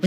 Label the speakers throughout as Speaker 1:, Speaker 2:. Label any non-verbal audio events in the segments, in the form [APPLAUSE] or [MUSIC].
Speaker 1: Vous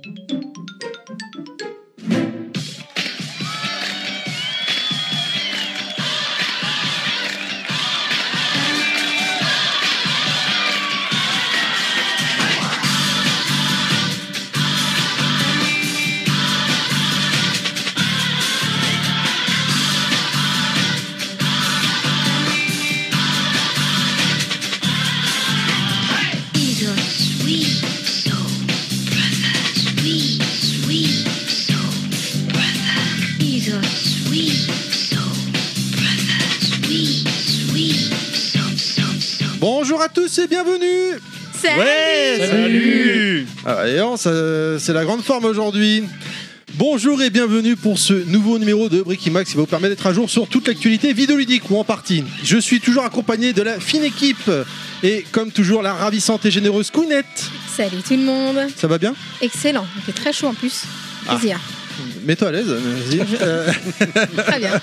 Speaker 2: Bonjour à tous et bienvenue
Speaker 3: Salut
Speaker 2: Salut Ah, et on, ça- C'est la grande forme aujourd'hui Bonjour et bienvenue pour ce nouveau numéro de Bricky Max qui va vous permettre d'être à jour sur toute l'actualité vidéoludique ou en partie. Je suis toujours accompagné de la fine équipe et comme toujours la ravissante et généreuse Counette.
Speaker 3: Salut tout le monde
Speaker 2: Ça va bien
Speaker 3: Excellent, il fait très chaud en plus.
Speaker 2: Ah.
Speaker 3: Plaisir.
Speaker 2: Mets-toi à l'aise, vas-y. [LAUGHS] Euh,
Speaker 3: Très bien.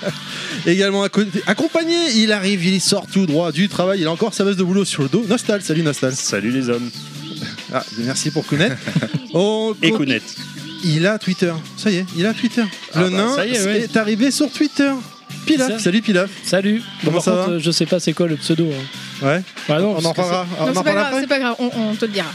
Speaker 2: également à côté- accompagné, il arrive, il sort tout droit du travail, il a encore sa veste de boulot sur le dos. Nostal, salut Nostal.
Speaker 4: Salut les hommes
Speaker 2: Ah, merci pour Kounet. [LAUGHS] On
Speaker 4: et
Speaker 2: continue.
Speaker 4: Kounet.
Speaker 2: Il a Twitter. Ça y est, il a Twitter.
Speaker 4: Ah
Speaker 2: le
Speaker 4: bah,
Speaker 2: nain
Speaker 4: ça y
Speaker 2: est,
Speaker 4: est, ouais.
Speaker 2: arrivé sur Twitter.
Speaker 5: C'est
Speaker 2: Pilaf,
Speaker 5: ça.
Speaker 2: salut Pilaf.
Speaker 5: Salut.
Speaker 2: Comment
Speaker 5: par
Speaker 2: ça
Speaker 5: contre,
Speaker 2: va
Speaker 5: euh, Je sais pas c'est quoi le pseudo. hein.
Speaker 2: Ouais.
Speaker 5: Bah non,
Speaker 2: on
Speaker 5: parce
Speaker 2: en
Speaker 5: que
Speaker 2: parlera. [LAUGHS] on en
Speaker 3: Non, c'est pas
Speaker 2: parlera
Speaker 3: grave,
Speaker 2: après.
Speaker 3: c'est pas grave, on, on te le dira.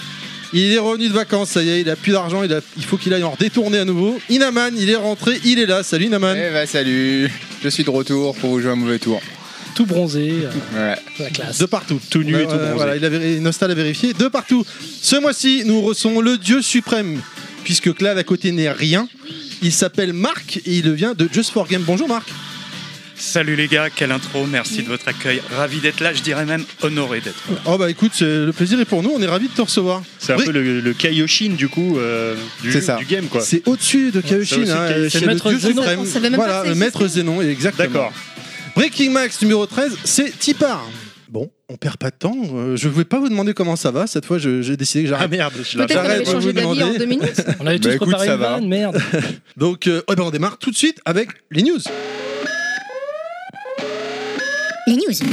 Speaker 2: Il est revenu de vacances, ça y est, il a plus d'argent, il, a- il faut qu'il aille en détourner à nouveau. Inaman, il est rentré, il est là. Salut Inaman.
Speaker 6: Eh bah salut, je suis de retour pour vous jouer un mauvais tour.
Speaker 5: c'est tout bronzé, euh,
Speaker 6: Ouais.
Speaker 5: la classe.
Speaker 2: De partout.
Speaker 4: Tout nu et tout bronzé.
Speaker 2: Voilà, il a vér- Nostal a vérifié. De partout. Ce mois-ci, nous recevons le dieu suprême. Puisque Clad à côté n'est rien. Il s'appelle Marc et il vient de Just for Game. Bonjour Marc.
Speaker 7: Salut les gars, quelle intro, merci de votre accueil. Ravi d'être là, je dirais même honoré d'être là.
Speaker 2: Oh bah écoute, c'est- le plaisir est pour nous, on est ravis de te recevoir.
Speaker 4: C'est un
Speaker 2: Oui.
Speaker 4: peu le, le Kaioshin du coup euh, du,
Speaker 6: C'est ça.
Speaker 4: du game quoi.
Speaker 2: C'est au-dessus de
Speaker 4: Ça
Speaker 2: Kaioshin,
Speaker 4: aussi,
Speaker 2: hein,
Speaker 4: Kaioshin.
Speaker 2: euh,
Speaker 5: C'est
Speaker 2: c'est
Speaker 5: le
Speaker 2: le
Speaker 5: maître
Speaker 2: dieu
Speaker 5: Zénon.
Speaker 2: suprême.
Speaker 3: On savait même pas
Speaker 2: Voilà,
Speaker 3: que ça
Speaker 2: le maître
Speaker 3: existait.
Speaker 2: Zénon, exactement.
Speaker 4: D'accord.
Speaker 2: Breaking Max numéro 13, c'est Tipar. Bon, on perd pas de temps. euh, je vais pas vous demander comment ça va. Cette fois, je- j'ai décidé que j'arrête.
Speaker 4: Ah, merde, je
Speaker 3: Peut-être qu'on
Speaker 2: j'arrête
Speaker 3: avait
Speaker 2: de
Speaker 3: changé
Speaker 2: vous
Speaker 3: d'avis en
Speaker 2: demander.
Speaker 3: deux minutes.
Speaker 2: [LAUGHS]
Speaker 5: On avait
Speaker 6: Bah
Speaker 5: tous
Speaker 6: écoute,
Speaker 5: préparé
Speaker 6: ça
Speaker 5: une
Speaker 6: va.
Speaker 5: vanne, merde.
Speaker 2: Donc, euh, eh ben, on démarre tout de suite avec les news.
Speaker 1: Les news.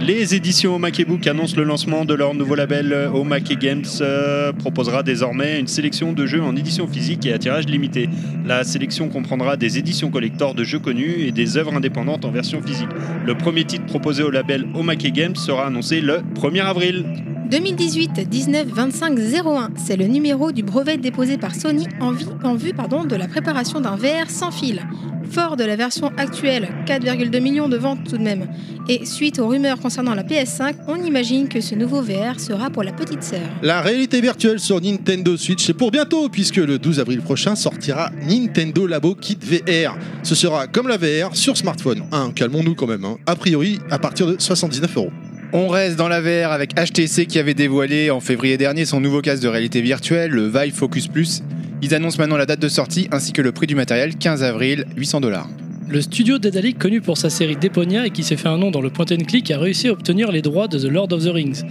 Speaker 4: Les éditions Omake Book annoncent le lancement de leur nouveau label euh, Omake Games euh, proposera désormais une sélection de jeux en édition physique et à tirage limité. La sélection comprendra des éditions collector de jeux connus et des œuvres indépendantes en version physique. Le premier titre proposé au label Omake Games sera annoncé le 1er avril.
Speaker 3: 2018 19 25 01, c'est le numéro du brevet déposé par Sony en, vi- en vue pardon, de la préparation d'un VR sans fil. Fort de la version actuelle, 4,2 millions de ventes tout de même. Et suite aux rumeurs concernant la PS5, on imagine que ce nouveau VR sera pour la petite sœur.
Speaker 2: La réalité virtuelle sur Nintendo Switch, c'est pour bientôt, puisque le 12 avril prochain sortira Nintendo Labo Kit VR. Ce sera comme la VR sur smartphone. Hein, calmons-nous quand même. hein. A priori, à partir de 79 euros.
Speaker 6: On reste dans la VR avec HTC qui avait dévoilé en février dernier son nouveau casque de réalité virtuelle, le Vive Focus Plus. Ils annoncent maintenant la date de sortie ainsi que le prix du matériel, 15 avril, 800 dollars.
Speaker 5: Le studio Daedalic, connu pour sa série Deponia et qui s'est fait un nom dans le point and click, a réussi à obtenir les droits de The Lord of the Rings.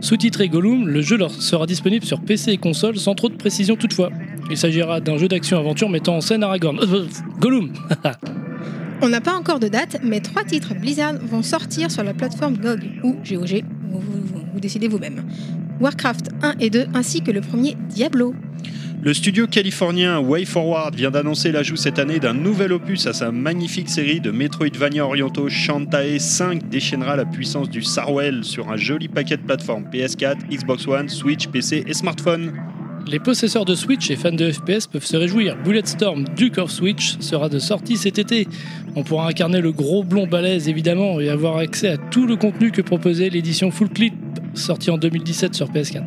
Speaker 5: Sous-titré Gollum, le jeu leur sera disponible sur PC et console sans trop de précision toutefois. Il s'agira d'un jeu d'action-aventure mettant en scène Aragorn. Euh, euh, Gollum
Speaker 3: On n'a pas encore de date, mais trois titres Blizzard vont sortir sur la plateforme GOG ou GOG, vous, vous- vous- vous décidez vous-même. Warcraft 1 et 2, ainsi que le premier Diablo.
Speaker 4: Le studio californien WayForward vient d'annoncer l'ajout cette année d'un nouvel opus à sa magnifique série de Metroidvania orientaux Shantae 5 déchaînera la puissance du Sarwell sur un joli paquet de plateformes PS4, Xbox One, Switch, PC et smartphone.
Speaker 5: Les possesseurs de Switch et fans de FPS peuvent se réjouir. Bulletstorm Duke of Switch sera de sortie cet été. On pourra incarner le gros blond balèze évidemment et avoir accès à tout le contenu que proposait l'édition Full Clip sortie en 2017 sur PS4.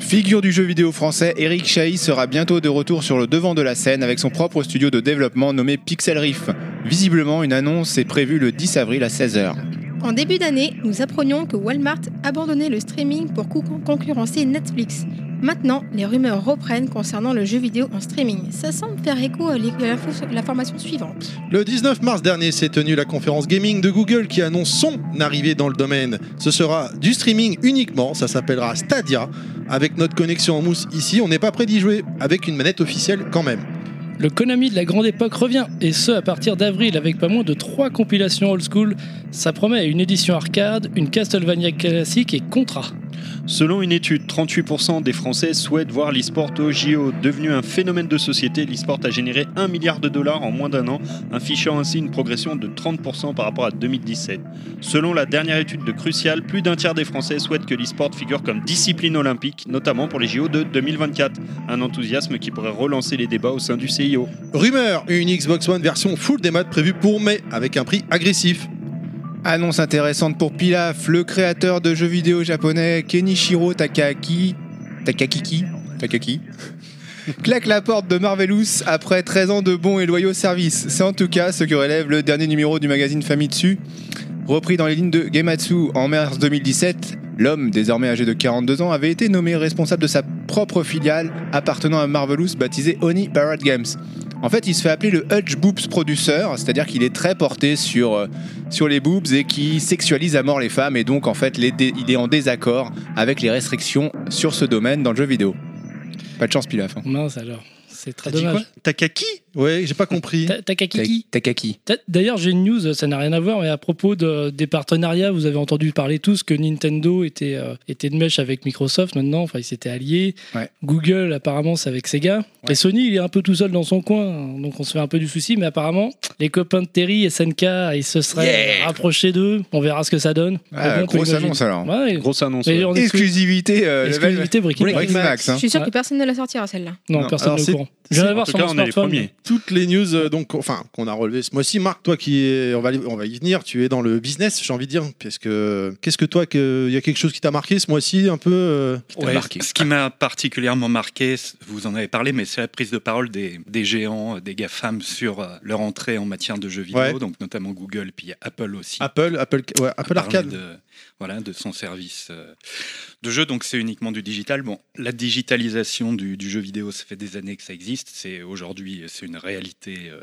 Speaker 6: Figure du jeu vidéo français, Eric Chahi sera bientôt de retour sur le devant de la scène avec son propre studio de développement nommé Pixel Riff. Visiblement, une annonce est prévue le 10 avril à 16h.
Speaker 3: En début d'année, nous apprenions que Walmart abandonnait le streaming pour cou- concurrencer Netflix. Maintenant, les rumeurs reprennent concernant le jeu vidéo en streaming. Ça semble faire écho à l'é- à l'info- l'information suivante.
Speaker 2: Le 19 mars dernier s'est tenue la conférence gaming de Google qui annonce son arrivée dans le domaine. Ce sera du streaming uniquement, ça s'appellera Stadia. Avec notre connexion en mousse ici, on n'est pas prêt d'y jouer, avec une manette officielle quand même.
Speaker 5: Le Konami de la grande époque revient, et ce à partir d'avril avec pas moins de 3 compilations old school. Ça promet une édition arcade, une Castlevania classique et Contra.
Speaker 4: Selon une étude, 38% des Français souhaitent voir l'e-sport au JO. Devenu un phénomène de société, l'e-sport a généré 1 milliard de dollars en moins d'un an, affichant ainsi une progression de 30% par rapport à 2017. Selon la dernière étude de Crucial, plus d'un tiers des Français souhaitent que l'e-sport figure comme discipline olympique, notamment pour les JO de 2024. Un enthousiasme qui pourrait relancer les débats au sein du CIO.
Speaker 2: Rumeur, une Xbox One version full des maths prévue pour mai avec un prix agressif.
Speaker 6: Annonce intéressante pour Pilaf, le créateur de jeux vidéo japonais Kenichiro Takaki. Takakiki Takaki [LAUGHS] claque la porte de Marvelous après 13 ans de bons et loyaux services. C'est en tout cas ce que relève le dernier numéro du magazine Famitsu, repris dans les lignes de Gematsu en mars 2017. L'homme, désormais âgé de 42 ans, avait été nommé responsable de sa propre filiale appartenant à Marvelous baptisée Oni Barrett Games. En fait, il se fait appeler le Hutch Boobs Producer, c'est-à-dire qu'il est très porté sur, euh, sur les boobs et qui sexualise à mort les femmes, et donc en fait, les dé- il est en désaccord avec les restrictions sur ce domaine dans le jeu vidéo. Pas de chance, Pilaf. hein.
Speaker 5: Mince alors, c'est très
Speaker 2: T'as dit
Speaker 5: dommage.
Speaker 4: Takaki
Speaker 2: Ouais, j'ai pas compris.
Speaker 5: Ta- Takakiki
Speaker 6: Ta- Takaki.
Speaker 5: Ta- D'ailleurs, j'ai une news, ça n'a rien à voir, mais à propos de- des partenariats, vous avez entendu parler tous que Nintendo était, euh, était de mèche avec Microsoft maintenant, enfin, ils s'étaient alliés.
Speaker 6: Ouais.
Speaker 5: Google, apparemment, c'est avec Sega.
Speaker 6: Ouais.
Speaker 5: Et Sony, il est un peu tout seul dans son coin, hein, donc on se fait un peu du souci, mais apparemment, les copains de Terry, SNK, ils se seraient rapprochés d'eux. On verra ce que ça donne.
Speaker 6: Ah,
Speaker 5: Donc, on peut
Speaker 6: grosse
Speaker 5: imaginer.
Speaker 6: annonce alors.
Speaker 5: Ouais,
Speaker 4: Grosse annonce.
Speaker 5: mais
Speaker 4: ouais.
Speaker 5: on est exclu-
Speaker 6: Exclusivité, euh, level-
Speaker 5: exclusivité Breaking Bad.
Speaker 6: Breaking
Speaker 2: Max.
Speaker 6: Max. hein.
Speaker 3: Je suis sûr
Speaker 5: Ouais.
Speaker 3: que personne ne la sortira celle-là.
Speaker 5: Non,
Speaker 2: Non,
Speaker 5: personne
Speaker 2: alors
Speaker 5: n'est
Speaker 2: c'est-
Speaker 5: au courant. Je vais
Speaker 4: En
Speaker 5: voir
Speaker 4: tout
Speaker 5: sur
Speaker 4: cas,
Speaker 5: mon
Speaker 4: on est les
Speaker 5: smartphone.
Speaker 4: premiers.
Speaker 2: Toutes les news euh, donc enfin qu'on a relevées ce mois-ci, Marc, toi qui est, on va on va y venir, tu es dans le business, j'ai envie de dire, parce que qu'est-ce que toi que il y a quelque chose qui t'a marqué ce mois-ci un peu euh,
Speaker 7: Ouais,
Speaker 6: marqué.
Speaker 7: Bah, Ce qui m'a particulièrement marqué, c- vous en avez parlé, mais c'est la prise de parole des, des géants, euh, des GAFAM sur euh, leur entrée en matière de jeux vidéo,
Speaker 2: Ouais.
Speaker 7: donc notamment Google, puis Apple aussi.
Speaker 2: Apple, Apple, ouais,
Speaker 7: à
Speaker 2: Apple
Speaker 7: parler
Speaker 2: Arcade.
Speaker 7: de, voilà, de son service euh, de jeu. Donc c'est uniquement du digital. Bon, la digitalisation du, du jeu vidéo, ça fait des années que ça existe. C'est aujourd'hui, c'est une réalité euh,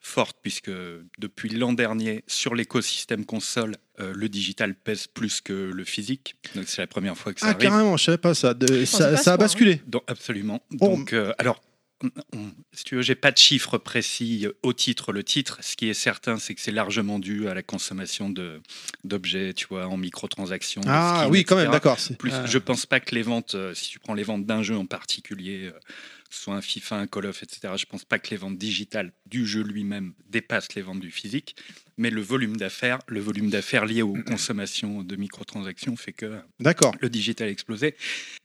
Speaker 7: forte puisque depuis l'an dernier, sur l'écosystème console, euh, le digital pèse plus que le physique. Donc c'est la première fois que ça
Speaker 2: Ah
Speaker 7: arrive.
Speaker 2: carrément, je savais pas ça, de- ça,
Speaker 3: pas
Speaker 2: ça
Speaker 3: ce
Speaker 2: a
Speaker 3: point,
Speaker 2: basculé.
Speaker 7: Donc, absolument.
Speaker 2: Oh.
Speaker 7: Donc, euh, alors, on- on- si tu veux, j'ai pas de chiffres précis euh, au titre, le titre. Ce qui est certain, c'est que c'est largement dû à la consommation de d'objets, tu vois, en microtransactions. de
Speaker 2: Ah
Speaker 7: skins,
Speaker 2: oui, quand même,
Speaker 7: etc.
Speaker 2: d'accord. c'est-
Speaker 7: Plus,
Speaker 2: Ah.
Speaker 7: je pense pas que les ventes, euh, si tu prends les ventes d'un jeu en particulier, euh, que ce soit un FIFA, un Call of, etc., je pense pas que les ventes digitales du jeu lui-même dépassent les ventes du physique. Mais le volume d'affaires, le volume d'affaires lié aux consommations de microtransactions fait que
Speaker 2: D'accord.
Speaker 7: le digital a explosé.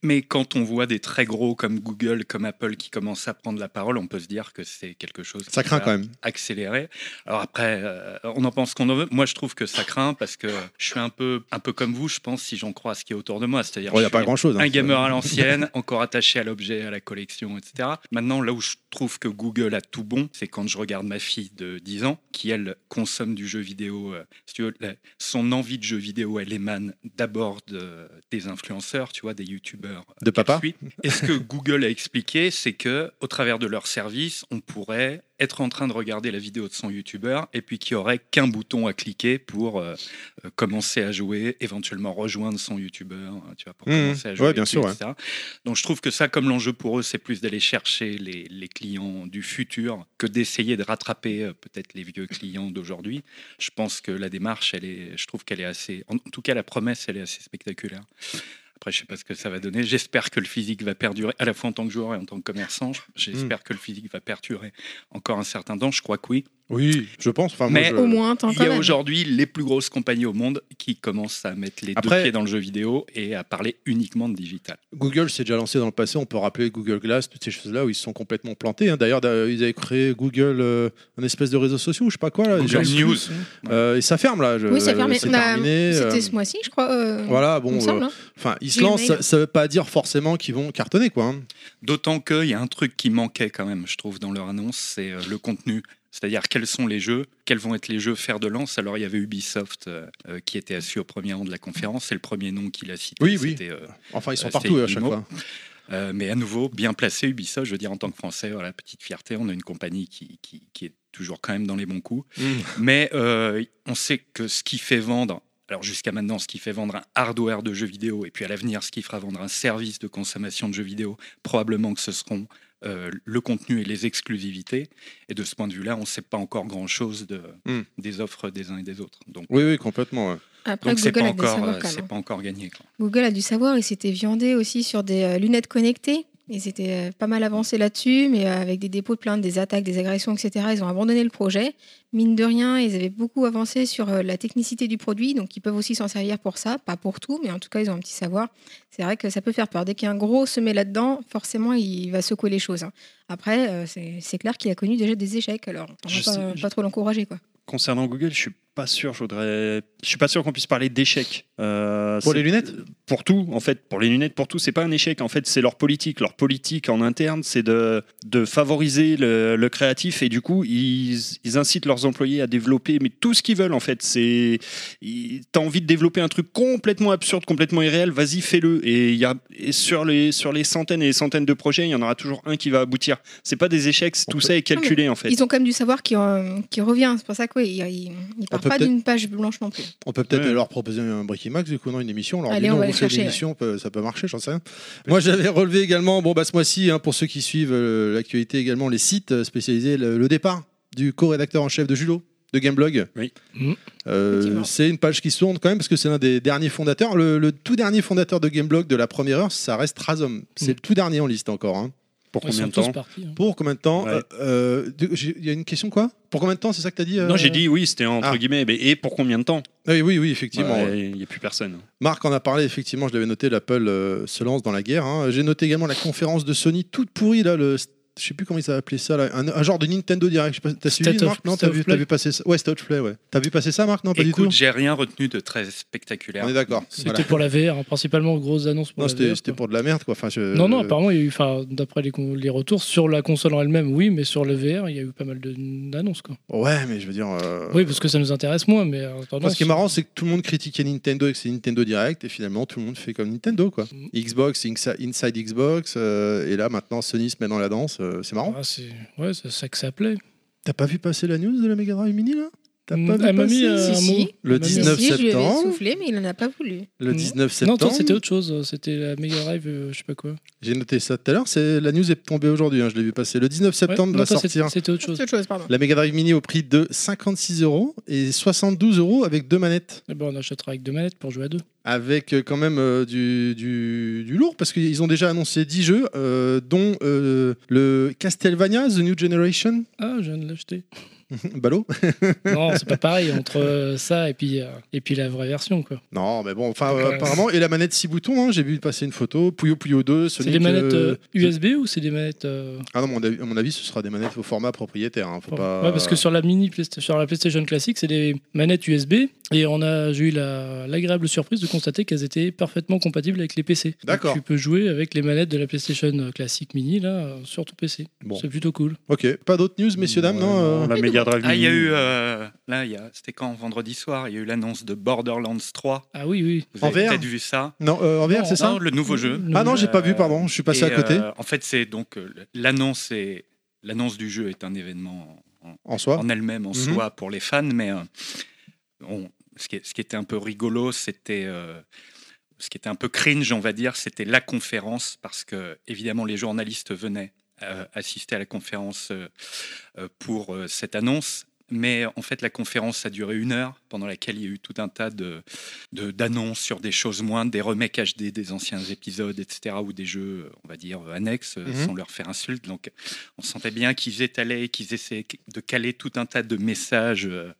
Speaker 7: Mais quand on voit des très gros comme Google, comme Apple qui commencent à prendre la parole, on peut se dire que c'est quelque chose
Speaker 2: Ça
Speaker 7: qui
Speaker 2: craint
Speaker 7: va
Speaker 2: quand même.
Speaker 7: accélérer. Alors après, euh, on en pense qu'on en veut. Moi, je trouve que ça craint parce que je suis un peu, un peu comme vous, je pense, si j'en crois ce qui est autour de moi. C'est-à-dire
Speaker 2: Il n'y
Speaker 7: je
Speaker 2: a pas
Speaker 7: suis
Speaker 2: grand-chose. hein.
Speaker 7: un gamer à l'ancienne, encore attaché à l'objet, à la collection, etc. Maintenant, là où je trouve que Google a tout bon, c'est quand je regarde ma fille de 10 ans, qui elle consomme du jeu vidéo. euh, si tu veux, la- son envie de jeu vidéo, elle émane d'abord de- des influenceurs, tu vois, des youtubeurs. euh,
Speaker 2: De
Speaker 7: qu'elle
Speaker 2: papa.
Speaker 7: suit. Et ce que Google a expliqué, c'est que au travers de leur service, on pourrait être en train de regarder la vidéo de son youtubeur et puis qu'il n'y aurait qu'un bouton à cliquer pour euh, euh, commencer à jouer, éventuellement rejoindre son youtubeur, hein, tu vois, pour
Speaker 2: Mmh.
Speaker 7: commencer à jouer.
Speaker 2: Ouais, bien
Speaker 7: dessus,
Speaker 2: sûr, ouais.
Speaker 7: etc. Donc je trouve que ça, comme l'enjeu pour eux, c'est plus d'aller chercher les, les clients du futur que d'essayer de rattraper euh, peut-être les vieux clients d'aujourd'hui. Je pense que la démarche, elle est, je trouve qu'elle est assez, en tout cas la promesse, elle est assez spectaculaire. Après, je sais pas ce que ça va donner. J'espère que le physique va perdurer, à la fois en tant que joueur et en tant que commerçant.
Speaker 2: Mmh.
Speaker 7: J'espère que le physique va perdurer encore un certain temps. Je crois que oui.
Speaker 2: Oui, je pense. Enfin, moi,
Speaker 7: Mais
Speaker 2: je-
Speaker 3: Au moins, tant
Speaker 7: Euh, Il y a aujourd'hui les plus grosses compagnies au monde qui commencent à mettre les
Speaker 2: Après-
Speaker 7: deux pieds dans le jeu vidéo et à parler uniquement de digital.
Speaker 2: Google s'est déjà lancé dans le passé, on peut rappeler Google Glass, toutes ces choses-là où ils se sont complètement plantés. hein. D'ailleurs, d'a- ils avaient créé Google, euh, un espèce de réseau social, je sais pas quoi. Là,
Speaker 7: Google
Speaker 2: genre-
Speaker 7: News.
Speaker 2: Euh, et ça ferme là. je-
Speaker 3: Oui, ça ferme.
Speaker 2: C'est
Speaker 3: Bah,
Speaker 2: terminé.
Speaker 3: C'était
Speaker 2: euh,
Speaker 3: ce mois-ci, je crois. euh,
Speaker 2: Voilà,
Speaker 3: il me
Speaker 2: bon,
Speaker 3: semble,
Speaker 2: euh,
Speaker 3: hein.
Speaker 2: enfin, ils se
Speaker 3: Gmail.
Speaker 2: lancent, ça- ça veut pas dire forcément qu'ils vont cartonner, quoi. hein.
Speaker 7: D'autant qu'il y a un truc qui manquait quand même, je trouve, dans leur annonce, c'est euh, le contenu. C'est-à-dire quels sont les jeux, quels vont être les jeux faire de lance. Alors il y avait Ubisoft euh, euh, qui était assis au premier rang de la conférence, c'est le premier nom qu'il a cité.
Speaker 2: Oui, oui.
Speaker 7: c'était, euh,
Speaker 2: Enfin, ils sont
Speaker 7: Euh,
Speaker 2: partout
Speaker 7: c'est
Speaker 2: à chaque
Speaker 7: Imo.
Speaker 2: fois.
Speaker 7: Euh, mais à nouveau, bien placé Ubisoft, je veux dire, en tant que Français, voilà, petite fierté, on a une compagnie qui, qui- qui est toujours quand même dans les bons coups.
Speaker 2: Mm.
Speaker 7: Mais euh, on sait que ce qui fait vendre, Alors jusqu'à maintenant, ce qui fait vendre un hardware de jeux vidéo, et puis à l'avenir, ce qui fera vendre un service de consommation de jeux vidéo, probablement que ce seront euh, le contenu et les exclusivités. Et de ce point de vue-là, on ne sait pas encore grand-chose de,
Speaker 2: Hmm.
Speaker 7: des offres des uns et des autres. Donc
Speaker 2: Oui, oui, complètement. ouais.
Speaker 3: Après,
Speaker 7: donc c'est
Speaker 3: Google a
Speaker 7: pas
Speaker 3: dû
Speaker 7: encore,
Speaker 3: savoir
Speaker 7: euh,
Speaker 3: quand
Speaker 7: c'est
Speaker 3: même.
Speaker 7: pas encore gagné. quoi.
Speaker 2: Ah,
Speaker 3: Google a dû savoir, ils s'étaient viandés aussi sur des euh, lunettes connectées. Ils étaient euh, pas mal avancés là-dessus, mais euh, avec des dépôts de plaintes, des attaques, des agressions, etc., ils ont abandonné le projet. Mine de rien, ils avaient beaucoup avancé sur euh, la technicité du produit, donc ils peuvent aussi s'en servir pour ça, pas pour tout, mais en tout cas, ils ont un petit savoir. C'est vrai que ça peut faire peur. Dès qu'un gros se met là-dedans, forcément, il va secouer les choses. hein. Après, euh, c'est c'est clair qu'il a connu déjà des échecs, alors on
Speaker 4: Je
Speaker 3: va pas,
Speaker 4: sais-
Speaker 3: pas trop l'encourager. quoi.
Speaker 4: Concernant Google, je suis pas sûr. Je voudrais, je suis pas sûr qu'on puisse parler d'échec. Euh,
Speaker 2: Pour
Speaker 4: c'est-
Speaker 2: les lunettes
Speaker 4: pour tout, en fait, pour les lunettes, pour tout, c'est pas un échec. En fait, c'est leur politique. Leur politique en interne, c'est de, de favoriser le, le créatif et du coup, ils, ils incitent leurs employés à développer, mais tout ce qu'ils veulent, en fait, c'est. ils- T'as envie de développer un truc complètement absurde, complètement irréel, vas-y, fais-le. Et, il y a, et sur, les, sur les centaines et les centaines de projets, il y en aura toujours un qui va aboutir. C'est pas des échecs, c'est- tout ça est calculé, en fait.
Speaker 3: Ils ont quand même dû savoir qu'il euh, qu'il revient. C'est pour ça que oui, ils
Speaker 4: Ah,
Speaker 3: ne partent
Speaker 2: peut
Speaker 3: pas
Speaker 2: peut-être-
Speaker 3: d'une page blanche non plus.
Speaker 2: On peut peut-être
Speaker 4: Ouais.
Speaker 2: leur proposer un Bricky-Max, du coup, non, une émission. On leur
Speaker 3: Allez,
Speaker 2: dit
Speaker 3: on
Speaker 2: non,
Speaker 3: va
Speaker 2: on
Speaker 3: les
Speaker 2: fait
Speaker 3: chercher,
Speaker 2: une émission, on peut- ça peut marcher, j'en sais rien. Moi, j'avais relevé également, bon, bah, ce mois-ci, hein, pour ceux qui suivent euh, l'actualité également, les sites spécialisés, le, le départ du co-rédacteur en chef de Julo, de Gameblog.
Speaker 4: Oui.
Speaker 5: Mhm.
Speaker 2: Euh,
Speaker 3: Mmh. Effectivement.
Speaker 2: c'est une page qui se tourne quand même, parce que c'est l'un des derniers fondateurs. Le, le tout dernier fondateur de Gameblog de la première heure, ça reste Razom. C'est
Speaker 3: Mmh.
Speaker 5: Mhm.
Speaker 2: le tout dernier en liste encore. hein.
Speaker 4: Pour
Speaker 5: Ils
Speaker 4: combien
Speaker 5: sont
Speaker 4: de
Speaker 5: tous
Speaker 4: temps
Speaker 5: partis. hein.
Speaker 2: Pour combien de temps
Speaker 4: Ouais.
Speaker 2: Euh, euh, de- j'ai- Il y a une question, quoi Pour combien de temps, c'est ça que t'as dit euh
Speaker 4: Non, j'ai dit oui, c'était entre
Speaker 2: Ah.
Speaker 4: guillemets, mais et pour combien de temps
Speaker 2: Ah
Speaker 4: Bah,
Speaker 2: Oui, oui, oui,
Speaker 4: Il n'y
Speaker 2: effectivement. ouais.
Speaker 4: a plus personne.
Speaker 2: Marc en a parlé, effectivement, je l'avais noté, l'Apple euh, se lance dans la guerre. hein. J'ai noté également la conférence de Sony toute pourrie, là, le... Je sais plus comment ils appelé ça, là, un, un genre de Nintendo Direct. Je sais pas, T'as suivi,
Speaker 5: State of-
Speaker 2: Marc Non,
Speaker 5: State
Speaker 2: t'as
Speaker 5: of
Speaker 2: vu,
Speaker 5: Play.
Speaker 2: t'as vu passer ça Ouais, State of Play, ouais. T'as vu passer ça, Marc Non, pas
Speaker 7: Écoute,
Speaker 2: du tout.
Speaker 7: j'ai rien retenu de très spectaculaire.
Speaker 2: On est d'accord.
Speaker 5: C'était
Speaker 2: Voilà.
Speaker 5: pour la VR, hein, principalement grosses annonces pour
Speaker 2: Non,
Speaker 5: la
Speaker 2: c'était
Speaker 5: VR,
Speaker 2: c'était
Speaker 5: quoi.
Speaker 2: pour de la merde, quoi. Enfin, je...
Speaker 5: Non, non, apparemment, il y a eu, enfin, d'après les, con- les retours, sur la console en elle-même, oui, mais sur le VR, il y a eu pas mal de- d'annonces. quoi.
Speaker 2: Ouais, mais je veux dire. euh,
Speaker 5: Oui, parce que ça nous intéresse moins, mais en
Speaker 2: Moi,
Speaker 5: tendance,
Speaker 2: ce qui est marrant, c'est que tout le monde critiquait Nintendo avec ses Nintendo Direct, et finalement, tout le monde fait comme Nintendo, quoi.
Speaker 5: Mm.
Speaker 2: Xbox, Insa- Inside Xbox, euh, et là, maintenant, Sony se met dans la danse. euh, c'est marrant.
Speaker 5: ah, c'est ouais, c'est ça que ça plaît.
Speaker 2: T'as pas vu passer la news de la Mega Drive Mini, là T'as
Speaker 5: Mm,
Speaker 2: pas vu
Speaker 5: elle m'a mis,
Speaker 2: passer
Speaker 5: euh,
Speaker 3: Si,
Speaker 5: un
Speaker 3: si.
Speaker 5: mot.
Speaker 2: Le
Speaker 5: Elle m'a mis-
Speaker 2: 19
Speaker 3: Si, Je lui avais
Speaker 2: septembre.
Speaker 3: soufflé, mais il n'en a pas voulu.
Speaker 2: Le
Speaker 5: Mm.
Speaker 2: 19
Speaker 5: Non,
Speaker 2: septembre.
Speaker 5: toi, c'était autre chose. C'était la Mega Drive, euh, je sais pas quoi.
Speaker 2: J'ai noté ça tout à l'heure. C'est la news est tombée aujourd'hui. hein, je l'ai vu passer. Le 19 septembre
Speaker 5: Ouais, non,
Speaker 2: va
Speaker 5: toi,
Speaker 2: sortir
Speaker 5: c'était- C'était autre chose.
Speaker 3: C'est autre chose, pardon.
Speaker 2: la Mega Drive Mini au prix de 56 euros et 72 euros avec deux manettes.
Speaker 5: Eh ben, on achètera avec deux manettes pour jouer à deux.
Speaker 2: Avec euh, quand même euh, du, du, du lourd parce qu'ils ont déjà annoncé 10 jeux, euh, dont euh, le Castlevania The New Generation. [LAUGHS]
Speaker 5: Ah, je viens de l'acheter.
Speaker 2: Ballot. [LAUGHS]
Speaker 5: non, c'est pas pareil entre euh, ça et puis, euh, et puis la vraie version. quoi.
Speaker 2: Non, mais bon, enfin, euh,
Speaker 5: D'accord.
Speaker 2: apparemment. Et la manette 6 boutons, hein, j'ai vu passer une photo. Puyo Puyo 2,
Speaker 5: C'est
Speaker 2: Sonic.
Speaker 5: des manettes
Speaker 2: euh,
Speaker 5: euh, USB ou c'est des manettes. euh,
Speaker 2: Ah non, mon avis- à mon avis, ce sera des manettes au format propriétaire. hein, faut
Speaker 5: pour-
Speaker 2: pas-
Speaker 5: Ouais, parce que sur la mini Playsta- sur la PlayStation classique, c'est des manettes USB et on a j'ai eu la- l'agréable surprise de constater qu'elles étaient parfaitement compatibles avec les PC. Donc,
Speaker 2: D'accord.
Speaker 5: Tu peux jouer avec les manettes de la PlayStation classique mini là euh, sur ton PC.
Speaker 2: Bon.
Speaker 5: C'est plutôt cool.
Speaker 2: Ok, pas d'autres news, messieurs, dames, non, euh,
Speaker 4: la Mega Drive
Speaker 7: Ah, il y a
Speaker 4: Mini.
Speaker 7: eu. euh, là, il y a- c'était quand Vendredi soir, il y a eu l'annonce de Borderlands 3.
Speaker 5: Ah oui oui.
Speaker 7: Vous
Speaker 2: En
Speaker 7: avez
Speaker 2: VR?
Speaker 7: peut-être vu ça.
Speaker 2: Non, euh, en VR,
Speaker 5: Non,
Speaker 2: c'est ça
Speaker 7: Non, le nouveau jeu.
Speaker 2: Ah non, j'ai pas vu,
Speaker 7: Euh,
Speaker 2: pardon, je suis passé
Speaker 7: Et,
Speaker 2: à côté
Speaker 7: euh, en fait, c'est donc euh, l'annonce est- l'annonce du jeu est un événement en,
Speaker 2: en soi.
Speaker 7: en elle-même en
Speaker 2: Mhm.
Speaker 7: soi pour les fans, mais euh, on- ce, qui, est- ce qui était un peu rigolo, c'était euh, ce qui était un peu cringe, on va dire, c'était la conférence parce que évidemment les journalistes venaient euh, assister à la conférence euh, euh, pour euh, cette annonce. Mais en fait, la conférence a duré une heure, pendant laquelle il y a eu tout un tas de, de- d'annonces sur des choses moindres, des remakes HD des anciens épisodes, etc., ou des jeux, on va dire, annexes, euh,
Speaker 2: Mhm.
Speaker 7: sans leur faire insulte. Donc, on sentait bien qu'ils étalaient, qu'ils essayaient de caler tout un tas de messages euh,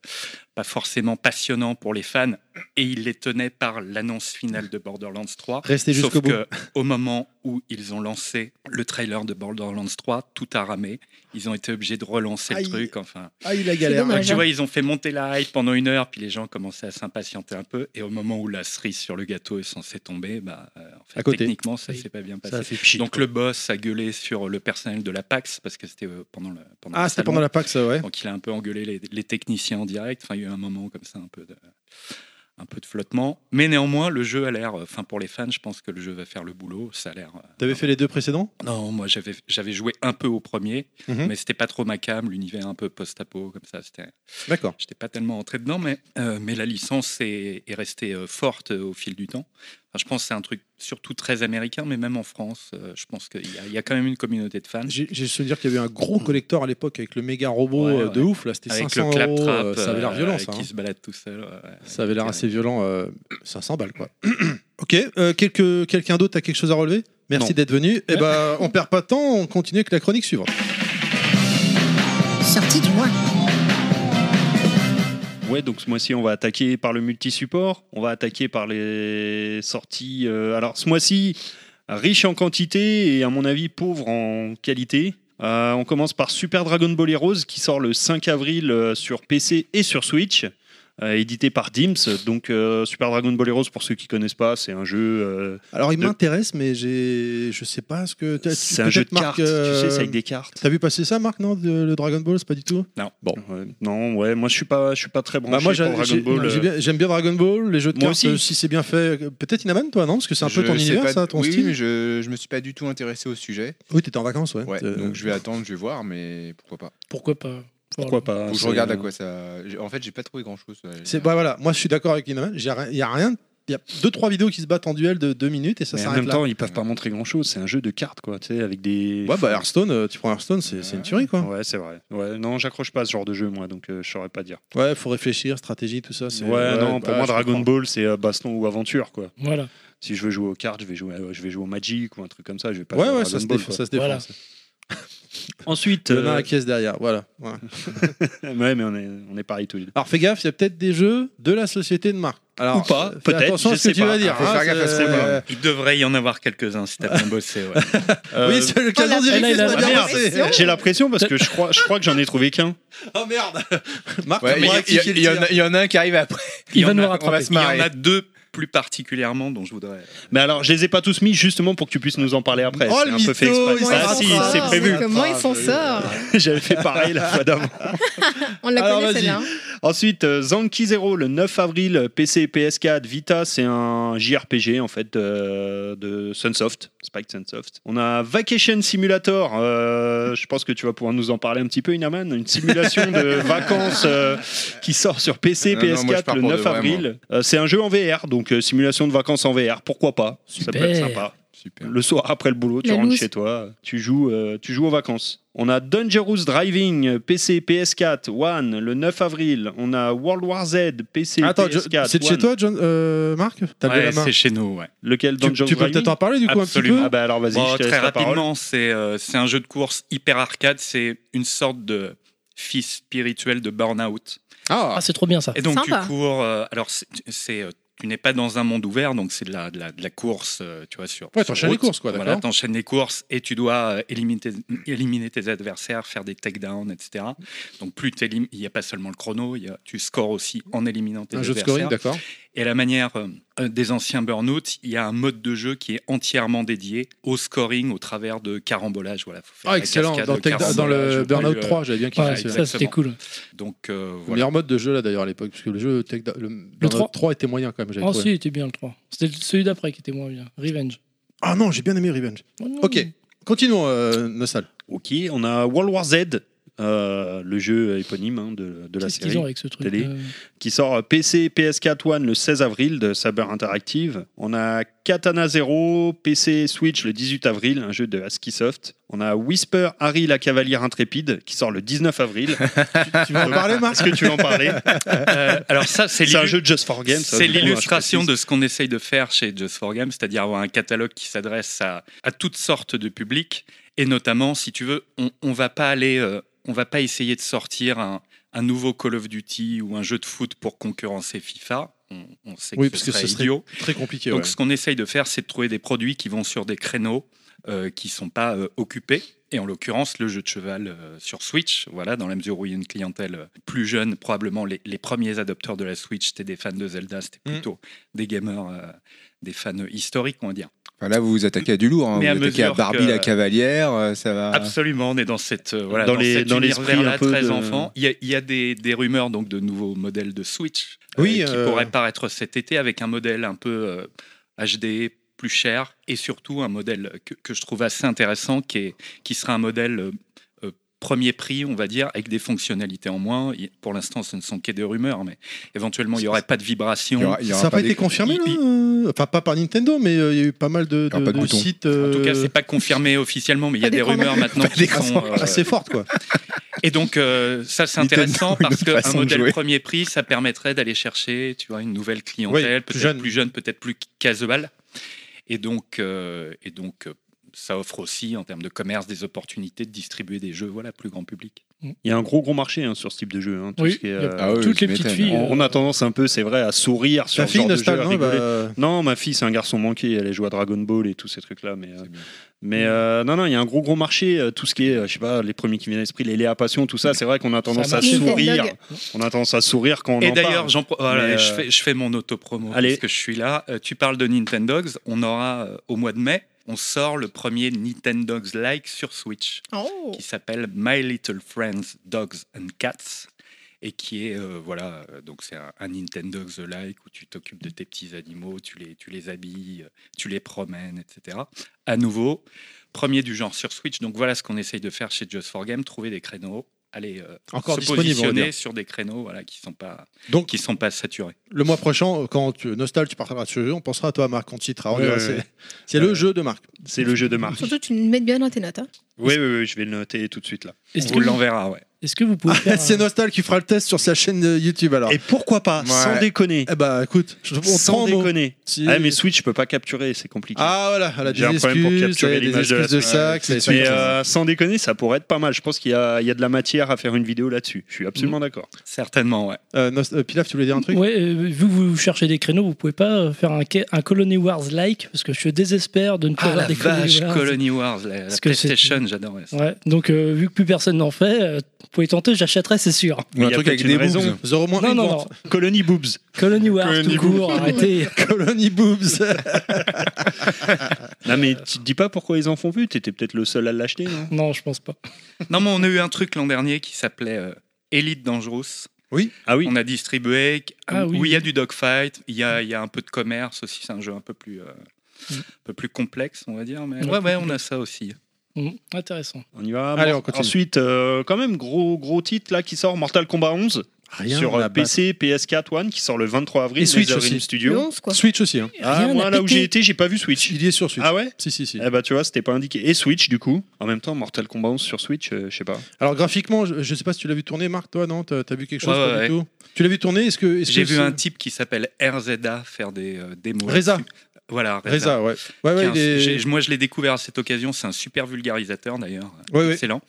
Speaker 7: pas forcément passionnants pour les fans, et ils les tenaient par l'annonce finale de Borderlands 3.
Speaker 2: Restez
Speaker 7: Sauf
Speaker 2: jusqu'au bout.
Speaker 7: que, au moment où ils ont lancé le trailer de Borderlands 3, tout a ramé. Ils ont été obligés de relancer
Speaker 2: Aïe.
Speaker 7: le truc. Enfin,
Speaker 2: Ah, il a
Speaker 3: galère.
Speaker 2: galère.
Speaker 3: dommage.
Speaker 7: tu vois, ils ont fait monter la hype pendant une heure, puis les gens commençaient à s'impatienter un peu. Et au moment où la cerise sur le gâteau est censée tomber, bah, euh, en fait,
Speaker 2: À côté.
Speaker 7: techniquement, ça
Speaker 5: Oui.
Speaker 7: s'est pas bien passé.
Speaker 2: Ça fait pchit.
Speaker 7: Donc le boss a gueulé sur le personnel de la PAX parce que c'était euh, pendant le pendant
Speaker 2: Ah,
Speaker 7: le
Speaker 2: c'était
Speaker 7: salon.
Speaker 2: pendant la PAX, ouais.
Speaker 7: Donc il a un peu engueulé les, les techniciens en direct. Enfin, il y a eu un moment comme ça un peu de un peu de flottement. Mais néanmoins, le jeu a l'air. euh, Enfin, pour les fans, je pense que le jeu va faire le boulot. Ça a l'air. euh,
Speaker 2: T'avais fait les deux précédents
Speaker 7: Non, moi, j'avais j'avais joué un peu au premier,
Speaker 2: Mhm.
Speaker 7: mais c'était pas trop ma cam. L'univers un peu post-apo, comme ça. C'était
Speaker 2: D'accord.
Speaker 7: J'étais pas tellement entré dedans, mais, euh, mais la licence est, est restée euh, forte euh, au fil du temps. Enfin, je pense que c'est un truc surtout très américain, mais même en France, euh, je pense qu'il y, a- il y a quand même une communauté de fans.
Speaker 2: J'ai j'ai se dire qu'il y avait un gros collector à l'époque avec le méga robot
Speaker 7: Ouais,
Speaker 2: euh, de
Speaker 7: ouais.
Speaker 2: ouf. Là, c'était
Speaker 7: Avec
Speaker 2: 500
Speaker 7: le
Speaker 2: euros.
Speaker 7: claptrap
Speaker 2: euh, ça avait l'air
Speaker 7: euh,
Speaker 2: violent, ça.
Speaker 7: qui
Speaker 2: hein.
Speaker 7: se balade tout seul. ouais, ouais.
Speaker 2: Ça avait l'air
Speaker 7: Ouais.
Speaker 2: assez violent. euh, 500 balles, quoi. [CLEARS THROAT] ok. euh, quelque- Quelqu'un d'autre a quelque chose à relever Merci
Speaker 7: Non.
Speaker 2: d'être venu. Eh ben, on perd pas de temps. On continue avec la chronique suivante.
Speaker 1: Sortie du mois.
Speaker 4: Ouais, donc ce mois-ci, on va attaquer par le multi-support. On va attaquer par les sorties. euh, alors, ce mois-ci, riche en quantité et, à mon avis, pauvre en qualité. Euh, on commence par Super Dragon Ball Heroes qui sort le 5 avril euh, sur PC et sur Switch. euh, édité par Dims. Donc, euh, Super Dragon Ball Heroes, pour ceux qui connaissent pas, c'est un jeu. euh,
Speaker 2: Alors, il
Speaker 4: De-
Speaker 2: m'intéresse, mais j'ai, je sais pas ce que. t'as-
Speaker 4: c'est un
Speaker 2: peut-être,
Speaker 4: jeu de
Speaker 2: Marc,
Speaker 4: cartes.
Speaker 2: euh,
Speaker 4: Tu sais, c'est avec des cartes.
Speaker 2: T'as vu passer ça, Marc Non, de- le Dragon Ball, c'est pas du tout.
Speaker 4: Ouais, non, ouais, moi, je suis pas, je suis pas très branché
Speaker 2: Bah, moi,
Speaker 4: pour
Speaker 2: j'a-
Speaker 4: Dragon
Speaker 2: j'ai-
Speaker 4: Ball. euh,
Speaker 2: j'ai bien- j'aime bien Dragon Ball, les jeux de
Speaker 4: Moi
Speaker 2: cartes.
Speaker 4: aussi.
Speaker 2: euh, Si c'est bien fait, euh, peut-être Inaman, toi, non Parce que c'est un peu
Speaker 6: Je
Speaker 2: ton
Speaker 6: sais
Speaker 2: univers,
Speaker 6: pas-
Speaker 2: ça, ton
Speaker 6: oui,
Speaker 2: style.
Speaker 6: mais je, je me suis pas du tout intéressé au sujet.
Speaker 2: Oui, t'étais en vacances, ouais.
Speaker 6: Ouais,
Speaker 2: Euh,
Speaker 6: donc je vais attendre, je vais voir, mais pourquoi pas.
Speaker 5: Pourquoi pas
Speaker 2: pourquoi pas
Speaker 6: Faut que je
Speaker 2: c'est-
Speaker 6: regarde à quoi ça. j'ai- En fait, j'ai pas trouvé grand chose.
Speaker 2: C'est [LAUGHS] bah, voilà, moi je suis d'accord avec Inaman. j'ai ri- Il y a rien, il y a deux trois vidéos qui se battent en duel de deux minutes et ça
Speaker 4: mais en
Speaker 2: s'arrête
Speaker 4: même
Speaker 2: là.
Speaker 4: temps, ils peuvent pas montrer grand chose. C'est un jeu de cartes, quoi. Tu sais, avec des.
Speaker 2: Ouais, bah Hearthstone, euh, tu prends Hearthstone, c'est c'est une tuerie quoi.
Speaker 4: Ouais, c'est vrai. Ouais, non, j'accroche pas à ce genre de jeu, moi, donc euh, je saurais pas dire.
Speaker 2: Ouais, faut réfléchir, stratégie, tout ça. c'est-
Speaker 4: Ouais, non, pour
Speaker 2: bah,
Speaker 4: moi,
Speaker 2: je
Speaker 4: Dragon
Speaker 2: comprends.
Speaker 4: Ball, c'est euh, baston ou aventure, quoi.
Speaker 5: Voilà.
Speaker 4: Si je veux jouer aux cartes, je vais jouer, euh, je vais jouer au Magic ou un truc comme ça. Je vais pas
Speaker 2: Ouais,
Speaker 4: jouer à
Speaker 2: ouais,
Speaker 4: Dragon
Speaker 2: ça se,
Speaker 4: Ball,
Speaker 2: défend,
Speaker 4: quoi.
Speaker 2: ça se défend.
Speaker 5: Voilà.
Speaker 2: ça.
Speaker 4: Ensuite,
Speaker 2: Le nain à
Speaker 4: euh,
Speaker 2: la caisse derrière, voilà. voilà.
Speaker 4: [LAUGHS] ouais, mais on est, on est pareil tous les deux.
Speaker 2: Alors fais gaffe, il y a peut-être des jeux de la société de marque. Alors,
Speaker 4: Ou pas,
Speaker 2: fais
Speaker 4: peut-être,
Speaker 2: Attention à
Speaker 4: je
Speaker 2: ce que
Speaker 4: sais
Speaker 2: tu
Speaker 4: pas.
Speaker 2: vas dire.
Speaker 6: Ah, faut faire gaffe à ce
Speaker 2: c'est-
Speaker 6: qu'on parle.
Speaker 2: euh,
Speaker 7: Il devrait y en avoir quelques-uns si [LAUGHS] t'as bien bossé. ouais.
Speaker 4: Euh,
Speaker 2: Oui, c'est le calendrier
Speaker 5: elle a-
Speaker 2: qui
Speaker 5: elle a-
Speaker 2: se
Speaker 5: elle
Speaker 4: a-
Speaker 2: balance.
Speaker 3: elle
Speaker 4: j'ai l'impression parce que je crois, je crois que j'en ai trouvé qu'un.
Speaker 2: Oh merde Marc,
Speaker 6: Ouais,
Speaker 2: tu
Speaker 6: mais
Speaker 2: pourras
Speaker 6: il y,
Speaker 2: cliquer le
Speaker 6: il y en
Speaker 2: tir.
Speaker 6: a- il y en a un qui arrive après.
Speaker 5: Il, va
Speaker 7: y en
Speaker 5: nous
Speaker 7: a-
Speaker 5: rattraper.
Speaker 6: se
Speaker 7: Il y en
Speaker 6: marrer.
Speaker 7: a deux plus particulièrement dont je voudrais. euh,
Speaker 4: Mais alors, je les ai pas tous mis justement pour que tu puisses nous en parler après.
Speaker 2: Oh,
Speaker 4: c'est
Speaker 2: le
Speaker 4: un peu fait
Speaker 2: mytho,
Speaker 4: exprès.
Speaker 2: il
Speaker 4: Ah,
Speaker 2: s'en
Speaker 4: si,
Speaker 2: sort.
Speaker 4: c'est prévu.
Speaker 3: Comment il s'en sort
Speaker 4: [LAUGHS] J'avais fait pareil la fois d'avant.
Speaker 3: On la
Speaker 2: Alors,
Speaker 3: connaît
Speaker 2: vas-y.
Speaker 3: celle-là. hein.
Speaker 4: Ensuite, euh, Zanki Zero, le 9 avril, euh, PC, PS4, Vita, c'est un JRPG en fait euh, de Sunsoft, Spike Sunsoft. On a Vacation Simulator, euh, je pense que tu vas pouvoir nous en parler un petit peu, Inaman, une simulation
Speaker 6: [LAUGHS]
Speaker 4: de vacances euh, qui sort sur PC,
Speaker 6: Euh, Non, non, moi, je
Speaker 4: PS4
Speaker 6: pars
Speaker 4: le
Speaker 6: pour de
Speaker 4: 9
Speaker 6: vrai,
Speaker 4: avril. Euh, c'est un jeu en VR, donc euh, simulation de vacances en VR, pourquoi pas Ça peut être
Speaker 5: Super.
Speaker 4: sympa.
Speaker 6: Super.
Speaker 4: Le soir après le boulot, tu
Speaker 3: La
Speaker 4: rentres
Speaker 3: loose.
Speaker 4: chez toi, tu joues, euh, tu joues aux vacances. On a Dangerous Driving, euh, PC, PS4, One, le 9 avril. On a World War Z, PC,
Speaker 2: Attends, Jo-
Speaker 4: PS4.
Speaker 2: c'est de chez
Speaker 4: One.
Speaker 2: toi, John, euh, Marc T'as levé
Speaker 7: Ouais,
Speaker 2: la main.
Speaker 7: c'est chez nous. Ouais.
Speaker 4: Lequel
Speaker 2: Tu,
Speaker 4: Dangerous
Speaker 2: tu peux
Speaker 4: Driving
Speaker 2: peut-être en parler du coup
Speaker 7: Absolument.
Speaker 2: un
Speaker 4: Ah
Speaker 2: petit peu
Speaker 4: bah alors vas-y,
Speaker 7: Bon,
Speaker 4: je te laisse
Speaker 7: très
Speaker 4: la parole.
Speaker 7: rapidement, c'est euh, c'est un jeu de course hyper arcade. C'est une sorte de fils spirituel de Burnout.
Speaker 5: Ah, c'est trop bien ça.
Speaker 7: Et donc
Speaker 3: Sympa.
Speaker 7: tu cours. euh, alors c'est- c'est euh, tu n'es pas dans un monde ouvert, donc c'est de la, de la, de la course, euh, tu vois, sur.
Speaker 2: Ouais,
Speaker 7: sur
Speaker 2: t'enchaînes les
Speaker 7: route.
Speaker 2: courses, quoi,
Speaker 7: Voilà,
Speaker 2: d'accord.
Speaker 7: t'enchaînes les courses et tu dois euh, éliminer, tes- éliminer tes adversaires, faire des takedowns, etc. Donc plus t'élim- il n'y a pas seulement le chrono, il y a- tu scores aussi en éliminant tes
Speaker 2: Un jeu de
Speaker 7: adversaires.
Speaker 2: scoring, d'accord.
Speaker 7: Et à la manière euh, euh, des anciens Burnout, il y a un mode de jeu qui est entièrement dédié au scoring au travers de carambolage. Voilà, faut faire
Speaker 2: Ah,
Speaker 7: la
Speaker 2: excellent.
Speaker 7: cascade
Speaker 2: Dans,
Speaker 7: de
Speaker 2: Take- dans
Speaker 7: carambolage,
Speaker 2: le
Speaker 7: au point
Speaker 2: Burnout
Speaker 7: de-
Speaker 2: 3, j'avais bien
Speaker 5: Ouais,
Speaker 2: kiffé.
Speaker 7: Ouais,
Speaker 2: c'est vrai.
Speaker 5: ça c'était
Speaker 7: exactement.
Speaker 5: cool.
Speaker 7: Donc euh,
Speaker 2: Le
Speaker 7: voilà.
Speaker 2: Meilleur mode de jeu là d'ailleurs à l'époque, parce que le jeu Take- le, Burnout 3.
Speaker 5: 3.
Speaker 2: était moyen quand même. j'avais
Speaker 5: Ah si,
Speaker 2: trouvé.
Speaker 5: il était bien le 3. C'était celui d'après qui était moins bien. Revenge.
Speaker 2: Ah non, j'ai bien aimé Revenge. Ok, continuons, euh, Nossal.
Speaker 4: Ok, on a World War Z, euh, le jeu éponyme hein, de, de la
Speaker 5: Qu'est-ce
Speaker 4: série.
Speaker 5: qu'ils ont avec ce truc
Speaker 4: Télé.
Speaker 5: euh,
Speaker 4: qui sort PC, PS4 One le 16 avril de Saber Interactive. On a Katana Zero, PC, Switch le 18 avril, un jeu de Askisoft. On a Whisper Harry la cavalière intrépide qui sort le 19 avril.
Speaker 2: [LAUGHS] Tu veux en parler, Marc
Speaker 4: Est-ce que tu veux en parler
Speaker 7: Euh, alors ça, c'est
Speaker 4: C'est un
Speaker 7: l'illu-
Speaker 4: jeu de Just for Games. ça,
Speaker 7: C'est
Speaker 4: du coup, hein, je
Speaker 7: l'illustration
Speaker 4: précise.
Speaker 7: de ce qu'on essaye de faire chez Just for Games, c'est-à-dire avoir un catalogue qui s'adresse à, à toutes sortes de publics. Et notamment, si tu veux, on ne va pas aller, euh, on va pas essayer de sortir un, un nouveau Call of Duty ou un jeu de foot pour concurrencer FIFA. On, on sait
Speaker 2: Oui,
Speaker 7: que,
Speaker 2: parce
Speaker 7: ce
Speaker 2: que
Speaker 7: serait
Speaker 2: ce serait
Speaker 7: idiot.
Speaker 2: Très compliqué,
Speaker 7: Donc
Speaker 2: ouais.
Speaker 7: ce qu'on essaye de faire, c'est de trouver des produits qui vont sur des créneaux euh, qui ne sont pas euh, occupés Et en l'occurrence, le jeu de cheval euh, sur Switch, voilà, dans la mesure où il y a une clientèle euh, plus jeune, probablement les, les premiers adopteurs de la Switch, c'était des fans de Zelda, c'était
Speaker 2: Mm.
Speaker 7: plutôt des gamers, euh, des fans historiques, on va dire.
Speaker 6: Enfin, là, vous vous attaquez à du lourd. hein.
Speaker 7: Mais à
Speaker 6: vous vous attaquez à
Speaker 7: mesure
Speaker 6: Barbie
Speaker 7: que-
Speaker 6: la cavalière. euh, Ça va.
Speaker 7: Absolument, on est dans cette euh, voilà
Speaker 4: Dans
Speaker 7: dans,
Speaker 4: les-
Speaker 7: cet
Speaker 4: dans l'esprit
Speaker 7: univers-là
Speaker 4: un peu
Speaker 7: très
Speaker 4: de-
Speaker 7: enfant. Il y a, il y a des, des rumeurs donc de nouveaux modèles de Switch euh,
Speaker 2: Oui,
Speaker 7: qui
Speaker 2: euh,
Speaker 7: pourraient paraître cet été avec un modèle un peu euh, HD plus cher et surtout un modèle que, que je trouve assez intéressant qui est qui sera un modèle euh, euh, premier prix, on va dire, avec des fonctionnalités en moins. Il- Pour l'instant, ce ne sont que des rumeurs, mais éventuellement, il n'y aurait pas de vibration.
Speaker 6: Il y aura- il y
Speaker 2: Ça
Speaker 6: aura
Speaker 2: n'a pas été
Speaker 6: des-
Speaker 2: confirmé,
Speaker 7: il-
Speaker 2: là
Speaker 7: il-
Speaker 2: euh, Enfin, pas par Nintendo, mais euh, il y a eu pas mal de,
Speaker 6: Il y aura
Speaker 2: de-
Speaker 6: pas de
Speaker 2: de
Speaker 6: bouton.
Speaker 2: sites
Speaker 7: En tout cas,
Speaker 2: euh,
Speaker 7: c'est pas confirmé officiellement, mais il y a
Speaker 3: Pas
Speaker 7: des
Speaker 3: des
Speaker 7: rumeurs
Speaker 3: grands-
Speaker 7: maintenant
Speaker 4: [LAUGHS]
Speaker 7: qui sont
Speaker 2: [LAUGHS]
Speaker 7: euh,
Speaker 2: assez fortes, quoi.
Speaker 7: Et donc, euh, ça, c'est
Speaker 6: Nintendo,
Speaker 7: intéressant
Speaker 6: une
Speaker 7: parce
Speaker 6: autre
Speaker 7: qu'un
Speaker 6: façon de
Speaker 7: modèle
Speaker 6: jouer.
Speaker 7: premier prix, ça permettrait d'aller chercher tu vois, une nouvelle
Speaker 2: Oui,
Speaker 7: clientèle,
Speaker 2: plus
Speaker 7: peut-être
Speaker 2: jeune.
Speaker 7: plus jeune, peut-être plus casual. Et donc, euh, et donc euh, ça offre aussi, en termes de commerce, des opportunités de distribuer des jeux voilà, plus grand public.
Speaker 4: Il y a un gros gros marché hein, sur ce type de jeu. hein, tout
Speaker 5: Oui,
Speaker 4: ce qui est,
Speaker 5: il y a
Speaker 4: euh,
Speaker 6: Ah ouais,
Speaker 5: Toutes
Speaker 6: je
Speaker 5: les petites
Speaker 6: m'étonne.
Speaker 5: filles. euh,
Speaker 4: on, on a tendance un peu, c'est vrai, à sourire sur
Speaker 2: Ta
Speaker 4: ce
Speaker 2: fille,
Speaker 4: genre de jeu,
Speaker 2: Nostal,
Speaker 4: à
Speaker 2: non
Speaker 4: rigoler.
Speaker 2: Bah, euh,
Speaker 4: Non, ma fille, c'est un garçon manqué. Elle joue à Dragon Ball et tous ces trucs-là. Mais, euh, mais euh, non, non, il y a un gros, gros marché. euh, tout ce qui est, euh, je sais pas, les premiers qui viennent à l'esprit, les Léa Passion, tout Mm. ça, c'est vrai qu'on a tendance à
Speaker 5: marche.
Speaker 4: sourire.
Speaker 3: Nintendo.
Speaker 4: On a tendance à sourire quand on
Speaker 7: et
Speaker 4: en
Speaker 7: d'ailleurs,
Speaker 4: parle.
Speaker 7: j'en pro- voilà,
Speaker 4: Mais, euh,
Speaker 7: je, fais, je fais mon autopromo
Speaker 4: Allez.
Speaker 7: parce que je suis là. Euh, tu parles de Nintendogs. On aura, euh, au mois de mai, on sort le premier Nintendogs-like sur Switch.
Speaker 3: Oh.
Speaker 7: qui s'appelle My Little Friends Dogs and Cats et qui est euh, voilà euh, donc c'est un, un Nintendo like où tu t'occupes de tes petits animaux, tu les tu les habilles, euh, tu les promènes, etc. À nouveau premier du genre sur Switch. Donc voilà ce qu'on essaye de faire chez Just for Game, trouver des créneaux, aller euh,
Speaker 2: Encore
Speaker 7: se
Speaker 2: disponible, on va
Speaker 7: positionner
Speaker 2: dire.
Speaker 7: sur des créneaux voilà qui sont pas
Speaker 2: Donc,
Speaker 7: qui sont pas saturés.
Speaker 2: le mois prochain, quand tu, Nostal, tu partageras ce jeu, on pensera à toi, Marc, on te citera. on
Speaker 4: Ouais,
Speaker 2: dira,
Speaker 4: ouais,
Speaker 2: c'est
Speaker 4: ouais.
Speaker 2: c'est le
Speaker 4: Euh,
Speaker 2: jeu de
Speaker 4: [LAUGHS]
Speaker 2: Marc.
Speaker 4: C'est le jeu de marque.
Speaker 3: Surtout, tu mets bien dans tes notes. hein.
Speaker 4: Oui, oui, oui, je vais le noter tout de suite là.
Speaker 5: Est-ce
Speaker 7: On
Speaker 5: que,
Speaker 7: l'enverra ouais.
Speaker 5: est-ce que
Speaker 2: [LAUGHS]
Speaker 5: vous pouvez faire
Speaker 2: c'est
Speaker 5: un-
Speaker 2: Nostal qui fera le test sur sa chaîne euh, YouTube, alors.
Speaker 4: Et pourquoi pas,
Speaker 6: Ouais.
Speaker 4: sans déconner.
Speaker 2: Eh bah, écoute, je, on te prend
Speaker 4: Sans
Speaker 2: au mot.
Speaker 4: déconner.
Speaker 2: Si-
Speaker 4: Ah, mais Switch, je peux pas capturer, c'est compliqué.
Speaker 2: Ah, voilà, elle a
Speaker 4: J'ai
Speaker 2: des
Speaker 4: un problème pour
Speaker 2: excuses, elle
Speaker 4: capturer
Speaker 2: a des
Speaker 4: l'image de la
Speaker 2: excuses de
Speaker 4: tête.
Speaker 2: ça, que c'est ça.
Speaker 4: mais euh, sans déconner, ça pourrait être pas mal. Je pense qu'il y, a il y a de la matière à faire une vidéo là-dessus. Je suis absolument d'accord.
Speaker 7: Certainement ouais.
Speaker 2: Euh, Nost- euh, Pilaf, tu voulais dire un truc
Speaker 5: Ouais, euh, vu que vous cherchez des créneaux, vous pouvez pas euh, faire un, ca- un Colony Wars like parce que je désespère de ne pas
Speaker 7: Ah
Speaker 5: avoir
Speaker 7: la
Speaker 5: des
Speaker 7: vache
Speaker 5: Wars.
Speaker 7: Colony Wars la, la
Speaker 5: Parce que c'est-
Speaker 7: PlayStation j'adorais ça.
Speaker 5: Ouais, donc euh, vu que plus personne n'en fait, euh, vous pouvez tenter, j'achèterai, c'est sûr.
Speaker 6: Ou
Speaker 4: Mais
Speaker 6: un
Speaker 4: y a
Speaker 6: truc
Speaker 4: peut-être
Speaker 6: avec
Speaker 4: une
Speaker 6: des
Speaker 4: raison.
Speaker 6: boobs.
Speaker 2: Vous aurez au moins
Speaker 5: Non,
Speaker 2: une
Speaker 5: non,
Speaker 2: vente.
Speaker 5: non.
Speaker 4: Colony Boobs.
Speaker 5: Colony Wars tout court, arrêtez. [LAUGHS]
Speaker 2: [LAUGHS] Colony Boobs.
Speaker 4: Non, mais tu te dis pas pourquoi ils en font vu T'étais peut-être le seul à l'acheter, non
Speaker 5: Non, je pense pas.
Speaker 7: Non, mais on a eu un truc l'an dernier qui s'appelait euh, Elite Dangerous.
Speaker 4: Ah oui.
Speaker 7: On a distribué, qu-
Speaker 5: Ah oui.
Speaker 7: où il y a du dogfight, il y a, il y a un peu de commerce aussi, c'est un jeu un peu plus, euh, un peu plus complexe, on va dire. Mais
Speaker 5: Un
Speaker 7: ouais,
Speaker 5: peu
Speaker 7: ouais,
Speaker 5: plus
Speaker 7: on a ça aussi.
Speaker 5: Mm, intéressant.
Speaker 4: On y va.
Speaker 2: Allez,
Speaker 4: Mor-
Speaker 2: on continue.
Speaker 4: Ensuite, euh, quand même, gros, gros titre là qui sort Mortal Kombat 11
Speaker 2: Rien
Speaker 4: sur
Speaker 2: à
Speaker 4: euh, PC, PS4, One qui sort le 23 avril.
Speaker 2: Et Switch
Speaker 4: Laser
Speaker 2: aussi.
Speaker 4: Ring
Speaker 3: Le
Speaker 4: Studio.
Speaker 3: 11, quoi.
Speaker 2: Switch aussi. Hein.
Speaker 4: Ah,
Speaker 5: Rien
Speaker 4: moi
Speaker 5: à
Speaker 4: là où
Speaker 5: péter.
Speaker 4: j'ai été, j'ai pas vu Switch.
Speaker 2: Il y est sur Switch.
Speaker 4: Ah ouais
Speaker 2: Si, si, si.
Speaker 4: Eh bah tu vois, c'était pas indiqué. Et Switch du coup. En même temps, Mortal Kombat 11 sur Switch, euh, je sais pas.
Speaker 2: Alors graphiquement, je, je sais pas si tu l'as vu tourner, Marc, toi, non T'as t'as vu quelque chose
Speaker 7: Ouais,
Speaker 2: pas
Speaker 7: ouais,
Speaker 2: du tout Tu l'as vu tourner Est-ce que est-ce
Speaker 7: J'ai
Speaker 2: que
Speaker 7: vu
Speaker 2: c'est-
Speaker 7: un type qui s'appelle RZA faire des euh, démos.
Speaker 2: Reza.
Speaker 7: là-dessus. Voilà, Reza.
Speaker 2: Reza, ouais. Ouais, ouais,
Speaker 7: Qui est
Speaker 2: il
Speaker 7: un-
Speaker 2: est-
Speaker 7: j'ai- Moi, je l'ai découvert à cette occasion. C'est un super vulgarisateur d'ailleurs,
Speaker 2: ouais, ouais.
Speaker 7: excellent.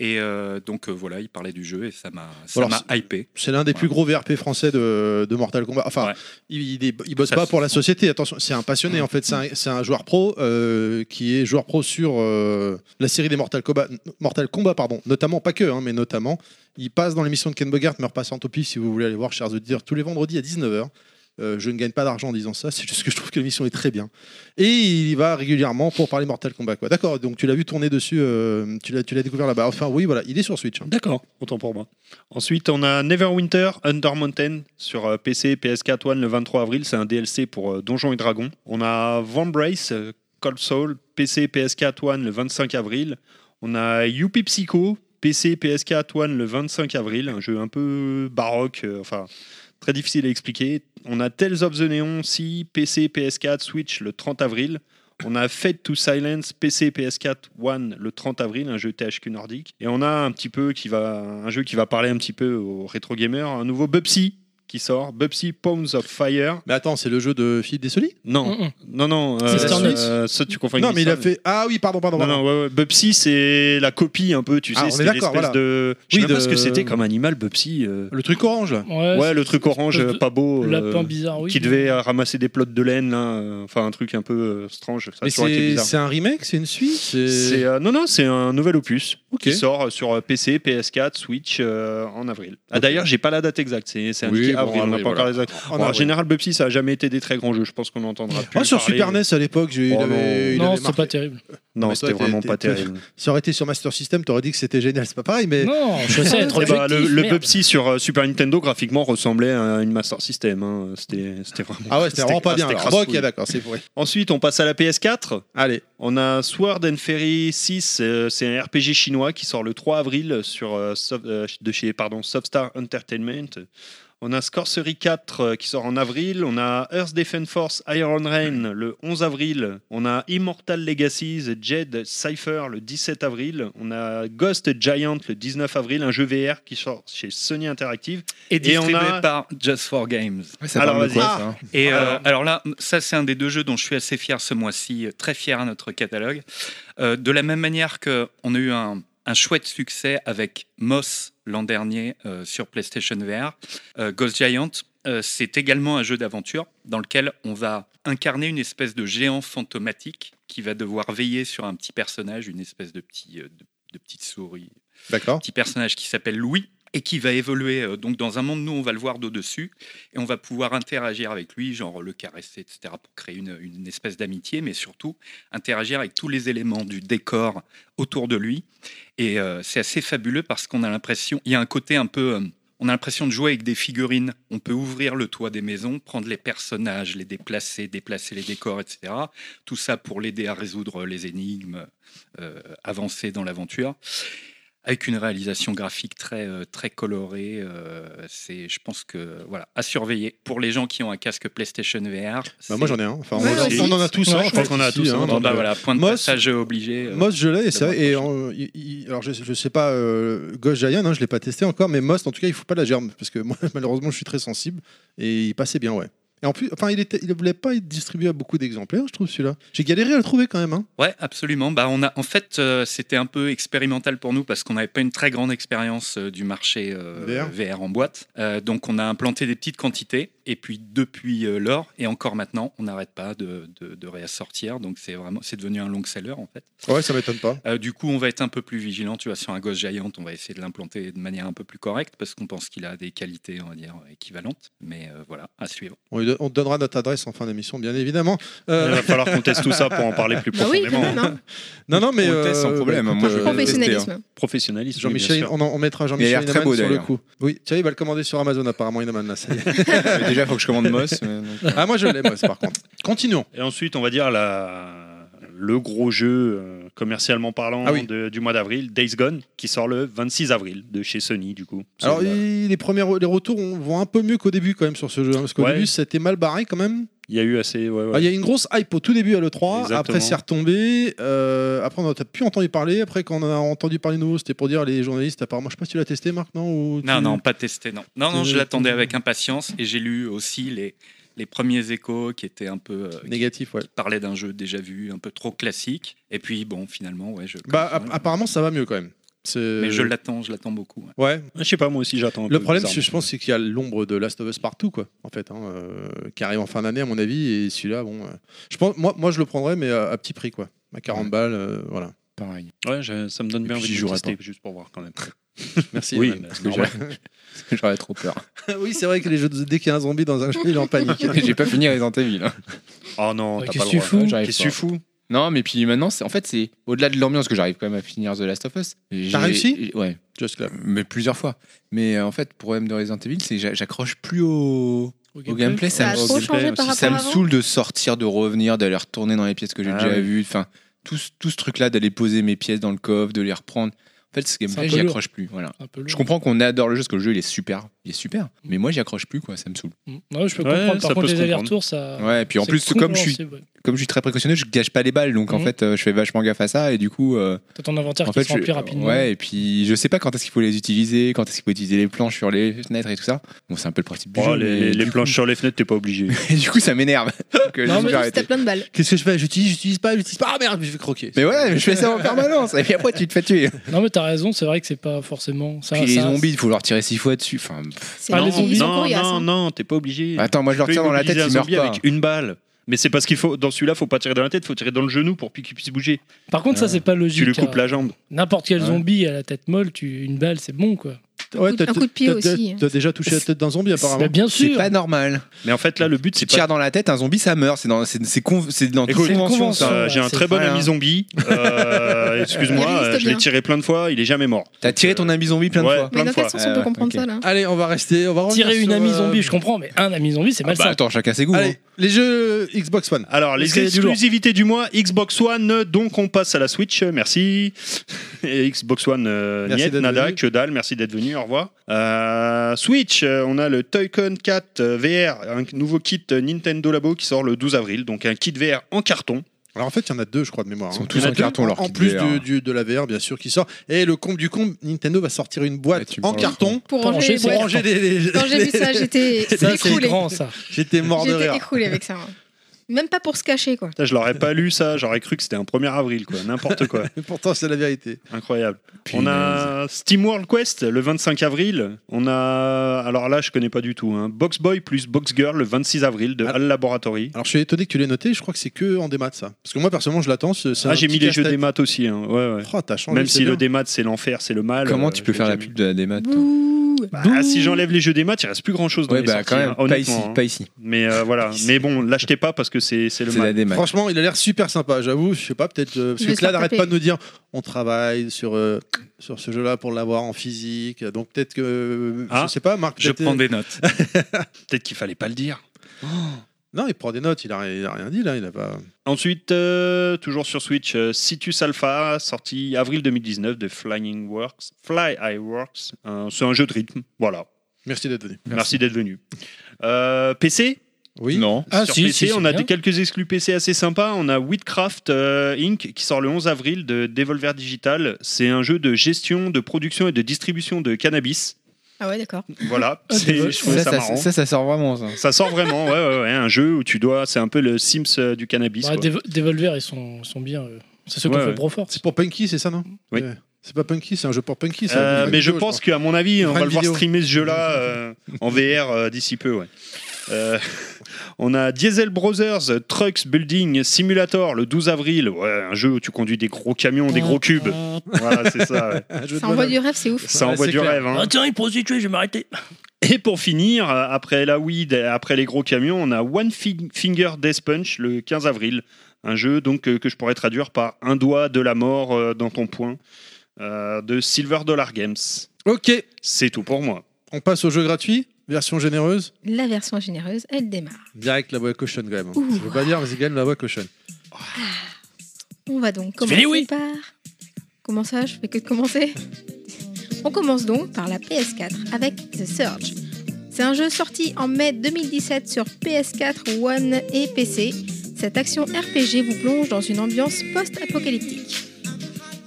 Speaker 7: Et euh, donc euh, voilà, il parlait du jeu et ça m'a, ça
Speaker 2: Alors,
Speaker 7: m'a hypé.
Speaker 2: C'est l'un des plus
Speaker 7: Ouais.
Speaker 2: gros VRP français de, de Mortal Kombat. Enfin,
Speaker 7: Ouais.
Speaker 2: il, il est- il bosse
Speaker 7: Ça
Speaker 2: pas
Speaker 7: se-
Speaker 2: pour la société. Attention, c'est un passionné en fait. C'est un, c'est un joueur pro euh, qui est joueur pro sur euh, la série des Mortal Kombat, Mortal Kombat pardon. Notamment, pas que, hein, mais notamment, il passe dans l'émission de Ken Bogart, me repasse en topi si vous voulez aller voir, chers auditeurs, tous les vendredis à 19h. Euh, je ne gagne pas d'argent en disant ça, c'est juste que je trouve que l'émission est très bien. Et il y va régulièrement pour parler Mortal Kombat. quoi. D'accord, donc tu l'as vu tourner dessus, euh, tu l'as tu l'as découvert là-bas. Enfin, oui, voilà, il est sur Switch. hein.
Speaker 4: D'accord, autant pour moi. Ensuite, on a Neverwinter Under Mountain sur euh, PC, PS4, One le 23 avril. C'est un DLC pour euh, Donjons et Dragons. On a Vambrace, euh, Cold Soul, PC, PS4, One le 25 avril. On a Yuppie Psycho, PC, PS4, One le 25 avril. Un jeu un peu baroque, euh, enfin très difficile à expliquer. On a Tales of the Neon, si PC, PS4, Switch le 30 avril. On a Fade to Silence, PC, PS4, One le 30 avril, un jeu THQ nordique. Et on a un petit peu qui va, un jeu qui va parler un petit peu aux rétro gamers, un nouveau Bubsy qui sort, Bubsy Pounds of Fire.
Speaker 2: Mais attends, c'est le jeu de Philippe Dessoli
Speaker 4: Non,
Speaker 5: Mm, mm.
Speaker 4: non, non. euh,
Speaker 5: Sister Nuts
Speaker 4: euh, ça, tu confonds. avec
Speaker 2: Non, mais il
Speaker 4: Sister
Speaker 2: a
Speaker 4: Nuts.
Speaker 2: fait. Ah oui, pardon, pardon.
Speaker 4: Non,
Speaker 2: pardon.
Speaker 4: non, ouais, ouais. Bubsy, c'est la copie un peu, tu
Speaker 2: Ah, on
Speaker 4: sais.
Speaker 2: est
Speaker 4: C'était
Speaker 2: d'accord,
Speaker 4: l'espèce
Speaker 2: voilà.
Speaker 4: de. Je sais
Speaker 2: Oui,
Speaker 4: même
Speaker 2: de-
Speaker 4: pas ce que c'était comme animal, Bubsy. euh.
Speaker 2: Le truc orange, là.
Speaker 5: Ouais,
Speaker 4: Ouais, le truc orange,
Speaker 5: espèce
Speaker 4: euh,
Speaker 5: de
Speaker 4: pas beau. euh,
Speaker 5: Lapin bizarre, oui.
Speaker 4: Qui devait euh, ramasser des plots de laine, là. euh, Enfin, un truc un peu euh, strange. Ça a
Speaker 2: Mais
Speaker 4: toujours été
Speaker 2: c'est
Speaker 4: bizarre.
Speaker 2: c'est un remake, c'est une suite
Speaker 4: C'est, euh, non, non, c'est un nouvel opus
Speaker 2: Ok.
Speaker 4: qui sort sur euh, PC, PS4, Switch euh, en avril. Ah, D'ailleurs, j'ai pas la date exacte, c'est c'est
Speaker 7: Oui,
Speaker 4: indiqué
Speaker 7: bon,
Speaker 4: avril, on n'a
Speaker 7: avril,
Speaker 4: pas
Speaker 7: voilà.
Speaker 4: encore les exacts.
Speaker 2: En
Speaker 4: Bon, en
Speaker 2: avril.
Speaker 4: général, Bubsy, ça a jamais été des très grands jeux, je pense qu'on n'entendra plus.
Speaker 2: Ah, sur
Speaker 4: parler.
Speaker 2: Super NES à l'époque, j'ai- il
Speaker 4: Oh,
Speaker 2: avait, il
Speaker 5: Non,
Speaker 2: avait
Speaker 5: c'est
Speaker 2: marqué.
Speaker 5: pas terrible.
Speaker 4: Non,
Speaker 2: Mais
Speaker 4: c'était
Speaker 2: toi, t'es-
Speaker 4: vraiment
Speaker 2: t'es-
Speaker 4: pas
Speaker 2: t'es-
Speaker 4: terrible.
Speaker 2: Si aurait été sur Master System, t'aurais dit que c'était génial, c'est pas pareil, mais.
Speaker 5: Non, je sais être
Speaker 4: Eh ben, le
Speaker 5: objectif,
Speaker 4: le
Speaker 5: merde.
Speaker 4: Bubsy sur euh, Super Nintendo, graphiquement, ressemblait à une Master System. hein. C'était c'était vraiment.
Speaker 2: Ah ouais, c'était vraiment pas bien.
Speaker 4: c'était
Speaker 2: alors. Bon, ok,
Speaker 4: crasse-couille.
Speaker 2: d'accord, c'est vrai.
Speaker 4: Ensuite, on passe à la PS4.
Speaker 2: Allez,
Speaker 4: On a Sword and Fairy 6, euh, c'est un RPG chinois qui sort le 3 avril sur, euh, Sof- euh, de chez pardon, Softstar Entertainment. On a Scorcery 4 euh, qui sort en avril. On a Earth Defense Force Iron Rain le 11 avril. On a Immortal Legacies Jed Cypher le 17 avril. On a Ghost Giant le 19 avril, un jeu VR qui sort chez Sony Interactive.
Speaker 7: Et distribué
Speaker 4: on a-
Speaker 7: par Just for Games.
Speaker 6: ça
Speaker 4: Alors,
Speaker 6: parle de quoi,
Speaker 4: vas-y.
Speaker 6: ça hein
Speaker 7: Et euh,
Speaker 4: Alors-
Speaker 7: alors, là, ça c'est un des deux jeux dont je suis assez fier ce mois-ci, euh, très fier à notre catalogue. Euh, de la même manière qu'on a eu un, un chouette succès avec Moss l'an dernier euh, sur PlayStation VR, euh, Ghost Giant, euh, c'est également un jeu d'aventure dans lequel on va incarner une espèce de géant fantomatique qui va devoir veiller sur un petit personnage, une espèce de, petit, euh, de- de petite souris
Speaker 2: d'accord.
Speaker 7: petit personnage qui s'appelle Louis et qui va évoluer euh, donc dans un monde nous on va le voir d'au dessus et on va pouvoir interagir avec lui genre le caresser etc pour créer une, une espèce d'amitié mais surtout interagir avec tous les éléments du décor autour de lui et euh, c'est assez fabuleux parce qu'on a l'impression il y a un côté un peu euh, on a l'impression de jouer avec des figurines. On peut ouvrir le toit des maisons, prendre les personnages, les déplacer, déplacer les décors, etc. Tout ça pour l'aider à résoudre les énigmes, euh, avancer dans l'aventure avec une réalisation graphique très, euh, très colorée. euh, c'est, je pense que, voilà, à surveiller. Pour les gens qui ont un casque PlayStation
Speaker 2: Bah,
Speaker 7: VR, c'est-
Speaker 2: moi j'en ai un. Enfin,
Speaker 3: Ouais,
Speaker 2: on, en-
Speaker 4: aussi.
Speaker 2: on en a tous
Speaker 5: Ouais,
Speaker 2: un.
Speaker 5: je
Speaker 4: pense qu'on en a tous
Speaker 2: ici,
Speaker 4: un,
Speaker 2: hein,
Speaker 7: Bon,
Speaker 2: donc,
Speaker 7: bah,
Speaker 2: euh,
Speaker 7: voilà, point de
Speaker 2: Moss-
Speaker 7: passage obligé. euh,
Speaker 2: Moss, je l'ai, et, ça,
Speaker 7: d'avoir
Speaker 2: et
Speaker 7: quelque
Speaker 2: en- il- il- alors je, je sais pas, euh, Ghost Giant, hein, je l'ai pas testé encore, mais Moss, en tout cas, il faut pas la germe, parce que [LAUGHS] moi, malheureusement, je suis très sensible, et il passait bien, ouais. Et en plus, enfin, il, était, il voulait pas être distribué à beaucoup d'exemplaires, je trouve celui-là. J'ai galéré à le trouver quand même. Hein.
Speaker 7: Ouais, absolument. Bah, on a, en fait, euh, c'était un peu expérimental pour nous parce qu'on n'avait pas une très grande expérience euh, du marché euh,
Speaker 2: VR.
Speaker 7: VR. en boîte. Euh, donc, on a implanté des petites quantités. Et puis, depuis euh, lors, et encore maintenant, on n'arrête pas de, de, de réassortir. Donc, c'est vraiment, c'est devenu un long seller en fait.
Speaker 2: Ouais, ça m'étonne pas.
Speaker 7: Euh, du coup, on va être un peu plus vigilant. Tu vois, sur un gosse giant, on va essayer de l'implanter de manière un peu plus correcte parce qu'on pense qu'il a des qualités, on va dire, équivalentes. Mais euh, voilà, à suivre.
Speaker 2: On, lui don- on te donnera notre adresse en fin d'émission, bien évidemment.
Speaker 4: Il
Speaker 2: Euh,
Speaker 4: va falloir qu'on teste tout ça pour en parler plus
Speaker 3: Bah oui, quand
Speaker 4: profondément.
Speaker 3: même, hein.
Speaker 2: non, non, mais. euh, bah,
Speaker 6: On le teste sans problème, hein.
Speaker 2: écoute,
Speaker 6: moi, je vais le tester.
Speaker 3: professionnalisme.
Speaker 4: Professionnaliste, oui, bien
Speaker 2: Jean-Michel,
Speaker 4: sûr.
Speaker 2: on, en- on mettra
Speaker 6: Il a
Speaker 2: Jean-Michel
Speaker 6: l'air très
Speaker 2: Inaman
Speaker 6: beau,
Speaker 2: sur le
Speaker 6: d'ailleurs.
Speaker 2: coup. Oui, tiens, il va le commander sur Amazon apparemment, Inaman, là, ça y est.
Speaker 6: Euh, Déjà, il faut que je commande Moss. mais non.
Speaker 2: Ah, moi je l'ai, Moss, par contre. Continuons.
Speaker 4: Et ensuite, on va dire la... le gros jeu euh, commercialement parlant
Speaker 2: Ah oui.
Speaker 4: de- du mois d'avril, Days Gone, qui sort le 26 avril de chez Sony, du coup.
Speaker 2: Alors,
Speaker 4: Sony,
Speaker 2: il- les premiers les retours on vont un peu mieux qu'au début quand même sur ce jeu, hein, parce qu'au
Speaker 4: Ouais.
Speaker 2: début c'était mal barré quand même.
Speaker 4: Il y a eu assez. ouais, ouais.
Speaker 2: Ah, Il y a eu une grosse hype au tout début à l'E3,
Speaker 4: Exactement.
Speaker 2: après c'est retombé, euh, après on n'a plus entendu parler, après quand on en a entendu parler de nouveau c'était pour dire les journalistes, apparemment, je sais pas si tu l'as testé Marc, non ou
Speaker 7: Non,
Speaker 4: Mmh.
Speaker 2: tu-
Speaker 7: non, pas testé, non. Non, non,
Speaker 2: Tu-
Speaker 7: je l'attendais avec impatience et j'ai lu aussi les, les premiers échos qui étaient un peu. euh, qui
Speaker 2: Négatif, ouais.
Speaker 7: parlaient d'un jeu déjà vu, un peu trop classique. Et puis, bon, finalement, ouais, je.
Speaker 2: Bah, app- apparemment ça va mieux quand même. C'est-
Speaker 7: Mais
Speaker 4: euh,
Speaker 7: je l'attends, je l'attends beaucoup. ouais.
Speaker 2: Ouais,
Speaker 4: Je sais pas, moi aussi, j'attends. un
Speaker 2: Le
Speaker 4: peu,
Speaker 2: problème, c'est-
Speaker 4: bizarrement.
Speaker 2: je pense, c'est qu'il y a l'ombre de Last of Us partout, quoi, en fait, hein, euh, qui arrive en fin d'année, à mon avis, et celui-là, bon, euh, je pense, moi, moi, je le prendrais, mais à, à petit prix, quoi, à 40 balles, euh, voilà.
Speaker 6: Pareil.
Speaker 4: Ouais, je- ça me donne bien
Speaker 6: puis,
Speaker 4: envie
Speaker 6: j'y
Speaker 4: de le
Speaker 6: jouerai
Speaker 4: tester, juste pour voir quand même.
Speaker 2: Merci.
Speaker 4: Oui,
Speaker 2: Yann.
Speaker 4: parce
Speaker 6: que [LAUGHS] J'aurais trop peur.
Speaker 2: [LAUGHS] oui, c'est vrai que les jeux, de- dès qu'il y a un zombie dans un jeu, il est en [LAUGHS] panique.
Speaker 6: [LAUGHS] J'ai pas fini Resident Evil. hein.
Speaker 4: Oh non,
Speaker 5: Ouais,
Speaker 4: t'as
Speaker 5: qu'est-ce
Speaker 4: pas le
Speaker 5: que tu
Speaker 4: droit.
Speaker 5: fous
Speaker 6: J'arrive
Speaker 4: Qu'est-ce
Speaker 6: pas.
Speaker 4: que tu fous
Speaker 6: Non, mais puis maintenant, c'est- en fait, c'est au-delà de l'ambiance que j'arrive quand même à finir The Last of Us. J'ai-
Speaker 2: réussi
Speaker 6: j'ai- Ouais,
Speaker 2: Just Clap.
Speaker 6: mais plusieurs fois. Mais euh, en fait, problème de Resident Evil, c'est que j'a- j'accroche plus au, au gameplay.
Speaker 3: Ça a
Speaker 6: me-
Speaker 4: au
Speaker 3: trop
Speaker 4: gameplay
Speaker 3: changé
Speaker 4: aussi,
Speaker 3: par rapport
Speaker 6: ça
Speaker 3: à
Speaker 6: me
Speaker 3: avant.
Speaker 6: saoule de sortir, de revenir, d'aller retourner dans les pièces que j'ai
Speaker 7: Ah
Speaker 6: déjà
Speaker 7: oui.
Speaker 6: vues. Enfin, tout, ce- tout ce truc-là, d'aller poser mes pièces dans le coffre, de les reprendre. En fait, ce
Speaker 5: un
Speaker 6: gameplay,
Speaker 5: peu
Speaker 6: j'y
Speaker 5: lourd.
Speaker 6: accroche plus. Voilà.
Speaker 5: Un peu
Speaker 6: Je
Speaker 5: lourd.
Speaker 6: comprends qu'on adore le jeu parce que le jeu il est super, il est super. Mais moi, j'y accroche plus, quoi, ça me saoule.
Speaker 5: Mm. Non, je peux
Speaker 4: Ouais,
Speaker 5: comprendre.
Speaker 4: ça
Speaker 5: Par
Speaker 4: peut
Speaker 5: contre,
Speaker 4: se
Speaker 5: les
Speaker 4: comprendre.
Speaker 5: allers-retours, ça.
Speaker 6: Ouais, et puis en
Speaker 5: c'est
Speaker 6: plus, comme je suis,
Speaker 5: compréhensible, ouais.
Speaker 6: comme je suis très précautionneux, je gâche pas les balles, donc en
Speaker 5: Mhm.
Speaker 6: fait, euh, je fais vachement gaffe à ça, et du coup. euh,
Speaker 5: T'as ton inventaire
Speaker 6: En
Speaker 5: qui
Speaker 6: fait,
Speaker 5: se remplit
Speaker 6: je-
Speaker 5: rapidement.
Speaker 6: Ouais, et puis je sais pas quand est-ce qu'il faut les utiliser, quand est-ce qu'il faut utiliser les planches sur les fenêtres et tout ça. Bon, c'est un peu le principe du
Speaker 4: Oh,
Speaker 6: jeu.
Speaker 4: les,
Speaker 6: mais
Speaker 4: les- les
Speaker 6: du
Speaker 4: planches sur les fenêtres, t'es pas obligé.
Speaker 6: coup- [LAUGHS] du coup,
Speaker 5: [LAUGHS]
Speaker 6: ça m'énerve. Donc, euh,
Speaker 5: Non, mais
Speaker 6: je vais
Speaker 5: juste,
Speaker 6: arrêter.
Speaker 3: T'as plein de balles.
Speaker 2: Qu'est-ce que je fais J'utilise, j'utilise pas, j'utilise pas. Ah merde, je vais croquer.
Speaker 6: Mais voilà, je fais ça en permanence. Et puis après, tu te fais tuer.
Speaker 5: Non, mais t'as raison, c'est vrai que c'est pas forcément. Ça,
Speaker 6: puis les
Speaker 5: ça-
Speaker 6: zombies, il faut leur tirer six fois dessus. Enfin, pff.
Speaker 3: C'est
Speaker 5: Ah,
Speaker 3: ils
Speaker 5: les
Speaker 3: sont-
Speaker 5: zombies.
Speaker 3: ils sont
Speaker 4: non,
Speaker 3: coriaces,
Speaker 4: non,
Speaker 3: hein.
Speaker 4: non, t'es pas obligé.
Speaker 6: Attends, moi je leur
Speaker 4: Tu peux
Speaker 6: tire dans la tête,
Speaker 4: immobiliser un
Speaker 6: ils meurent
Speaker 4: zombie
Speaker 6: pas.
Speaker 4: avec une balle. Mais c'est parce qu'il faut dans celui-là, faut pas tirer dans la tête, faut tirer dans le genou pour qu'il puisse bouger.
Speaker 5: Par contre, ça, c'est pas logique.
Speaker 4: Tu lui coupes
Speaker 5: hein.
Speaker 4: la jambe.
Speaker 5: N'importe quel
Speaker 6: Ouais.
Speaker 5: zombie à la tête molle, tu... une balle, c'est bon, quoi.
Speaker 2: Ouais,
Speaker 3: Un coup de pied
Speaker 2: t'as-
Speaker 3: aussi.
Speaker 2: T'as déjà touché la tête d'un zombie apparemment.
Speaker 5: Bah, bien
Speaker 6: C'est
Speaker 5: sûr.
Speaker 6: pas normal.
Speaker 4: Mais en fait là, le but
Speaker 6: Tu
Speaker 4: c'est
Speaker 6: tires
Speaker 4: pas.
Speaker 6: dans la tête, un zombie, ça meurt. C'est dans, c'est, c'est con- c'est dans toute
Speaker 4: Écoute,
Speaker 6: convention,
Speaker 5: convention,
Speaker 6: ça.
Speaker 4: Euh, J'ai un
Speaker 5: c'est- hein.
Speaker 4: très bon
Speaker 6: voilà.
Speaker 4: ami zombie.
Speaker 5: [LAUGHS]
Speaker 4: Euh,
Speaker 3: Il
Speaker 4: Excuse-moi,
Speaker 3: résiste
Speaker 4: euh, je l'ai
Speaker 3: bien.
Speaker 4: tiré plein de fois, il est jamais mort.
Speaker 6: T'as tiré ton ami zombie plein
Speaker 4: Ouais.
Speaker 6: de fois.
Speaker 3: Mais
Speaker 4: plein de
Speaker 3: dans quel
Speaker 4: fois.
Speaker 3: sens
Speaker 6: Ah
Speaker 3: on peut
Speaker 6: ouais,
Speaker 3: comprendre
Speaker 6: ok.
Speaker 3: ça là
Speaker 2: Allez, on va rester. On va revenir
Speaker 5: Tirer une
Speaker 2: sur,
Speaker 5: amie
Speaker 2: euh,
Speaker 5: zombie, je comprends, mais un ami zombie, c'est
Speaker 6: Ah bah,
Speaker 5: malsain.
Speaker 6: attends, chacun ses goûts. hein.
Speaker 2: Allez, les jeux Xbox One.
Speaker 4: Alors,
Speaker 5: Parce
Speaker 4: les
Speaker 5: qu'il y a du lourd.
Speaker 4: exclusivités du mois, Xbox One, donc on passe à la Switch, merci. [LAUGHS] Et Xbox One, euh,
Speaker 2: Merci
Speaker 4: niet,
Speaker 2: d'être
Speaker 4: nada,
Speaker 2: venu.
Speaker 4: que dalle, merci d'être venu, au revoir. Euh, Switch, euh, on a le Toy-Con 4 euh, VR, un nouveau kit euh, Nintendo Labo qui sort le 12 avril, donc un kit VR en carton.
Speaker 2: Alors en fait, il y en a deux, je crois, de mémoire.
Speaker 6: Ils sont
Speaker 2: hein.
Speaker 6: tous
Speaker 2: Il y
Speaker 6: en
Speaker 2: a deux,
Speaker 6: carton, leur
Speaker 2: En
Speaker 6: kit
Speaker 2: plus
Speaker 6: VR.
Speaker 2: du- du- de la VR, bien sûr, qui sort. Et le comble du comble, Nintendo va sortir une
Speaker 6: Ouais,
Speaker 2: boîte
Speaker 6: tu me
Speaker 2: en
Speaker 6: parles.
Speaker 2: carton
Speaker 3: Pour
Speaker 5: Pour
Speaker 3: ranger les
Speaker 5: ranger, c'est
Speaker 2: pour
Speaker 3: boîtes.
Speaker 2: ranger les. les-
Speaker 3: Quand j'ai vu ça, j'étais
Speaker 5: Ça, c'est
Speaker 3: écroulée.
Speaker 5: grand, ça.
Speaker 2: [LAUGHS] J'étais mort de
Speaker 3: J'étais
Speaker 2: rire.
Speaker 3: écroulée avec ça. hein. Même pas pour se cacher quoi.
Speaker 4: Putain, je l'aurais pas lu ça, j'aurais cru que c'était un 1er avril, quoi, n'importe quoi.
Speaker 2: Pourtant, c'est la vérité.
Speaker 4: Incroyable.
Speaker 6: Punaise.
Speaker 4: On a Steam World Quest le 25 avril. On a, alors là, je connais pas du tout, hein. Box Boy plus Box Girl le 26 avril de
Speaker 2: Ah.
Speaker 4: All Laboratory.
Speaker 2: Alors je suis étonné que tu l'aies noté. Je crois que c'est que en démat ça. Parce que moi, personnellement, je l'attends. c'est- c'est un
Speaker 4: Ah, j'ai
Speaker 2: petit
Speaker 4: mis les jeux
Speaker 2: casse-tête.
Speaker 4: des maths aussi. hein. Ouais, ouais.
Speaker 2: Oh, t'as changé.
Speaker 4: Même
Speaker 2: c'est
Speaker 4: si le
Speaker 2: bien.
Speaker 4: démat c'est l'enfer, c'est le mal.
Speaker 6: Comment
Speaker 4: euh,
Speaker 6: tu peux
Speaker 4: je
Speaker 6: faire
Speaker 4: l'ai
Speaker 6: la
Speaker 4: jamais.
Speaker 6: pub de la démat toi
Speaker 3: Ouh.
Speaker 4: Bah, si j'enlève les jeux des maths, il reste plus grand chose dans
Speaker 6: Ouais,
Speaker 4: les
Speaker 6: bah
Speaker 4: sorties,
Speaker 6: quand même,
Speaker 4: hein,
Speaker 6: pas ici,
Speaker 4: honnêtement, hein.
Speaker 6: pas ici.
Speaker 4: Mais euh, voilà. Mais bon, l'achetez pas parce que c'est c'est le
Speaker 6: C'est la
Speaker 4: mal.
Speaker 6: démat.
Speaker 2: Franchement, il a l'air super sympa, j'avoue. Je sais pas, peut-être. euh, parce
Speaker 3: Il
Speaker 2: que
Speaker 3: veut se
Speaker 2: Clad
Speaker 3: faire
Speaker 2: n'arrête
Speaker 3: taper.
Speaker 2: pas de nous dire on travaille sur, euh, sur ce jeu-là pour l'avoir en physique. Donc peut-être que. euh,
Speaker 4: Ah,
Speaker 2: je sais pas, Marc.
Speaker 7: Je
Speaker 2: peut-être-
Speaker 7: prends des notes.
Speaker 4: [LAUGHS] Peut-être qu'il fallait pas le dire.
Speaker 2: Non, il prend des notes. Il a, il a rien dit là. Il a pas.
Speaker 4: Ensuite, euh, toujours sur Switch, euh, Citus Alpha, sorti avril 2019 de Flying Works. Fly Eye Works. Euh, c'est un jeu de rythme. Voilà.
Speaker 2: Merci d'être venu.
Speaker 4: Merci, d'être venu. Euh, PC
Speaker 2: Oui.
Speaker 6: Non.
Speaker 5: Ah,
Speaker 4: Sur
Speaker 5: si,
Speaker 4: PC,
Speaker 5: si, c'est
Speaker 4: on a
Speaker 5: bien.
Speaker 4: des quelques exclus PC assez sympas. On a Wheatcraft euh, Inc. qui sort le 11 avril de Devolver Digital. C'est un jeu de gestion, de production et de distribution de cannabis.
Speaker 3: Ah ouais d'accord.
Speaker 4: Voilà,
Speaker 5: [LAUGHS] Ah,
Speaker 4: C'est-
Speaker 5: Devol-
Speaker 4: je trouvais
Speaker 6: Ça,
Speaker 4: ça,
Speaker 6: ça,
Speaker 4: marrant.
Speaker 6: ça, ça sort vraiment, ça.
Speaker 4: Ça sort vraiment, ouais, ouais, ouais, un jeu où tu dois. C'est un peu le Sims euh, du cannabis.
Speaker 5: Bah,
Speaker 4: quoi.
Speaker 5: Devo- Devolver, ils sont, sont bien. euh. C'est ceux qu'on
Speaker 4: Ouais,
Speaker 5: fait
Speaker 4: ouais.
Speaker 5: Broforce.
Speaker 2: C'est pour Punky, c'est ça, non
Speaker 4: Oui.
Speaker 2: Ouais. C'est pas Punky, c'est un jeu pour Punky. c'est un
Speaker 4: Euh,
Speaker 2: jeu
Speaker 4: mais je
Speaker 2: vidéo,
Speaker 4: pense qu'à mon avis, on
Speaker 2: fera
Speaker 4: va
Speaker 2: une
Speaker 4: le voir
Speaker 2: vidéo.
Speaker 4: streamer ce jeu-là euh, en VR euh, d'ici peu. Ouais. Euh, on a Diesel Brothers euh, Trucks Building Simulator le 12 avril. Ouais, un jeu où tu conduis des gros camions, des gros cubes. Voilà, c'est
Speaker 2: [LAUGHS]
Speaker 4: ça. ouais.
Speaker 3: [LAUGHS]
Speaker 2: Un jeu de
Speaker 3: Ça envoie
Speaker 2: bonhomme.
Speaker 3: du rêve, c'est ouf.
Speaker 4: Ça
Speaker 2: Ouais,
Speaker 4: envoie
Speaker 2: c'est
Speaker 4: du
Speaker 2: clair.
Speaker 4: rêve. hein.
Speaker 5: Ah, tiens, une prostituée, je vais m'arrêter.
Speaker 4: Et pour finir, euh, après la weed, euh, après les gros camions, on a One Fin- Finger Death Punch le 15 avril. Un jeu donc euh, que je pourrais traduire par un doigt de la mort euh, dans ton poing euh, de Silver Dollar Games.
Speaker 2: Ok,
Speaker 4: C'est tout pour moi.
Speaker 2: on passe au jeu gratuit, version généreuse.
Speaker 3: La version généreuse, elle démarre.
Speaker 2: Direct la voix cochonne, quand même.
Speaker 3: Ouh.
Speaker 2: Je veux pas dire, mais c'est quand même la voix cochonne.
Speaker 3: On va donc
Speaker 5: fais les
Speaker 3: commencer
Speaker 5: oui.
Speaker 3: par. Comment ça Je fais que de commencer On commence donc par la PS4 avec The Surge. C'est un jeu sorti en mai 2017 sur PS4, One et PC. Cette action RPG vous plonge dans une ambiance post-apocalyptique.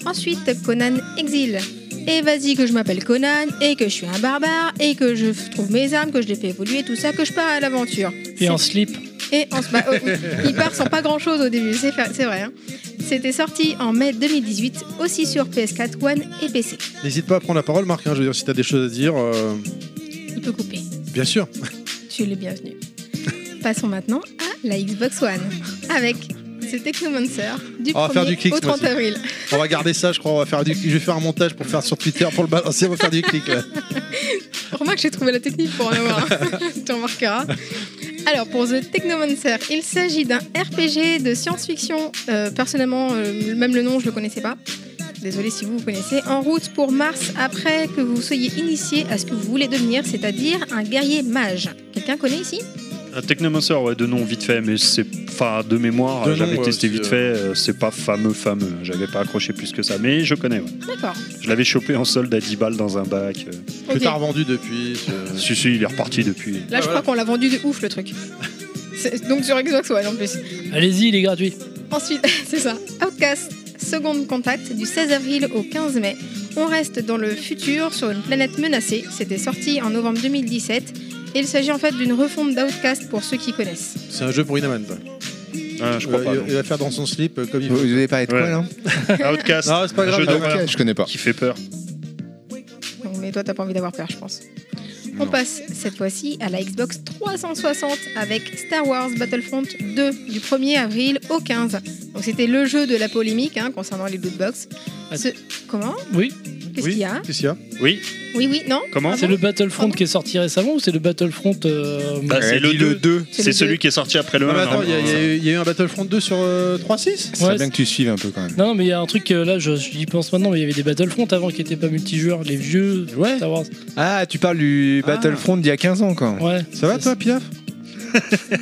Speaker 3: Ensuite, Conan Exil. Et vas-y que je m'appelle Conan, et que je suis un barbare, et que je trouve mes armes, que je les fais évoluer, tout ça, que je pars à l'aventure.
Speaker 5: Et
Speaker 3: C'est
Speaker 5: en slip.
Speaker 3: et on se bat. oh, oui. il part sans pas grand chose au début, c'est fa- c'est vrai. hein. C'était sorti en mai 2018, aussi sur PS4, One et PC.
Speaker 2: N'hésite pas à prendre la parole, Marc. hein, je veux dire, si t'as des choses à dire, euh,
Speaker 3: Il peut couper.
Speaker 2: bien sûr.
Speaker 3: Tu les bienvenus. Passons maintenant à la Xbox One avec ce Technomancer du
Speaker 2: On va faire
Speaker 3: 1er
Speaker 2: du clic,
Speaker 3: au
Speaker 2: ce
Speaker 3: 30
Speaker 2: mois-ci.
Speaker 3: avril.
Speaker 2: On va garder ça, je crois. On va faire du... Je vais faire un montage pour faire sur Twitter, pour le balancer, on va faire du clic.
Speaker 3: [LAUGHS]
Speaker 2: ouais.
Speaker 3: Remarque, j'ai trouvé la technique pour en avoir. un. [LAUGHS] tu remarqueras. Alors, pour The Technomancer, il s'agit d'un RPG de science-fiction. Euh, personnellement, euh, même le nom, je ne le connaissais pas. Désolé si vous vous connaissez. En route pour Mars après que vous soyez initié à ce que vous voulez devenir, c'est-à-dire un guerrier mage. Quelqu'un connaît ici
Speaker 4: Un Technomancer, ouais, de nom vite fait, mais c'est. Enfin, de mémoire,
Speaker 2: De
Speaker 4: j'avais
Speaker 2: nom, ouais,
Speaker 4: testé
Speaker 2: c'est,
Speaker 4: vite
Speaker 2: euh,
Speaker 4: fait, euh, c'est pas fameux, fameux. hein. J'avais pas accroché plus que ça, mais je connais, ouais.
Speaker 3: D'accord.
Speaker 4: Je l'avais chopé en solde à 10 balles dans un bac. euh.
Speaker 2: Que
Speaker 3: Ok.
Speaker 2: t'as revendu depuis. ce-
Speaker 4: Si, si, il est reparti depuis.
Speaker 3: Là, je
Speaker 2: voilà.
Speaker 3: crois qu'on l'a vendu de ouf le truc. C'est- Donc sur Xbox One en plus.
Speaker 5: Allez-y, il est gratuit.
Speaker 3: Ensuite, [LAUGHS] c'est ça. Outcast, seconde contact du 16 avril au 15 mai. On reste dans le futur sur une planète menacée. C'était sorti en novembre 2017. Et il s'agit en fait d'une refonte d'Outcast pour ceux qui connaissent.
Speaker 2: C'est un jeu pour Inaman. toi.
Speaker 4: Ah, je crois
Speaker 2: Euh,
Speaker 4: pas.
Speaker 2: il-
Speaker 4: non.
Speaker 2: il va faire dans son slip euh, comme il
Speaker 6: Vous
Speaker 2: veut.
Speaker 6: devez pas être quoi
Speaker 4: Ouais.
Speaker 6: là
Speaker 4: Outcast,
Speaker 2: Non, c'est pas
Speaker 4: un
Speaker 2: grave,
Speaker 4: jeu
Speaker 6: Ah,
Speaker 4: d'horreur
Speaker 6: ok, Je connais pas.
Speaker 4: qui fait peur.
Speaker 3: Donc, mais toi, t'as pas envie d'avoir peur, je pense. On
Speaker 7: Non.
Speaker 3: passe cette fois-ci à la Xbox 360 avec Star Wars Battlefront 2 du 1er avril au 15. Donc c'était le jeu de la polémique hein, concernant les loot box.
Speaker 5: Ah.
Speaker 3: Ce- Comment
Speaker 5: Oui.
Speaker 3: Qu'est-ce
Speaker 2: Oui.
Speaker 3: qu'il y a
Speaker 2: Qu'est-ce qu'il y a
Speaker 4: Oui,
Speaker 3: Oui, oui, non
Speaker 4: comment
Speaker 3: Ah
Speaker 5: C'est
Speaker 3: bon
Speaker 5: le Battlefront
Speaker 3: Pardon
Speaker 5: qui est sorti récemment ou c'est le Battlefront euh,
Speaker 4: Bah, c'est le 2.
Speaker 6: 2.
Speaker 3: C'est le
Speaker 4: C'est celui
Speaker 3: deux.
Speaker 4: qui est sorti après le 1.
Speaker 2: Ah, mais attends, il y, a- il y a eu- il y a eu un Battlefront 2 sur euh, 3.6
Speaker 6: C'est
Speaker 5: Ouais,
Speaker 6: bien que tu suives un peu quand même.
Speaker 5: Non, non, mais il y a un truc euh, là, je- j'y pense maintenant, mais il y avait des Battlefront avant qui étaient pas multijoueurs, les vieux
Speaker 2: Ouais.
Speaker 5: Star Wars.
Speaker 6: Ah, tu parles du Battlefront d'il y a 15 ans quoi.
Speaker 5: Ouais.
Speaker 2: Ça va
Speaker 5: C'est-
Speaker 2: toi, Pilaf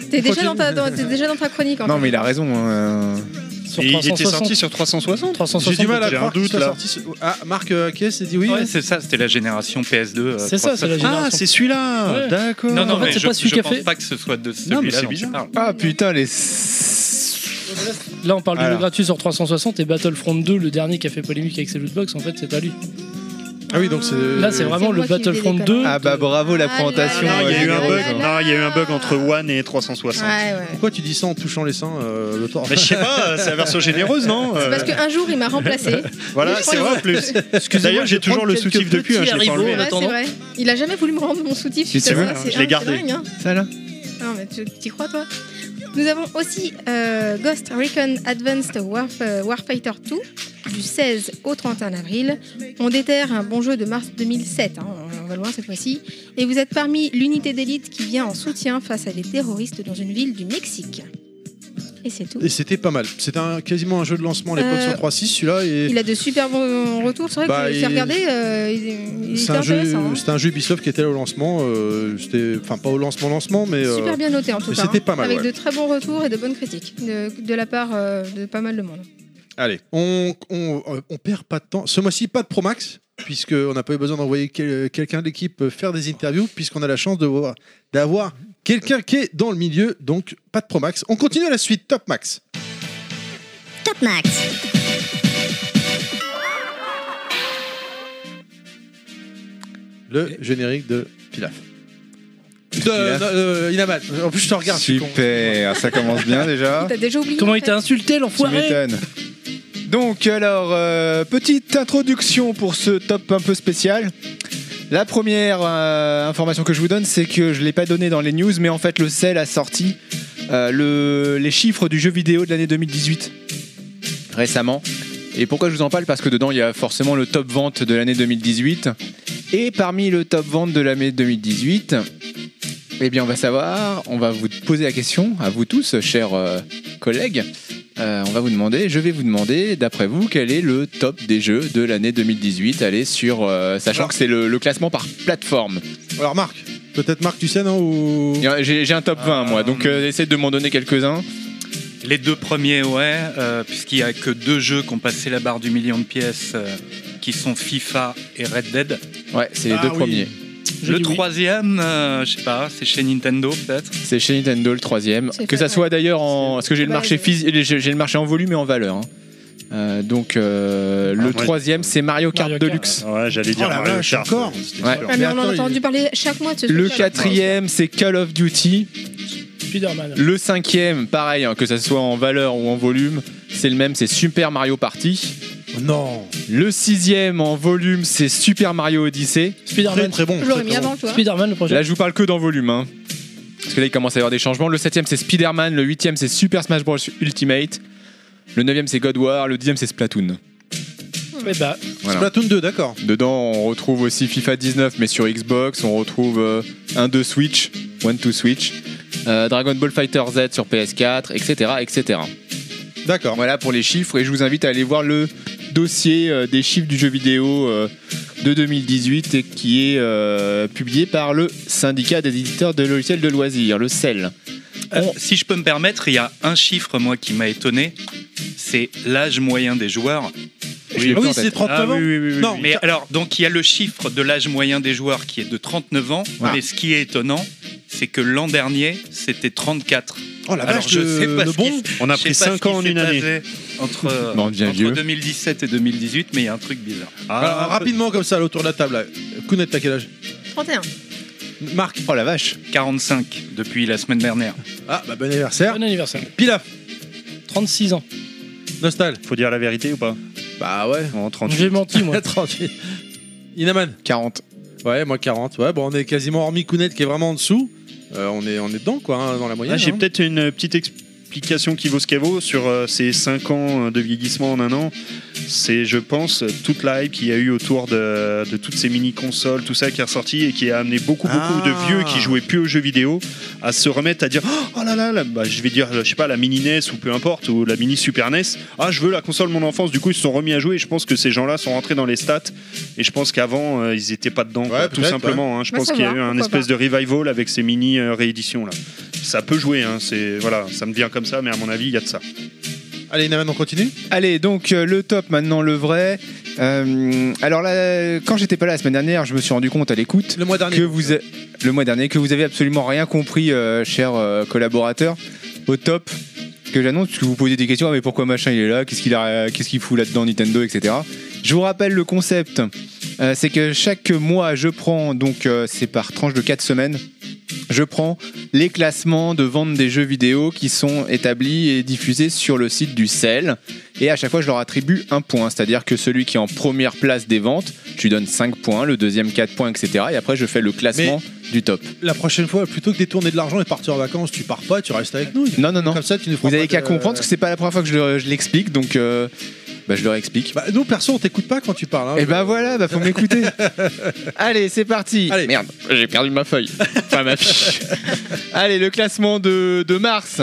Speaker 3: T'es déjà, dans ta- dans- t'es déjà dans ta chronique en
Speaker 6: Non
Speaker 3: fait.
Speaker 6: mais il a raison. hein.
Speaker 5: Sur
Speaker 4: il était
Speaker 5: 360.
Speaker 4: sorti sur 360
Speaker 5: 360.
Speaker 2: J'ai du mal à
Speaker 4: j'ai un
Speaker 2: croire qu'il
Speaker 4: doute,
Speaker 2: soit
Speaker 4: là.
Speaker 2: sorti. ce- Ah, Marc euh, Kess a dit oui.
Speaker 7: Ouais, c'est ça, c'était la génération PS2. euh,
Speaker 5: C'est ça, c'est la
Speaker 7: 360.
Speaker 4: Ah, c'est celui-là
Speaker 5: Ouais.
Speaker 4: D'accord.
Speaker 7: Non, non,
Speaker 5: En fait,
Speaker 7: mais
Speaker 5: c'est
Speaker 7: je,
Speaker 5: pas celui
Speaker 7: je
Speaker 5: qui a
Speaker 7: pense
Speaker 5: fait-
Speaker 7: pas que ce soit de
Speaker 4: Non, mais
Speaker 7: celui-là
Speaker 4: c'est
Speaker 7: dont tu
Speaker 4: bizarre.
Speaker 7: parles.
Speaker 6: Ah putain les.
Speaker 5: Là, on parle du jeu
Speaker 6: Alors.
Speaker 5: gratuit sur 360 et Battlefront 2, le dernier qui a fait polémique avec ses lootbox, en fait, c'est pas lui.
Speaker 2: Ah oui, donc c'est.
Speaker 5: Là, c'est vraiment
Speaker 3: C'est
Speaker 5: le
Speaker 3: moi qui
Speaker 5: Battlefront
Speaker 3: fais des
Speaker 5: 2.
Speaker 6: Ah bah bravo la
Speaker 3: Ah là
Speaker 6: présentation.
Speaker 3: là
Speaker 6: euh,
Speaker 4: Non, il y a
Speaker 3: Ouais,
Speaker 4: eu un
Speaker 3: ouais,
Speaker 4: bug.
Speaker 3: ouais.
Speaker 4: Non, il y a eu un bug entre One et 360.
Speaker 3: Ouais, ouais.
Speaker 2: Pourquoi tu dis ça en touchant les seins euh, le torse
Speaker 4: Mais je sais pas, euh, c'est la version généreuse, non Euh,
Speaker 3: Parce qu'un jour, il m'a remplacé.
Speaker 4: Voilà,
Speaker 3: je
Speaker 4: c'est
Speaker 3: crois
Speaker 4: vrai en plus. [LAUGHS] D'ailleurs, j'ai toujours le soutif [LAUGHS] depuis, hein, je l'ai
Speaker 3: Ouais,
Speaker 4: pas enlevé.
Speaker 5: en
Speaker 3: c'est
Speaker 5: attendant.
Speaker 3: vrai. Il a jamais voulu me rendre mon soutif.
Speaker 6: Si
Speaker 3: c'est
Speaker 6: tu veux,
Speaker 3: ça, c'est-
Speaker 4: je l'ai
Speaker 3: ah,
Speaker 4: gardé.
Speaker 3: c'est dingue, hein.
Speaker 6: Ça là.
Speaker 3: Non, mais tu t'y crois, toi Nous avons aussi euh, Ghost Recon Advanced Warf- euh, Warfighter 2 du 16 au 31 avril. On déterre un bon jeu de mars 2007, hein, on- on va loin cette fois-ci. Et vous êtes parmi l'unité d'élite qui vient en soutien face à des terroristes dans une ville du Mexique. Et c'est tout.
Speaker 2: Et c'était pas mal. C'était un- quasiment un jeu de lancement à l'époque
Speaker 3: Euh,
Speaker 2: sur 3.6, celui-là. Et
Speaker 3: Il a de super bons retours. C'est vrai
Speaker 2: Bah,
Speaker 3: que
Speaker 2: il-
Speaker 3: j'ai regardé, euh, il, il
Speaker 2: c'est
Speaker 3: était
Speaker 2: un, jeu,
Speaker 3: intéressant. hein.
Speaker 2: c'était un jeu Ubisoft qui était là au lancement. euh, c'était, enfin, pas au lancement-lancement, mais. euh,
Speaker 3: Super bien noté en tout
Speaker 2: mais
Speaker 3: cas.
Speaker 2: c'était
Speaker 3: hein,
Speaker 2: pas mal,
Speaker 3: avec
Speaker 2: ouais.
Speaker 3: de très bons retours et de bonnes critiques de, de la part euh, de pas mal de monde.
Speaker 2: Allez, on, on, euh, on perd pas de temps. Ce mois-ci, pas de Promax, puisqu'on n'a pas eu besoin d'envoyer quel- quelqu'un de l'équipe faire des interviews, puisqu'on a la chance de voir- d'avoir quelqu'un qui est dans le milieu. Donc, pas de Promax. On continue à la suite. Top Max.
Speaker 1: Top Max.
Speaker 2: Le générique de Pilaf. De,
Speaker 6: Pilaf.
Speaker 2: euh, Inaman. En plus, je te regarde. je suis con.
Speaker 6: Super, ça commence bien déjà.
Speaker 3: T'as déjà oublié
Speaker 5: Ah. Comment
Speaker 3: en
Speaker 5: il t'a
Speaker 3: fait.
Speaker 5: insulté,
Speaker 6: Tu
Speaker 5: l'enfoiré
Speaker 6: m'étonnes. Donc alors, euh, petite introduction pour ce top un peu spécial. La première euh, information que je vous donne, c'est que je ne l'ai pas donné dans les news, mais en fait le CEL a sorti euh, le- les chiffres du jeu vidéo de l'année 2018 récemment. Et pourquoi je vous en parle Parce que dedans, il y a forcément le top vente de l'année 2018. Et parmi le top vente de l'année 2018, eh bien on va savoir, on va vous poser la question, à vous tous, chers euh, collègues, euh, on va vous demander, je vais vous demander, d'après vous, quel est le top des jeux de l'année 2018 Allez sur, euh, sachant
Speaker 2: Alors-
Speaker 6: que c'est le, le classement par plateforme.
Speaker 2: Alors, Marc. Peut-être Marc, tu sais, non ou...
Speaker 6: Il y a- J'ai j'ai un top 20 moi, donc euh, essayez de m'en donner quelques-uns.
Speaker 7: Les deux premiers, ouais, euh, puisqu'il n'y a que deux jeux qui ont passé la barre du million de pièces, euh, qui sont FIFA et Red Dead.
Speaker 6: Ouais, c'est les
Speaker 2: Ah
Speaker 6: deux
Speaker 2: oui.
Speaker 6: premiers.
Speaker 5: Je
Speaker 7: le
Speaker 5: dis oui.
Speaker 7: troisième, euh, je sais pas, c'est chez Nintendo peut-être.
Speaker 6: C'est chez Nintendo le troisième.
Speaker 3: C'est
Speaker 6: Que
Speaker 3: fait,
Speaker 6: ça soit d'ailleurs en, parce que j'ai le
Speaker 3: Bah,
Speaker 6: marché
Speaker 3: je-
Speaker 6: phys- j'ai- j'ai le marché en volume et en valeur. hein. Euh, donc euh, le
Speaker 4: moi, je-
Speaker 6: troisième, c'est Mario Kart
Speaker 5: Mario Kart,
Speaker 6: Deluxe.
Speaker 4: Ouais, j'allais dire
Speaker 2: Oh la
Speaker 4: Mario
Speaker 2: vache,
Speaker 4: Kart,
Speaker 2: encore
Speaker 4: euh, c'était
Speaker 6: Ouais.
Speaker 4: sûr.
Speaker 3: Ah, mais,
Speaker 2: Mais
Speaker 3: on en a
Speaker 2: attends, il-
Speaker 3: entendu parler chaque mois de ce
Speaker 6: Le
Speaker 3: truc-là.
Speaker 6: quatrième, c'est Call of Duty.
Speaker 5: Spider-Man.
Speaker 6: Le cinquième, pareil, hein, que ça soit en valeur ou en volume, c'est le même, c'est Super Mario Party.
Speaker 2: Non.
Speaker 6: Le sixième en volume, c'est Super Mario Odyssey.
Speaker 2: Très,
Speaker 5: Spider-Man.
Speaker 2: très bon.
Speaker 3: Je l'aurais
Speaker 2: très,
Speaker 3: mis
Speaker 2: très bon.
Speaker 3: avant, toi.
Speaker 5: Spider-Man, le prochain.
Speaker 6: Là, je vous parle que dans volume. hein. Parce que là, il commence à y avoir des changements. Le 7 c'est Spider-Man. Le 8 c'est Super Smash Bros. Ultimate. Le 9 c'est God War. Le 10 c'est Splatoon.
Speaker 5: Eh bah,
Speaker 6: Voilà.
Speaker 2: Splatoon 2, d'accord.
Speaker 6: Dedans, on retrouve aussi FIFA 19, mais sur Xbox. On retrouve euh, 1-2 Switch, 1-2 Switch. euh, Dragon Ball Fighter Z sur PS4, etc., etc.
Speaker 2: D'accord.
Speaker 6: Voilà pour les chiffres et je vous invite à aller voir le dossier euh, des chiffres du jeu vidéo euh, de 2018 et qui est euh, publié par le syndicat des éditeurs de logiciels de loisirs, le CEL.
Speaker 7: Euh,
Speaker 6: On-
Speaker 7: Si je peux me permettre, il y a un chiffre, moi, qui m'a étonné. C'est l'âge moyen des joueurs.
Speaker 6: Je l'ai
Speaker 2: Ah
Speaker 6: plus en
Speaker 2: oui,
Speaker 6: tête.
Speaker 2: c'est 39
Speaker 7: Ah,
Speaker 2: ans.
Speaker 7: oui, oui, oui, oui.
Speaker 2: Non,
Speaker 7: mais
Speaker 2: ça-
Speaker 7: alors, donc il y a le chiffre de l'âge moyen des joueurs qui est de 39 ans,
Speaker 6: Ah.
Speaker 7: mais ce qui est étonnant, c'est que l'an dernier, c'était 34.
Speaker 2: Oh la
Speaker 7: alors,
Speaker 2: vache,
Speaker 7: je sais pas
Speaker 2: le
Speaker 7: ce
Speaker 2: bon.
Speaker 7: qui-
Speaker 4: On a
Speaker 7: je sais
Speaker 4: pris
Speaker 7: pas
Speaker 4: 5
Speaker 7: ce qui
Speaker 4: ans en
Speaker 7: s'est
Speaker 4: une année.
Speaker 7: passé Entre, euh,
Speaker 6: Bon, on devient
Speaker 7: entre
Speaker 6: vieux.
Speaker 7: 2017 et 2018, mais il y a un truc bizarre.
Speaker 4: Ah,
Speaker 2: Alors, Ah, rapidement comme ça, autour de la table. là. Kounet, t'as quel âge
Speaker 3: 31.
Speaker 2: Marc.
Speaker 6: Oh la vache
Speaker 7: 45 depuis la semaine dernière.
Speaker 2: Ah, bah, bon anniversaire.
Speaker 5: Bon anniversaire.
Speaker 2: Pilaf.
Speaker 5: 36 ans.
Speaker 2: Nostal.
Speaker 4: Faut dire la vérité ou pas
Speaker 2: Bah ouais.
Speaker 4: En 38.
Speaker 5: J'ai menti,
Speaker 6: [LAUGHS]
Speaker 5: moi.
Speaker 2: 38. Inaman.
Speaker 6: 40.
Speaker 2: Ouais, moi 40. Ouais, bon, on est quasiment hormis Kounet qui est vraiment en dessous. Euh, on, est, on est dedans, quoi, hein, dans la moyenne.
Speaker 4: Ah, J'ai
Speaker 2: hein.
Speaker 4: peut-être une euh, petite explication qui vaut ce qu'elle vaut sur euh, ces 5 ans euh, de vieillissement en un an. C'est, je pense, euh, toute la hype qu'il y a eu autour de, de toutes ces mini-consoles, tout ça qui est ressorti et qui a amené beaucoup, beaucoup de
Speaker 2: Ah.
Speaker 4: vieux qui jouaient plus aux jeux vidéo à se remettre à dire Oh là là, la- bah, je vais dire, je sais pas, la mini NES ou peu importe, ou la mini Super NES. Ah, je veux la console de mon enfance. Du coup, ils se sont remis à jouer et je pense que ces gens-là sont rentrés dans les stats. Et je pense qu'avant, euh, ils étaient pas dedans, quoi, tout
Speaker 2: peut-être,
Speaker 4: simplement. hein. Je
Speaker 3: Bah,
Speaker 4: pense
Speaker 3: ça
Speaker 4: qu'il y a
Speaker 3: va,
Speaker 4: eu un
Speaker 3: pourquoi
Speaker 4: espèce de revival avec ces mini-rééditions là ça peut jouer, hein, c'est voilà, ça me vient comme ça, mais à mon avis, il y a de ça.
Speaker 2: Allez, Inaman, on continue
Speaker 6: Allez, donc euh, le top maintenant, le vrai. Euh, alors là, quand j'étais pas là la semaine dernière, je me suis rendu compte à l'écoute
Speaker 2: Le mois dernier.
Speaker 6: que vous a- le mois dernier que vous avez absolument rien compris, euh, chers euh, collaborateurs, au top que j'annonce puisque vous posez des questions, Ah, mais pourquoi machin il est là, qu'est-ce qu'il a, qu'est-ce qu'il fout là-dedans Nintendo, etc. Je vous rappelle le concept, Euh, c'est que chaque mois je prends donc euh, c'est par tranche de 4 semaines. Je prends les classements de vente des jeux vidéo qui sont établis et diffusés sur le site du CEL. Et à chaque fois, je leur attribue un point. C'est-à-dire que celui qui est en première place des ventes, je lui donne 5 points, le deuxième 4 points, etc. Et après, je fais le classement du top.
Speaker 2: La prochaine fois, plutôt que détourner de l'argent et partir en vacances, tu pars pas, tu restes avec nous.
Speaker 6: Non, non, non.
Speaker 2: Comme ça, tu nous feras
Speaker 6: Vous avez
Speaker 2: pas
Speaker 6: qu'à
Speaker 2: de-
Speaker 6: comprendre parce que c'est pas la première fois que je, le- je l'explique, donc euh, bah, je leur explique.
Speaker 2: Bah, nous, perso, on t'écoute pas quand tu parles. hein.
Speaker 6: Et bah voilà, bah faut
Speaker 2: [LAUGHS]
Speaker 6: m'écouter. Allez, c'est parti.
Speaker 2: Allez.
Speaker 6: Merde, j'ai perdu ma feuille. Enfin, ma
Speaker 2: [LAUGHS]
Speaker 6: fiche. Allez, le classement de, de mars.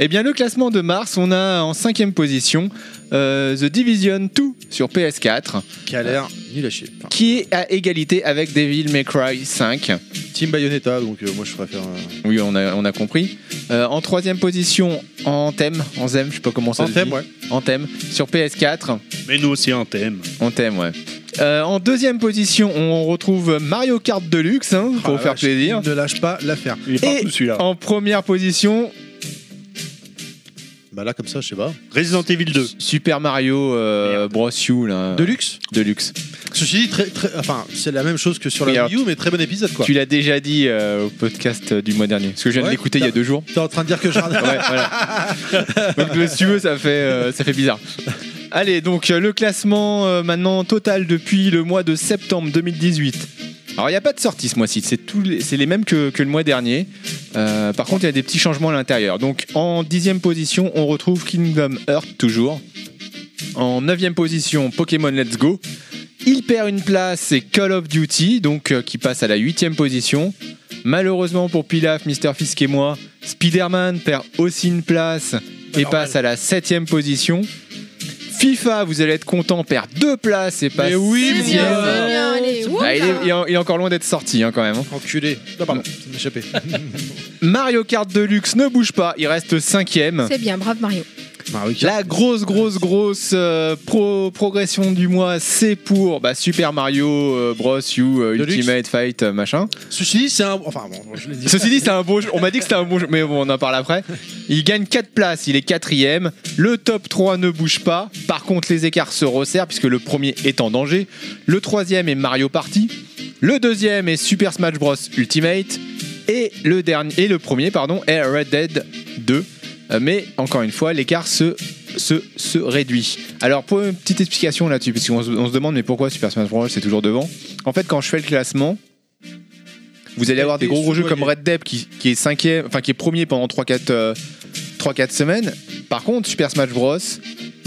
Speaker 6: Eh bien, le classement de mars, on a en cinquième position euh, The Division 2 sur PS4,
Speaker 2: Qui a l'air nul à chier. Enfin,
Speaker 6: qui est à égalité avec Devil May Cry 5.
Speaker 2: Team Bayonetta, donc euh, moi je préfère. euh,
Speaker 6: Oui, on a, on a compris. Euh, en troisième position, Anthem, Anthem, je sais pas comment ça se
Speaker 2: Anthem,
Speaker 6: dit.
Speaker 2: ouais.
Speaker 6: Anthem, sur PS4.
Speaker 4: Mais nous aussi, un thème.
Speaker 6: Anthem, ouais. Euh, en deuxième position, on retrouve Mario Kart Deluxe, hein,
Speaker 2: Ah,
Speaker 6: pour
Speaker 2: la
Speaker 6: faire
Speaker 2: vache,
Speaker 6: plaisir.
Speaker 2: il Ne lâche pas l'affaire.
Speaker 4: Il est partout celui-là.
Speaker 6: En première position,
Speaker 2: Bah là, comme ça, je sais pas.
Speaker 4: Resident Evil 2.
Speaker 6: Super Mario euh, Bros. U, là.
Speaker 2: Deluxe
Speaker 6: Deluxe.
Speaker 2: Ceci dit, très, très, enfin, c'est la même chose que sur
Speaker 6: Oui,
Speaker 2: la
Speaker 6: alors,
Speaker 2: Wii U, mais très bon épisode quoi.
Speaker 6: Tu l'as déjà dit euh, au podcast euh, du mois dernier. Parce que je viens
Speaker 2: Ouais,
Speaker 6: de l'écouter il y a
Speaker 2: t'as- [LAUGHS]
Speaker 6: deux jours.
Speaker 2: T'es en train de dire
Speaker 6: [LAUGHS]
Speaker 2: que je
Speaker 6: Ouais, voilà. Donc, si tu veux, ça fait, euh, ça fait bizarre. Allez, donc euh, le classement euh, maintenant total depuis le mois de septembre 2018. Alors, il n'y a pas de sortie ce mois-ci, c'est tous les, c'est les mêmes que, que le mois dernier. Euh, par contre, il y a des petits changements à l'intérieur. Donc, en dixième position, on retrouve Kingdom Hearts toujours. En neuvième position, Pokémon Let's Go. Il perd une place, c'est Call of Duty, donc euh, qui passe à la huitième position. Malheureusement pour Pilaf, Mister Fisk et moi, Spider-Man perd aussi une place et
Speaker 2: normal.
Speaker 6: passe à la septième position. FIFA, vous allez être content, perd deux places et passe.
Speaker 2: Mais oui, mon
Speaker 3: C'est Eh bien,
Speaker 2: gars.
Speaker 3: c'est bien, allez,
Speaker 6: Ah, il, est, il
Speaker 3: wouhou.
Speaker 6: est en- il est encore loin d'être sorti hein, quand même. hein.
Speaker 2: Enculé. Non, pardon, ça m'a échappé.
Speaker 6: Mario Kart Deluxe ne bouge pas, il reste cinquième.
Speaker 3: C'est bien, brave
Speaker 2: [LAUGHS]
Speaker 3: Mario.
Speaker 6: Bah,
Speaker 2: Mario Kart.
Speaker 6: La grosse, grosse, grosse euh, pro- progression du mois, c'est pour bah, Super Mario euh, Bros. U euh,
Speaker 2: Deluxe.
Speaker 6: Ultimate Fight euh, machin.
Speaker 2: Ceci dit, c'est un. Enfin bon, je l'ai dit.
Speaker 6: Ceci dit, c'est un beau jeu. On m'a dit que c'était un bon jeu, mais bon, on en parle après. Il gagne 4 places, il est quatrième. Le top 3 ne bouge pas. Par contre, les écarts se resserrent puisque le premier est en danger. Le troisième est Mario Party. Le deuxième est Super Smash Bros Ultimate. Et le dernier, et le premier, pardon, est Red Dead 2. Euh, Mais encore une fois, l'écart se, se, se réduit. Alors, pour une petite explication là-dessus, parce qu'on se- on se demande, mais pourquoi Super Smash Bros. c'est toujours devant En fait, quand je fais le classement, vous allez avoir des gros gros jeux comme Red Dead qui, qui est cinquième, enfin qui est premier pendant 3-4 euh, 3-4 semaines. Par contre, Super Smash Bros,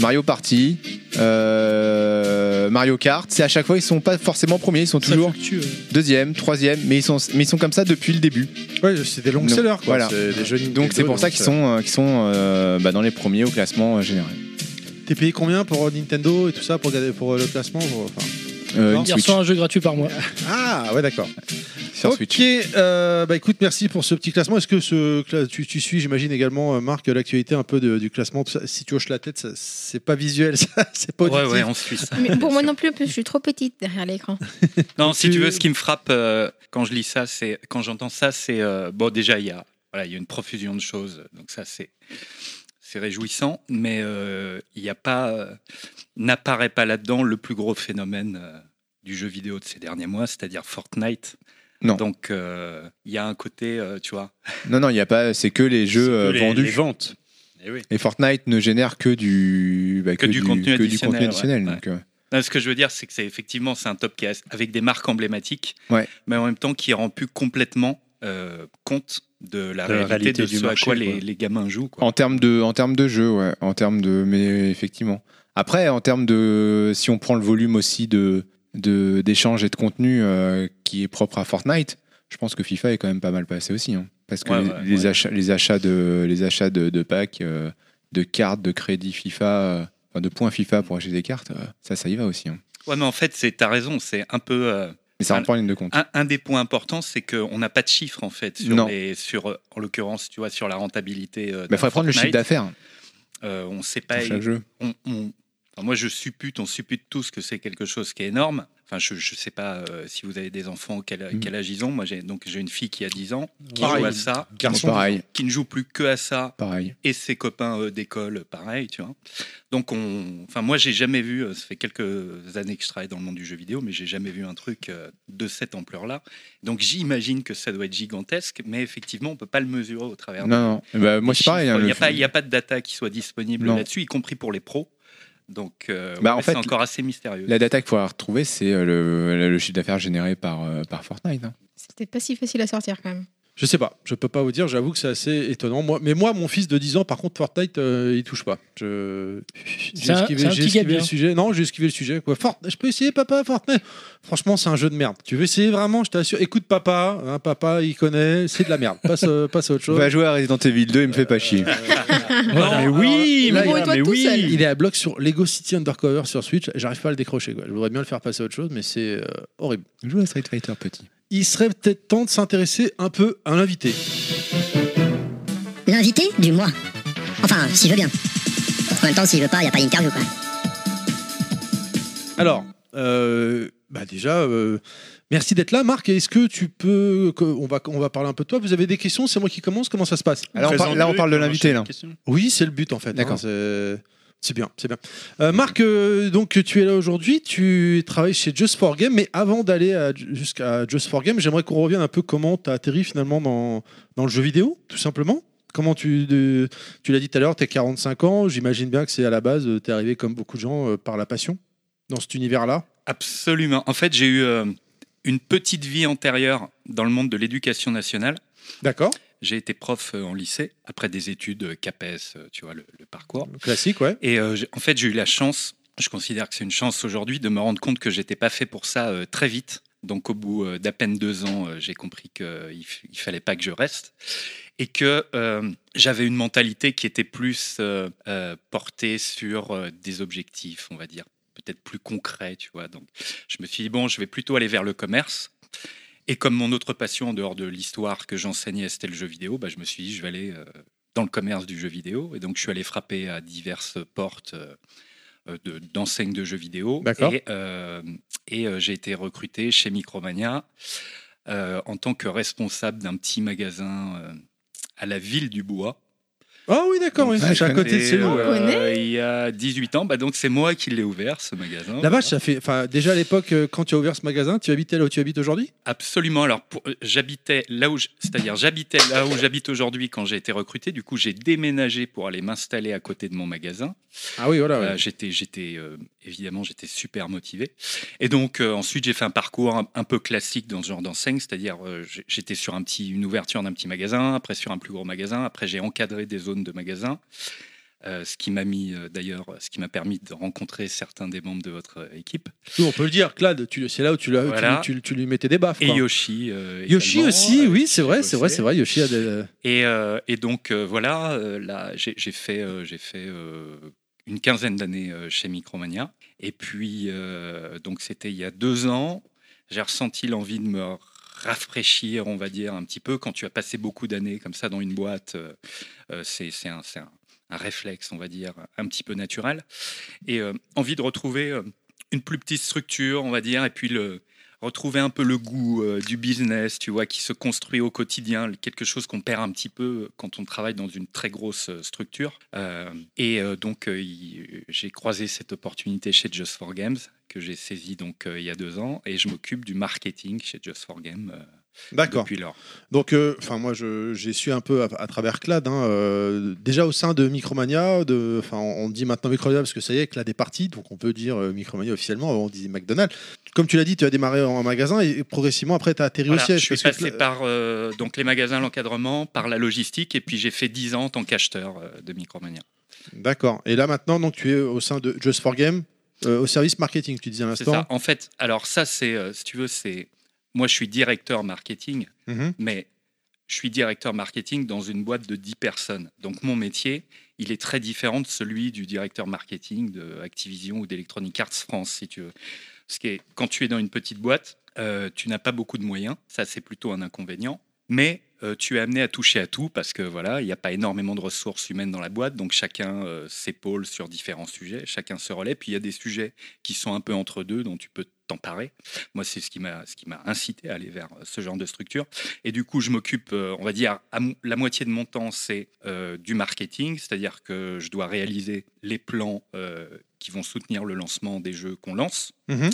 Speaker 6: Mario Party, euh, Mario Kart, c'est à chaque fois ils sont pas forcément premiers, ils sont
Speaker 5: Ça
Speaker 6: toujours
Speaker 5: fluctue, euh.
Speaker 6: deuxième, troisième, mais ils sont mais ils sont comme ça depuis le début.
Speaker 2: Ouais, c'est des longs
Speaker 6: Non.
Speaker 2: sellers quoi.
Speaker 6: Voilà.
Speaker 2: C'est des jeux Nintendo,
Speaker 6: Donc c'est pour ça qu'ils sont euh, qu'ils sont euh, bah, dans les premiers au classement euh, général.
Speaker 2: T'es payé combien pour euh, Nintendo et tout ça pour, garder- pour euh, le classement pour- enfin,
Speaker 6: Euh,
Speaker 2: Non.
Speaker 6: une
Speaker 5: Il
Speaker 6: Switch.
Speaker 5: reçoit un jeu gratuit par mois.
Speaker 2: Ah, ouais, d'accord.
Speaker 6: Sur
Speaker 2: ok,
Speaker 6: Switch.
Speaker 2: euh, bah écoute, merci pour ce petit classement. Est-ce que ce cla- tu, tu suis, j'imagine également, euh, Marc, l'actualité un peu de- du classement Parce que Si tu hoches la tête, ça- c'est pas visuel, [LAUGHS] ça, c'est pas
Speaker 7: Ouais,
Speaker 2: auditif.
Speaker 7: ouais, on suit ça.
Speaker 3: Mais pour moi non plus, en plus, je suis trop petite derrière l'écran.
Speaker 7: Non, si tu veux, ce qui me frappe euh, quand je lis ça, c'est quand j'entends ça, c'est euh, bon. Déjà, il y a voilà, il y a une profusion de choses, donc ça c'est c'est réjouissant, mais euh, il n'y a pas euh, n'apparaît pas là-dedans le plus gros phénomène euh, du jeu vidéo de ces derniers mois, c'est-à-dire Fortnite.
Speaker 6: Non.
Speaker 7: Donc euh, il y a un côté, euh, tu vois.
Speaker 6: Non, non, il n'y a pas. C'est que les jeux euh,
Speaker 4: les,
Speaker 6: vendus.
Speaker 4: les ventes. Eh oui.
Speaker 6: Et Fortnite ne génère que du, bah,
Speaker 7: Que du contenu
Speaker 6: que du
Speaker 7: additionnel,
Speaker 6: contenu additionnel,
Speaker 7: ouais.
Speaker 6: donc, euh,
Speaker 7: Non, ce que je veux dire, c'est que c'est effectivement c'est un top qui est avec des marques emblématiques,
Speaker 6: Ouais.
Speaker 7: mais en même temps qui rend plus complètement euh, compte de la
Speaker 4: De la
Speaker 7: réalité,
Speaker 4: réalité
Speaker 7: de
Speaker 4: du
Speaker 7: ce
Speaker 4: marché,
Speaker 7: à quoi
Speaker 4: quoi.
Speaker 7: les, les gamins jouent. Quoi.
Speaker 6: En termes de, en termes de jeu, ouais, en termes de, mais effectivement. Après, en termes de, si on prend le volume aussi de de- d'échanges et de contenu euh, qui est propre à Fortnite, je pense que FIFA est quand même pas mal passé aussi, hein. parce que
Speaker 7: Ouais,
Speaker 6: les,
Speaker 7: ouais,
Speaker 6: les
Speaker 7: ouais.
Speaker 6: achats, les achats de, les achats de, de packs, euh, de cartes, de crédits FIFA, euh, enfin de points FIFA pour acheter des cartes, euh, ça, ça y va aussi. hein.
Speaker 7: Ouais, mais en fait, c'est t'as raison. C'est un peu euh,
Speaker 6: Mais ça
Speaker 7: Ah,
Speaker 6: rentre pas en ligne de compte.
Speaker 7: un, un des points importants, c'est qu'on n'a pas de chiffres en fait sur
Speaker 6: Non.
Speaker 7: les sur euh, en l'occurrence, tu vois, sur la rentabilité. euh,
Speaker 6: Mais
Speaker 7: d'un
Speaker 6: il faudrait prendre le
Speaker 7: Fortnite.
Speaker 6: chiffre d'affaires
Speaker 7: Euh, on sait
Speaker 6: pour
Speaker 7: pas.
Speaker 6: chaque jeu.
Speaker 7: on- on- enfin, moi, je suppute, on suppute tous que c'est quelque chose qui est énorme. Enfin, je, je sais pas euh, si vous avez des enfants, quel,
Speaker 6: Mm.
Speaker 7: quel âge ils ont. Moi, j'ai donc j'ai une fille qui a 10 ans, qui
Speaker 2: Pareil.
Speaker 7: joue à ça,
Speaker 2: Garçon,
Speaker 6: pareil,
Speaker 7: qui ne joue plus que à ça,
Speaker 6: pareil.
Speaker 7: et ses copains euh, d'école, pareil, tu vois. Donc, on... enfin, moi, j'ai jamais vu, euh, ça fait quelques années que je travaille dans le monde du jeu vidéo, mais j'ai jamais vu un truc euh, de cette ampleur-là. Donc, j'imagine que ça doit être gigantesque, mais effectivement, on peut pas le mesurer au travers.
Speaker 6: Non, non. Eh ben, moi, c'est pareil. hein,
Speaker 7: Il
Speaker 6: le
Speaker 7: n'y a, pas-
Speaker 6: f-
Speaker 7: il y a pas de data qui soit disponible
Speaker 6: Non.
Speaker 7: là-dessus, y compris pour les pros. Donc, euh,
Speaker 6: Bah,
Speaker 7: ouais,
Speaker 6: en fait,
Speaker 7: c'est encore assez mystérieux.
Speaker 6: La data qu'il faudra retrouver, c'est euh, le, le chiffre d'affaires généré par, euh, par Fortnite. hein.
Speaker 3: C'était pas si facile à sortir quand même.
Speaker 2: Je sais pas, je peux pas vous dire, j'avoue que c'est assez étonnant. Moi, mais moi, mon fils de 10 ans, par contre, Fortnite, euh, il touche pas. Je... J'ai
Speaker 5: C'est un-
Speaker 2: esquivé,
Speaker 5: c'est un
Speaker 2: j'ai
Speaker 5: petit
Speaker 2: esquivé
Speaker 5: gabi,
Speaker 2: le
Speaker 5: hein.
Speaker 2: sujet. Non, j'ai esquivé le sujet. Quoi. Fort- Je peux essayer, papa, Fortnite Franchement, c'est un jeu de merde. Tu veux essayer vraiment, je t'assure. Écoute, papa, hein, papa, il connaît, c'est de la merde. Passe, euh, passe à
Speaker 6: [LAUGHS]
Speaker 2: autre chose.
Speaker 6: Va jouer à Resident Evil 2, il me fait pas chier.
Speaker 5: Voilà.
Speaker 4: mais oui,
Speaker 2: là,
Speaker 4: mais,
Speaker 2: il
Speaker 4: oui,
Speaker 3: va-
Speaker 4: mais
Speaker 3: toi tout
Speaker 4: oui.
Speaker 3: seul.
Speaker 2: Il est à bloc sur Lego City Undercover sur Switch. J'arrive pas à le décrocher. Quoi. Je voudrais bien le faire passer à autre chose, mais c'est euh, horrible.
Speaker 6: [LAUGHS] Joue à Street Fighter petit.
Speaker 2: Il serait peut-être temps de s'intéresser un peu à l'invité.
Speaker 1: L'invité du mois. Enfin, s'il veut bien. En même temps, s'il veut pas, y a pas d'interview, quoi.
Speaker 2: Alors, euh, bah déjà, euh, merci d'être là, Marc. Est-ce que tu peux, que- on va, on va parler un peu de toi. Vous avez des questions C'est moi qui commence. Comment ça se passe
Speaker 6: Alors, on par- là, on parle de l'invité. là.
Speaker 2: Oui, c'est le but en fait.
Speaker 6: D'accord.
Speaker 2: hein, c'est- c'est bien, c'est bien. Euh, Marc, euh, donc tu es là aujourd'hui. Tu travailles chez Just for Game, mais avant d'aller à- jusqu'à Just for Game, j'aimerais qu'on revienne un peu comment tu as atterri finalement dans, dans le jeu vidéo, tout simplement. Comment tu, de- tu l'as dit tout à l'heure, tu as 45 ans. J'imagine bien que c'est à la base, tu es arrivé comme beaucoup de gens euh, par la passion dans cet univers-là.
Speaker 7: Absolument. En fait, j'ai eu euh, une petite vie antérieure dans le monde de l'éducation nationale.
Speaker 2: D'accord.
Speaker 7: J'ai été prof euh, en lycée, après des études euh, CAPES, euh, tu vois, le- le parcours.
Speaker 2: Classique, ouais.
Speaker 7: Et euh, j'ai- en fait, j'ai eu la chance, je considère que c'est une chance aujourd'hui, de me rendre compte que j'étais pas fait pour ça euh, très vite. Donc, au bout euh, d'à peine deux ans, euh, j'ai compris qu'il ne fallait pas que je reste et que euh, j'avais une mentalité qui était plus euh, euh, portée sur euh, des objectifs, on va dire, peut-être plus concrets, tu vois. Donc, je me suis dit, bon, je vais plutôt aller vers le commerce. Et comme mon autre passion, en dehors de l'histoire que j'enseignais, c'était le jeu vidéo, bah, je me suis dit, je vais aller euh, dans le commerce du jeu vidéo. Et donc, je suis allé frapper à diverses portes euh, euh, de- d'enseignes de, jeux vidéo.
Speaker 2: D'accord.
Speaker 7: Et, euh, et, euh, j'ai été recruté chez Micromania euh, en tant que responsable d'un petit magasin euh, à la ville du Bois.
Speaker 2: Ah oui, d'accord,
Speaker 7: Donc,
Speaker 2: oui.
Speaker 7: ça,
Speaker 2: c'est à côté de
Speaker 7: c'était,
Speaker 2: chez nous.
Speaker 3: On
Speaker 7: euh,
Speaker 3: connaît.
Speaker 7: Il y a 18 ans, bah, donc c'est moi qui l'ai ouvert, ce magasin.
Speaker 2: La
Speaker 7: Voilà.
Speaker 2: vache, ça fait. Enfin, déjà à l'époque, euh, quand tu as ouvert ce magasin, tu habitais là où tu habites aujourd'hui
Speaker 7: Absolument. Alors, pour- euh, j'habitais là où, je- c'est-à-dire j'habitais là où j'habite aujourd'hui quand j'ai été recruté. Du coup, j'ai déménagé pour aller m'installer à côté de mon magasin.
Speaker 2: Ah oui, voilà. ouais.
Speaker 7: Euh, j'étais, j'étais euh, évidemment, j'étais super motivé. Et donc euh, ensuite, j'ai fait un parcours un, un peu classique dans ce genre d'enseigne, c'est-à-dire euh, j'ai- j'étais sur un petit, une ouverture d'un petit magasin, après sur un plus gros magasin, après j'ai encadré des zones de magasins. euh, ce qui m'a mis euh, d'ailleurs, ce qui m'a permis de rencontrer certains des membres de votre euh, équipe.
Speaker 2: Nous, on peut le dire, Claude, tu- c'est là où tu, l'as- tu-
Speaker 7: Voilà.
Speaker 2: tu, tu lui mettais des baffes.
Speaker 7: Et
Speaker 2: quoi.
Speaker 7: Yoshi. euh,
Speaker 2: Yoshi
Speaker 7: également,
Speaker 2: aussi,
Speaker 7: euh,
Speaker 2: oui, c'est vrai,
Speaker 7: j'ai
Speaker 2: c'est vrai,
Speaker 7: bossé.
Speaker 2: c'est vrai. Yoshi a des.
Speaker 7: Et, euh, et donc euh, voilà, euh, là j'ai j'ai fait, euh, j'ai fait euh, une quinzaine d'années euh, chez Micromania. Et puis, euh, donc c'était il y a deux ans, j'ai ressenti l'envie de me rafraîchir, on va dire, un petit peu. Quand tu as passé beaucoup d'années comme ça dans une boîte, euh, euh, c'est c'est un, c'est un- un réflexe, on va dire, un petit peu naturel. Et euh, envie de retrouver euh, une plus petite structure, on va dire, et puis le, retrouver un peu le goût euh, du business, tu vois, qui se construit au quotidien, quelque chose qu'on perd un petit peu euh, quand on travaille dans une très grosse euh, structure. Euh, et euh, donc, euh, il- j'ai croisé cette opportunité chez Just for Games que j'ai saisie donc euh, il y a deux ans et je m'occupe du marketing chez Just for Games euh,
Speaker 2: D'accord.
Speaker 7: depuis lors.
Speaker 2: Donc, euh, enfin, moi, je- j'ai su un peu à, à travers Clad. hein, euh, déjà au sein de Micromania, de, enfin, on dit maintenant Micromania parce que ça y est, Clad est parti, donc on peut dire euh, Micromania officiellement. Avant, on disait McDonald's. Comme tu l'as dit, tu as démarré en magasin et, et progressivement après, tu as atterri
Speaker 7: Voilà,
Speaker 2: au siège.
Speaker 7: je suis
Speaker 2: parce que
Speaker 7: passé
Speaker 2: Clad-
Speaker 7: par euh, donc les magasins, l'encadrement, par la logistique et puis j'ai fait 10 ans en tant qu'acheteur euh, de Micromania.
Speaker 2: D'accord. Et là maintenant, donc tu es au sein de Just for Game, euh, au service marketing, tu disais à
Speaker 7: C'est
Speaker 2: l'instant.
Speaker 7: ça. En fait, alors ça, c'est, euh, si tu veux, c'est. Moi, je suis directeur marketing,
Speaker 2: Mhm.
Speaker 7: mais je suis directeur marketing dans une boîte de 10 personnes. Donc, mon métier, il est très différent de celui du directeur marketing de Activision ou d'Electronic Arts France, si tu veux. Parce que quand tu es dans une petite boîte, euh, tu n'as pas beaucoup de moyens. Ça, c'est plutôt un inconvénient. Mais euh, tu es amené à toucher à tout parce que voilà, il n'y a pas énormément de ressources humaines dans la boîte, donc chacun euh, s'épaule sur différents sujets, chacun se relaie. Puis il y a des sujets qui sont un peu entre deux, dont tu peux t'emparer. Moi, c'est ce qui m'a ce qui m'a incité à aller vers euh, ce genre de structure. Et du coup, je m'occupe, euh, on va dire, à mo- la moitié de mon temps, c'est euh, du marketing, c'est-à-dire que je dois réaliser les plans euh, qui vont soutenir le lancement des jeux qu'on lance.
Speaker 2: Mhm.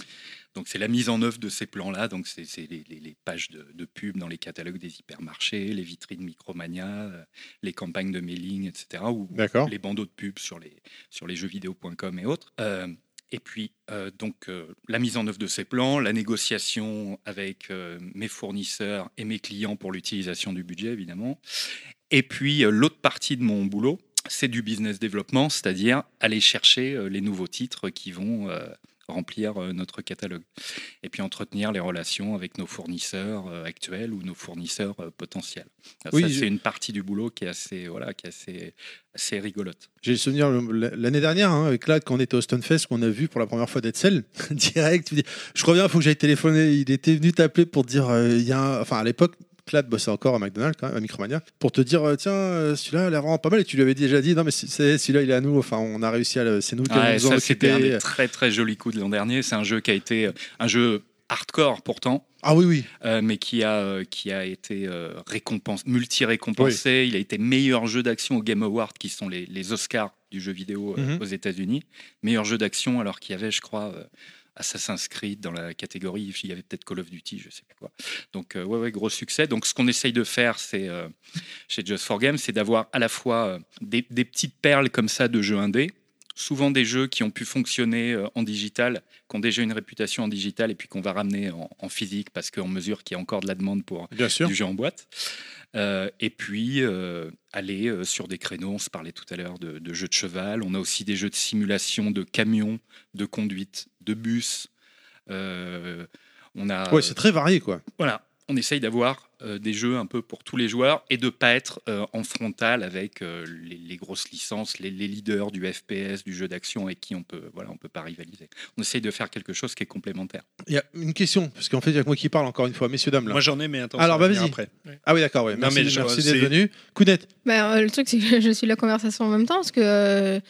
Speaker 7: Donc, c'est la mise en œuvre de ces plans-là. Donc, c'est c'est les, les- les pages de, de pub dans les catalogues des hypermarchés, les vitrines Micromania, euh, les campagnes de mailing, etc. Ou
Speaker 2: D'accord.
Speaker 7: les bandeaux de pub sur les, sur les jeuxvideo.com et autres. Euh, et puis, euh, donc, euh, la mise en œuvre de ces plans, la négociation avec euh, mes fournisseurs et mes clients pour l'utilisation du budget, évidemment. Et puis, euh, l'autre partie de mon boulot, c'est du business développement, c'est-à-dire aller chercher euh, les nouveaux titres qui vont euh, remplir euh, notre catalogue. Et puis, entretenir les relations avec nos fournisseurs euh, actuels ou nos fournisseurs euh, potentiels. Alors,
Speaker 2: Oui,
Speaker 7: ça,
Speaker 2: je-
Speaker 7: c'est une partie du boulot qui est assez, voilà, qui est assez c'est rigolote.
Speaker 2: J'ai le souvenir le- l'année dernière hein, avec Clad quand on était au Stonefest qu'on a vu pour la première fois Dead [LAUGHS] direct. Tu dis, je reviens, il faut que j'aille téléphoner. Il était venu t'appeler pour te dire, euh, il y a, un- enfin à l'époque. Clad bossait encore à McDonald's, quand même, à Micromania, pour te dire euh, tiens, euh, celui-là, il est vraiment pas mal. Et tu lui avais déjà dit non, mais c'est- c'est- celui-là, il est à nous. Enfin, on a réussi à le. C'est nous euh, qui
Speaker 7: Ouais,
Speaker 2: nous en
Speaker 7: ça, c'était un
Speaker 2: occupé.
Speaker 7: des très très jolis coups de l'an dernier. C'est un jeu qui a été euh, un jeu hardcore pourtant,
Speaker 2: Ah oui, oui.
Speaker 7: euh, mais qui a euh, qui a été euh, récompensé, multi-récompensé. Il a été meilleur jeu d'action aux Game Awards, qui sont les, les Oscars du jeu vidéo euh,
Speaker 2: Mhm.
Speaker 7: aux États-Unis. Meilleur jeu d'action, alors qu'il y avait, je crois. euh, Assassin's Creed dans la catégorie, il y avait peut-être Call of Duty, je sais plus quoi. Donc euh, ouais, ouais, gros succès. Donc ce qu'on essaye de faire, c'est euh, chez Just for Games, c'est d'avoir à la fois euh, des, des petites perles comme ça de jeux indés, souvent des jeux qui ont pu fonctionner euh, en digital, qui ont déjà une réputation en digital et puis qu'on va ramener en, en physique parce qu'on mesure qu'il y a encore de la demande pour
Speaker 2: Bien sûr.
Speaker 7: du jeu en boîte. Euh, et puis euh, aller euh, sur des créneaux, on se parlait tout à l'heure de, de jeux de cheval, on a aussi des jeux de simulation de camions, de conduite, de bus. Euh, on a
Speaker 2: Ouais, c'est très varié, quoi.
Speaker 7: voilà, on essaye d'avoir euh, des jeux un peu pour tous les joueurs et de pas être euh, en frontal avec euh, les, les grosses licences, les, les leaders du FPS, du jeu d'action avec qui on peut, voilà, on peut pas rivaliser. On essaye de faire quelque chose qui est complémentaire.
Speaker 2: Il y a une question, parce qu'en fait, il y a que moi qui parle encore une fois, messieurs, dames. Là.
Speaker 4: Moi j'en ai, mais attends.
Speaker 2: Alors,
Speaker 4: ça va
Speaker 2: bah,
Speaker 4: venir
Speaker 2: vas-y.
Speaker 4: après.
Speaker 2: Ah oui, d'accord, ouais.
Speaker 4: Non,
Speaker 2: merci
Speaker 4: mais je-
Speaker 2: merci
Speaker 4: c'est-
Speaker 2: d'être venu. Kounet,
Speaker 3: Bah, euh, le truc, c'est que je suis la conversation en même temps, parce que euh,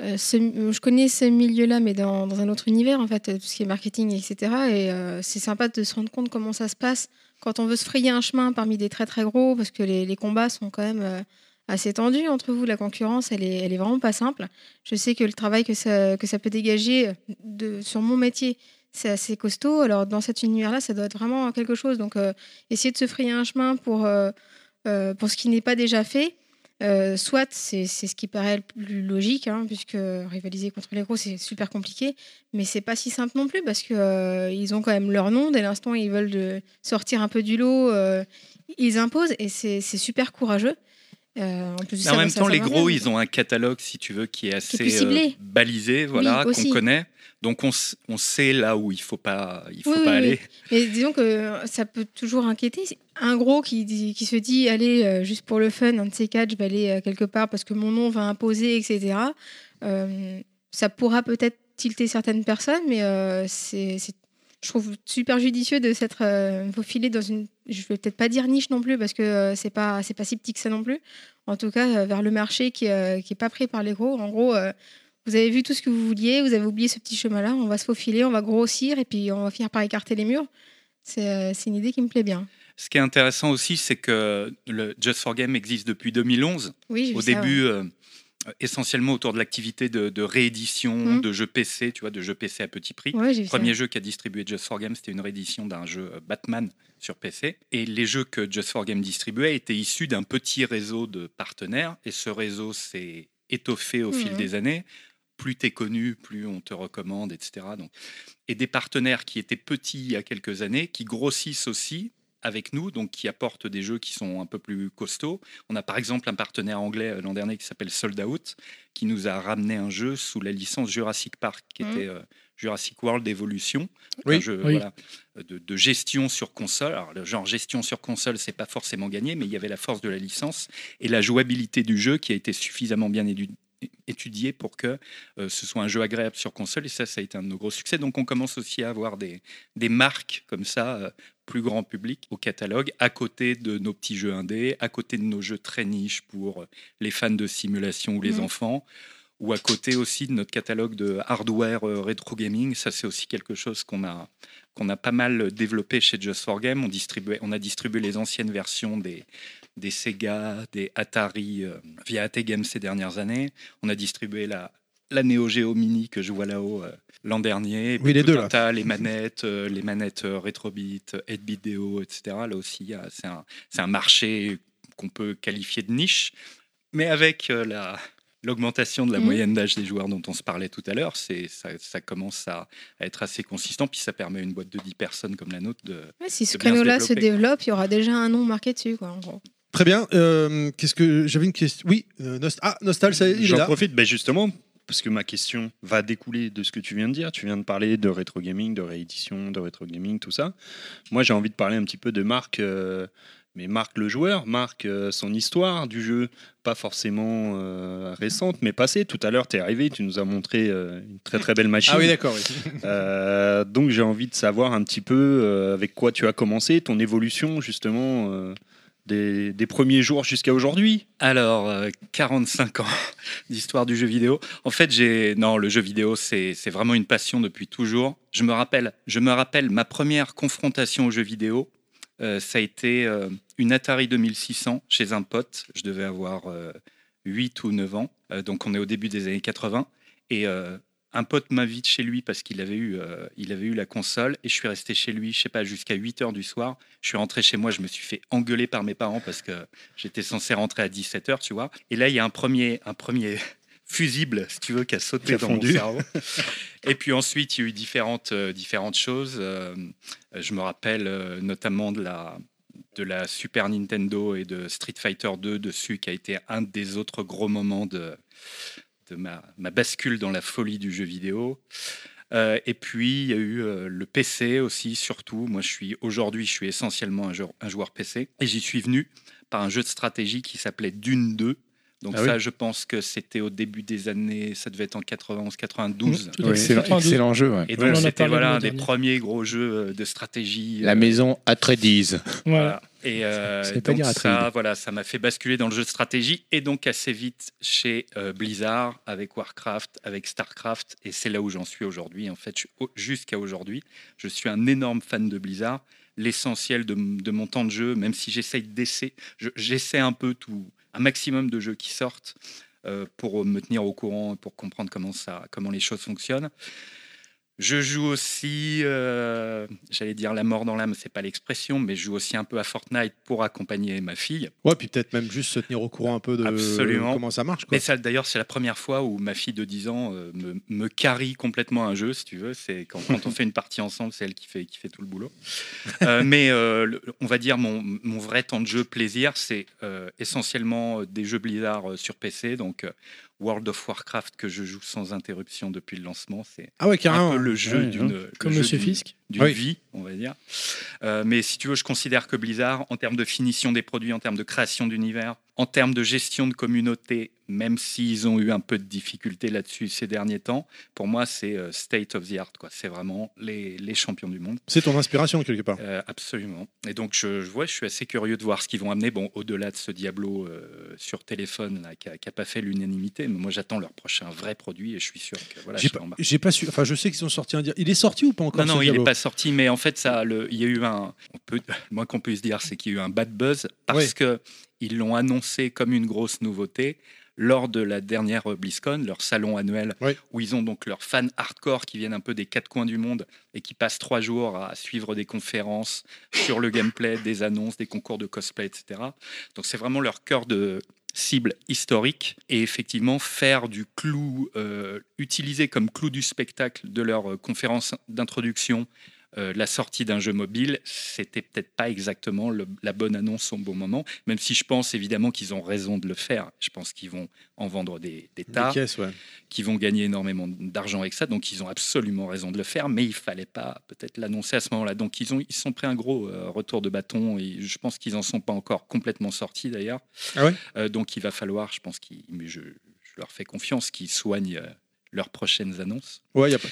Speaker 3: euh, ce- je connais ce milieu-là, mais dans, dans un autre univers, en fait, euh, tout ce qui est marketing, etc. Et euh, c'est sympa de se rendre compte comment ça se passe quand on veut se frayer un chemin parmi des très très gros, parce que les, les combats sont quand même euh, assez tendus entre vous. La concurrence, elle est, elle est vraiment pas simple. Je sais que le travail que ça, que ça peut dégager euh, de, sur mon métier, c'est assez costaud. Alors, dans cet univers-là, ça doit être vraiment quelque chose. Donc, euh, essayer de se frayer un chemin pour, euh, euh, pour ce qui n'est pas déjà fait. Euh, soit c'est c'est ce qui paraît le plus logique, hein, puisque rivaliser contre les gros c'est super compliqué, mais c'est pas si simple non plus parce que euh, ils ont quand même leur nom. Dès l'instant où ils veulent de sortir un peu du lot, euh, ils imposent et c'est c'est super courageux. Euh, en, plus de
Speaker 7: Mais
Speaker 3: ça,
Speaker 7: en
Speaker 3: moi,
Speaker 7: même
Speaker 3: ça,
Speaker 7: temps,
Speaker 3: ça
Speaker 7: les
Speaker 3: me
Speaker 7: gros,
Speaker 3: revient.
Speaker 7: ils ont un catalogue, si tu veux, qui est assez euh,
Speaker 3: plus ciblé.
Speaker 7: balisé, voilà,
Speaker 3: Oui, aussi.
Speaker 7: qu'on connaît. Donc on, s- on sait là où il faut pas, il faut
Speaker 3: Oui,
Speaker 7: pas
Speaker 3: oui,
Speaker 7: aller.
Speaker 3: Mais disons que ça peut toujours inquiéter. Un gros qui, dit- qui se dit, allez, euh, juste pour le fun, un de ces quatre, je vais aller euh, quelque part parce que mon nom va imposer, etc. Euh, ça pourra peut-être tilter certaines personnes, mais euh, c'est, c'est- je trouve super judicieux de s'être euh, faufilé dans une, je vais peut-être pas dire niche non plus, parce que euh, c'est pas, c'est pas si petit que ça non plus. En tout cas, euh, vers le marché qui, euh, qui est pas pris par les gros. En gros, euh, vous avez vu tout ce que vous vouliez, vous avez oublié ce petit chemin-là. On va se faufiler, on va grossir, et puis on va finir par écarter les murs. C'est, euh, c'est une idée qui me plaît bien.
Speaker 7: Ce qui est intéressant aussi, c'est que le Just for Game existe depuis 2011.
Speaker 3: Oui, j'ai
Speaker 7: Au
Speaker 3: vu ça, ouais.
Speaker 7: début, euh, euh, essentiellement autour de l'activité de, de réédition
Speaker 3: Mhm.
Speaker 7: de jeux PC, tu vois, de jeux PC à petit prix.
Speaker 3: Ouais, j'ai vu ça.
Speaker 7: premier jeu qu'a distribué Just for Game, c'était une réédition d'un jeu euh, Batman sur PC. Et les jeux que Just for Game distribuait étaient issus d'un petit réseau de partenaires. Et ce réseau s'est étoffé au fil
Speaker 3: Mhm.
Speaker 7: des années. Plus t'es connu, plus on te recommande, etc. Donc, et des partenaires qui étaient petits il y a quelques années, qui grossissent aussi avec nous, donc qui apportent des jeux qui sont un peu plus costauds. On a par exemple un partenaire anglais euh, l'an dernier qui s'appelle Sold Out, qui nous a ramené un jeu sous la licence Jurassic Park, qui
Speaker 3: Mhm.
Speaker 7: était euh, Jurassic World Evolution,
Speaker 2: Oui.
Speaker 7: un jeu
Speaker 5: Oui.
Speaker 7: voilà, euh, de, de gestion sur console. Alors, le genre gestion sur console, c'est pas forcément gagné, mais il y avait la force de la licence et la jouabilité du jeu qui a été suffisamment bien édu- étudiée pour que euh, ce soit un jeu agréable sur console. Et ça, ça a été un de nos gros succès. Donc, on commence aussi à avoir des, des marques comme ça, euh, plus grand public, au catalogue, à côté de nos petits jeux indés, à côté de nos jeux très niches pour euh, les fans de simulation ou les
Speaker 3: Mhm.
Speaker 7: enfants ou à côté aussi de notre catalogue de hardware euh, rétro gaming. Ça, c'est aussi quelque chose qu'on a, qu'on a pas mal développé chez Just for Game. On, distribuait, on a distribué les anciennes versions des, des Sega, des Atari euh, via AT Games ces dernières années. On a distribué la, la Neo Geo Mini que je vois là-haut euh, l'an dernier. Et
Speaker 2: Oui,
Speaker 7: puis
Speaker 2: les
Speaker 7: tout
Speaker 2: deux,
Speaker 7: un
Speaker 2: là.
Speaker 7: tas, les manettes, euh, les manettes euh, Retrobit, 8-bit Deo, etc. Là aussi, il y a- c'est un, c'est un marché qu'on peut qualifier de niche. Mais avec euh, la, L'augmentation de la
Speaker 2: Mm.
Speaker 3: Mhm.
Speaker 7: moyenne d'âge des joueurs dont on se parlait tout à l'heure, c'est ça, ça commence à, à être assez consistant, puis ça permet à une boîte de 10 personnes comme la nôtre de...
Speaker 3: Ouais, si ce
Speaker 7: de bien se
Speaker 3: créneau-là se
Speaker 7: développer.
Speaker 3: développe, il y aura déjà un nom marqué dessus, quoi, en gros.
Speaker 2: Très bien. euh, Qu'est-ce que j'avais une question Oui, euh, Nost- ah Nostal, ça y est, il est
Speaker 4: J'en
Speaker 2: là.
Speaker 4: profite ben justement parce que ma question va découler de ce que tu viens de dire. Tu viens de parler de rétro gaming, de réédition, de rétro gaming, tout ça. Moi, j'ai envie de parler un petit peu de Marc, euh, mais Marc le joueur, Marc euh, son histoire du jeu, pas forcément euh, récente, mais passée. Tout à l'heure, tu es arrivé, tu nous as montré euh, une très très belle machine.
Speaker 6: Ah oui, d'accord. oui.
Speaker 4: Euh, donc j'ai envie de savoir un petit peu euh, avec quoi tu as commencé, ton évolution justement euh, des, des premiers jours jusqu'à aujourd'hui.
Speaker 7: Alors, euh, 45 ans [LAUGHS] d'histoire du jeu vidéo. En fait, j'ai... Non, le jeu vidéo, c'est c'est vraiment une passion depuis toujours. Je me rappelle, je me rappelle ma première confrontation au jeu vidéo, euh, ça a été euh, une Atari 2600 chez un pote. Je devais avoir euh, 8 ou 9 ans, Euh, donc on est au début des années 80. Et euh, un pote m'invite chez lui parce qu'il avait, eu, euh, il avait eu la console et je suis resté chez lui, je sais pas, jusqu'à 8 heures du soir. Je suis rentré chez moi, je me suis fait engueuler par mes parents parce que j'étais censé rentrer à 17 heures, tu vois. Et là, il y a un premier, un premier [LAUGHS] fusible, si tu veux, qui a sauté
Speaker 4: Qui a
Speaker 7: dans mon
Speaker 4: fondu. [LAUGHS]
Speaker 7: cerveau. Et puis ensuite, il y a eu différentes, euh, différentes choses. Euh, je me rappelle euh, notamment de la, de la Super Nintendo et de Street Fighter 2 dessus, qui a été un des autres gros moments de, de ma, ma bascule dans la folie du jeu vidéo. Euh, et puis, il y a eu euh, le PC aussi, surtout. Moi, je suis aujourd'hui, je suis essentiellement un joueur, un joueur PC. Et j'y suis venu par un jeu de stratégie qui s'appelait Dune 2. Donc
Speaker 4: Ah
Speaker 7: ça, je pense que c'était au début des années, ça devait être en 91,
Speaker 5: [LAUGHS]
Speaker 7: 92.
Speaker 5: Mmh, Tout à fait.
Speaker 6: C'est un
Speaker 5: 92.
Speaker 6: excellent jeu. ouais.
Speaker 7: Et
Speaker 5: On en
Speaker 7: donc,
Speaker 5: a
Speaker 7: c'était
Speaker 5: parlé
Speaker 7: voilà,
Speaker 5: l'année
Speaker 7: un des
Speaker 5: dernière.
Speaker 7: premiers gros jeux euh, de stratégie.
Speaker 6: La
Speaker 7: euh,
Speaker 6: maison Atreides.
Speaker 5: Voilà.
Speaker 7: voilà. Et euh,
Speaker 6: Ça veut pas
Speaker 7: donc
Speaker 6: dire
Speaker 7: ça,
Speaker 6: Atreides.
Speaker 7: voilà, ça m'a fait basculer dans le jeu de stratégie et donc assez vite chez euh, Blizzard avec Warcraft, avec Starcraft et c'est là où j'en suis aujourd'hui. En fait, je suis au- jusqu'à aujourd'hui, je suis un énorme fan de Blizzard. L'essentiel de, m- de mon temps de jeu, même si j'essaye d'essayer, je- j'essaie un peu tout, un maximum de jeux qui sortent euh, pour me tenir au courant, pour comprendre comment ça, comment les choses fonctionnent. Je joue aussi, euh, j'allais dire la mort dans l'âme, c'est pas l'expression, mais je joue aussi un peu à Fortnite pour accompagner ma fille.
Speaker 2: [LAUGHS] Ouais, puis peut-être même juste se tenir au courant un peu de
Speaker 7: Absolument.
Speaker 2: comment ça marche. Quoi.
Speaker 7: Mais ça, d'ailleurs, c'est la première fois où ma fille de 10 ans euh, me, me carie complètement un jeu, si tu veux. C'est quand, quand on fait une partie ensemble, c'est elle qui fait, qui fait tout le boulot. Euh, mais euh, le- on va dire mon, mon vrai temps de jeu plaisir, c'est euh, essentiellement euh, des jeux Blizzard euh, sur PC, donc euh, World of Warcraft que je joue sans interruption depuis le lancement. C'est
Speaker 2: Ah ouais,
Speaker 7: un
Speaker 2: carrément.
Speaker 7: peu le jeu
Speaker 5: Ouais,
Speaker 7: d'une le
Speaker 5: Comme
Speaker 7: jeu
Speaker 5: Monsieur
Speaker 7: d'une-
Speaker 5: Fisk.
Speaker 7: d'une
Speaker 6: Oui.
Speaker 7: vie, on va dire. Euh, mais si tu veux, je considère que Blizzard, en termes de finition des produits, en termes de création d'univers, en termes de gestion de communauté, même s'ils ont eu un peu de difficultés là-dessus ces derniers temps, pour moi, c'est euh, state of the art. quoi. C'est vraiment les, les champions du monde.
Speaker 2: C'est ton inspiration quelque part.
Speaker 7: Euh, absolument. Et donc, je, je vois, je suis assez curieux de voir ce qu'ils vont amener. Bon, au-delà de ce Diablo euh, sur téléphone là, qui n'a pas fait l'unanimité, mais moi, j'attends leur prochain vrai produit et je suis sûr que voilà,
Speaker 2: J'ai
Speaker 7: je
Speaker 2: pas,
Speaker 7: m'embarque.
Speaker 2: j'ai pas su. Enfin, je sais qu'ils ont sorti un. dia- Il est sorti ou pas encore
Speaker 7: Bah, Non,
Speaker 2: ce
Speaker 7: non, il
Speaker 2: Diablo
Speaker 7: n'est pas sorti, mais en fait, ça, le- il y a eu un. On peut, le moins qu'on puisse dire, c'est qu'il y a eu un bad buzz parce
Speaker 2: Oui.
Speaker 7: que qu'ils l'ont annoncé comme une grosse nouveauté lors de la dernière BlizzCon, leur salon annuel,
Speaker 2: Oui.
Speaker 7: où ils ont donc leurs fans hardcore qui viennent un peu des quatre coins du monde et qui passent trois jours à suivre des conférences sur le gameplay, des annonces, des concours de cosplay, etc. Donc c'est vraiment leur cœur de cible historique et effectivement faire du clou, euh, utiliser comme clou du spectacle de leur euh, conférence d'introduction euh, la sortie d'un jeu mobile, c'était peut-être pas exactement le- la bonne annonce au bon moment, même si je pense évidemment qu'ils ont raison de le faire. Je pense qu'ils vont en vendre des,
Speaker 2: Des
Speaker 7: des tas,
Speaker 2: caisses, ouais.
Speaker 7: qu'ils vont gagner énormément d'argent avec ça, donc ils ont absolument raison de le faire, mais il fallait pas peut-être l'annoncer à ce moment-là. Donc ils ont ils se sont pris un gros euh, retour de bâton, et je pense qu'ils en sont pas encore complètement sortis d'ailleurs.
Speaker 2: Ah ouais
Speaker 7: Euh, donc il va falloir, je pense qu'ils, mais je, je leur fais confiance, qu'ils soignent euh, leurs prochaines annonces.
Speaker 2: Ouais, y a pas-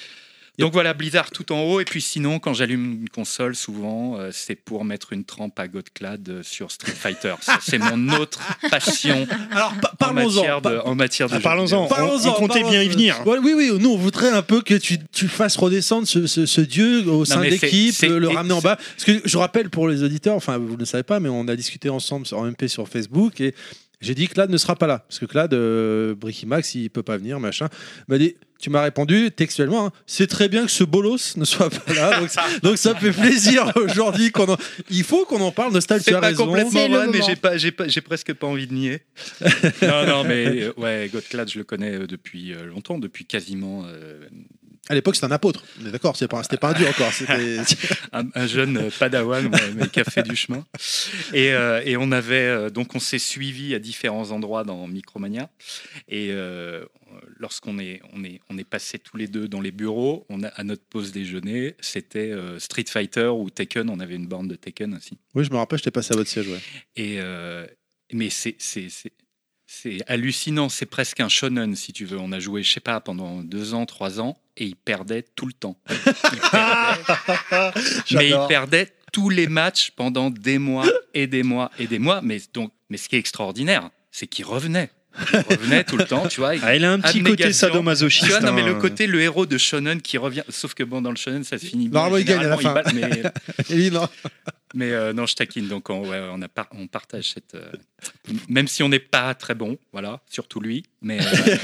Speaker 7: Donc voilà, Blizzard tout en haut. Et puis sinon, quand j'allume une console, souvent, euh, c'est pour mettre une trempe à Godclad euh, sur Street Fighter. Ça,
Speaker 2: [LAUGHS]
Speaker 7: c'est mon autre passion
Speaker 2: Alors, pa-
Speaker 7: en matière
Speaker 2: parlons-en.
Speaker 7: de, en matière de
Speaker 4: Ah,
Speaker 7: jeux
Speaker 4: parlons-en.
Speaker 7: vidéo.
Speaker 2: Parlons-en,
Speaker 4: On- on comptait
Speaker 2: parlons-en.
Speaker 4: bien y venir.
Speaker 2: Ouais, oui, oui, nous on voudrait un peu que tu, tu fasses redescendre ce, ce- ce dieu au sein de
Speaker 7: mais c'est-
Speaker 2: l'équipe,
Speaker 7: c'est-
Speaker 2: le
Speaker 7: et-
Speaker 2: ramener en bas. Parce que je rappelle pour les auditeurs, enfin vous ne le savez pas, mais on a discuté ensemble sur MP sur Facebook et j'ai dit que Clad ne sera pas là. Parce que Clad, euh, Bricky Max, il peut pas venir, machin. Il m'a dit, tu m'as répondu textuellement, hein, c'est très bien que ce bolos ne soit pas là. donc, ça- donc ça fait plaisir aujourd'hui. qu'on en- Il faut qu'on en parle de
Speaker 7: [LAUGHS]
Speaker 2: Stal,
Speaker 7: C'est
Speaker 2: tu as
Speaker 7: pas
Speaker 2: raison.
Speaker 7: complètement
Speaker 3: C'est le
Speaker 7: vrai, mais
Speaker 3: moment.
Speaker 7: j'ai pas, j'ai pas, j'ai presque pas envie de nier. [LAUGHS] non, non, mais euh, ouais, Godclad, je le connais euh, depuis euh, longtemps, depuis quasiment euh,
Speaker 2: À l'époque, c'était un apôtre. On est d'accord, c'est pas- c'était pas un dieu encore. c'était-
Speaker 7: un, un jeune euh, padawan ouais, mais qui a fait du chemin. Et, euh, et on avait euh, donc on s'est suivi à différents endroits dans Micromania. Et euh, lorsqu'on est on est on est passé tous les deux dans les bureaux, on a, à notre pause déjeuner, c'était euh, Street Fighter ou Tekken. On avait une borne de Tekken aussi.
Speaker 2: Oui, je me rappelle, j'étais passé à votre siège, ouais.
Speaker 7: Et euh, mais c'est c'est c'est- c'est hallucinant, c'est presque un shonen si tu veux. On a joué, je sais pas, pendant deux ans, trois ans, et il perdait tout le temps. Il
Speaker 2: [LAUGHS]
Speaker 7: perdait, mais il
Speaker 2: J'adore.
Speaker 7: perdait tous les matchs pendant des mois et des mois et des mois. Mais donc, mais ce qui est extraordinaire, c'est qu'il revenait, il revenait tout le temps, tu vois. il-
Speaker 4: Ah, elle a un petit côté
Speaker 7: Abnégation.
Speaker 4: sadomasochiste.
Speaker 7: tu vois, non, mais
Speaker 4: hein.
Speaker 7: le côté, le héros de Shonen qui revient. Sauf que bon, dans le Shonen, ça se finit. bien.
Speaker 2: Normalement, il gagne à la
Speaker 7: Généralement, il bat- mais-
Speaker 2: Et non.
Speaker 7: mais euh, non, je taquine, donc on, ouais, on, a par- on partage cette... euh, m- même si on n'est pas très bon, voilà, surtout lui, mais euh,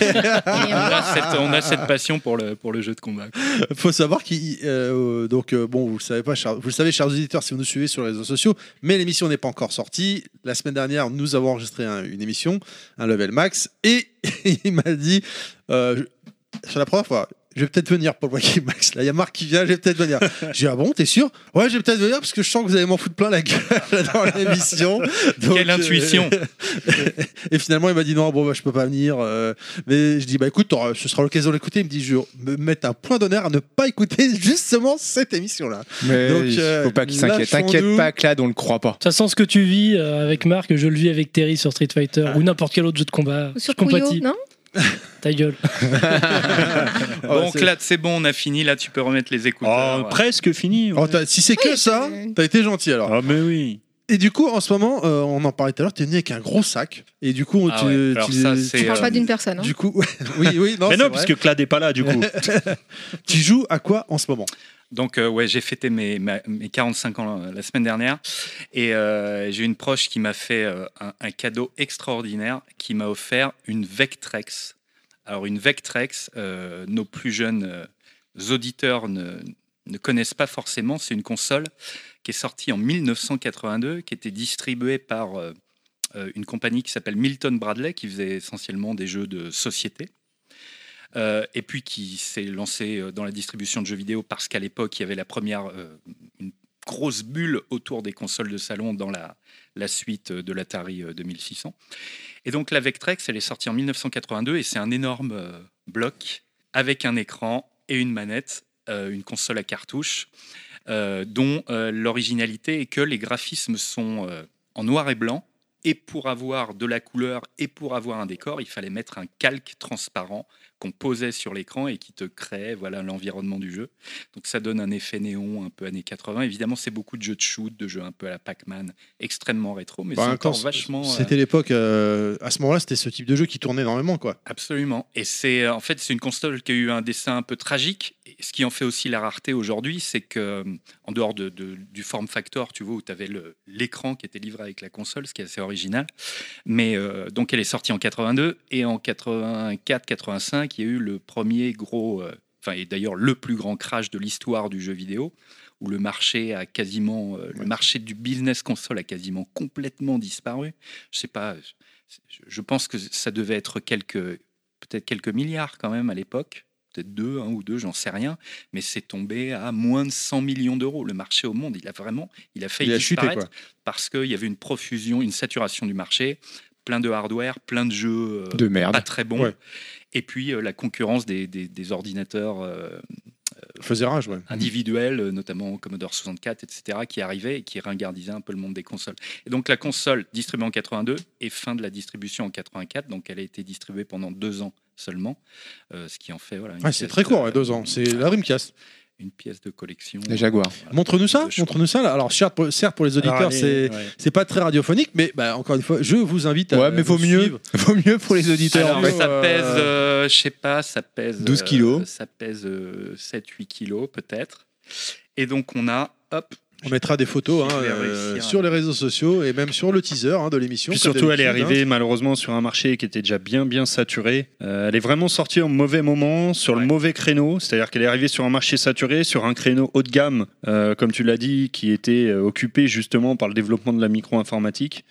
Speaker 7: on, a cette, on a cette passion pour le, pour le jeu de combat. quoi.
Speaker 2: faut savoir qu'il euh, donc euh, bon vous le savez pas chers- vous le savez chers auditeurs si vous nous suivez sur les réseaux sociaux mais l'émission n'est pas encore sortie la semaine dernière nous avons enregistré un- une émission un level max et [LAUGHS] il m'a dit euh, je- c'est la première fois je vais peut-être venir pour le Wacky Max. Là, il y a Marc qui vient, je vais peut-être venir. J'ai dit, ah bon, t'es sûr Ouais, je vais peut-être venir parce que je sens que vous allez m'en foutre plein la gueule [LAUGHS] dans l'émission. Donc,
Speaker 7: Quelle
Speaker 2: euh,
Speaker 7: intuition
Speaker 2: [LAUGHS] et finalement, il m'a dit non, bon, bah, je peux pas venir. euh, mais je dis, bah écoute, t'auras- ce sera l'occasion d'écouter. Il me dit, je me mettre un point d'honneur à ne pas écouter [LAUGHS] justement cette émission-là.
Speaker 6: Mais
Speaker 2: Donc,
Speaker 6: il
Speaker 2: euh,
Speaker 6: faut pas qu'il s'inquiète.
Speaker 2: lâchons-nous.
Speaker 6: T'inquiète pas, Clad, on le croit pas.
Speaker 5: Ça sent ce que tu vis euh, avec Marc, je le vis avec Terry sur Street Fighter
Speaker 6: Ah.
Speaker 5: ou n'importe quel autre jeu de combat.
Speaker 3: Ou sur
Speaker 5: je compatis.
Speaker 3: Puyo, non
Speaker 5: Ta gueule.
Speaker 6: Ah,
Speaker 7: Bon,
Speaker 2: c'est-
Speaker 7: Clad, c'est bon, on a fini, là, tu peux remettre les
Speaker 4: Oh,
Speaker 7: écouteurs.
Speaker 4: presque fini. ouais.
Speaker 2: Oh, t'as- si c'est que
Speaker 3: Oui,
Speaker 2: ça,
Speaker 3: c'est-
Speaker 2: t'as été gentil alors.
Speaker 4: Ah, mais
Speaker 6: Oh,
Speaker 4: oui.
Speaker 2: Et du coup, en ce moment, euh, on en parlait tout à l'heure, t'es venu avec un gros sac. Et du coup,
Speaker 7: Ah
Speaker 2: tu,
Speaker 7: ouais, alors
Speaker 2: tu-
Speaker 7: ça,
Speaker 2: tu-
Speaker 7: c'est,
Speaker 3: Je parle
Speaker 7: euh,
Speaker 3: pas d'une personne. hein.
Speaker 2: du coup, [LAUGHS] oui, oui, non, c'est
Speaker 4: mais non,
Speaker 2: vrai.
Speaker 4: parce que Clad n'est pas là, du coup.
Speaker 2: tu joues à quoi en ce moment
Speaker 7: Donc, euh, ouais, j'ai fêté mes, ma- mes 45 ans euh, la semaine dernière. Et euh, j'ai une proche qui m'a fait euh, un, un cadeau extraordinaire, qui m'a offert une Vectrex. Alors, une Vectrex, euh, nos plus jeunes euh, auditeurs ne, ne connaissent pas forcément. C'est une console qui est sortie en 1982, qui était distribuée par euh, euh, une compagnie qui s'appelle Milton Bradley, qui faisait essentiellement des jeux de société. Euh, et puis qui s'est lancée euh, dans la distribution de jeux vidéo parce qu'à l'époque, il y avait la première, euh, une grosse bulle autour des consoles de salon dans la, la suite euh, de l'Atari euh, 2600. Et donc la Vectrex, elle est sortie en 1982 et c'est un énorme euh, bloc avec un écran et une manette, euh, une console à cartouche. euh, dont euh, l'originalité est que les graphismes sont euh, en noir et blanc. Et pour avoir de la couleur et pour avoir un décor, il fallait mettre un calque transparent qu'on posait sur l'écran et qui te créait voilà l'environnement du jeu. Donc ça donne un effet néon un peu années 80. Évidemment, c'est beaucoup de jeux de shoot, de jeux un peu à la Pac-Man, extrêmement rétro, mais
Speaker 2: Bah,
Speaker 7: c'est
Speaker 2: encore,
Speaker 7: encore vachement. euh,
Speaker 2: C'était l'époque, euh, à ce moment-là, c'était ce type de jeu qui tournait énormément, quoi.
Speaker 7: Absolument. Et c'est euh, en fait c'est une console qui a eu un dessin un peu tragique. Et ce qui en fait aussi la rareté aujourd'hui, c'est que euh, en dehors de, de- du form factor, tu vois, où tu avais l'écran qui était livré avec la console, ce qui est assez original. Mais euh, donc elle est sortie en 82 et en 84-85, il y a eu le premier gros, euh, enfin et d'ailleurs le plus grand crash de l'histoire du jeu vidéo, où le marché a quasiment, euh, le marché du business console a quasiment complètement disparu. Je sais pas. je- Je pense que ça devait être quelques peut-être quelques milliards quand même à l'époque, peut-être deux, un ou deux, j'en sais rien, mais c'est tombé à moins de 100 millions d'euros. Le marché au monde, il a vraiment, il a failli
Speaker 2: Il a chuté,
Speaker 7: disparaître parce qu'il y avait une profusion, une saturation du marché, plein de hardware, plein de jeux euh,
Speaker 6: De merde.
Speaker 7: pas très bons,
Speaker 2: Ouais.
Speaker 7: et puis euh, la concurrence des, des- des ordinateurs euh,
Speaker 2: Mhm. Faisait rage, ouais.
Speaker 7: individuels, euh, notamment Commodore 64, etc., qui arrivaient et qui ringardisaient un peu le monde des consoles. Et donc la console distribuée en 82 et fin de la distribution en 84, donc elle a été distribuée pendant deux ans seulement, euh, ce qui en fait voilà. une
Speaker 2: Ouais, c'est
Speaker 7: pièce
Speaker 2: très
Speaker 7: de-
Speaker 2: court, ouais, deux ans. C'est la Dreamcast.
Speaker 7: Une pièce de collection.
Speaker 6: La Jaguar.
Speaker 7: Voilà.
Speaker 2: Montre-nous ça,
Speaker 7: De choix.
Speaker 2: montre-nous ça. là. Alors, certes, pour, certes, pour les auditeurs, c'est c'est pas très radiophonique, mais bah, encore une fois, je vous invite à.
Speaker 6: euh. Ouais, mais faut
Speaker 2: nous
Speaker 6: mieux, [LAUGHS]
Speaker 2: suivre.
Speaker 6: faut mieux pour les auditeurs.
Speaker 7: Alors,
Speaker 6: en fait.
Speaker 7: ça
Speaker 2: euh,
Speaker 7: pèse, euh, je sais pas, ça pèse
Speaker 6: 12
Speaker 7: euh,
Speaker 6: kilos.
Speaker 7: ça pèse 7-8 kilos peut-être. Et donc on a, hop,
Speaker 2: On mettra des photos
Speaker 7: Je
Speaker 2: hein,
Speaker 7: vais
Speaker 2: euh,
Speaker 7: réussir.
Speaker 2: sur les réseaux sociaux et même sur le teaser hein, de l'émission.
Speaker 4: Puis
Speaker 2: comme
Speaker 4: surtout, elle est
Speaker 2: d'habitude, hein.
Speaker 4: arrivée malheureusement sur un marché qui était déjà bien bien saturé. Euh, elle est vraiment sortie au mauvais moment, sur
Speaker 7: Ouais.
Speaker 4: le mauvais créneau. C'est-à-dire qu'elle est arrivée sur un marché saturé, sur un créneau haut de gamme, euh, comme tu l'as dit, qui était euh, occupé justement par le développement de la micro-informatique.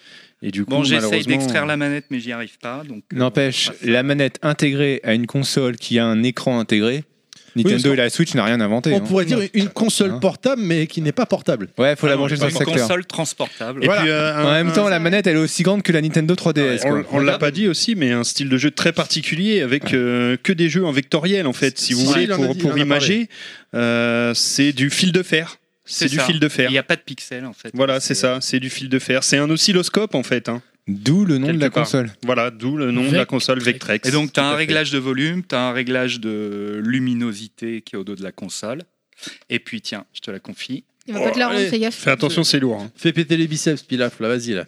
Speaker 4: Et du coup,
Speaker 7: bon j'essaye
Speaker 4: malheureusement,
Speaker 7: d'extraire la manette mais j'y arrive pas. donc, euh,
Speaker 6: N'empêche,
Speaker 7: on passe à-
Speaker 6: la manette intégrée à une console qui a un écran intégré, Nintendo
Speaker 2: parce
Speaker 6: et la Switch n'a rien inventé.
Speaker 2: On
Speaker 6: hein.
Speaker 2: pourrait dire une console
Speaker 6: Hein.
Speaker 2: portable, mais qui n'est pas portable.
Speaker 6: Ouais, faut
Speaker 7: Ah
Speaker 6: la
Speaker 7: non,
Speaker 6: manger sur le
Speaker 7: une
Speaker 6: secteur.
Speaker 7: console transportable.
Speaker 4: Et
Speaker 6: Voilà.
Speaker 4: puis, euh, un-
Speaker 6: En même temps, la manette, elle est aussi grande que la Nintendo 3DS.
Speaker 4: Ah, On, on
Speaker 6: quoi.
Speaker 4: l'a pas dit aussi, mais un style de jeu très particulier avec euh, que des jeux en vectoriel en fait, si vous
Speaker 2: Si,
Speaker 4: voulez,
Speaker 2: il en a
Speaker 4: pour,
Speaker 2: dit, il en
Speaker 4: pour
Speaker 2: a
Speaker 4: imager. Euh, c'est du fil de fer. C'est
Speaker 7: C'est
Speaker 4: du
Speaker 7: ça.
Speaker 4: fil de
Speaker 7: Il
Speaker 4: fer.
Speaker 7: n'y a pas de pixels en fait. euh,
Speaker 4: Voilà, c'est ça, c'est du fil de fer. C'est un oscilloscope en fait. hein.
Speaker 6: D'où le nom de la
Speaker 4: Quelque part.
Speaker 6: console.
Speaker 4: Voilà, d'où le nom de la
Speaker 5: Vectrex.
Speaker 4: console Vectrex.
Speaker 7: Et donc, tu
Speaker 4: Tout
Speaker 7: as
Speaker 4: à
Speaker 7: un
Speaker 4: fait.
Speaker 7: réglage de volume, tu as un réglage de luminosité qui est au dos de la console. Et puis, tiens, je te la confie.
Speaker 3: Il va pas te la rendre,
Speaker 2: Allez.
Speaker 3: fais gaffe.
Speaker 4: Oh, Fais attention, c'est lourd. hein.
Speaker 2: Fais péter les biceps, Pilaf, là, vas-y, là.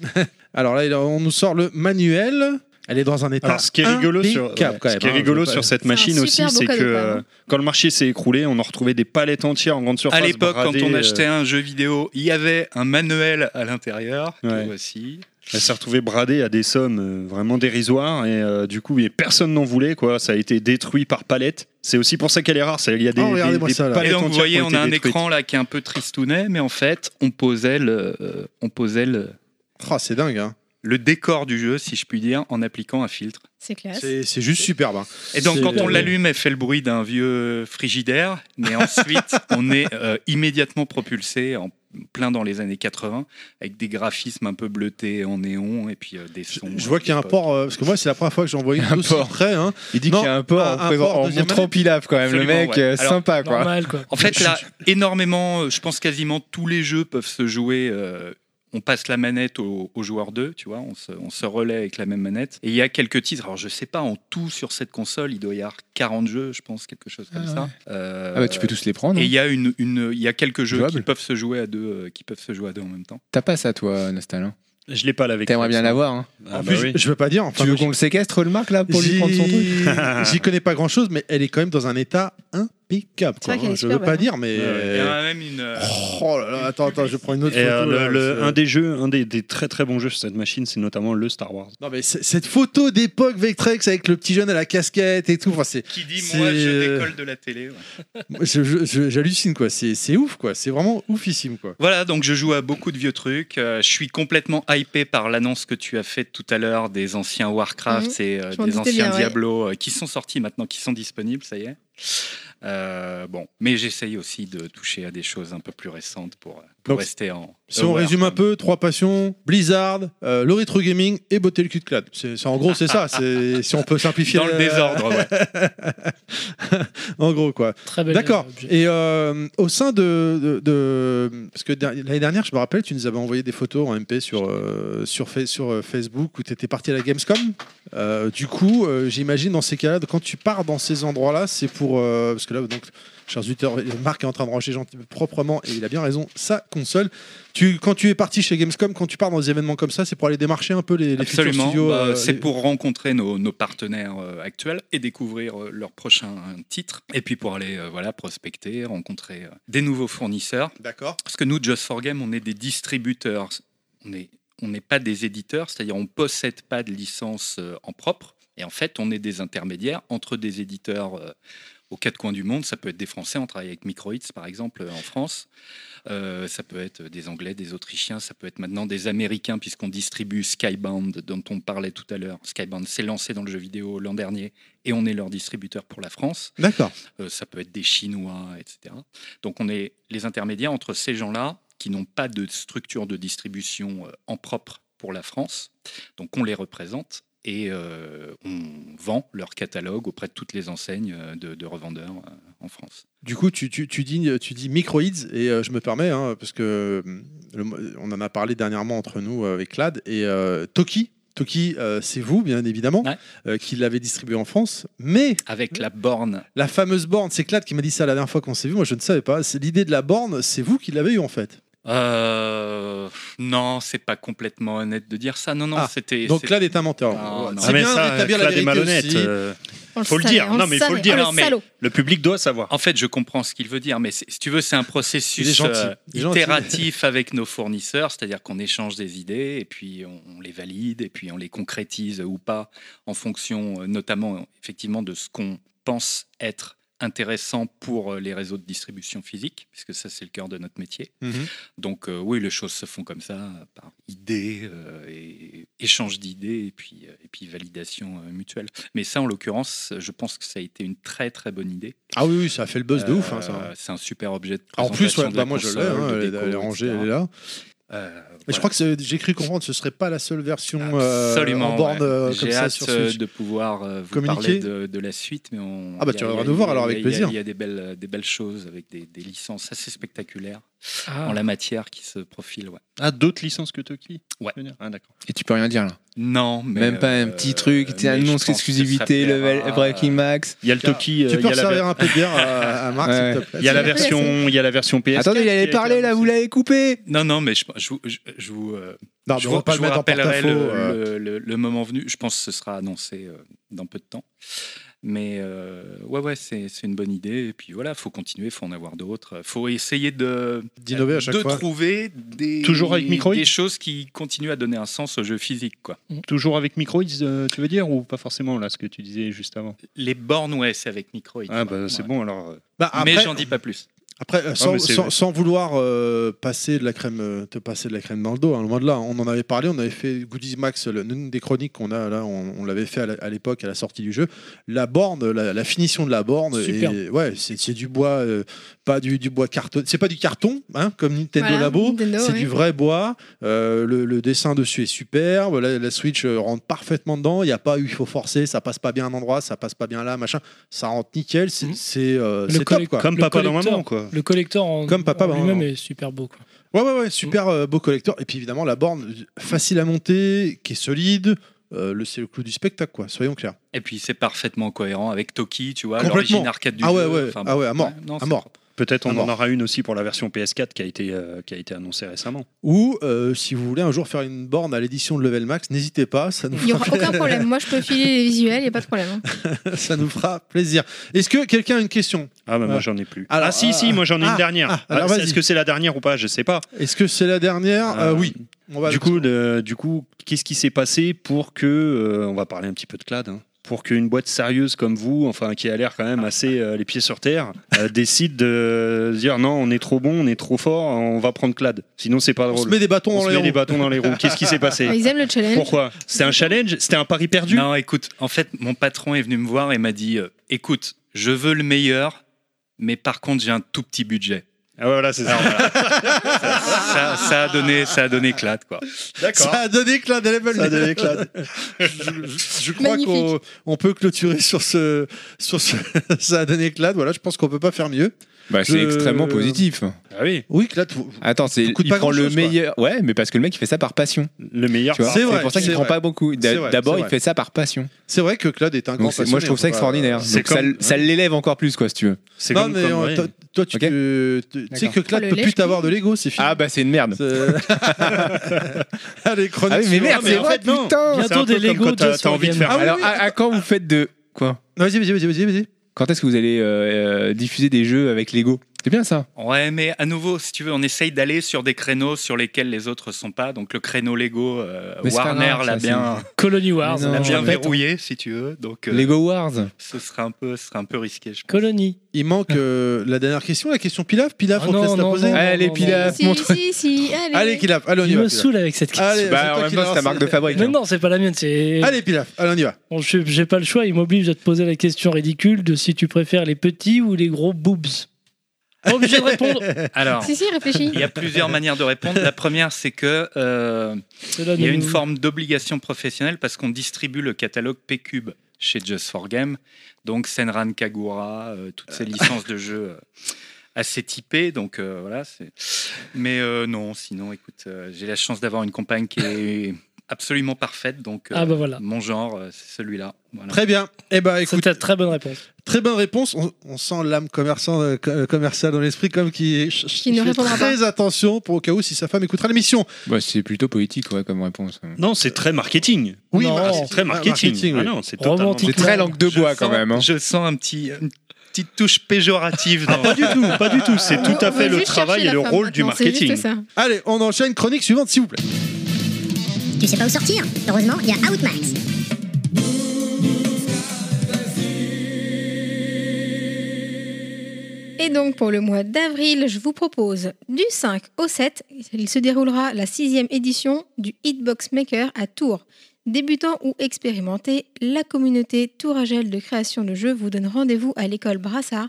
Speaker 2: [LAUGHS] Alors là, il- on nous sort le manuel. Elle est dans un état
Speaker 4: Alors, ce qui est rigolo sur,
Speaker 2: impeccable, quand
Speaker 4: ce
Speaker 2: même,
Speaker 4: qui est
Speaker 2: hein,
Speaker 4: rigolo
Speaker 2: je veux
Speaker 4: sur
Speaker 2: pas-
Speaker 4: cette
Speaker 3: un
Speaker 4: machine aussi,
Speaker 3: super beau
Speaker 4: c'est que
Speaker 3: cadeau, quand
Speaker 4: euh,
Speaker 3: même.
Speaker 4: quand le marché s'est écroulé, on en retrouvait des palettes entières en grande surface.
Speaker 7: à l'époque, quand
Speaker 4: bradées,
Speaker 7: on
Speaker 4: euh,
Speaker 7: achetait un jeu vidéo, il y avait un manuel à l'intérieur. que
Speaker 4: Ouais.
Speaker 7: voici.
Speaker 4: Elle s'est retrouvée bradée à des sommes euh, vraiment dérisoires et euh, du coup, mais personne n'en voulait quoi. Ça a été détruit par palettes. C'est aussi pour ça qu'elle est rare. c'est- Il y a des,
Speaker 2: Oh,
Speaker 4: des-
Speaker 2: regardez-moi
Speaker 4: des
Speaker 2: ça, là.
Speaker 7: Et
Speaker 4: palettes
Speaker 7: donc, vous
Speaker 4: entières qui
Speaker 7: voyez,
Speaker 4: ont
Speaker 7: on
Speaker 4: été
Speaker 7: a un
Speaker 4: détruites.
Speaker 7: écran là qui est un peu tristounet, mais en fait, on posait le, euh, on posait le,
Speaker 2: Oh, c'est dingue, hein.
Speaker 7: le décor du jeu, si je puis dire, en appliquant un filtre.
Speaker 3: C'est classe.
Speaker 2: c'est c'est juste superbe. hein.
Speaker 7: Et donc,
Speaker 2: C'est-
Speaker 7: quand on l'allume, elle fait le bruit d'un vieux frigidaire, mais ensuite, on est euh, immédiatement propulsé en plein dans les années 80, avec des graphismes un peu bleutés en néon et puis euh, des
Speaker 2: Je,
Speaker 7: sons.
Speaker 2: je
Speaker 7: euh,
Speaker 2: vois qu'il y a un
Speaker 7: d'époque.
Speaker 2: port, euh, parce que moi, c'est la première fois que j'en voyais
Speaker 6: Un
Speaker 2: un
Speaker 6: port.
Speaker 2: port près. Hein.
Speaker 6: Il dit
Speaker 2: Non,
Speaker 6: qu'il y a un port
Speaker 2: un-
Speaker 6: en,
Speaker 2: un
Speaker 6: présent-
Speaker 2: port
Speaker 6: en
Speaker 2: deuxième
Speaker 6: montrant
Speaker 2: année.
Speaker 6: Pilaf quand même. Le
Speaker 7: Absolument,
Speaker 6: mec,
Speaker 7: ouais.
Speaker 6: euh,
Speaker 7: Alors,
Speaker 6: sympa quoi.
Speaker 5: Normal, quoi.
Speaker 7: En fait, là, énormément, euh, je pense quasiment tous les jeux peuvent se jouer. euh, on passe la manette au, au joueur 2, tu vois, on se, on se relaie avec la même manette. Et il y a quelques titres, alors je sais pas, en tout sur cette console, il doit y avoir 40 jeux, je pense, quelque chose comme
Speaker 6: Ah
Speaker 7: ça. Euh,
Speaker 6: Ah bah tu peux tous les prendre.
Speaker 7: Et
Speaker 6: hein.
Speaker 7: il y a une, une- il y a quelques jeux qui
Speaker 6: Jouable.
Speaker 7: peuvent se jouer à deux, euh, qui peuvent se jouer à deux en même temps.
Speaker 6: T'as pas ça toi, Nostal. hein
Speaker 4: Je l'ai pas là avec.
Speaker 6: T'aimerais bien
Speaker 4: moi.
Speaker 6: l'avoir. hein.
Speaker 2: en
Speaker 4: Ah bah
Speaker 2: plus,
Speaker 4: oui.
Speaker 2: je- je veux pas dire. Enfin,
Speaker 6: tu veux
Speaker 2: moi,
Speaker 6: qu'on le séquestre le Marc là pour lui
Speaker 2: j'y-
Speaker 6: prendre son truc
Speaker 2: [LAUGHS] J'y connais pas grand chose, mais elle est quand même dans un état impeccable.
Speaker 3: C'est
Speaker 2: quoi,
Speaker 3: vrai qu'elle
Speaker 2: hein.
Speaker 3: est
Speaker 2: Je veux
Speaker 3: superbe,
Speaker 2: pas
Speaker 3: hein.
Speaker 2: dire, mais.
Speaker 4: Ouais, ouais.
Speaker 7: Il y en a même une. euh,
Speaker 2: Oh là là, attends, attends, je prends une autre
Speaker 4: Et
Speaker 2: photo.
Speaker 4: euh,
Speaker 2: là,
Speaker 4: le- le-
Speaker 2: parce que-
Speaker 4: un des jeux, un des, des très très bons jeux sur cette machine, c'est notamment le Star
Speaker 7: Ah,
Speaker 4: Wars.
Speaker 2: Non mais c- cette photo d'époque Vectrex avec le petit jeune à la casquette et tout, enfin, c'est,
Speaker 7: Qui dit
Speaker 2: C'est,
Speaker 7: moi je
Speaker 2: euh,
Speaker 7: décolle de la télé. ouais.
Speaker 2: je- je- je- j'hallucine quoi, c'est, c'est ouf quoi, c'est vraiment oufissime quoi.
Speaker 7: Voilà, donc je joue à beaucoup de vieux trucs. Euh, je suis complètement hypé par l'annonce que tu as faite tout à l'heure des anciens Warcraft et euh,
Speaker 3: Mhm. je m'en
Speaker 7: des
Speaker 3: doutais
Speaker 7: anciens
Speaker 3: bien, ouais.
Speaker 7: Diablo euh, qui sont sortis maintenant, qui sont disponibles, ça y est. Euh, bon, mais j'essaye aussi de toucher à des choses un peu plus récentes pour euh, pour
Speaker 2: Donc,
Speaker 7: rester en.
Speaker 2: Si on
Speaker 7: aware,
Speaker 2: résume un
Speaker 7: quand
Speaker 2: peu, trois passions, Blizzard, euh, le rétro gaming et botter le cul de clade. C'est, c'est- en gros, c'est ça. C'est, si on peut simplifier.
Speaker 7: même. Dans le
Speaker 2: la-
Speaker 7: désordre, ouais.
Speaker 2: En gros, quoi.
Speaker 5: Très belle.
Speaker 2: D'accord.
Speaker 5: euh, objet.
Speaker 2: Et euh, au sein de, de- de- Parce que der- l'année dernière, je me rappelle, tu nous avais envoyé des photos en MP sur, euh, sur, Fa- sur euh, Facebook où tu étais parti à la Gamescom. Euh, du coup, euh, j'imagine dans ces cas-là, quand tu pars dans ces endroits-là, c'est pour. euh, parce que là, donc, chers auditeurs, Marc est en train de ranger gentil- proprement et il a bien raison, sa console. Tu, quand tu es parti chez Gamescom, quand tu pars dans des événements comme ça, c'est pour aller démarcher un peu [LAUGHS] les, les futurs
Speaker 7: Absolument.
Speaker 2: studios.
Speaker 7: Bah,
Speaker 2: euh,
Speaker 7: c'est
Speaker 2: les-
Speaker 7: pour rencontrer nos, nos partenaires euh, actuels et découvrir euh, leur prochain titre. Et puis pour aller euh, voilà, prospecter, rencontrer euh, des nouveaux fournisseurs.
Speaker 2: D'accord.
Speaker 7: Parce que nous, Just for Game, on est des distributeurs. On est- on n'est pas des éditeurs, c'est-à-dire on ne possède pas de licence euh, en propre. Et en fait, on est des intermédiaires entre des éditeurs euh, aux quatre coins du monde. Ça peut être des Français, on travaille avec Microhits par exemple euh, en France. Euh, ça peut être des Anglais, des Autrichiens, ça peut être maintenant des Américains puisqu'on distribue Skybound dont on parlait tout à l'heure. Skybound s'est lancé dans le jeu vidéo l'an dernier et on est leur distributeur pour la France.
Speaker 2: D'accord.
Speaker 7: Euh, ça peut être des Chinois, etc. Donc on est les intermédiaires entre ces gens-là qui n'ont pas de structure de distribution euh, en propre pour la France. Donc on les représente et euh, on vend leur catalogue auprès de toutes les enseignes euh, de, de revendeurs euh, en France.
Speaker 2: Du coup, tu, tu, tu dis, tu dis microïdes, et euh, je me permets, hein, parce que euh, le mo- on en a parlé dernièrement entre nous euh, avec Clad, et euh, Toki. Toki, euh, c'est vous, bien évidemment,
Speaker 7: Ouais.
Speaker 2: euh, qui l'avez distribué en France, mais
Speaker 7: Avec la borne,
Speaker 2: la fameuse borne, c'est Clad qui m'a dit ça la dernière fois qu'on s'est vu, moi je ne savais pas, c'est l'idée de la borne, c'est vous qui l'avez eu en fait.
Speaker 7: euh, non, c'est pas complètement honnête de dire ça. Non, non,
Speaker 2: Ah,
Speaker 7: c'était.
Speaker 2: Donc
Speaker 7: c'est-
Speaker 2: Clad est un menteur.
Speaker 7: Ah, non.
Speaker 2: C'est
Speaker 4: Ah, mais
Speaker 2: bien
Speaker 4: ça,
Speaker 2: d'établir la
Speaker 4: Clad
Speaker 2: vérité
Speaker 4: est malhonnête,
Speaker 2: aussi.
Speaker 4: euh,
Speaker 3: On
Speaker 4: Faut le
Speaker 3: savait,
Speaker 4: dire.
Speaker 3: on
Speaker 4: Non, mais faut
Speaker 3: savait.
Speaker 4: le dire.
Speaker 3: Oh,
Speaker 7: Non, mais-
Speaker 3: salaud.
Speaker 4: Le public doit savoir.
Speaker 7: En fait, je comprends ce qu'il veut dire, mais c'est- si tu veux, c'est un
Speaker 2: Il est
Speaker 7: processus
Speaker 2: gentil.
Speaker 7: euh,
Speaker 2: Il est gentil.
Speaker 7: itératif avec nos fournisseurs, c'est-à-dire qu'on échange des idées et puis on, on les valide et puis on les concrétise ou pas en fonction euh, notamment euh, effectivement de ce qu'on pense être intéressant pour euh, les réseaux de distribution physique, puisque ça c'est le cœur de notre métier.
Speaker 2: Mhm.
Speaker 7: Donc euh, oui, les choses se font comme ça, euh, par idées, euh, et échange d'idées, et puis, euh, et puis validation euh, mutuelle. Mais ça, en l'occurrence, je pense que ça a été une très très bonne idée.
Speaker 2: Ah oui, oui, ça a fait le buzz de ouf. hein, ça.
Speaker 7: Euh, C'est un super objet de
Speaker 2: En plus,
Speaker 7: présentation
Speaker 2: ouais,
Speaker 7: de
Speaker 2: bah,
Speaker 7: la
Speaker 2: moi je l'ai,
Speaker 7: console,
Speaker 2: hein,
Speaker 7: de
Speaker 2: elle est-
Speaker 7: déco,
Speaker 2: elle est rangée,
Speaker 7: etc.
Speaker 2: elle est là.
Speaker 7: Euh,
Speaker 2: Mais
Speaker 7: voilà.
Speaker 2: je crois que c'est- j'ai cru comprendre que ce serait pas la seule version euh,
Speaker 7: Absolument.
Speaker 2: en borne
Speaker 7: ouais.
Speaker 2: euh, comme
Speaker 7: J'ai
Speaker 2: ça
Speaker 7: hâte
Speaker 2: sur
Speaker 7: euh,
Speaker 2: Switch.
Speaker 7: de pouvoir euh, vous
Speaker 2: Communiquer.
Speaker 7: parler de, de la suite. Mais on,
Speaker 2: Ah bah,
Speaker 7: il y
Speaker 2: tu
Speaker 7: a-
Speaker 2: viendras
Speaker 7: il y a-
Speaker 2: nous voir, alors,
Speaker 7: il
Speaker 2: avec
Speaker 7: y a- il y a-
Speaker 2: plaisir.
Speaker 7: Il y a des belles, des belles choses avec des, des licences assez spectaculaires
Speaker 5: Ah.
Speaker 7: en la matière qui se profilent. ouais.
Speaker 4: Ah, d'autres licences que Toki
Speaker 7: Ouais.
Speaker 4: Ah, d'accord.
Speaker 6: Et tu peux rien dire là.
Speaker 7: Non, mais
Speaker 6: Même pas un
Speaker 7: euh,
Speaker 6: petit truc, tu
Speaker 7: mais je
Speaker 6: annonces
Speaker 7: pense que ça
Speaker 6: l'exclusivité,
Speaker 7: plaira,
Speaker 6: level Breaking Max.
Speaker 4: Il y a le Toki. euh,
Speaker 2: Tu
Speaker 4: il
Speaker 2: peux
Speaker 4: y a la ver-
Speaker 2: servir un peu de bière euh, à, à Marc,
Speaker 6: Ouais.
Speaker 2: s'il te plaît.
Speaker 4: il y a la version, il y a la version PS.
Speaker 6: Attendez, il allait parler là, vous l'avez coupé
Speaker 7: Non, non, mais je, je, vous- je- je vous, euh,
Speaker 2: Non, mais
Speaker 7: je
Speaker 2: on
Speaker 7: vous-
Speaker 2: va pas
Speaker 7: je
Speaker 2: le
Speaker 7: vous
Speaker 2: mettre en
Speaker 7: rappellerai
Speaker 2: porte-à-faux.
Speaker 7: le,
Speaker 2: euh.
Speaker 7: le- le- le moment venu. Je pense que ce sera annoncé euh, dans peu de temps. Mais euh, ouais, ouais, c'est c'est une bonne idée. Et puis voilà, faut continuer, faut en avoir d'autres. Faut essayer de
Speaker 2: D'innover à chaque
Speaker 7: de
Speaker 2: fois.
Speaker 7: trouver des
Speaker 4: Toujours avec Microïd
Speaker 7: des choses qui continuent à donner un sens au jeu physique, quoi.
Speaker 4: Toujours avec Microids, euh, tu veux dire ou pas forcément là ce que tu disais juste avant.
Speaker 7: Les bornes, ouais, c'est avec Microïd.
Speaker 4: Ah bah c'est bon alors. euh,
Speaker 2: Bah, après,
Speaker 7: Mais j'en dis pas plus.
Speaker 2: après, euh, sans,
Speaker 4: mais c'est
Speaker 2: sans-
Speaker 4: vrai.
Speaker 2: sans vouloir euh, passer de la crème, euh, te passer de la crème dans le dos, hein, loin de là. On en avait parlé, on avait fait Goodies Max, le- l'une des chroniques qu'on a là, on, on l'avait fait à la- à l'époque à la sortie du jeu. La borne, la, la finition de la borne,
Speaker 5: Superbe.
Speaker 2: est- ouais, c'est c'est du bois, euh, pas du, du bois carton, c'est pas du carton, hein, comme Nintendo
Speaker 3: Voilà,
Speaker 2: Labo.
Speaker 3: Nintendo,
Speaker 2: C'est
Speaker 3: ouais.
Speaker 2: du vrai bois. euh, le, le dessin dessus est superbe. La, la Switch euh, rentre parfaitement dedans. Il n'y a pas eu, il faut forcer. Ça passe pas bien à un endroit, ça passe pas bien là, machin. Ça rentre nickel. C'est
Speaker 3: Mmh.
Speaker 5: Mhm.
Speaker 2: c'est, euh,
Speaker 5: Le
Speaker 2: c'est top,
Speaker 5: collect-
Speaker 2: quoi.
Speaker 4: Comme
Speaker 5: Le
Speaker 4: papa dans
Speaker 5: collecteur.
Speaker 4: maman quoi.
Speaker 5: Le collector en,
Speaker 2: Comme papa,
Speaker 5: en
Speaker 2: bah,
Speaker 5: lui-même
Speaker 2: non.
Speaker 5: est super beau. quoi.
Speaker 2: Ouais, ouais, ouais. Super euh, beau collecteur. Et puis évidemment, la borne euh, facile à monter, qui est solide. Euh, le- c'est le clou du spectacle, quoi. Soyons clairs.
Speaker 7: Et puis c'est parfaitement cohérent avec Toki, tu vois,
Speaker 2: Complètement.
Speaker 7: l'origine arcade du
Speaker 2: Ah ouais,
Speaker 7: jeu.
Speaker 2: ouais, ah ouais, à mort,
Speaker 7: non,
Speaker 2: à
Speaker 7: c'est
Speaker 2: mort.
Speaker 7: propre.
Speaker 4: Peut-être on
Speaker 2: Ah bon.
Speaker 4: en aura une aussi pour la version PS4 qui a été euh, qui a été annoncée récemment.
Speaker 2: Ou euh, si vous voulez un jour faire une borne à l'édition de Level Max, n'hésitez pas. Ça nous
Speaker 3: Il n'y aura
Speaker 4: [LAUGHS]
Speaker 3: aucun problème. Moi, je peux filer les visuels, il n'y a pas de problème. hein.
Speaker 2: [LAUGHS] ça nous fera plaisir. Est-ce que quelqu'un a une question
Speaker 4: Ah bah
Speaker 2: Ouais.
Speaker 4: moi j'en ai plus.
Speaker 2: Alors,
Speaker 4: ah si
Speaker 2: ah,
Speaker 4: si, moi j'en ai
Speaker 2: ah,
Speaker 4: une dernière.
Speaker 2: ah, alors
Speaker 4: Ah,
Speaker 2: vas-y.
Speaker 4: Est-ce que c'est la dernière ou pas Je sais pas.
Speaker 2: Est-ce que c'est la dernière Euh,
Speaker 4: Euh,
Speaker 2: Oui. On va-
Speaker 4: du coup, le- du coup, qu'est-ce qui s'est passé pour que, euh, on va parler un petit peu de Clad, hein, pour qu'une boîte sérieuse comme vous, enfin qui a l'air quand même assez euh, les pieds sur terre,
Speaker 2: [LAUGHS]
Speaker 4: euh, décide de dire non, on est trop bon, on est trop fort, on va prendre Clad. Sinon, c'est pas
Speaker 2: on se
Speaker 4: drôle.
Speaker 2: met des bâtons
Speaker 4: On
Speaker 2: dans
Speaker 4: se
Speaker 2: les
Speaker 4: met des
Speaker 2: roues. Ah,
Speaker 4: bâtons dans les roues. Qu'est-ce qui
Speaker 2: [LAUGHS]
Speaker 4: s'est passé
Speaker 3: Ils aiment le challenge.
Speaker 4: Pourquoi C'était un challenge C'était un pari perdu
Speaker 7: Non, écoute, en fait, mon patron est venu me voir et m'a dit euh, écoute, je veux le meilleur, mais par contre, j'ai un tout petit budget.
Speaker 4: Ah ouais, voilà, c'est ça.
Speaker 7: Alors, voilà. ça, ça- ça a donné, ça a donné éclate, quoi.
Speaker 4: D'accord.
Speaker 2: Ça a donné éclat de level.
Speaker 4: Ça a donné éclat.
Speaker 2: je, [LAUGHS] je- je crois
Speaker 3: Magnifique.
Speaker 2: qu'on on peut clôturer sur ce, sur ce- [LAUGHS] ça a donné éclat. Voilà, je pense qu'on peut pas faire mieux.
Speaker 6: Bah, c'est
Speaker 2: Je-
Speaker 6: extrêmement positif.
Speaker 4: Ah oui,
Speaker 2: Oui, éclat. faut-
Speaker 6: Attends, c'est
Speaker 2: Ça
Speaker 6: il
Speaker 2: coûte pas
Speaker 6: prend le
Speaker 2: grand-chose, quoi.
Speaker 6: meilleur. Ouais, mais parce que le mec il fait ça par passion.
Speaker 4: le meilleur.
Speaker 6: Tu vois,
Speaker 2: C'est vrai,
Speaker 6: c'est pour ça
Speaker 2: c'est
Speaker 6: qu'il prend
Speaker 2: vrai.
Speaker 6: pas beaucoup.
Speaker 2: C'est vrai,
Speaker 6: D'a- D'abord,
Speaker 2: c'est
Speaker 6: il
Speaker 2: vrai.
Speaker 6: fait ça par passion.
Speaker 2: C'est vrai que Claude est un grand.
Speaker 6: Donc, c'est- moi, je trouve ça
Speaker 2: passionné, on peut pas-
Speaker 6: extraordinaire.
Speaker 4: C'est
Speaker 6: Donc, ça
Speaker 4: comme-
Speaker 6: l- ça l'élève encore plus, quoi, si tu veux.
Speaker 4: C'est
Speaker 2: Non
Speaker 4: comme-
Speaker 2: mais
Speaker 4: comme-
Speaker 2: euh,
Speaker 4: ouais.
Speaker 2: toi, toi, tu
Speaker 6: Ok.
Speaker 2: te- tu sais que Claude
Speaker 3: Oh, le
Speaker 2: peut
Speaker 3: lèche
Speaker 2: plus t'avoir de Lego, c'est [LAUGHS] fini.
Speaker 6: Ah, bah, c'est une merde.
Speaker 2: Ah, les
Speaker 6: Ah
Speaker 2: chroniques.
Speaker 6: oui, mais
Speaker 2: suivantes.
Speaker 6: merde,
Speaker 4: mais
Speaker 6: c'est
Speaker 4: en
Speaker 6: vrai,
Speaker 4: fait, non.
Speaker 6: putain.
Speaker 4: C'est un
Speaker 5: Bientôt
Speaker 4: peu
Speaker 5: des
Speaker 4: comme
Speaker 5: Lego
Speaker 4: quand t'as-
Speaker 5: Just
Speaker 4: t'as
Speaker 5: for
Speaker 4: envie de
Speaker 5: Game.
Speaker 4: faire-
Speaker 2: Ah oui,
Speaker 6: Alors, ah,
Speaker 2: oui.
Speaker 6: à, à quand vous faites de. Quoi
Speaker 2: Vas-y, vas-y, vas-y, vas-y, vas-y.
Speaker 6: Ah, Quand est-ce que vous allez euh, euh, diffuser des jeux avec Lego C'est bien ça.
Speaker 7: Ouais, mais à nouveau, si tu veux, on essaye d'aller sur des créneaux sur lesquels les autres sont pas. Donc le créneau Lego, euh,
Speaker 6: Mais c'est pas
Speaker 7: Warner
Speaker 6: grave,
Speaker 7: l'a
Speaker 6: ça, c'est-
Speaker 7: bien,
Speaker 5: Colony Wars.
Speaker 6: Mais non.
Speaker 7: l'a
Speaker 5: je
Speaker 7: bien
Speaker 5: répète.
Speaker 7: verrouillé, si tu veux. Donc euh,
Speaker 6: Lego Wars.
Speaker 7: ce serait un peu, ce serait un peu risqué. Je pense.
Speaker 5: Colony.
Speaker 2: Il manque euh, la dernière question, la question Pilaf. Pilaf,
Speaker 5: Ah
Speaker 2: on te
Speaker 5: non,
Speaker 2: laisse la
Speaker 5: non,
Speaker 2: poser.
Speaker 5: non.
Speaker 6: Allez, Pilaf,
Speaker 3: Si,
Speaker 6: montre.
Speaker 3: si, si, allez.
Speaker 2: Allez, Pilaf, allez, on y
Speaker 5: Il
Speaker 2: va.
Speaker 5: me
Speaker 2: Pilaf.
Speaker 5: saoule avec cette question.
Speaker 2: Allez, c'est
Speaker 6: Bah,
Speaker 2: toi
Speaker 6: en même
Speaker 2: qui
Speaker 6: temps,
Speaker 2: l'as
Speaker 6: c'est ta marque de fabrique.
Speaker 5: Mais
Speaker 6: hein.
Speaker 5: non, c'est pas la mienne, c'est.
Speaker 2: Allez, Pilaf, allez, on y va.
Speaker 5: Bon, je- J'ai pas le choix, il m'oblige à te poser la question ridicule de si tu préfères les petits ou les gros boobs. Pas Obligé
Speaker 2: [LAUGHS]
Speaker 5: de répondre.
Speaker 7: Alors.
Speaker 3: Si, si, réfléchis.
Speaker 7: Il y a plusieurs manières de répondre. La première, c'est que euh,
Speaker 5: Cela
Speaker 7: il y a
Speaker 5: nous-
Speaker 7: une forme d'obligation professionnelle parce qu'on distribue le catalogue P-Cube chez Just for Game. Donc Senran Kagura, euh, toutes ces licences de jeux euh, assez typées. Donc euh, voilà. c'est- Mais euh, non, sinon, écoute, euh, j'ai la chance d'avoir une compagne qui est absolument parfaite. Donc euh,
Speaker 5: Ah bah voilà.
Speaker 7: mon genre, euh, c'est celui-là. Voilà.
Speaker 2: Très bien. Eh ben, écoute,
Speaker 5: C'est ta très bonne réponse.
Speaker 2: Très bonne réponse. On, on sent l'âme commerçant, euh, co- euh, commerciale dans l'esprit, comme qui, ch- ch-
Speaker 3: Qui ne
Speaker 2: fait
Speaker 3: répondra
Speaker 2: très attention pour au cas où si sa femme écoutera l'émission.
Speaker 6: Bah, c'est plutôt poétique, ouais, comme réponse.
Speaker 4: Non, c'est très marketing.
Speaker 5: Oui, Non.
Speaker 4: C'est très
Speaker 2: Ah,
Speaker 4: marketing.
Speaker 2: oui.
Speaker 4: Ah non, c'est
Speaker 5: Romantique.
Speaker 6: C'est
Speaker 4: totalement-
Speaker 6: très langue de bois, quand
Speaker 7: sens-
Speaker 6: même. hein.
Speaker 7: Je sens un petit, une petite touche péjorative dans,
Speaker 4: Pas du tout, pas du tout. C'est
Speaker 3: Ah, On-
Speaker 4: tout à
Speaker 3: on va
Speaker 4: fait le
Speaker 3: juste
Speaker 4: travail
Speaker 3: chercher
Speaker 4: et le
Speaker 3: la femme
Speaker 4: rôle du
Speaker 3: maintenant, c'est juste
Speaker 4: marketing.
Speaker 3: ça.
Speaker 2: Allez, on enchaîne. Chronique suivante, s'il vous plaît.
Speaker 1: Tu sais pas où sortir Heureusement, il y a Outmax.
Speaker 3: Et donc pour le mois d'avril, je vous propose du 5 au 7, il se déroulera la sixième édition du Hitbox Maker à Tours. Débutant ou expérimenté, la communauté touragelle de création de jeux vous donne rendez-vous à l'école Brassard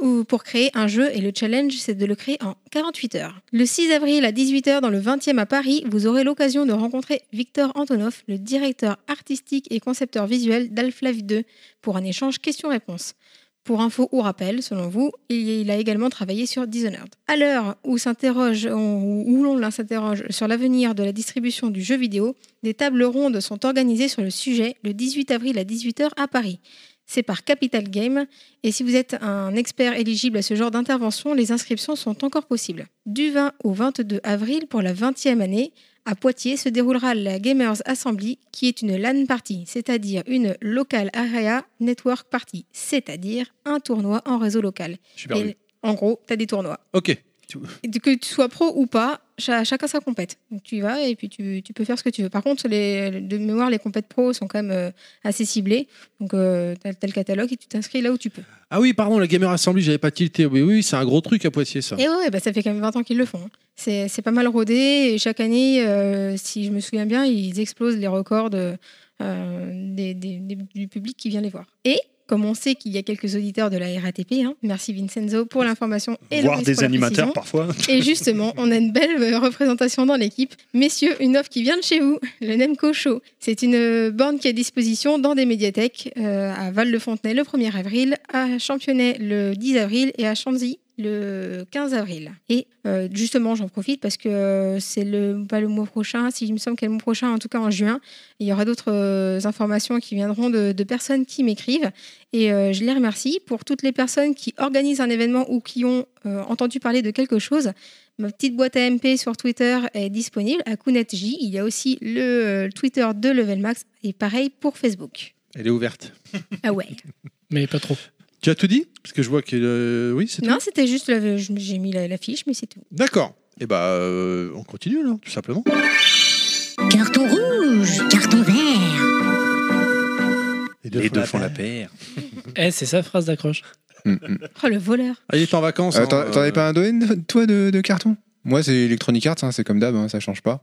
Speaker 3: où- pour créer un jeu et le challenge c'est de le créer en 48 heures. Le 6 avril à 18h dans le 20e à Paris, vous aurez l'occasion de rencontrer Victor Antonov, le directeur artistique et concepteur visuel d'Alflav 2 pour un échange questions-réponses. Pour info ou rappel, selon vous, il il a également travaillé sur Dishonored. À l'heure où s'interroge, on- où l'on s'interroge sur l'avenir de la distribution du jeu vidéo, des tables rondes sont organisées sur le sujet le 18 avril à 18h à Paris. C'est par Capital Game et si vous êtes un expert éligible à ce genre d'intervention, les inscriptions sont encore possibles. Du 20 au 22 avril pour la 20e année, à Poitiers se déroulera la Gamers Assembly, qui est une LAN party, c'est-à-dire une Local Area Network Party, c'est-à-dire un tournoi en réseau local.
Speaker 6: Je suis
Speaker 3: Et en gros, tu as des tournois.
Speaker 2: Ok.
Speaker 3: Et que tu sois pro ou pas, cha- chacun sa compète. Donc tu y vas et puis tu, tu peux faire ce que tu veux. Par contre, les, de mémoire, les compètes pro sont quand même euh, assez ciblées. Donc tu as le catalogue et tu t'inscris là où tu peux.
Speaker 2: Ah oui, pardon, la Gamer Assembly, j'avais pas tilté. Oui, oui, c'est un gros truc à Poitiers, ça.
Speaker 3: Et ouais, bah, ça fait quand même 20 ans qu'ils le font. hein. C'est c'est pas mal rodé. Et chaque année, euh, si je me souviens bien, ils explosent les records de, euh, des- des- des- du public qui vient les voir. Et comme on sait qu'il y a quelques auditeurs de la RATP, hein, merci Vincenzo pour l'information et
Speaker 4: Voir
Speaker 3: Loris pour
Speaker 4: des
Speaker 3: la
Speaker 4: animateurs
Speaker 3: précision.
Speaker 4: parfois.
Speaker 3: Et justement, on a une belle euh, représentation dans l'équipe. Messieurs, une offre qui vient de chez vous, [LAUGHS] le Nemco Show. C'est une euh, borne qui est à disposition dans des médiathèques euh, à Val-de-Fontenay le 1er avril, à Championnet le 10 avril et à Chanzy le 15 avril. Et euh, justement, j'en profite parce que euh, c'est le, pas le mois prochain, si il me semble qu'elle le mois prochain, en tout cas en juin, il y aura d'autres euh, informations qui viendront de, de personnes qui m'écrivent. Et euh, je les remercie pour toutes les personnes qui organisent un événement ou qui ont euh, entendu parler de quelque chose. Ma petite boîte à MP sur Twitter est disponible à KunetJ. Il y a aussi le euh, Twitter de Level Max et pareil pour Facebook.
Speaker 2: Elle est ouverte.
Speaker 3: Ah
Speaker 6: [LAUGHS]
Speaker 3: ouais.
Speaker 5: Mais pas trop.
Speaker 2: Tu as tout dit Parce que je vois que. euh, oui, c'est tout.
Speaker 3: Non, c'était juste la- je- j'ai mis la- l'affiche, mais c'est tout.
Speaker 2: D'accord. Et bah, euh, on continue, là, tout simplement.
Speaker 1: Carton rouge, carton vert.
Speaker 7: les deux font la
Speaker 2: paix.
Speaker 7: paire.
Speaker 5: Eh, c'est sa phrase d'accroche.
Speaker 3: Oh le voleur.
Speaker 2: Ah, il est en vacances.
Speaker 6: Euh,
Speaker 2: hein,
Speaker 6: T'en
Speaker 2: euh,
Speaker 6: t'en avais pas un donné, toi, de, de carton Moi, c'est Electronic Arts, hein, c'est comme d'hab, hein, ça change pas.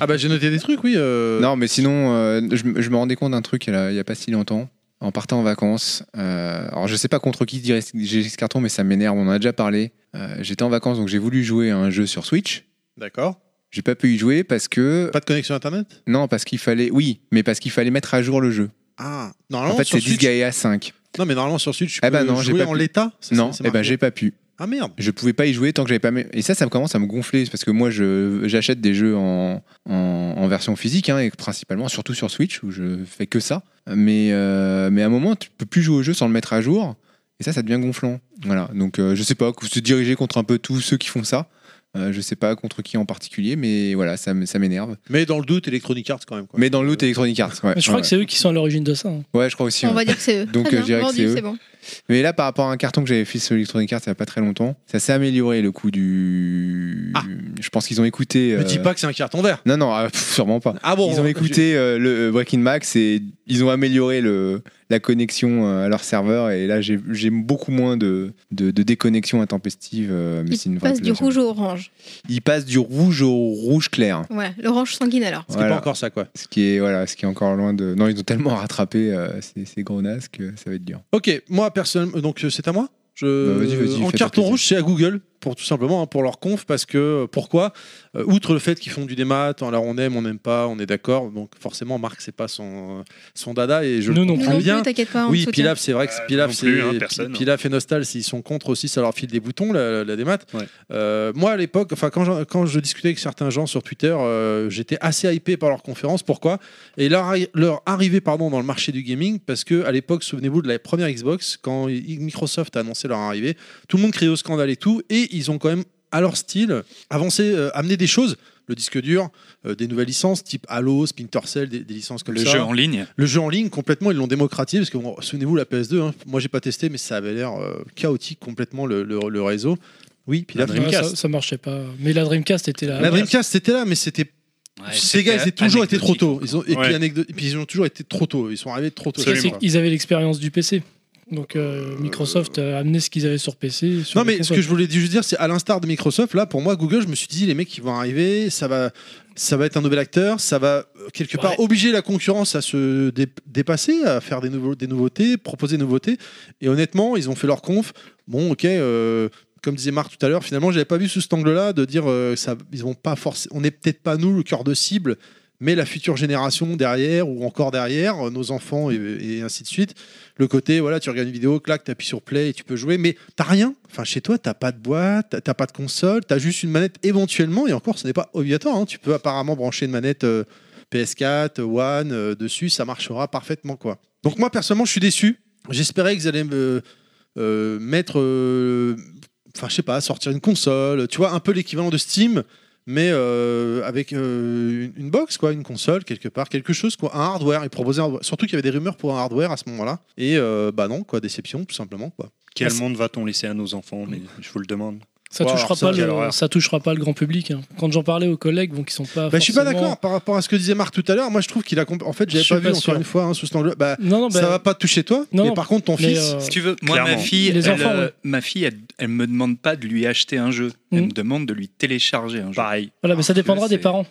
Speaker 2: Ah bah, j'ai noté des trucs, oui. euh,
Speaker 6: Non, mais sinon, euh, je, me- je me rendais compte d'un truc il y a, il y a pas si longtemps. en partant en vacances. Euh, alors, je sais pas contre qui dirait GX Carton, mais ça m'énerve, on en a déjà parlé. Euh, J'étais en vacances, donc j'ai voulu jouer à un jeu sur Switch.
Speaker 2: D'accord.
Speaker 6: J'ai pas pu y jouer parce que.
Speaker 2: Pas de connexion internet
Speaker 6: Non, parce qu'il fallait. Oui, mais parce qu'il fallait mettre à jour le jeu.
Speaker 2: Ah,
Speaker 6: En
Speaker 2: normalement
Speaker 6: fait,
Speaker 2: sur
Speaker 6: c'est
Speaker 2: Switch.
Speaker 6: Disgaea 5.
Speaker 2: Non, mais normalement sur Switch, tu
Speaker 6: Eh ben
Speaker 2: peux
Speaker 6: non, j'ai
Speaker 2: jouer
Speaker 6: pas
Speaker 2: en
Speaker 6: pu.
Speaker 2: l'état. c'est ça,
Speaker 6: Non,
Speaker 2: c'est
Speaker 6: eh ben
Speaker 2: marqué.
Speaker 6: j'ai pas pu.
Speaker 2: Ah merde.
Speaker 6: Je pouvais pas y jouer tant que j'avais pas. mes- Et ça, ça commence à me gonfler parce que moi, je j'achète des jeux en, en, en version physique hein, et principalement, surtout sur Switch où je fais que ça. Mais euh, mais à un moment, tu peux plus jouer au jeu sans le mettre à jour et ça, ça devient gonflant. Voilà. Donc euh, je sais pas, se diriger contre un peu tous ceux qui font ça. Euh, je sais pas contre qui en particulier, mais voilà, ça m- ça m'énerve.
Speaker 2: Mais dans le doute, Electronic Arts quand même. Quoi.
Speaker 6: Mais dans le loot Electronic Arts, ouais.
Speaker 5: Je crois
Speaker 6: Ouais,
Speaker 5: que c'est eux qui sont à l'origine de ça. hein.
Speaker 6: ouais. Ouais, je crois aussi.
Speaker 3: On
Speaker 6: ouais.
Speaker 3: va dire que c'est eux.
Speaker 6: Donc,
Speaker 3: Très
Speaker 6: euh, je dirais
Speaker 3: bien,
Speaker 6: que
Speaker 3: vendu,
Speaker 6: c'est eux.
Speaker 3: c'est bon.
Speaker 6: Mais là, par rapport à un carton que j'avais fait sur Electronic Arts il n'y a pas très longtemps, ça s'est amélioré le coup du.
Speaker 2: Ah.
Speaker 6: Je pense qu'ils ont écouté.
Speaker 2: Me
Speaker 6: euh,
Speaker 2: dis pas que c'est un carton vert.
Speaker 6: Non, non, euh, pff, sûrement pas.
Speaker 2: Ah bon
Speaker 6: Ils ont écouté euh, le euh, Breaking Max et ils ont amélioré le, la connexion euh, à leur serveur. Et là, j'ai j'ai beaucoup moins de, de, de déconnexion intempestive. euh, mais c'est une
Speaker 3: Il
Speaker 6: vraie
Speaker 3: passe du
Speaker 6: plaisir.
Speaker 3: rouge au orange.
Speaker 6: Ils passent du rouge au rouge clair.
Speaker 3: Voilà, l'orange sanguine alors.
Speaker 2: C'est
Speaker 6: Voilà.
Speaker 2: pas encore ça quoi.
Speaker 6: Ce qui, est, voilà, ce qui est encore loin de. Non, ils ont tellement rattrapé euh, ces, ces grenasses que ça va être dur.
Speaker 2: Ok, moi personnellement, donc euh, c'est à moi. Je,
Speaker 6: Bah, vas-y, vas-y,
Speaker 2: en
Speaker 6: fais-toi
Speaker 2: carton
Speaker 6: plaisir.
Speaker 2: rouge, c'est à Google pour tout simplement hein, pour leur conf parce que euh, pourquoi Euh, Outre le fait qu'ils font du démat, alors on aime, on n'aime pas, on est d'accord. Donc forcément, Marc, c'est pas son euh, son dada et je
Speaker 5: Nous
Speaker 2: le
Speaker 5: non
Speaker 3: Nous
Speaker 2: comprends
Speaker 3: non
Speaker 2: bien.
Speaker 3: plus, t'inquiète pas, on
Speaker 2: Oui,
Speaker 3: te soutient.
Speaker 2: Pilaf, c'est vrai que
Speaker 4: Euh,
Speaker 2: Pilaf,
Speaker 4: non
Speaker 2: c'est
Speaker 4: plus, hein, personne.
Speaker 2: Pi- Pilaf et Nostal, s'ils sont contre aussi, ça leur file des boutons, la, la démat.
Speaker 7: Ouais.
Speaker 2: Euh, moi, à l'époque, enfin quand, j'en- quand je discutais avec certains gens sur Twitter, euh, j'étais assez hypé par leur conférence. Pourquoi Et leur, arri- leur arrivée pardon, dans le marché du gaming, parce que à l'époque, souvenez-vous de la première Xbox, quand i- Microsoft a annoncé leur arrivée, tout le monde criait au scandale et tout, et ils ont quand même, à leur style, avancé, euh, amené des choses. Le disque dur, euh, des nouvelles licences type Halo, Splinter Cell, des, des licences comme
Speaker 7: Le
Speaker 2: ça.
Speaker 7: jeu en ligne.
Speaker 2: Le jeu en ligne, complètement, ils l'ont démocratisé parce que bon, souvenez-vous, la PS2, hein, moi j'ai pas testé, mais ça avait l'air euh, chaotique complètement le, le- le réseau. Oui, puis la
Speaker 7: La
Speaker 5: Ouais,
Speaker 2: Dreamcast.
Speaker 5: Ah, ça, ça marchait pas. Mais la Dreamcast était là.
Speaker 2: La Dreamcast, c'était là, mais c'était.
Speaker 7: Ouais,
Speaker 2: ces gars, ils ont toujours été trop
Speaker 7: anecdotique.
Speaker 2: tôt. Ils ont, et, puis,
Speaker 4: Ouais.
Speaker 2: anecdo- et puis ils ont toujours été trop tôt. Ils sont arrivés trop tôt.
Speaker 5: Parce que
Speaker 2: je
Speaker 5: c'est
Speaker 2: crois.
Speaker 5: qu'ils avaient l'expérience du PC. Donc euh, Microsoft a amené ce qu'ils avaient sur PC. sur
Speaker 2: Non,
Speaker 5: les
Speaker 2: mais ce
Speaker 5: consoles.
Speaker 2: que je voulais juste dire, c'est à l'instar de Microsoft, là, pour moi, Google, je me suis dit, les mecs, ils vont arriver, ça va, ça va être un nouvel acteur, ça va euh, quelque part
Speaker 5: Ouais.
Speaker 2: obliger la concurrence à se dé- dépasser, à faire des, nouveaux- des nouveautés, proposer des nouveautés. Et honnêtement, ils ont fait leur conf. Bon, ok. euh, comme disait Marc tout à l'heure, finalement, j'avais pas vu sous cet angle-là de dire euh, ça, ils vont pas forcer. On n'est peut-être pas nous le cœur de cible, mais la future génération derrière ou encore derrière, euh, nos enfants et, et ainsi de suite. Le côté, voilà, tu regardes une vidéo, clac, t'appuies sur play et tu peux jouer, mais t'as rien. Enfin, chez toi, t'as pas de boîte, t'as- t'as pas de console, t'as juste une manette éventuellement, et encore, ce n'est pas obligatoire. hein. Tu peux apparemment brancher une manette euh, PS4, One euh, dessus, ça marchera parfaitement, quoi. Donc, moi, personnellement, je suis déçu. J'espérais qu'ils allaient me euh, mettre, euh, enfin, je sais pas, sortir une console, tu vois, un peu l'équivalent de Steam, mais euh, avec euh, une, une box, quoi, une console quelque part, quelque chose, quoi, un hardware. Ils proposaient un hardware. surtout qu'il y avait des rumeurs pour un hardware à ce moment-là, et euh, bah non, quoi, déception, tout simplement, quoi.
Speaker 4: Quel monde va-t-on laisser à nos enfants Mais je vous le demande.
Speaker 5: Ça
Speaker 2: Wow,
Speaker 5: touchera
Speaker 2: ça,
Speaker 5: pas
Speaker 4: quelle
Speaker 5: le,
Speaker 4: horreur.
Speaker 5: ça touchera pas le grand public. hein. Quand j'en parlais aux collègues, bon, qui sont pas.
Speaker 2: Bah, je suis pas
Speaker 5: forcément-
Speaker 2: d'accord par rapport à ce que disait Marc tout à l'heure. Moi, je trouve qu'il a. compl- En fait, j'avais
Speaker 5: Je suis
Speaker 2: pas vu
Speaker 5: pas
Speaker 2: encore
Speaker 5: sûr.
Speaker 2: une fois hein, sous cet angle. Bah,
Speaker 5: Non, non, bah,
Speaker 2: ça va pas te toucher toi.
Speaker 5: Non,
Speaker 2: mais
Speaker 5: non.
Speaker 2: par contre, ton
Speaker 5: mais,
Speaker 2: fils.
Speaker 5: euh,
Speaker 7: Si tu veux, moi,
Speaker 4: Clairement.
Speaker 7: ma fille,
Speaker 5: Les
Speaker 7: elle,
Speaker 5: enfants,
Speaker 7: euh,
Speaker 5: ouais.
Speaker 7: ma fille, elle, elle me demande pas de lui acheter un jeu. Elle
Speaker 5: Mhm.
Speaker 7: me demande de lui télécharger un jeu.
Speaker 4: Pareil.
Speaker 5: voilà, mais ça dépendra
Speaker 7: C'est-
Speaker 5: des parents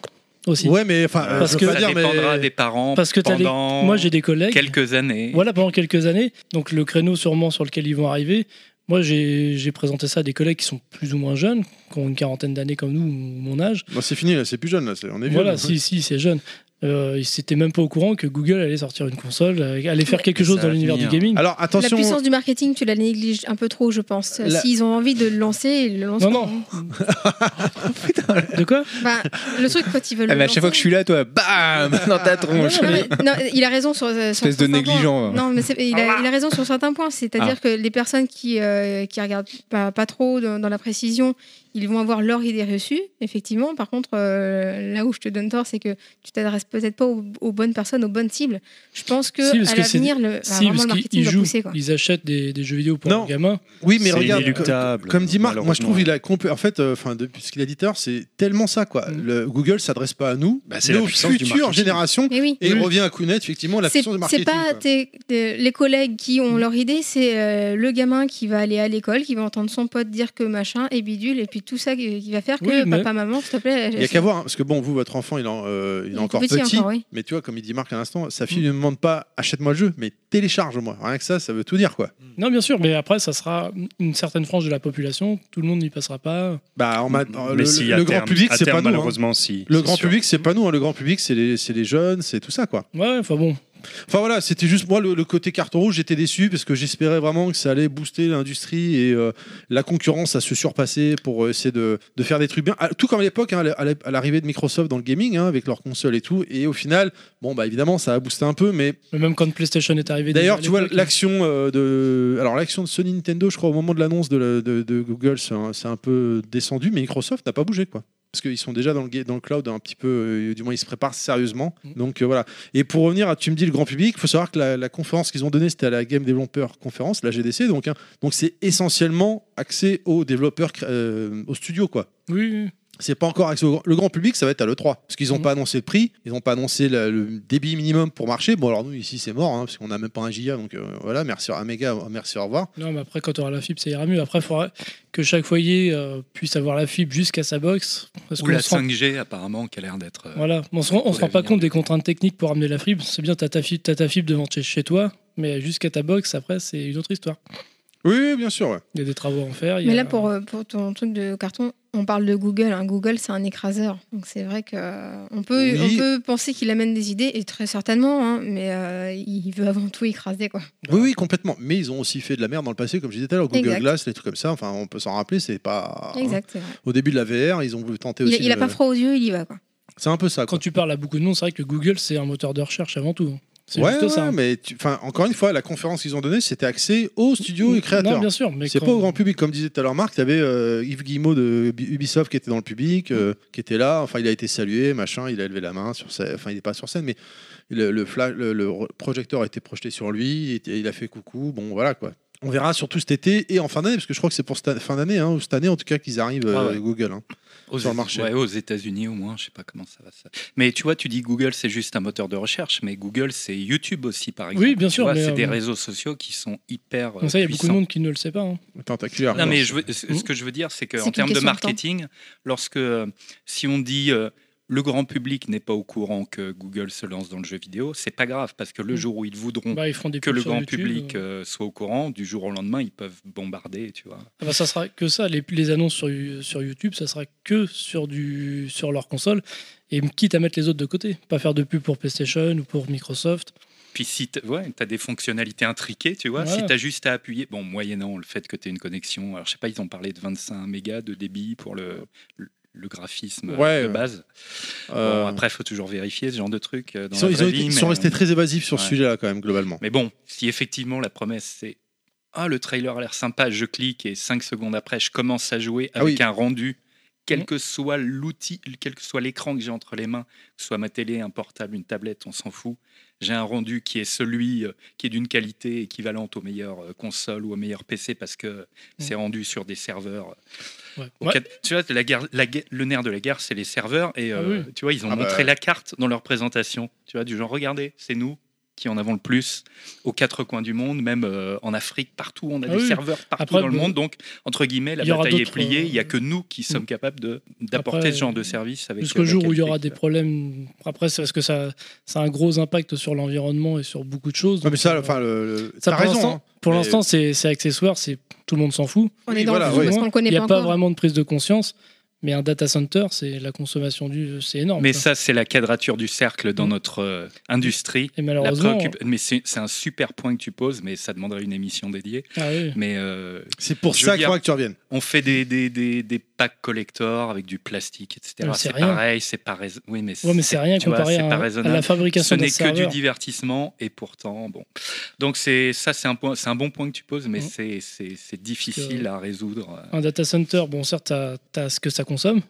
Speaker 5: aussi.
Speaker 2: Ouais, mais enfin, euh,
Speaker 5: Parce
Speaker 2: parce
Speaker 5: que-
Speaker 2: que
Speaker 7: ça
Speaker 2: dire, mais
Speaker 7: dépendra des parents
Speaker 5: Parce que t'as des-
Speaker 7: pendant
Speaker 5: Moi, j'ai des collègues.
Speaker 7: quelques années.
Speaker 5: Voilà, pendant quelques années. Donc le créneau sûrement sur lequel ils vont arriver. Moi, j'ai j'ai présenté ça à des collègues qui sont plus ou moins jeunes, qui ont une quarantaine d'années comme nous, ou mon âge.
Speaker 2: Bah, c'est fini, là, c'est plus jeune, là, c'est- on est vieux.
Speaker 5: Voilà,
Speaker 2: là.
Speaker 5: si, si, c'est jeune. Euh, ils s'étaient même pas au courant que Google allait sortir une console, euh, allait faire quelque
Speaker 7: Mais
Speaker 5: chose
Speaker 7: ça
Speaker 5: dans
Speaker 7: va
Speaker 5: l'univers du
Speaker 7: venir.
Speaker 5: gaming.
Speaker 2: Alors
Speaker 3: La
Speaker 2: attention.
Speaker 3: puissance du marketing, tu la négliges un peu trop, je pense.
Speaker 2: La-
Speaker 3: S'ils ont envie de le lancer, ils le lancent.
Speaker 5: Non,
Speaker 3: pas.
Speaker 5: non. De quoi
Speaker 3: Bah, le truc, quand ils veulent.
Speaker 6: Ah,
Speaker 3: le
Speaker 6: mais à chaque fois que
Speaker 3: lancer-
Speaker 6: je suis là, toi, bam [LAUGHS] Dans ta
Speaker 5: Oh,
Speaker 6: tronche
Speaker 3: Non, mais- non, il a raison sur. euh, sur
Speaker 6: Espèce de
Speaker 3: certains points.
Speaker 5: hein.
Speaker 6: négligent.
Speaker 3: Non, mais c'est- il, a, il a raison sur certains points. C'est-à-dire
Speaker 5: Ah.
Speaker 3: que les personnes qui, euh, qui regardent pas, pas trop dans, dans la précision, ils vont avoir leur idée reçue, effectivement. Par contre, euh, là où je te donne tort, c'est que tu t'adresses peut-être pas aux, aux bonnes personnes, aux bonnes cibles. Je pense que
Speaker 5: Si, parce
Speaker 3: à
Speaker 5: que c'est-
Speaker 3: l'avenir, le, enfin,
Speaker 5: Si,
Speaker 3: vraiment,
Speaker 5: parce
Speaker 3: le
Speaker 5: qu'ils
Speaker 3: marketing va
Speaker 5: jouent,
Speaker 3: pousser. Quoi.
Speaker 5: ils achètent des, des jeux vidéo pour
Speaker 2: Non.
Speaker 5: leurs gamins.
Speaker 2: Oui, mais
Speaker 4: C'est
Speaker 2: regarde.
Speaker 4: inéluctable,
Speaker 2: comme- Comme dit Marc, moi je
Speaker 4: malheureusement.
Speaker 2: trouve il a compl- en fait, euh, enfin depuis ce qu'il a dit tout à l'heure, c'est tellement ça quoi.
Speaker 5: Mm.
Speaker 2: Le Google s'adresse pas à nous,
Speaker 4: Bah, c'est
Speaker 2: mais
Speaker 4: la
Speaker 2: aux
Speaker 4: puissance du
Speaker 2: futures
Speaker 4: marketing.
Speaker 2: générations.
Speaker 3: Mais oui.
Speaker 2: Et il revient à Kounet, effectivement, la
Speaker 3: C'est
Speaker 2: puissance du marketing.
Speaker 3: c'est pas
Speaker 2: quoi. Mm.
Speaker 3: tes- tes- les collègues qui ont leur idée, c'est euh, le gamin qui va aller à l'école, qui va entendre son pote dire que machin et bidule, et puis tout ça qui qui va faire que
Speaker 5: Oui, mais-
Speaker 3: papa, maman, s'il te plaît.
Speaker 2: Il y a qu'à voir, hein, parce que bon, vous, votre enfant, il, en, euh, il
Speaker 3: Il
Speaker 2: est encore
Speaker 3: est petit,
Speaker 2: petit.
Speaker 3: encore, oui. Mm.
Speaker 2: Mais tu vois, comme il dit Marc à l'instant, sa fille ne me demande pas achète-moi le jeu, mais télécharge-moi. Rien que ça, ça veut tout dire quoi.
Speaker 5: Non, bien sûr, mais après, ça sera une certaine frange de la population. Tout le monde n'y passera pas.
Speaker 2: Bah, en ma-
Speaker 4: mais
Speaker 2: le,
Speaker 4: si,
Speaker 2: le
Speaker 4: à
Speaker 2: grand
Speaker 4: terme-
Speaker 2: public,
Speaker 4: à
Speaker 2: c'est pas
Speaker 4: terme,
Speaker 2: nous. hein.
Speaker 4: malheureusement, si.
Speaker 2: Le
Speaker 4: c'est
Speaker 2: grand
Speaker 4: sûr.
Speaker 2: public, c'est pas nous. hein. Le grand public, c'est les, c'est les jeunes, c'est tout ça quoi.
Speaker 5: Ouais, enfin bon.
Speaker 2: Enfin voilà, c'était juste moi le, le côté carton rouge, j'étais déçu parce que j'espérais vraiment que ça allait booster l'industrie et euh, la concurrence à se surpasser pour euh, essayer de, de faire des trucs bien. Ah, Tout comme à l'époque, hein, à la- à la- à l'arrivée de Microsoft dans le gaming, hein, avec leur console et tout. Et au final, bon bah évidemment, ça a boosté un peu, mais
Speaker 5: Mais Même quand PlayStation est arrivé.
Speaker 2: D'ailleurs,
Speaker 5: déjà à
Speaker 2: tu vois
Speaker 5: l'époque,
Speaker 2: l'action euh, de, alors l'action de Sony Nintendo, je crois au moment de l'annonce de, la- de- de Google, c'est un, c'est un peu descendu, mais Microsoft n'a pas bougé quoi. Parce qu'ils sont déjà dans le, ga- dans le cloud un petit peu, euh, du moins ils se préparent sérieusement.
Speaker 5: Mm.
Speaker 2: Donc euh, voilà. Et pour revenir à, tu me dis le grand public, il faut savoir que la, la conférence qu'ils ont donnée, c'était à la Game Developer Conference, la GDC, donc hein. donc c'est essentiellement axé aux développeurs, cré- euh, aux studios quoi.
Speaker 5: Oui, oui.
Speaker 2: C'est pas encore accès au grand... Le grand public, ça va être à l'E3. Parce qu'ils
Speaker 3: Mmh.
Speaker 2: n'ont
Speaker 5: Mhm.
Speaker 2: pas annoncé le prix, ils n'ont pas annoncé le, le débit minimum pour marcher. Bon, alors nous, ici, c'est mort, hein, parce qu'on n'a même pas un giga, donc euh, voilà, merci, un méga, merci, au revoir.
Speaker 5: Non, mais après, quand tu auras la fibre, ça ira mieux. Après, il faudra que chaque foyer euh, puisse avoir la fibre jusqu'à sa box. Parce
Speaker 7: Ou
Speaker 5: qu'on
Speaker 7: la
Speaker 5: se rend-
Speaker 7: 5G, apparemment, qui a l'air d'être. euh,
Speaker 5: Voilà, on se rend, on se rend
Speaker 7: Ouais,
Speaker 5: pas
Speaker 7: bien.
Speaker 5: compte des contraintes techniques pour amener la fibre. C'est bien, t'as ta fibre, t'as ta fibre devant chez, chez toi, mais jusqu'à ta box, après, c'est une autre histoire.
Speaker 2: Oui, oui, bien sûr. ouais.
Speaker 5: Il y a des travaux à en faire. il y
Speaker 3: Mais
Speaker 5: a-
Speaker 3: là, pour, euh, pour ton truc de carton, on parle de Google. hein. Google, c'est un écraseur. Donc c'est vrai qu'on peut,
Speaker 2: Oui.
Speaker 3: on peut penser qu'il amène des idées, et très certainement, hein, mais euh, il veut avant tout écraser. Quoi.
Speaker 2: Oui, oui, complètement. Mais ils ont aussi fait de la merde dans le passé, comme je disais tout à l'heure, Google
Speaker 3: Exact.
Speaker 2: Glass, les trucs comme ça. Enfin, on peut s'en rappeler, c'est pas.
Speaker 3: Exact, c'est vrai.
Speaker 2: Au début de la VR, ils ont voulu tenter
Speaker 3: Il,
Speaker 2: Ah. aussi.
Speaker 3: il a
Speaker 2: de-
Speaker 3: pas froid aux yeux, il y va. Quoi.
Speaker 2: C'est un peu ça.
Speaker 5: Quand
Speaker 2: Quoi.
Speaker 5: tu parles à beaucoup de monde, c'est vrai que Google, c'est un moteur de recherche avant tout. hein. C'est
Speaker 2: ouais,
Speaker 5: juste
Speaker 2: ouais,
Speaker 5: ça. hein.
Speaker 2: mais tu- enfin, encore une fois, la conférence qu'ils ont donnée, c'était axée aux studios et créateurs.
Speaker 5: Non, bien sûr. mais
Speaker 2: C'est
Speaker 5: quand-
Speaker 2: pas au grand public, comme disait tout à l'heure Marc, tu avais euh, Yves Guillemot de Ubi- Ubisoft qui était dans le public, euh, qui était là, enfin il a été salué, machin, il a levé la main, sur scène, enfin il n'est pas sur scène, mais le, le fla- le- le re- projecteur a été projeté sur lui, il, était- il a fait coucou, bon voilà quoi. On verra surtout cet été et en fin d'année, parce que je crois que c'est pour cette an- fin d'année, hein, ou cette année en tout cas qu'ils arrivent euh,
Speaker 7: Ah ouais.
Speaker 2: Google. hein.
Speaker 7: Aux
Speaker 2: sur le
Speaker 7: Éta-
Speaker 2: marché.
Speaker 7: ouais, aux États-Unis au moins, je sais pas comment ça va. Ça. Mais tu vois, tu dis Google, c'est juste un moteur de recherche, mais Google, c'est YouTube aussi, par exemple.
Speaker 5: bien
Speaker 7: Tu
Speaker 5: sûr,
Speaker 7: vois,
Speaker 5: mais,
Speaker 7: C'est
Speaker 5: euh,
Speaker 7: des réseaux sociaux qui sont hyper. euh,
Speaker 5: Comme ça, il y a beaucoup de
Speaker 7: puissants.
Speaker 5: monde qui ne le sait pas. hein.
Speaker 2: Tentaculaire.
Speaker 7: Non,
Speaker 2: quoi.
Speaker 7: mais je veux- ce
Speaker 2: Hmm
Speaker 7: ce que je veux dire, c'est
Speaker 3: C'est
Speaker 7: qu'en
Speaker 3: qu'une
Speaker 7: termes de
Speaker 3: question de temps.
Speaker 7: marketing, lorsque euh, si on dit euh, le grand public n'est pas au courant que Google se lance dans le jeu vidéo, c'est pas grave parce que le
Speaker 3: Hmm.
Speaker 5: Mm.
Speaker 7: jour où ils voudront
Speaker 5: Bah, ils feront des
Speaker 7: que
Speaker 5: pubs
Speaker 7: le
Speaker 5: sur
Speaker 7: grand
Speaker 5: YouTube,
Speaker 7: public
Speaker 5: euh.
Speaker 7: euh, soit au courant, du jour au lendemain, ils peuvent bombarder, tu vois.
Speaker 5: Ah bah, ça sera que ça. Les, les annonces sur, You- sur YouTube, ça sera que sur, du, sur leur console. Et quitte à mettre les autres de côté. Pas faire de pub pour PlayStation ou pour Microsoft.
Speaker 7: Puis si tu ouais, as des fonctionnalités intriquées, tu vois, si
Speaker 5: Ouais.
Speaker 7: tu as juste à appuyer, bon, moyennant le fait que tu une connexion, alors je sais pas, ils ont parlé de 25 mégas de débit pour le, le, le graphisme
Speaker 2: Ouais,
Speaker 7: de
Speaker 2: ouais.
Speaker 7: base.
Speaker 2: Euh,
Speaker 7: Bon, après, faut toujours vérifier ce genre de truc. euh, Dans
Speaker 2: ils sont,
Speaker 7: la
Speaker 2: ils ont
Speaker 7: vraie
Speaker 2: été-
Speaker 7: vie,
Speaker 2: ils sont
Speaker 7: mais,
Speaker 2: restés
Speaker 7: euh,
Speaker 2: très évasifs sur ce
Speaker 7: ouais.
Speaker 2: sujet-là quand même, globalement.
Speaker 7: Mais bon, si effectivement la promesse c'est Ah, le trailer a l'air sympa, je clique et 5 secondes après, je commence à jouer
Speaker 2: Ah
Speaker 7: avec
Speaker 2: oui. Mmh.
Speaker 7: un rendu, quel que soit l'outil, quel que soit l'écran que j'ai entre les mains, que ce soit ma télé, un portable, une tablette, on s'en fout. J'ai un rendu qui est celui euh, qui est d'une qualité équivalente aux meilleures euh, consoles ou aux meilleurs PC parce
Speaker 2: Mmh.
Speaker 7: que c'est rendu sur des serveurs.
Speaker 5: Ouais.
Speaker 7: Au
Speaker 5: Ouais.
Speaker 7: quatre- Tu vois, la guerre- la guerre- le nerf de la guerre, c'est les serveurs et
Speaker 5: Ah
Speaker 7: euh, tu vois, ils ont
Speaker 2: Ah bah
Speaker 7: montré
Speaker 2: ouais.
Speaker 7: la carte dans leur présentation. Tu vois, du genre, regardez, c'est nous qui en avons le plus aux quatre coins du monde, même euh, en Afrique, partout, on a
Speaker 5: Ah
Speaker 7: des
Speaker 5: oui.
Speaker 7: serveurs partout
Speaker 5: Après,
Speaker 7: dans le
Speaker 5: bah,
Speaker 7: monde. Donc, entre guillemets, la
Speaker 5: il y aura
Speaker 7: bataille est
Speaker 5: d'autres,
Speaker 7: pliée.
Speaker 5: euh,
Speaker 7: Il n'y a que nous qui sommes capables de- d'apporter
Speaker 5: Après,
Speaker 7: ce genre de service. avec, euh,
Speaker 5: Jusqu'au
Speaker 7: la
Speaker 5: jour où il y
Speaker 7: qualité
Speaker 5: aura
Speaker 7: qui
Speaker 5: des
Speaker 7: va.
Speaker 5: problèmes. Après, c'est parce que ça, ça a un gros impact sur l'environnement et sur beaucoup de choses.
Speaker 2: Ouais, mais
Speaker 5: Donc,
Speaker 2: ça,
Speaker 5: euh,
Speaker 2: enfin, le, le- t'as
Speaker 5: ça, pour
Speaker 2: raison.
Speaker 5: l'instant-
Speaker 2: hein.
Speaker 5: pour
Speaker 2: mais-
Speaker 5: l'instant, c'est c'est accessoire, c'est tout le monde s'en fout.
Speaker 3: On
Speaker 2: Oui,
Speaker 3: est dans
Speaker 2: voilà,
Speaker 3: le flou
Speaker 2: ouais.
Speaker 3: parce qu'on le
Speaker 5: Il
Speaker 3: connaît
Speaker 5: n'y
Speaker 3: pas
Speaker 5: a pas
Speaker 3: encore.
Speaker 5: vraiment de prise de conscience, mais un data center, c'est la consommation du, c'est énorme.
Speaker 7: Mais
Speaker 5: quoi.
Speaker 7: ça, c'est la quadrature du cercle dans
Speaker 5: Mm.
Speaker 7: notre euh, industrie.
Speaker 5: et
Speaker 7: La
Speaker 5: malheureusement,
Speaker 7: préoccup- Mais c'est c'est un super point que tu poses, mais ça demanderait une émission dédiée.
Speaker 5: ah oui.
Speaker 7: Mais euh,
Speaker 2: C'est pour
Speaker 7: Je veux
Speaker 2: ça qu'il
Speaker 7: dire-
Speaker 2: faudra que tu reviennes.
Speaker 7: on fait des, des, des, des packs collector avec du plastique, etc.
Speaker 5: Mais c'est
Speaker 7: C'est
Speaker 5: rien.
Speaker 7: pareil, c'est pas rais- Oui, mais
Speaker 5: Ouais, mais c'est rien
Speaker 7: tu vois,
Speaker 5: comparé
Speaker 7: c'est
Speaker 5: à-
Speaker 7: pas
Speaker 5: à,
Speaker 7: raisonnable.
Speaker 5: la fabrication
Speaker 7: ce
Speaker 5: d'un
Speaker 7: n'est que du
Speaker 5: serveur.
Speaker 7: divertissement et pourtant bon donc c'est ça c'est un point c'est un bon point que tu poses mais
Speaker 5: Mhm.
Speaker 7: c'est c'est c'est difficile à résoudre euh.
Speaker 5: Un data center, bon, certes, t'as as ce que ça consomme,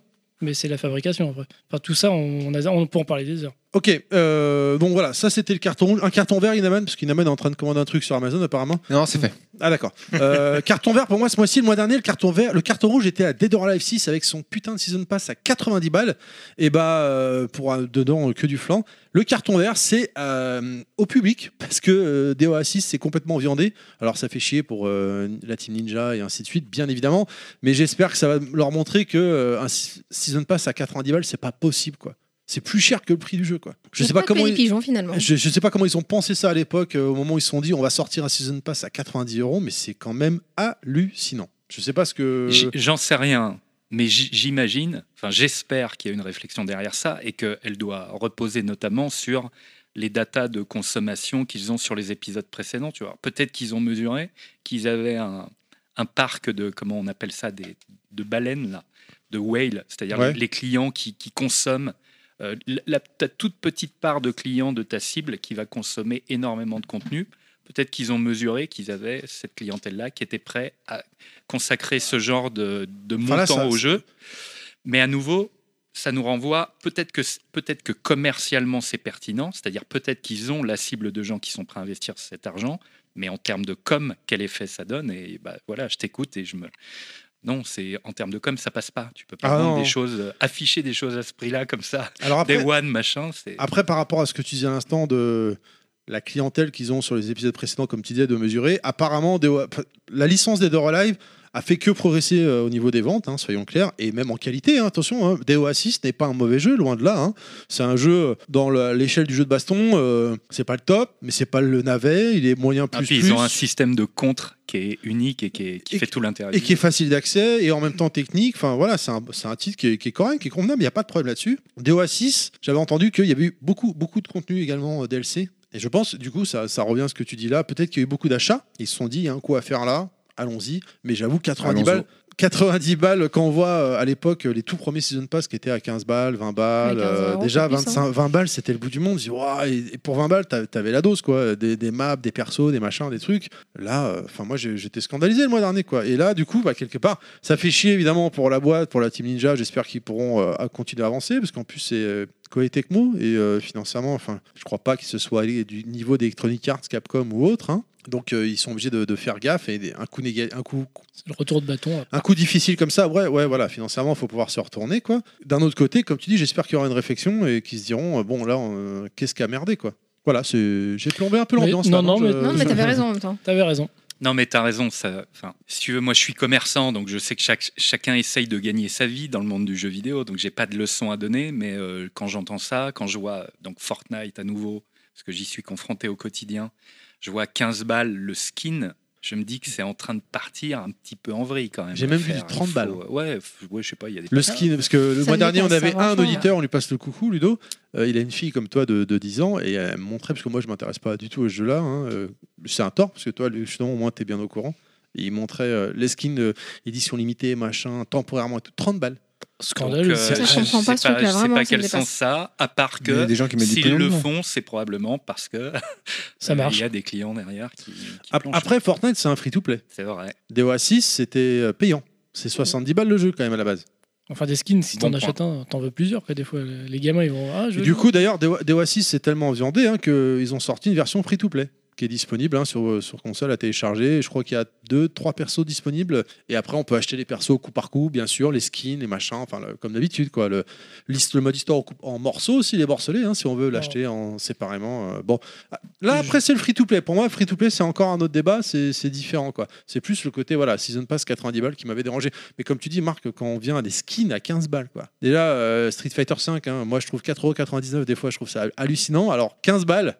Speaker 5: mais c'est la fabrication après. Enfin, tout ça, on, on a- on peut en parler des heures.
Speaker 2: Ok, euh, donc voilà, ça c'était le carton rouge. Un carton vert, Inaman, parce qu'Inaman est en train de commander un truc sur Amazon apparemment.
Speaker 6: Non, c'est fait.
Speaker 2: Ah d'accord. Euh, [LAUGHS] carton vert pour moi ce mois-ci, le mois dernier, le carton vert, le carton rouge était à Dead or Alive 6 avec son putain de season pass à 90 balles. Et bah euh, pour un- dedans euh, que du flan. Le carton vert c'est euh, au public parce que euh, DOA 6 c'est complètement viandé. Alors ça fait chier pour euh, la team Ninja et ainsi de suite, bien évidemment. Mais j'espère que ça va leur montrer que euh, un se- season pass à 90 balles c'est pas possible quoi. c'est plus cher que le prix du jeu quoi. Je
Speaker 3: C'est
Speaker 2: sais pas
Speaker 3: que
Speaker 2: comment
Speaker 3: les
Speaker 2: ils-
Speaker 3: pigeons finalement.
Speaker 2: je, je sais pas comment ils ont pensé ça à l'époque, euh, au moment où ils se sont dit on va sortir un season pass à 90 euros, mais c'est quand même hallucinant. Je sais pas ce que.
Speaker 7: J- J'en sais rien, mais j- j'imagine, enfin j'espère qu'il y a une réflexion derrière ça et qu'elle doit reposer notamment sur les datas de consommation qu'ils ont sur les épisodes précédents. Tu vois, Alors, peut-être qu'ils ont mesuré qu'ils avaient un, un parc de comment on appelle ça des, de baleines là, de whale, c'est-à-dire
Speaker 2: Ouais.
Speaker 7: les, les clients qui, qui consomment. euh, la, la- ta toute petite part de clients de ta cible qui va consommer énormément de contenu. Peut-être qu'ils ont mesuré qu'ils avaient cette clientèle-là qui était prête à consacrer ce genre de, de montant
Speaker 2: Enfin, là, ça-
Speaker 7: au jeu. Mais à nouveau, ça nous renvoie peut-être que, peut-être que commercialement c'est pertinent, c'est-à-dire peut-être qu'ils ont la cible de gens qui sont prêts à investir cet argent, mais en termes de com, quel effet ça donne Et bah, voilà, je t'écoute et je me. Non, c'est en termes de com, ça passe pas. Tu peux pas
Speaker 2: Ah
Speaker 7: vendre
Speaker 2: non.
Speaker 7: des choses, euh, afficher des choses à ce prix-là comme ça,
Speaker 2: Alors
Speaker 7: des
Speaker 2: après,
Speaker 7: one machin. C'est
Speaker 2: après, par rapport à ce que tu disais à l'instant de la clientèle qu'ils ont sur les épisodes précédents, comme tu disais, de mesurer, apparemment, des- la licence des Door Alive a fait que progresser euh, au niveau des ventes, hein, soyons clairs, et même en qualité, hein, attention, hein, DO Assist n'est pas un mauvais jeu, loin de là. hein. C'est un jeu euh, dans la- l'échelle du jeu de baston, euh, c'est pas le top, mais c'est pas le navet, il est moyen
Speaker 7: Ah,
Speaker 2: plus.
Speaker 7: puis
Speaker 2: plus.
Speaker 7: ils ont un système de contre qui est unique et qui, est- qui
Speaker 2: Et
Speaker 7: fait
Speaker 2: qui-
Speaker 7: tout l'intérêt.
Speaker 2: et
Speaker 7: du
Speaker 2: qui est
Speaker 7: jeu.
Speaker 2: facile d'accès et en même temps technique. Enfin voilà, c'est un, c'est un titre qui est, qui est correct, qui est convenable, il n'y a pas de problème là-dessus. DOA 6, j'avais entendu qu'il y avait eu beaucoup, beaucoup de contenu également euh, DLC. Et je pense, du coup, ça, ça revient à ce que tu dis là. Peut-être qu'il y a eu beaucoup d'achats. Ils se sont dit, il y a un coup à faire là, allons-y. Mais j'avoue, 90
Speaker 6: Allons-y.
Speaker 2: balles. 90 balles quand on voit euh, à l'époque les tout premiers season pass qui étaient à 15 balles, 20 balles,
Speaker 3: Ouais, 15
Speaker 2: euh,
Speaker 3: euros,
Speaker 2: déjà
Speaker 3: c'est puissant.
Speaker 2: 25, 20 balles c'était le bout du monde. Je dis, Ouah, et et pour 20 balles t'avais t'avais la dose quoi, des, des maps, des persos, des machins, des trucs. Là, euh, enfin moi j'ai- j'étais scandalisé le mois dernier quoi. Et là du coup bah, quelque part ça fait chier évidemment pour la boîte, pour la Team Ninja. J'espère qu'ils pourront euh, à- continuer à avancer parce qu'en plus c'est euh, Koei Tecmo et euh, financièrement enfin je crois pas qu'ils se soient allés du niveau d'Electronic Arts, Capcom ou autre. hein. Donc euh, ils sont obligés de, de faire gaffe et des- un coup néga- un coup
Speaker 5: C'est le retour de bâton.
Speaker 2: un coup difficile comme ça, ouais, ouais, voilà, financièrement, il faut pouvoir se retourner, quoi. D'un autre côté, comme tu dis, j'espère qu'il y aura une réflexion et qu'ils se diront, euh, bon, là, on- qu'est-ce qui a merdé, quoi. Voilà, c'est- j'ai plombé un peu
Speaker 5: Mais-
Speaker 2: l'ambiance.
Speaker 5: non,
Speaker 2: là,
Speaker 5: non,
Speaker 2: donc,
Speaker 5: mais-
Speaker 2: euh,
Speaker 3: Non, mais t'avais raison en même temps.
Speaker 5: T'avais raison.
Speaker 7: Non, mais t'as raison. Ça, enfin, si tu veux, moi, je suis commerçant, donc je sais que chaque- chacun essaye de gagner sa vie dans le monde du jeu vidéo. Donc, j'ai pas de leçon à donner, mais euh, quand j'entends ça, quand je vois euh, donc Fortnite à nouveau, parce que j'y suis confronté au quotidien, je vois 15 balles le skin. Je me dis que c'est en train de partir un petit peu en vrille quand même.
Speaker 2: J'ai même vu
Speaker 7: Faire,
Speaker 2: du
Speaker 7: il
Speaker 2: 30 balles.
Speaker 7: faut- Ouais, f- ouais, je sais pas, il y a des.
Speaker 2: Le skin, parce que le
Speaker 3: Ça
Speaker 2: mois
Speaker 3: me
Speaker 2: dernier, on
Speaker 3: dépasse,
Speaker 2: avait
Speaker 3: ça,
Speaker 2: un
Speaker 3: franchement.
Speaker 2: auditeur, on lui passe le coucou, Ludo. Euh, il a une fille comme toi de, de 10 ans et elle me montrait, parce que moi, je m'intéresse pas du tout au jeu-là. hein, euh, c'est un tort, parce que toi, justement, au moins, t'es bien au courant. Et il montrait euh, les skins euh, édition limitée, machin, temporairement, et tout, 30 balles.
Speaker 5: Scandaleux.
Speaker 7: Donc, euh,
Speaker 3: Ça, je
Speaker 7: je
Speaker 3: comprends
Speaker 7: sais
Speaker 3: pas ce truc-là,
Speaker 7: je sais
Speaker 3: vraiment,
Speaker 7: pas
Speaker 3: ça me
Speaker 7: quel sens
Speaker 3: dépasse.
Speaker 7: ça, a, à part
Speaker 6: Il y a
Speaker 7: que
Speaker 6: des gens qui mettent du
Speaker 7: s'ils le
Speaker 6: pognon.
Speaker 7: font, c'est probablement parce que
Speaker 5: ça
Speaker 7: [LAUGHS] il
Speaker 5: marche.
Speaker 7: y a des clients derrière qui. qui
Speaker 2: Ap-
Speaker 7: planchent.
Speaker 2: Après, Fortnite, c'est un free-to-play.
Speaker 7: c'est vrai.
Speaker 2: DOA 6, c'était euh, payant. C'est 70 balles le jeu, quand même, à la base.
Speaker 5: Enfin, des skins, si
Speaker 7: Bon
Speaker 5: t'en
Speaker 7: point.
Speaker 5: achètes un, t'en veux plusieurs. Quoi. Des fois, les gamins, ils vont. Ah, je
Speaker 2: Et
Speaker 5: veux
Speaker 2: du
Speaker 5: le-
Speaker 2: coup, d'ailleurs, DOA 6 c'est tellement viandé hein, qu'ils ont sorti une version free-to-play qui est disponible hein, sur, sur console à télécharger. Je crois qu'il y a deux, trois persos disponibles. Et après, on peut acheter les persos coup par coup, bien sûr, les skins, les machins, enfin, le- comme d'habitude. quoi. Le, l'hist- le mode histoire en, coup- en morceaux aussi, les morcelés, hein, si on veut l'acheter en séparément. euh, bon, Ah, là,
Speaker 5: Je-
Speaker 2: après, c'est le free-to-play. Pour moi, free-to-play, c'est encore un autre débat, c'est, c'est différent. quoi. C'est plus le côté, voilà, Season Pass 90 balles qui m'avait dérangé. Mais comme tu dis, Marc, quand on vient à des skins à 15 balles, quoi. Déjà, euh, Street Fighter 5, moi je trouve 4,99€, des fois je trouve ça hallucinant. Alors 15 balles,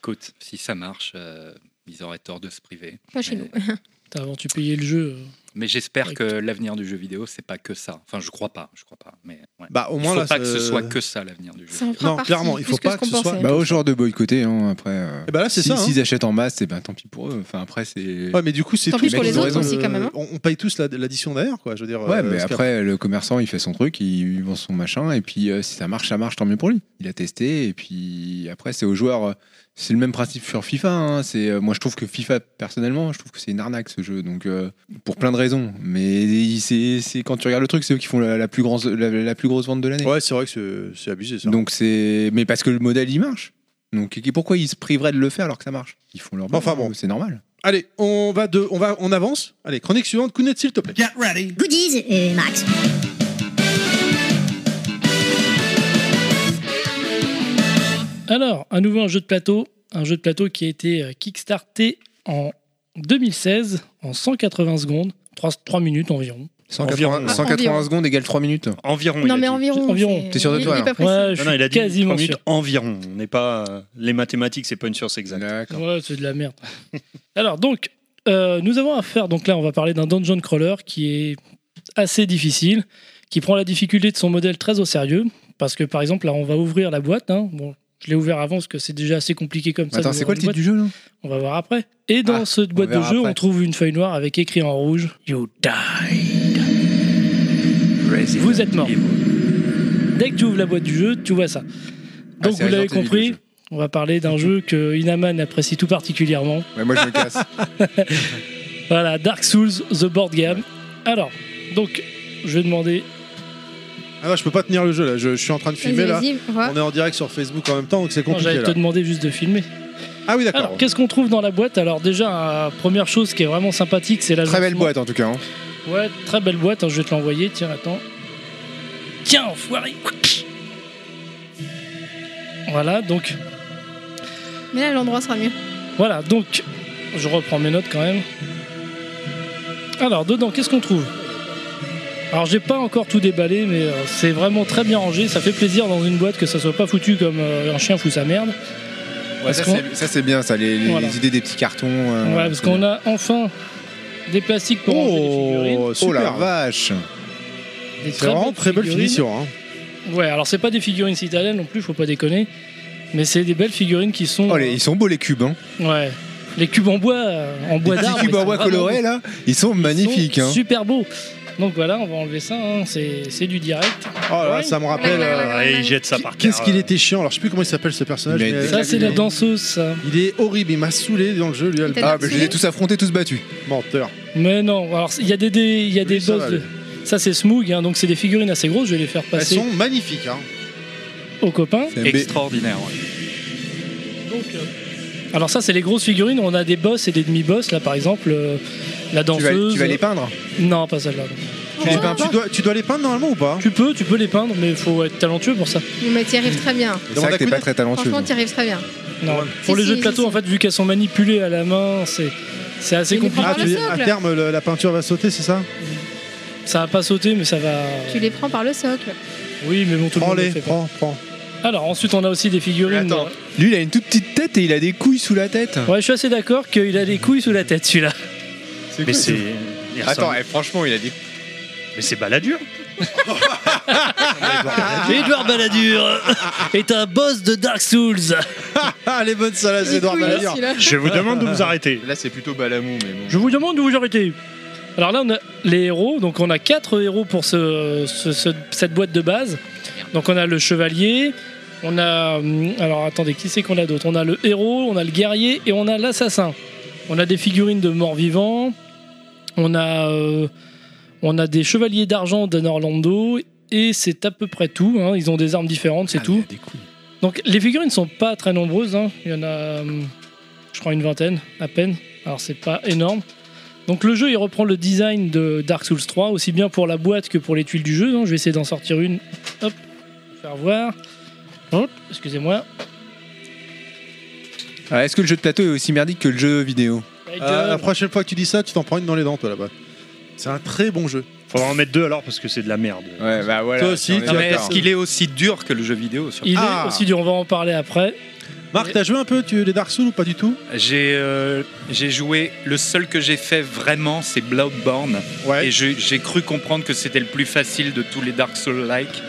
Speaker 7: Écoute, si ça marche, euh, ils auraient tort de se priver.
Speaker 3: Pas chez
Speaker 7: Mais-
Speaker 3: nous.
Speaker 5: T'as- Avant, tu payais le jeu. euh,
Speaker 7: [LAUGHS] Mais j'espère
Speaker 5: Ouais,
Speaker 7: que l'avenir du jeu vidéo, c'est pas que ça. Enfin, je crois pas. Je crois pas. Mais ouais.
Speaker 2: bah au
Speaker 7: il
Speaker 2: moins
Speaker 7: faut
Speaker 2: là.
Speaker 7: pas que ce
Speaker 2: ça-
Speaker 7: soit que ça l'avenir du jeu.
Speaker 3: Ça en fera
Speaker 2: Non,
Speaker 3: partie,
Speaker 2: clairement, il
Speaker 3: plus
Speaker 2: faut pas
Speaker 3: ce
Speaker 2: que
Speaker 3: qu'on
Speaker 2: ce soit-
Speaker 3: pensait.
Speaker 6: Bah, au genre de boycotter, hein, après. euh.
Speaker 2: Eh ben là c'est
Speaker 6: Si-
Speaker 2: ça. hein.
Speaker 6: S'ils achètent en masse, c'est ben tant pis pour eux. Enfin, après, c'est.
Speaker 2: Ouais, mais du coup c'est
Speaker 3: Tant
Speaker 2: tous
Speaker 3: pis pour
Speaker 2: les
Speaker 6: les
Speaker 2: mecs,
Speaker 6: autres
Speaker 2: euh,
Speaker 3: aussi, quand même, hein.
Speaker 2: On, on paye tous la- l'addition derrière, quoi. Je veux dire.
Speaker 6: Ouais,
Speaker 2: euh,
Speaker 6: mais
Speaker 2: parce
Speaker 6: après, le commerçant, il fait son truc, il, il vend son machin, et puis euh, si ça marche, ça marche, tant mieux pour lui. Il a testé, et puis après, c'est aux joueurs. euh, c'est le même principe sur FIFA. hein, c'est, euh, moi, je trouve que FIFA, personnellement, je trouve que c'est une arnaque ce jeu, donc euh, pour plein de raisons. Mais il- c'est c'est- quand tu regardes le truc, c'est eux qui font la, la plus, grande la, la plus grosse vente de l'année.
Speaker 2: Ouais, c'est vrai que c'est- c'est abusé ça.
Speaker 6: donc c'est, mais parce que le modèle, il marche. Donc et pourquoi ils se priveraient de le faire alors que ça marche Ils font leur.
Speaker 2: Enfin,
Speaker 6: boulot,
Speaker 2: bon.
Speaker 6: c'est normal.
Speaker 2: Allez, on va de, on va, on avance. Allez, chronique suivante, Kounet s'il te plaît.
Speaker 1: Goodies, euh, Max.
Speaker 5: Alors, à nouveau un jeu de plateau, un jeu de plateau qui a été euh, kickstarté en 2016 en 180 secondes, 3, minutes environ.
Speaker 4: Environ.
Speaker 3: Ah,
Speaker 6: 180, 180 secondes égale 3 minutes.
Speaker 4: Environ. il
Speaker 3: non,
Speaker 4: a
Speaker 3: mais
Speaker 4: dit.
Speaker 3: environ.
Speaker 5: Environ.
Speaker 3: c'est-
Speaker 6: T'es sûr de
Speaker 3: il-
Speaker 6: toi,
Speaker 3: il est
Speaker 6: là
Speaker 3: pas précis.
Speaker 5: Ouais, je
Speaker 4: Non, non,
Speaker 5: suis
Speaker 4: il a dit
Speaker 5: quasiment
Speaker 4: 30 minutes
Speaker 5: sûr.
Speaker 4: environ. On n'est pas euh, les mathématiques, c'est pas une science exacte.
Speaker 6: D'accord.
Speaker 5: Ouais, c'est de la merde. Alors donc, euh, nous avons affaire, donc là on va parler d'un dungeon crawler qui est assez difficile, qui prend la difficulté de son modèle très au sérieux, parce que par exemple là on va ouvrir la boîte, hein. bon, je l'ai ouvert avant parce que c'est déjà assez compliqué comme ça.
Speaker 6: Attends,
Speaker 5: d'ouvrir
Speaker 6: c'est quoi
Speaker 5: une
Speaker 6: le titre
Speaker 5: boîte.
Speaker 6: du jeu là
Speaker 5: On va voir après. Et dans
Speaker 6: Ah,
Speaker 5: cette boîte de
Speaker 6: verra
Speaker 5: jeu,
Speaker 6: après.
Speaker 5: on trouve une feuille noire avec écrit en rouge You died. Vous êtes mort. Dès que tu ouvres la boîte du jeu, tu vois ça.
Speaker 6: Ah,
Speaker 5: Donc
Speaker 6: c'est
Speaker 5: vous l'avez
Speaker 6: Resident Evil,
Speaker 5: compris,
Speaker 6: le jeu.
Speaker 5: on va parler d'un jeu que Inaman apprécie tout particulièrement.
Speaker 6: Ouais, moi je me casse.
Speaker 5: Voilà, Dark Souls, The Board Game. Alors, donc, je vais demander.
Speaker 2: Ah non, je peux pas tenir le jeu là, je, je suis en train de filmer
Speaker 3: Vas-y,
Speaker 2: là.
Speaker 3: vas-y, on va.
Speaker 2: On est en direct sur Facebook en même temps, donc c'est
Speaker 5: Hein Non,
Speaker 2: compliqué
Speaker 5: J'allais te
Speaker 2: là.
Speaker 5: demander juste de
Speaker 6: [LAUGHS]
Speaker 5: filmer.
Speaker 2: Ah oui,
Speaker 5: Alors,
Speaker 2: d'accord.
Speaker 5: qu'est-ce qu'on trouve dans la boîte Alors, déjà, euh, première chose qui est vraiment sympathique, c'est la
Speaker 6: Très belle boîte en tout cas. hein.
Speaker 5: Ouais, très belle boîte, hein, je vais te l'envoyer. Tiens, attends. Tiens, enfoiré Voilà, donc,
Speaker 3: Mais là, l'endroit sera mieux.
Speaker 5: voilà, donc, je reprends mes notes quand même. Alors, dedans, qu'est-ce qu'on trouve Alors, j'ai pas encore tout déballé, mais euh, c'est vraiment très bien rangé. Ça fait plaisir dans une boîte que ça soit pas foutu comme euh, un chien fout sa merde.
Speaker 6: Ouais,
Speaker 5: Parce
Speaker 6: ça,
Speaker 5: qu'on-
Speaker 6: c'est- ça, c'est bien, ça, les, les
Speaker 5: Voilà.
Speaker 6: idées des petits cartons. euh,
Speaker 5: Ouais, parce
Speaker 6: c'est
Speaker 5: qu'on
Speaker 6: bien.
Speaker 5: a enfin des plastiques pour ranger les figurines.
Speaker 2: Oh, super.
Speaker 6: Oh la vache
Speaker 5: Des
Speaker 2: C'est vraiment
Speaker 5: belles
Speaker 2: très belle
Speaker 5: figurines.
Speaker 2: finition. hein.
Speaker 5: Ouais, alors c'est pas des figurines citadelles non plus, faut pas déconner. Mais c'est des belles figurines qui sont.
Speaker 6: Oh, les- Ils sont beaux les cubes, hein.
Speaker 5: euh, ouais. Les cubes en bois, euh, en bois
Speaker 6: les petits
Speaker 5: d'arbre.
Speaker 6: cubes
Speaker 5: ils
Speaker 6: en
Speaker 5: sont
Speaker 6: bois
Speaker 5: vraiment
Speaker 6: colorés
Speaker 5: beaux.
Speaker 6: là, ils sont
Speaker 5: Ils sont
Speaker 6: magnifiques. hein.
Speaker 5: Super beaux. Donc voilà, on va enlever ça, hein, c'est c'est du direct.
Speaker 2: Oh là,
Speaker 5: Ouais.
Speaker 2: là, ça me rappelle.
Speaker 3: Ouais, ouais,
Speaker 2: euh,
Speaker 3: ouais.
Speaker 4: Ah, et il jette ça
Speaker 2: qui-
Speaker 4: [LAUGHS] par
Speaker 2: Qu'est-ce
Speaker 4: terre,
Speaker 2: qu'il
Speaker 4: euh.
Speaker 2: était chiant Alors, je sais plus comment il s'appelle ce personnage.
Speaker 6: Mais
Speaker 2: mais-
Speaker 5: Ça, c'est la danseuse, ça.
Speaker 2: Il est horrible, il m'a saoulé dans le jeu, lui,
Speaker 3: Il t'a
Speaker 6: Ah,
Speaker 3: Dark
Speaker 6: mais je
Speaker 3: Souls.
Speaker 6: les ai tous affrontés, tous battus.
Speaker 2: menteur.
Speaker 5: Mais non, alors il y a des, des- il y a des
Speaker 2: Lui, ça
Speaker 5: boss.
Speaker 2: va,
Speaker 5: de-
Speaker 2: lui.
Speaker 5: Ça, c'est Smoog, hein, donc c'est des figurines assez grosses, je vais les faire
Speaker 2: Elles
Speaker 5: passer
Speaker 2: sont magnifiques. Hein.
Speaker 5: aux copains.
Speaker 6: C'est un B.
Speaker 7: Extraordinaire. ouais.
Speaker 5: Donc, euh, Alors ça, c'est les grosses figurines. On a des boss et des demi-boss. Là, par exemple, euh, la
Speaker 6: Tu vas,
Speaker 5: danseuse. euh,
Speaker 6: tu vas les peindre
Speaker 5: non, pas celle-là.
Speaker 3: Oh,
Speaker 2: Tu,
Speaker 3: peu
Speaker 2: tu
Speaker 3: importe.
Speaker 2: dois, tu dois les peindre normalement ou pas
Speaker 5: Tu peux, tu peux les peindre, mais il faut être talentueux pour ça.
Speaker 3: Mais t'y arrives très bien.
Speaker 6: C'est
Speaker 2: Demande
Speaker 6: vrai
Speaker 2: à
Speaker 6: que t'es
Speaker 2: Kounet.
Speaker 6: pas très talentueux.
Speaker 3: Franchement,
Speaker 6: toi.
Speaker 3: t'y arrives très bien.
Speaker 5: Non.
Speaker 2: Ouais.
Speaker 5: Pour
Speaker 3: Si,
Speaker 5: les
Speaker 3: si,
Speaker 5: jeux de plateau,
Speaker 3: si,
Speaker 5: en fait, vu qu'elles sont manipulées à la main, c'est c'est assez
Speaker 3: Mais les
Speaker 5: compliqué.
Speaker 3: Ah,
Speaker 2: Ah,
Speaker 3: le
Speaker 2: tu dis, à
Speaker 3: socle.
Speaker 2: terme, le- la peinture va sauter, c'est ça
Speaker 5: Ça va pas sauter, mais ça va.
Speaker 3: Tu les prends par le socle.
Speaker 5: Oui, mais bon, tout le monde le
Speaker 2: Prends-les,
Speaker 5: fait. pas.
Speaker 2: prends, prends.
Speaker 5: Alors ensuite, on a aussi des figurines.
Speaker 6: Mais attends. Lui, il a une toute petite tête et il a des couilles sous la tête.
Speaker 5: Ouais, je suis assez d'accord qu'il a les couilles sous la tête, celui-là.
Speaker 4: Mais c'est. il ressemble-
Speaker 6: eh, franchement, il a des.
Speaker 4: Mais c'est baladur.
Speaker 5: Edouard Balladur est un boss de Dark Souls.
Speaker 2: Ah, les bonnes salades,
Speaker 3: Les
Speaker 2: c'est dans
Speaker 3: couilles,
Speaker 2: la lire.
Speaker 3: celui-là.
Speaker 4: Je vous demande [LAUGHS] de vous arrêter.
Speaker 6: Là, c'est plutôt Balamou, mais bon.
Speaker 5: Je vous demande où vous arrêtez. Alors là, on a les héros. Donc on a quatre héros pour ce, ce- ce- cette boîte de base. Donc on a le chevalier. On a. hum, Alors attendez, qui c'est qu'on a d'autre On a le héros, on a le guerrier et on a l'assassin. On a des figurines de morts-vivants. On a. euh, on a des chevaliers d'argent d'Orlando. Et c'est à peu près tout. hein. Ils ont des armes différentes, c'est tout. Donc les figurines sont pas très nombreuses, hein. il y en a, hum, je crois, une vingtaine à peine, alors c'est pas énorme. Donc le jeu il reprend le design de Dark Souls 3, aussi bien pour la boîte que pour les tuiles du jeu. hein. Je vais essayer d'en sortir une, hop, faire voir. Hop, excusez-moi.
Speaker 6: Ah, Est-ce que le jeu de plateau est aussi merdique que le jeu vidéo
Speaker 2: Euh, la prochaine fois que tu dis ça, tu t'en prends une dans les dents, toi, là-bas. C'est un très bon jeu.
Speaker 4: Faudra en mettre deux alors parce que c'est de la merde.
Speaker 6: Ouais, bah voilà.
Speaker 2: Toi aussi,
Speaker 6: on est
Speaker 2: tu
Speaker 7: Non, mais
Speaker 6: d'accord.
Speaker 7: est-ce qu'il est aussi dur que le jeu vidéo sur-
Speaker 5: Il
Speaker 2: Ah.
Speaker 5: est aussi dur, on va en parler après.
Speaker 2: Marc, t'as joué un peu tu, les Dark Souls ou pas du tout
Speaker 7: J'ai euh, j'ai joué, le seul que j'ai fait vraiment, c'est Bloodborne.
Speaker 2: Ouais.
Speaker 7: Et je- j'ai cru comprendre que c'était le plus facile de tous les Dark Souls-like.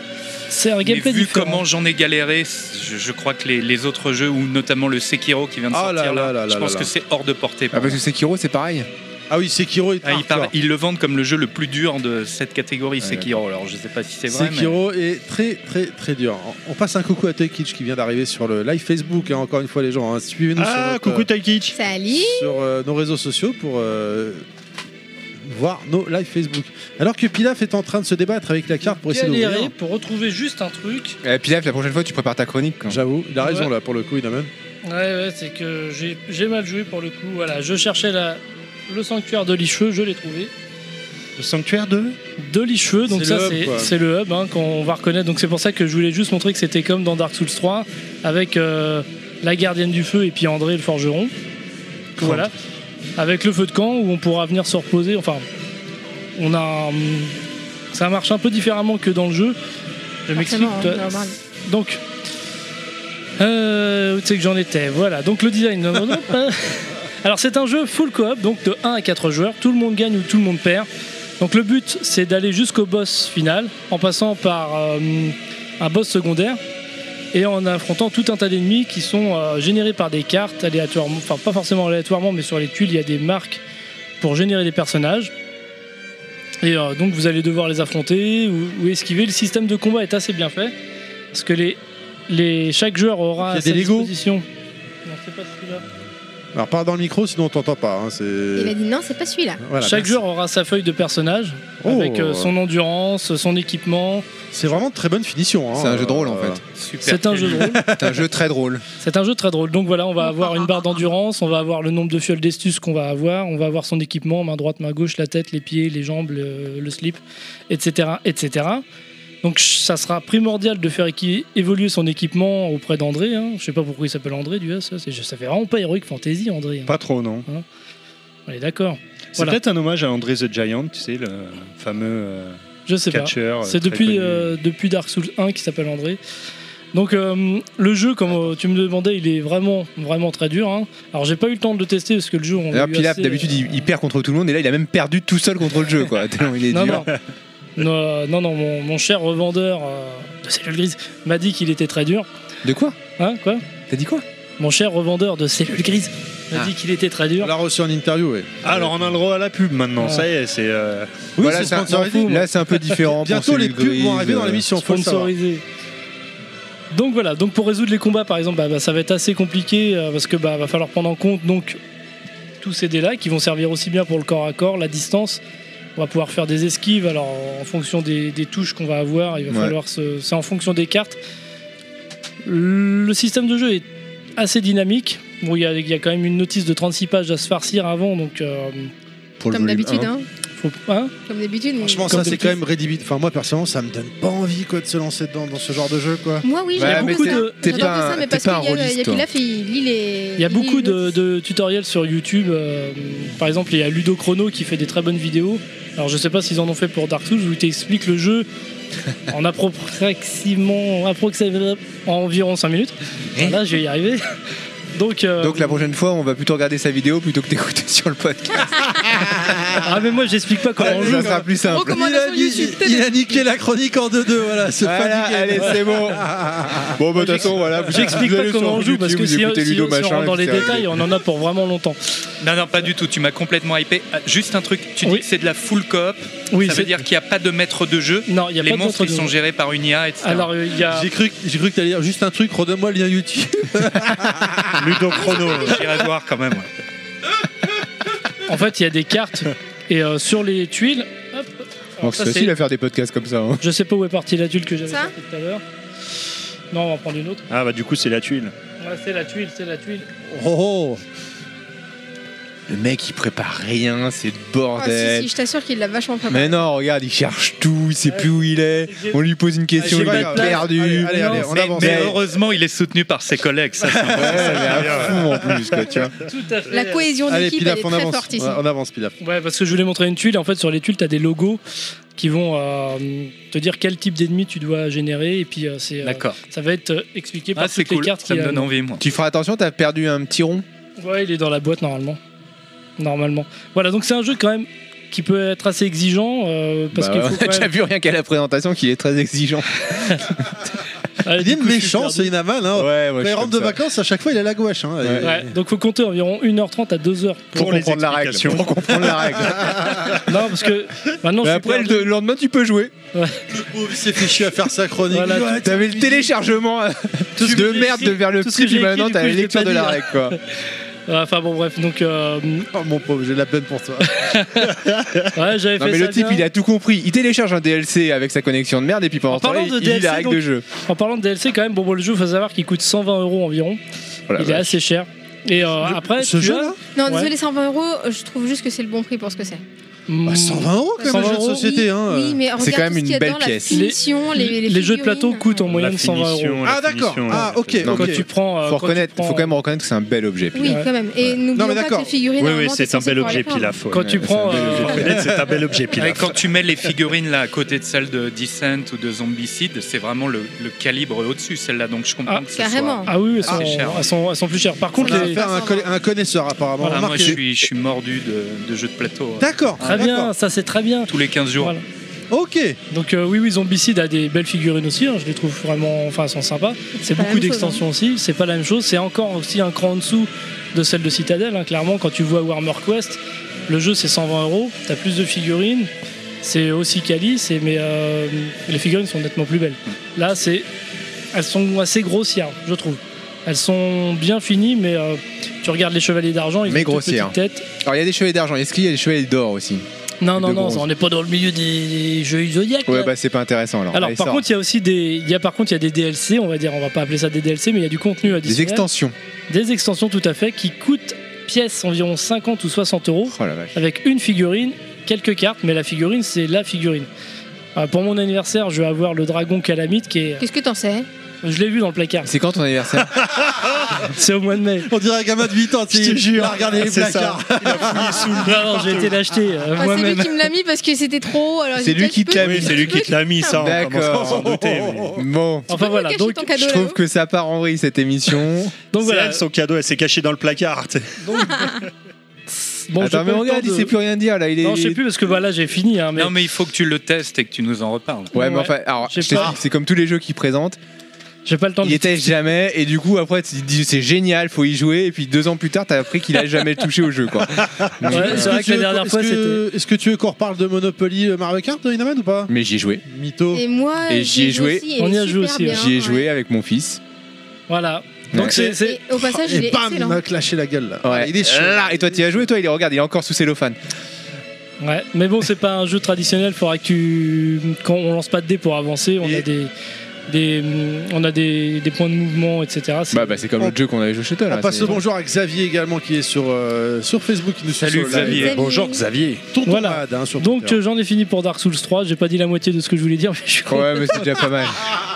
Speaker 5: C'est un
Speaker 7: Mais
Speaker 5: gameplay
Speaker 7: vu
Speaker 5: différent.
Speaker 7: comment j'en ai galéré, je, je crois que les, les autres jeux, ou notamment le Sekiro qui vient de
Speaker 2: Ah
Speaker 7: sortir,
Speaker 2: là là
Speaker 7: là,
Speaker 2: là
Speaker 7: je
Speaker 2: là
Speaker 7: pense
Speaker 2: là.
Speaker 7: que c'est hors de portée.
Speaker 6: Ah, parce que Sekiro, c'est pareil.
Speaker 2: Ah oui, Sekiro est
Speaker 7: Ah, ils, par- ils le vendent comme le jeu le plus dur de cette catégorie, Sekiro. Alors je sais pas si c'est vrai. mais-
Speaker 2: Sekiro est très très très dur. On on passe un coucou à Tekich qui vient d'arriver sur le live Facebook, hein, encore une fois les gens. hein. Suivez-nous
Speaker 4: Ah,
Speaker 2: sur, notre-
Speaker 4: coucou Taikich.
Speaker 3: Salut
Speaker 2: sur, euh, nos réseaux sociaux pour euh, voir nos live Facebook. Alors que Pilaf est en train de se débattre avec la carte pour essayer
Speaker 5: Galérer
Speaker 2: d'ouvrir.
Speaker 5: pour retrouver juste un truc.
Speaker 6: Et puis là, Eh, la prochaine fois, tu prépares ta chronique. quoi.
Speaker 2: J'avoue, il a raison
Speaker 5: Ouais.
Speaker 2: là pour le coup, il a même.
Speaker 5: Ouais, ouais, c'est que j'ai j'ai mal joué pour le coup. Voilà, je cherchais la, le sanctuaire de Lichefeu, je l'ai trouvé.
Speaker 4: Le sanctuaire de.
Speaker 5: de Licheveux, donc
Speaker 2: C'est
Speaker 5: ça
Speaker 2: le hub,
Speaker 5: c'est-
Speaker 2: quoi.
Speaker 5: c'est le hub hein, qu'on va reconnaître. Donc c'est pour ça que je voulais juste montrer que c'était comme dans Dark Souls 3 avec euh, la gardienne du feu et puis André le forgeron. Voilà. Avec le feu de camp où on pourra venir se reposer, enfin on a un- ça marche un peu différemment que dans le jeu. Je m'explique.
Speaker 3: Forcément, hein,
Speaker 5: toi.
Speaker 3: normal.
Speaker 5: Donc, euh, où c'est que j'en étais Voilà. Donc le design. Alors c'est un jeu full coop, donc de 1 à 4 joueurs. Tout le monde gagne ou tout le monde perd. Donc le but, c'est d'aller jusqu'au boss final, en passant par euh, un boss secondaire et en affrontant tout un tas d'ennemis qui sont euh, générés par des cartes aléatoirement, enfin pas forcément aléatoirement, mais sur les tuiles il y a des marques pour générer des personnages. Et euh, donc vous allez devoir les affronter ou, ou esquiver. Le système de combat est assez bien fait parce que les, les chaque joueur aura
Speaker 2: Il y a des
Speaker 5: à sa
Speaker 2: Lego
Speaker 5: disposition. Non, c'est pas celui-là.
Speaker 2: Alors parle dans le micro, sinon on t'entend pas. hein,
Speaker 3: Il a
Speaker 2: c'est...
Speaker 3: dit non, c'est pas celui-là.
Speaker 2: Voilà,
Speaker 5: Chaque
Speaker 2: merci.
Speaker 5: joueur aura sa feuille de personnage
Speaker 2: Oh,
Speaker 5: avec euh, son endurance, son équipement.
Speaker 2: C'est vraiment de très bonne finition. hein.
Speaker 6: C'est un jeu de rôle en
Speaker 2: Euh,
Speaker 6: fait.
Speaker 5: C'est un jeu de rôle.
Speaker 6: C'est un jeu très drôle.
Speaker 5: C'est un jeu très drôle. Donc voilà, on va avoir une barre d'endurance, on va avoir le nombre de fioles d'estus qu'on va avoir, on va avoir son équipement, main droite, main gauche, la tête, les pieds, les jambes, le, le slip, etc., etc. Donc ch- ça sera primordial de faire équi- évoluer son équipement auprès d'André. hein. Je sais pas pourquoi il s'appelle André du S. c'est- Ça fait vraiment pas Heroic Fantasy, André. hein.
Speaker 4: Pas trop, non.
Speaker 5: On est d'accord.
Speaker 4: C'est
Speaker 5: Voilà.
Speaker 4: peut-être un hommage à André the Giant, tu sais, le fameux euh,
Speaker 5: Je sais pas.
Speaker 4: catcheur.
Speaker 6: Oh,
Speaker 4: euh,
Speaker 5: C'est
Speaker 4: très
Speaker 5: depuis,
Speaker 4: connu.
Speaker 5: euh, depuis Dark Souls 1 qui s'appelle André. Donc euh, le jeu, comme euh, tu me demandais, il est vraiment vraiment très dur. hein. Alors j'ai pas eu le temps de le tester parce que le jeu [LAUGHS] on l'a
Speaker 6: D'ailleurs,
Speaker 5: eu
Speaker 6: Pilap,
Speaker 5: assez, euh,
Speaker 6: d'habitude, il, il perd contre tout le monde et là, il a même perdu tout seul contre le jeu, quoi. [LAUGHS] Tellement il est
Speaker 5: non,
Speaker 6: dur.
Speaker 5: non. non, euh, non, non, mon, mon cher revendeur euh, de cellules grises m'a dit qu'il était très dur.
Speaker 6: De quoi
Speaker 5: Hein, quoi
Speaker 6: T'as dit quoi
Speaker 5: Mon cher revendeur de cellules grises m'a
Speaker 6: Ah.
Speaker 5: dit qu'il était très
Speaker 2: On
Speaker 5: dur.
Speaker 2: l'a reçu en interview, oui.
Speaker 4: Alors on a le droit à la pub maintenant,
Speaker 5: Ah.
Speaker 4: ça y est, c'est. euh,
Speaker 2: Oui,
Speaker 6: Voilà,
Speaker 2: c'est
Speaker 6: ça-
Speaker 2: sponsorisé.
Speaker 6: Là, c'est un peu différent. pour
Speaker 2: Bientôt les
Speaker 6: celui
Speaker 2: pubs
Speaker 6: grise,
Speaker 2: vont arriver dans
Speaker 6: euh,
Speaker 2: l'émission, faut le savoir.
Speaker 5: sponsorisé. Donc voilà, donc pour résoudre les combats par exemple, bah, bah, ça va être assez compliqué euh, parce que bah, va falloir prendre en compte donc tous ces dés-là qui vont servir aussi bien pour le corps à corps, la distance. On va pouvoir faire des esquives. Alors en fonction des, des touches qu'on va avoir, il va
Speaker 6: Ouais.
Speaker 5: falloir se- c'est en fonction des cartes. Le système de jeu est assez dynamique. Bon, il y, a- il y a quand même une notice de 36 pages à se farcir avant, donc euh,
Speaker 2: Pour le volume
Speaker 3: Comme d'habitude,
Speaker 2: un.
Speaker 3: hein.
Speaker 5: faut hein
Speaker 3: Comme d'habitude. mais-
Speaker 2: Franchement,
Speaker 5: Comme
Speaker 2: ça c'est
Speaker 5: d'habitude.
Speaker 2: quand même rédhibitoire. Enfin, moi personnellement, ça me donne pas envie quoi de se lancer dedans dans ce genre de jeu quoi.
Speaker 3: Moi, oui,
Speaker 6: Ouais,
Speaker 3: j'aime
Speaker 6: mais
Speaker 3: beaucoup
Speaker 5: t'es-
Speaker 3: ça.
Speaker 6: t'es
Speaker 3: J'adore
Speaker 6: pas
Speaker 3: ça,
Speaker 6: un-
Speaker 3: mais
Speaker 6: t'es
Speaker 3: parce qu'il
Speaker 6: pas
Speaker 3: y
Speaker 6: un
Speaker 3: a, il y
Speaker 6: rôliste,
Speaker 3: a
Speaker 6: toi.
Speaker 3: Pilaf, il lit les.
Speaker 5: Il y a
Speaker 3: lit
Speaker 5: beaucoup
Speaker 3: les
Speaker 5: de,
Speaker 3: notes.
Speaker 5: de tutoriels sur YouTube. euh, par exemple, il y a Ludo Chrono qui fait des très bonnes vidéos. Alors, je sais pas s'ils en ont fait pour Dark Souls où ils t'expliquent le
Speaker 6: [LAUGHS]
Speaker 5: jeu en approximativement, approximativement environ 5 minutes. Là, je vais y arriver. Donc, euh,
Speaker 6: Eh Donc la prochaine fois, on va plutôt regarder sa vidéo plutôt que d'écouter sur le podcast.
Speaker 5: ah, mais moi, j'explique pas comment on joue.
Speaker 6: ça sera plus simple.
Speaker 2: Il a, dit- il a niqué la chronique en 2-2, voilà, c'est
Speaker 6: Voilà,
Speaker 2: fatigué.
Speaker 6: allez, c'est bon. bon, bah, de toute façon, voilà. vous-
Speaker 5: J'explique
Speaker 6: vous
Speaker 5: pas
Speaker 6: allez sur
Speaker 5: comment on joue
Speaker 6: YouTube,
Speaker 5: parce que
Speaker 6: vous
Speaker 5: si,
Speaker 6: écoutez
Speaker 5: si-
Speaker 6: Ludo,
Speaker 5: si on
Speaker 6: machin,
Speaker 5: rentre dans les
Speaker 6: etc.
Speaker 5: détails, on en a pour vraiment longtemps.
Speaker 7: Non, non, pas du tout. Tu m'as complètement hypé. Ah, Juste un truc. Tu
Speaker 5: Oui.
Speaker 7: dis que c'est de la full coop.
Speaker 5: Oui,
Speaker 7: ça
Speaker 5: c'est-
Speaker 7: veut dire qu'il n'y a pas de maître de jeu.
Speaker 5: Non, il y a
Speaker 7: Les
Speaker 5: pas de
Speaker 7: monstres,
Speaker 5: contre-
Speaker 7: ils sont gérés par une IA, etc.
Speaker 5: Alors, euh, il y a.
Speaker 2: J'ai cru, que- j'ai cru que t'allais dire juste un truc, redonne-moi le lien [LAUGHS] YouTube.
Speaker 4: Ludo Chrono.
Speaker 7: J'irai voir quand même. ouais.
Speaker 5: En fait, il y a des
Speaker 6: [LAUGHS]
Speaker 5: cartes et euh, sur les tuiles. Hop,
Speaker 6: Bon,
Speaker 5: Alors,
Speaker 6: c'est
Speaker 5: ça,
Speaker 6: facile
Speaker 5: c'est-
Speaker 6: à faire des podcasts comme ça. hein.
Speaker 5: Je sais pas où est partie la tuile que j'avais
Speaker 3: Ça
Speaker 5: sortie tout à l'heure. Non, on va en prendre une autre.
Speaker 4: Ah bah du coup c'est la [LAUGHS] tuile.
Speaker 5: Ouais, c'est la tuile, c'est la tuile.
Speaker 2: Oh, oh.
Speaker 6: Le mec, il prépare rien, c'est le
Speaker 3: Ah, si,
Speaker 6: bordel.
Speaker 3: si, je t'assure qu'il l'a vachement préparé.
Speaker 6: Mais non, regarde, il cherche tout, il sait plus où il est. On lui pose une question,
Speaker 2: Allez, j'y
Speaker 6: il
Speaker 2: vais,
Speaker 6: est
Speaker 2: là.
Speaker 6: perdu.
Speaker 2: Allez, allez, allez,
Speaker 5: Non,
Speaker 2: on
Speaker 7: Mais,
Speaker 2: avance.
Speaker 7: mais heureusement, il est soutenu par ses collègues. Ça, c'est-
Speaker 6: Ouais, mais à fond en plus, quoi, tu vois.
Speaker 5: Tout à fait.
Speaker 3: La cohésion
Speaker 2: Allez,
Speaker 3: d'équipe, elle
Speaker 2: Pilaf,
Speaker 3: est
Speaker 2: on
Speaker 3: très
Speaker 2: avance.
Speaker 3: forte ici.
Speaker 2: Ouais, On avance, Pilaf.
Speaker 5: Ouais, parce que je voulais montrer une tuile. En fait, sur les tuiles, t'as des logos qui vont euh, te dire quel type d'ennemi tu dois générer. Et puis, euh, c'est, euh,
Speaker 7: D'accord.
Speaker 5: ça va être euh, expliqué par
Speaker 7: Ah, c'est
Speaker 5: toutes les
Speaker 7: cool.
Speaker 5: cartes
Speaker 7: Ça
Speaker 5: qu'il
Speaker 7: me
Speaker 5: y a.
Speaker 7: donne envie, moi.
Speaker 6: Tu feras attention, t'as perdu un petit rond.
Speaker 5: Ouais, il est dans la boîte normalement. Normalement. Voilà, donc c'est un jeu quand même qui peut être assez exigeant euh, parce
Speaker 6: Bah,
Speaker 5: qu'il
Speaker 6: [LAUGHS] on
Speaker 5: faut
Speaker 6: a
Speaker 5: quand
Speaker 6: déjà
Speaker 5: même...
Speaker 6: vu rien qu'à la présentation qu'il est
Speaker 5: [LAUGHS]
Speaker 6: très exigeant.
Speaker 5: Allez,
Speaker 2: Il est
Speaker 5: du coup, je suis
Speaker 2: méchant,
Speaker 5: perdu.
Speaker 2: ce Inaman. Hein.
Speaker 6: Ouais,
Speaker 2: Quand
Speaker 6: ouais.
Speaker 2: il rentre de vacances, à chaque fois, il a la gouache. Hein.
Speaker 6: Ouais.
Speaker 2: Et-
Speaker 5: Ouais, donc faut compter environ 1h30 à 2h.
Speaker 6: Pour,
Speaker 4: Pour les
Speaker 6: comprendre la règle.
Speaker 4: explications.
Speaker 6: Pour comprendre la règle.
Speaker 5: Non, parce
Speaker 6: [LAUGHS]
Speaker 5: que maintenant
Speaker 6: Mais
Speaker 5: je suis
Speaker 6: après,
Speaker 5: perdu.
Speaker 6: le lendemain, tu peux jouer.
Speaker 2: Le pauvre, il s'est fait chier à faire sa chronique.
Speaker 5: Voilà,
Speaker 2: Ouais,
Speaker 6: T'avais le téléchargement euh,
Speaker 5: Tout ce que
Speaker 6: de
Speaker 5: j'ai
Speaker 6: merde de
Speaker 5: écrit-
Speaker 6: vers le
Speaker 5: tout ce
Speaker 6: psy,
Speaker 5: que j'ai
Speaker 6: puis maintenant
Speaker 5: écrit,
Speaker 6: t'as
Speaker 5: du
Speaker 6: la
Speaker 5: coup, je l'ai
Speaker 6: lecture
Speaker 5: pas
Speaker 6: de la
Speaker 5: dit.
Speaker 6: règle quoi.
Speaker 5: Ouais, Enfin bon, bref, donc euh,
Speaker 2: Oh mon pauvre, j'ai de la peine pour toi.
Speaker 5: ouais, j'avais
Speaker 6: Non
Speaker 5: fait
Speaker 6: mais
Speaker 5: ça
Speaker 6: le type
Speaker 5: bien.
Speaker 6: il a tout compris, il télécharge un DLC avec sa connexion de merde et puis pendant
Speaker 5: En
Speaker 6: ce temps
Speaker 5: parlant
Speaker 6: il
Speaker 5: de
Speaker 6: il lit
Speaker 5: DLC,
Speaker 6: la règle
Speaker 5: donc-
Speaker 6: de jeu.
Speaker 5: En parlant de DLC, quand même, bon, bon, le jeu, faut savoir qu'il coûte 120 euros environ.
Speaker 6: Voilà,
Speaker 5: il est
Speaker 6: voilà.
Speaker 5: assez cher. Et euh, après,
Speaker 2: ce
Speaker 5: tu
Speaker 2: jeu
Speaker 5: as-
Speaker 2: là
Speaker 3: Non,
Speaker 5: Ouais.
Speaker 6: Ah,
Speaker 3: désolé, 120 euros, je trouve juste que c'est le bon prix pour ce que c'est.
Speaker 5: hmm,
Speaker 2: Bah, 120 euros quand même, le
Speaker 5: 120
Speaker 2: jeu de
Speaker 5: euros.
Speaker 2: société. hein, euh.
Speaker 3: Oui, mais
Speaker 6: C'est quand
Speaker 3: regarde
Speaker 6: même
Speaker 3: tout ce
Speaker 6: une
Speaker 3: qu'il y a
Speaker 6: belle
Speaker 3: dedans, la
Speaker 6: pièce.
Speaker 3: finition, les, les
Speaker 5: les jeux de plateau
Speaker 3: figurines.
Speaker 5: coûtent en
Speaker 4: La
Speaker 5: [LAUGHS] moyenne 120 euros.
Speaker 4: finition,
Speaker 2: Ah,
Speaker 4: la euh,
Speaker 2: d'accord.
Speaker 4: finition,
Speaker 2: Ah,
Speaker 4: la-
Speaker 2: ok,
Speaker 6: Non,
Speaker 5: Quand
Speaker 2: ok.
Speaker 5: tu prends. euh,
Speaker 6: Faut,
Speaker 5: quand tu
Speaker 6: reconnaître,
Speaker 5: prends-
Speaker 6: faut quand même reconnaître que c'est un bel objet.
Speaker 3: Oui, quand même. Et
Speaker 2: Non,
Speaker 3: n'oublions
Speaker 2: mais
Speaker 3: pas que
Speaker 2: d'accord.
Speaker 3: les figurines.
Speaker 4: Oui,
Speaker 3: à
Speaker 4: oui,
Speaker 3: moment,
Speaker 4: c'est
Speaker 3: t'es
Speaker 4: un bel
Speaker 3: censé
Speaker 4: objet
Speaker 3: pouvoir les
Speaker 4: pilaf. ouais.
Speaker 5: Quand tu
Speaker 6: Ouais,
Speaker 5: prends.
Speaker 6: c'est un
Speaker 5: euh,
Speaker 4: Honnête, C'est un bel objet
Speaker 7: Ouais,
Speaker 4: pilaf.
Speaker 7: quand tu mets les figurines là à côté de celle de Descent ou de Zombicide, c'est vraiment le, le calibre au-dessus celle-là. Donc je comprends
Speaker 5: Ah,
Speaker 7: que ce
Speaker 3: Carrément.
Speaker 7: soit.
Speaker 5: Ah oui, elles
Speaker 7: C'est
Speaker 5: sont,
Speaker 7: cher.
Speaker 5: elles sont, elles sont plus chères. Par
Speaker 2: On
Speaker 5: contre,
Speaker 2: a
Speaker 5: les-
Speaker 2: affaire à un, coll- un connaisseur apparemment.
Speaker 7: Voilà, Ah, moi
Speaker 2: Remarque,
Speaker 7: je
Speaker 2: j'ai-
Speaker 7: suis, je suis mordu de, de jeux de plateau.
Speaker 2: D'accord.
Speaker 5: très bien,
Speaker 2: d'accord.
Speaker 5: ça c'est très bien.
Speaker 7: Tous les 15 jours.
Speaker 5: Voilà.
Speaker 2: Ok.
Speaker 5: Donc euh, oui, oui, Zombicide a des belles figurines aussi. hein, je les trouve vraiment, enfin, elles sont sympas. C'est
Speaker 3: pas la
Speaker 5: beaucoup
Speaker 3: même chose, hein.
Speaker 5: d'extensions aussi. C'est pas la même chose. C'est encore aussi un cran en dessous de celle de Citadel. hein. Clairement, quand tu vois Warhammer Quest, le jeu c'est 120 euros. T'as plus de figurines. C'est aussi quali, c'est- mais euh, les figurines sont nettement plus belles. Là, c'est, elles sont assez grossières, je trouve. Elles sont bien finies, mais euh, tu regardes les chevaliers d'argent, ils
Speaker 6: Mais
Speaker 5: ont toutes
Speaker 6: grossières.
Speaker 5: petites têtes.
Speaker 6: Alors il y a des chevaliers d'argent, est-ce qu'il y a des chevaliers d'or aussi
Speaker 5: Non, non,
Speaker 6: De
Speaker 5: non,
Speaker 6: bronze.
Speaker 5: on n'est pas dans le milieu des jeux du zodiaque. là.
Speaker 6: Ouais, bah c'est pas intéressant alors.
Speaker 5: Alors
Speaker 6: Allez,
Speaker 5: par
Speaker 6: sors.
Speaker 5: contre, il y a aussi des, il y a par contre il y a des DLC, on va dire, on va pas appeler ça des DLC, mais il y a du contenu
Speaker 6: des
Speaker 5: additionnel,
Speaker 6: extensions.
Speaker 5: des extensions tout à fait qui coûtent pièces environ 50 ou 60 euros
Speaker 6: Oh la vache.
Speaker 5: avec une figurine, quelques cartes, mais la figurine c'est la figurine. Euh, pour mon anniversaire, je vais avoir le dragon calamite qui est,
Speaker 3: Qu'est-ce que t'en sais Ah,
Speaker 5: je l'ai vu dans le
Speaker 6: [LAUGHS]
Speaker 5: placard,
Speaker 6: C'est quand ton anniversaire
Speaker 5: [LAUGHS] c'est au mois de mai.
Speaker 6: Oh,
Speaker 2: On dirait un gamin de 8 ans, tu sais, il a regardé les
Speaker 6: C'est ça.
Speaker 2: placards.
Speaker 5: Non, non, j'ai été l'acheter euh,
Speaker 3: Ah, C'est lui
Speaker 5: moi-même.
Speaker 3: qui me l'a mis parce que c'était trop. alors
Speaker 6: C'est
Speaker 3: j'ai
Speaker 6: lui
Speaker 3: dit, ah,
Speaker 6: qui
Speaker 3: tu peux-
Speaker 6: t'a
Speaker 4: Oui,
Speaker 6: mis.
Speaker 4: c'est lui qui te l'a mis, ça, on
Speaker 6: D'accord.
Speaker 4: commence à s'en douter.
Speaker 5: [LAUGHS]
Speaker 4: mais-
Speaker 6: Bon.
Speaker 5: Enfin
Speaker 3: peux
Speaker 5: voilà,
Speaker 3: cacher
Speaker 5: donc,
Speaker 3: ton cadeau
Speaker 6: Je
Speaker 3: là-haut.
Speaker 6: trouve que ça part en vrille cette émission.
Speaker 4: C'est
Speaker 5: donc voilà.
Speaker 4: elle, son cadeau, elle s'est cachée dans le placard. tu sais.
Speaker 5: [LAUGHS] Bon, j'ai
Speaker 6: Attends,
Speaker 5: pas
Speaker 6: mais
Speaker 5: eu le
Speaker 6: regarde,
Speaker 5: temps
Speaker 6: il
Speaker 5: de-
Speaker 6: sait plus rien dire là. Il est.
Speaker 5: Non, je sais plus parce que voilà, j'ai fini. hein, mais...
Speaker 7: Non mais il faut que tu le testes et que tu nous en reparles.
Speaker 6: Ouais, mais
Speaker 5: Ouais.
Speaker 6: enfin, alors,
Speaker 5: Je sais
Speaker 6: je t'explique,
Speaker 5: pas.
Speaker 6: c'est comme tous les jeux qu'il présente.
Speaker 5: j'ai pas le temps
Speaker 6: Il
Speaker 5: de.
Speaker 6: les teste jamais, et du coup, après, tu te dis c'est génial, faut y jouer, et puis deux ans plus tard, t'as appris qu'il a jamais touché au jeu,
Speaker 5: [LAUGHS]
Speaker 6: quoi.
Speaker 5: Ah, Ouais,
Speaker 6: Mais,
Speaker 5: c'est
Speaker 6: euh,
Speaker 5: vrai que la dernière fois, c'était.
Speaker 2: Est-ce que tu veux qu'on reparle de Monopoly euh, Mario Kart, Inaman, ou pas
Speaker 6: mais j'y ai joué.
Speaker 2: Mytho.
Speaker 3: Et moi,
Speaker 6: Et j'y ai joué.
Speaker 3: aussi, il
Speaker 5: On y
Speaker 3: est
Speaker 5: a joué
Speaker 3: super
Speaker 5: aussi, ouais.
Speaker 3: bien,
Speaker 6: J'y ai
Speaker 3: ouais.
Speaker 6: joué avec mon fils.
Speaker 5: Voilà.
Speaker 6: Ouais.
Speaker 5: Donc c'est- c'est.
Speaker 3: Et au passage, il
Speaker 2: Et
Speaker 3: est
Speaker 2: bam, il
Speaker 3: excellent.
Speaker 2: m'a clashé la
Speaker 4: Ah,
Speaker 2: gueule là.
Speaker 6: Ouais.
Speaker 2: Il est chaud.
Speaker 6: Là, et toi, tu y as joué, toi, il est, regarde, il est encore sous cellophane.
Speaker 5: Ouais, mais bon, c'est pas un jeu traditionnel. Faudra que tu, quand on lance pas de dés pour avancer, on
Speaker 2: Et-
Speaker 5: a des, des, hum, on a des, des points de mouvement, etc. C'est-
Speaker 6: Bah, bah c'est comme
Speaker 2: On-
Speaker 6: l'autre jeu qu'on avait joué chez toi, là.
Speaker 2: On Ah, passe
Speaker 6: c'est-
Speaker 2: le bonjour à Xavier également qui est sur, euh, sur Facebook. Qui nous suit
Speaker 7: Salut,
Speaker 2: sur le live.
Speaker 7: Xavier.
Speaker 3: Salut. Bonjour,
Speaker 7: Xavier.
Speaker 2: Tonton
Speaker 5: Voilà.
Speaker 2: Mad, hein, sur
Speaker 5: Donc
Speaker 2: Twitter.
Speaker 5: euh, j'en ai fini pour Dark Souls 3. J'ai pas dit la moitié de ce que je voulais dire, [LAUGHS] mais je suis con.
Speaker 6: Ouais, mais c'est déjà
Speaker 5: [LAUGHS]
Speaker 6: pas mal.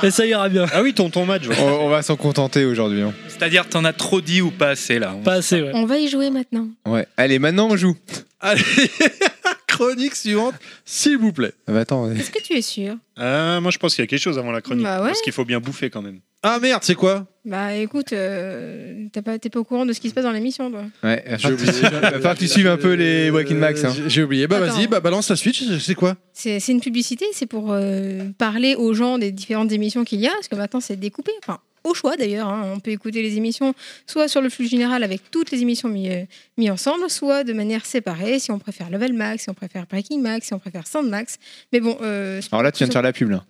Speaker 5: Et ça ira bien.
Speaker 4: Ah oui, tonton Matt, je vois.
Speaker 6: On, on va s'en contenter aujourd'hui. hein.
Speaker 7: C'est-à-dire t'en as trop dit ou pas assez là.
Speaker 5: Pas assez, ouais.
Speaker 3: On va y jouer maintenant.
Speaker 6: Ouais. Allez, maintenant on joue.
Speaker 2: Allez, [LAUGHS] chronique suivante, s'il vous plaît.
Speaker 6: Ah, bah, attends.
Speaker 3: Est-ce que tu es sûr
Speaker 4: Ah, moi, je pense qu'il y a quelque chose avant la chronique.
Speaker 3: Bah ouais.
Speaker 4: Parce qu'il faut bien bouffer quand même.
Speaker 2: Ah merde, c'est quoi
Speaker 3: Bah écoute, euh, t'as pas- t'es pas au courant de ce qui se passe dans l'émission, toi.
Speaker 6: Ouais, va
Speaker 2: Ah,
Speaker 6: falloir que tu- va falloir que tu suives un peu les Waking Max. hein.
Speaker 2: Euh, J'ai oublié. Bah
Speaker 3: Attends.
Speaker 2: vas-y, bah balance la Switch, c'est quoi
Speaker 3: C'est c'est une publicité, c'est pour euh, parler aux gens des différentes émissions qu'il y a, parce que maintenant c'est découpé. Enfin, au choix d'ailleurs, hein. on peut écouter les émissions soit sur le flux général avec toutes les émissions mises mis ensemble, soit de manière séparée, si on préfère Level Max, si on préfère Breaking Max, si on préfère Sound Max. Mais bon, euh,
Speaker 6: Alors là, tu viens de faire la pub là.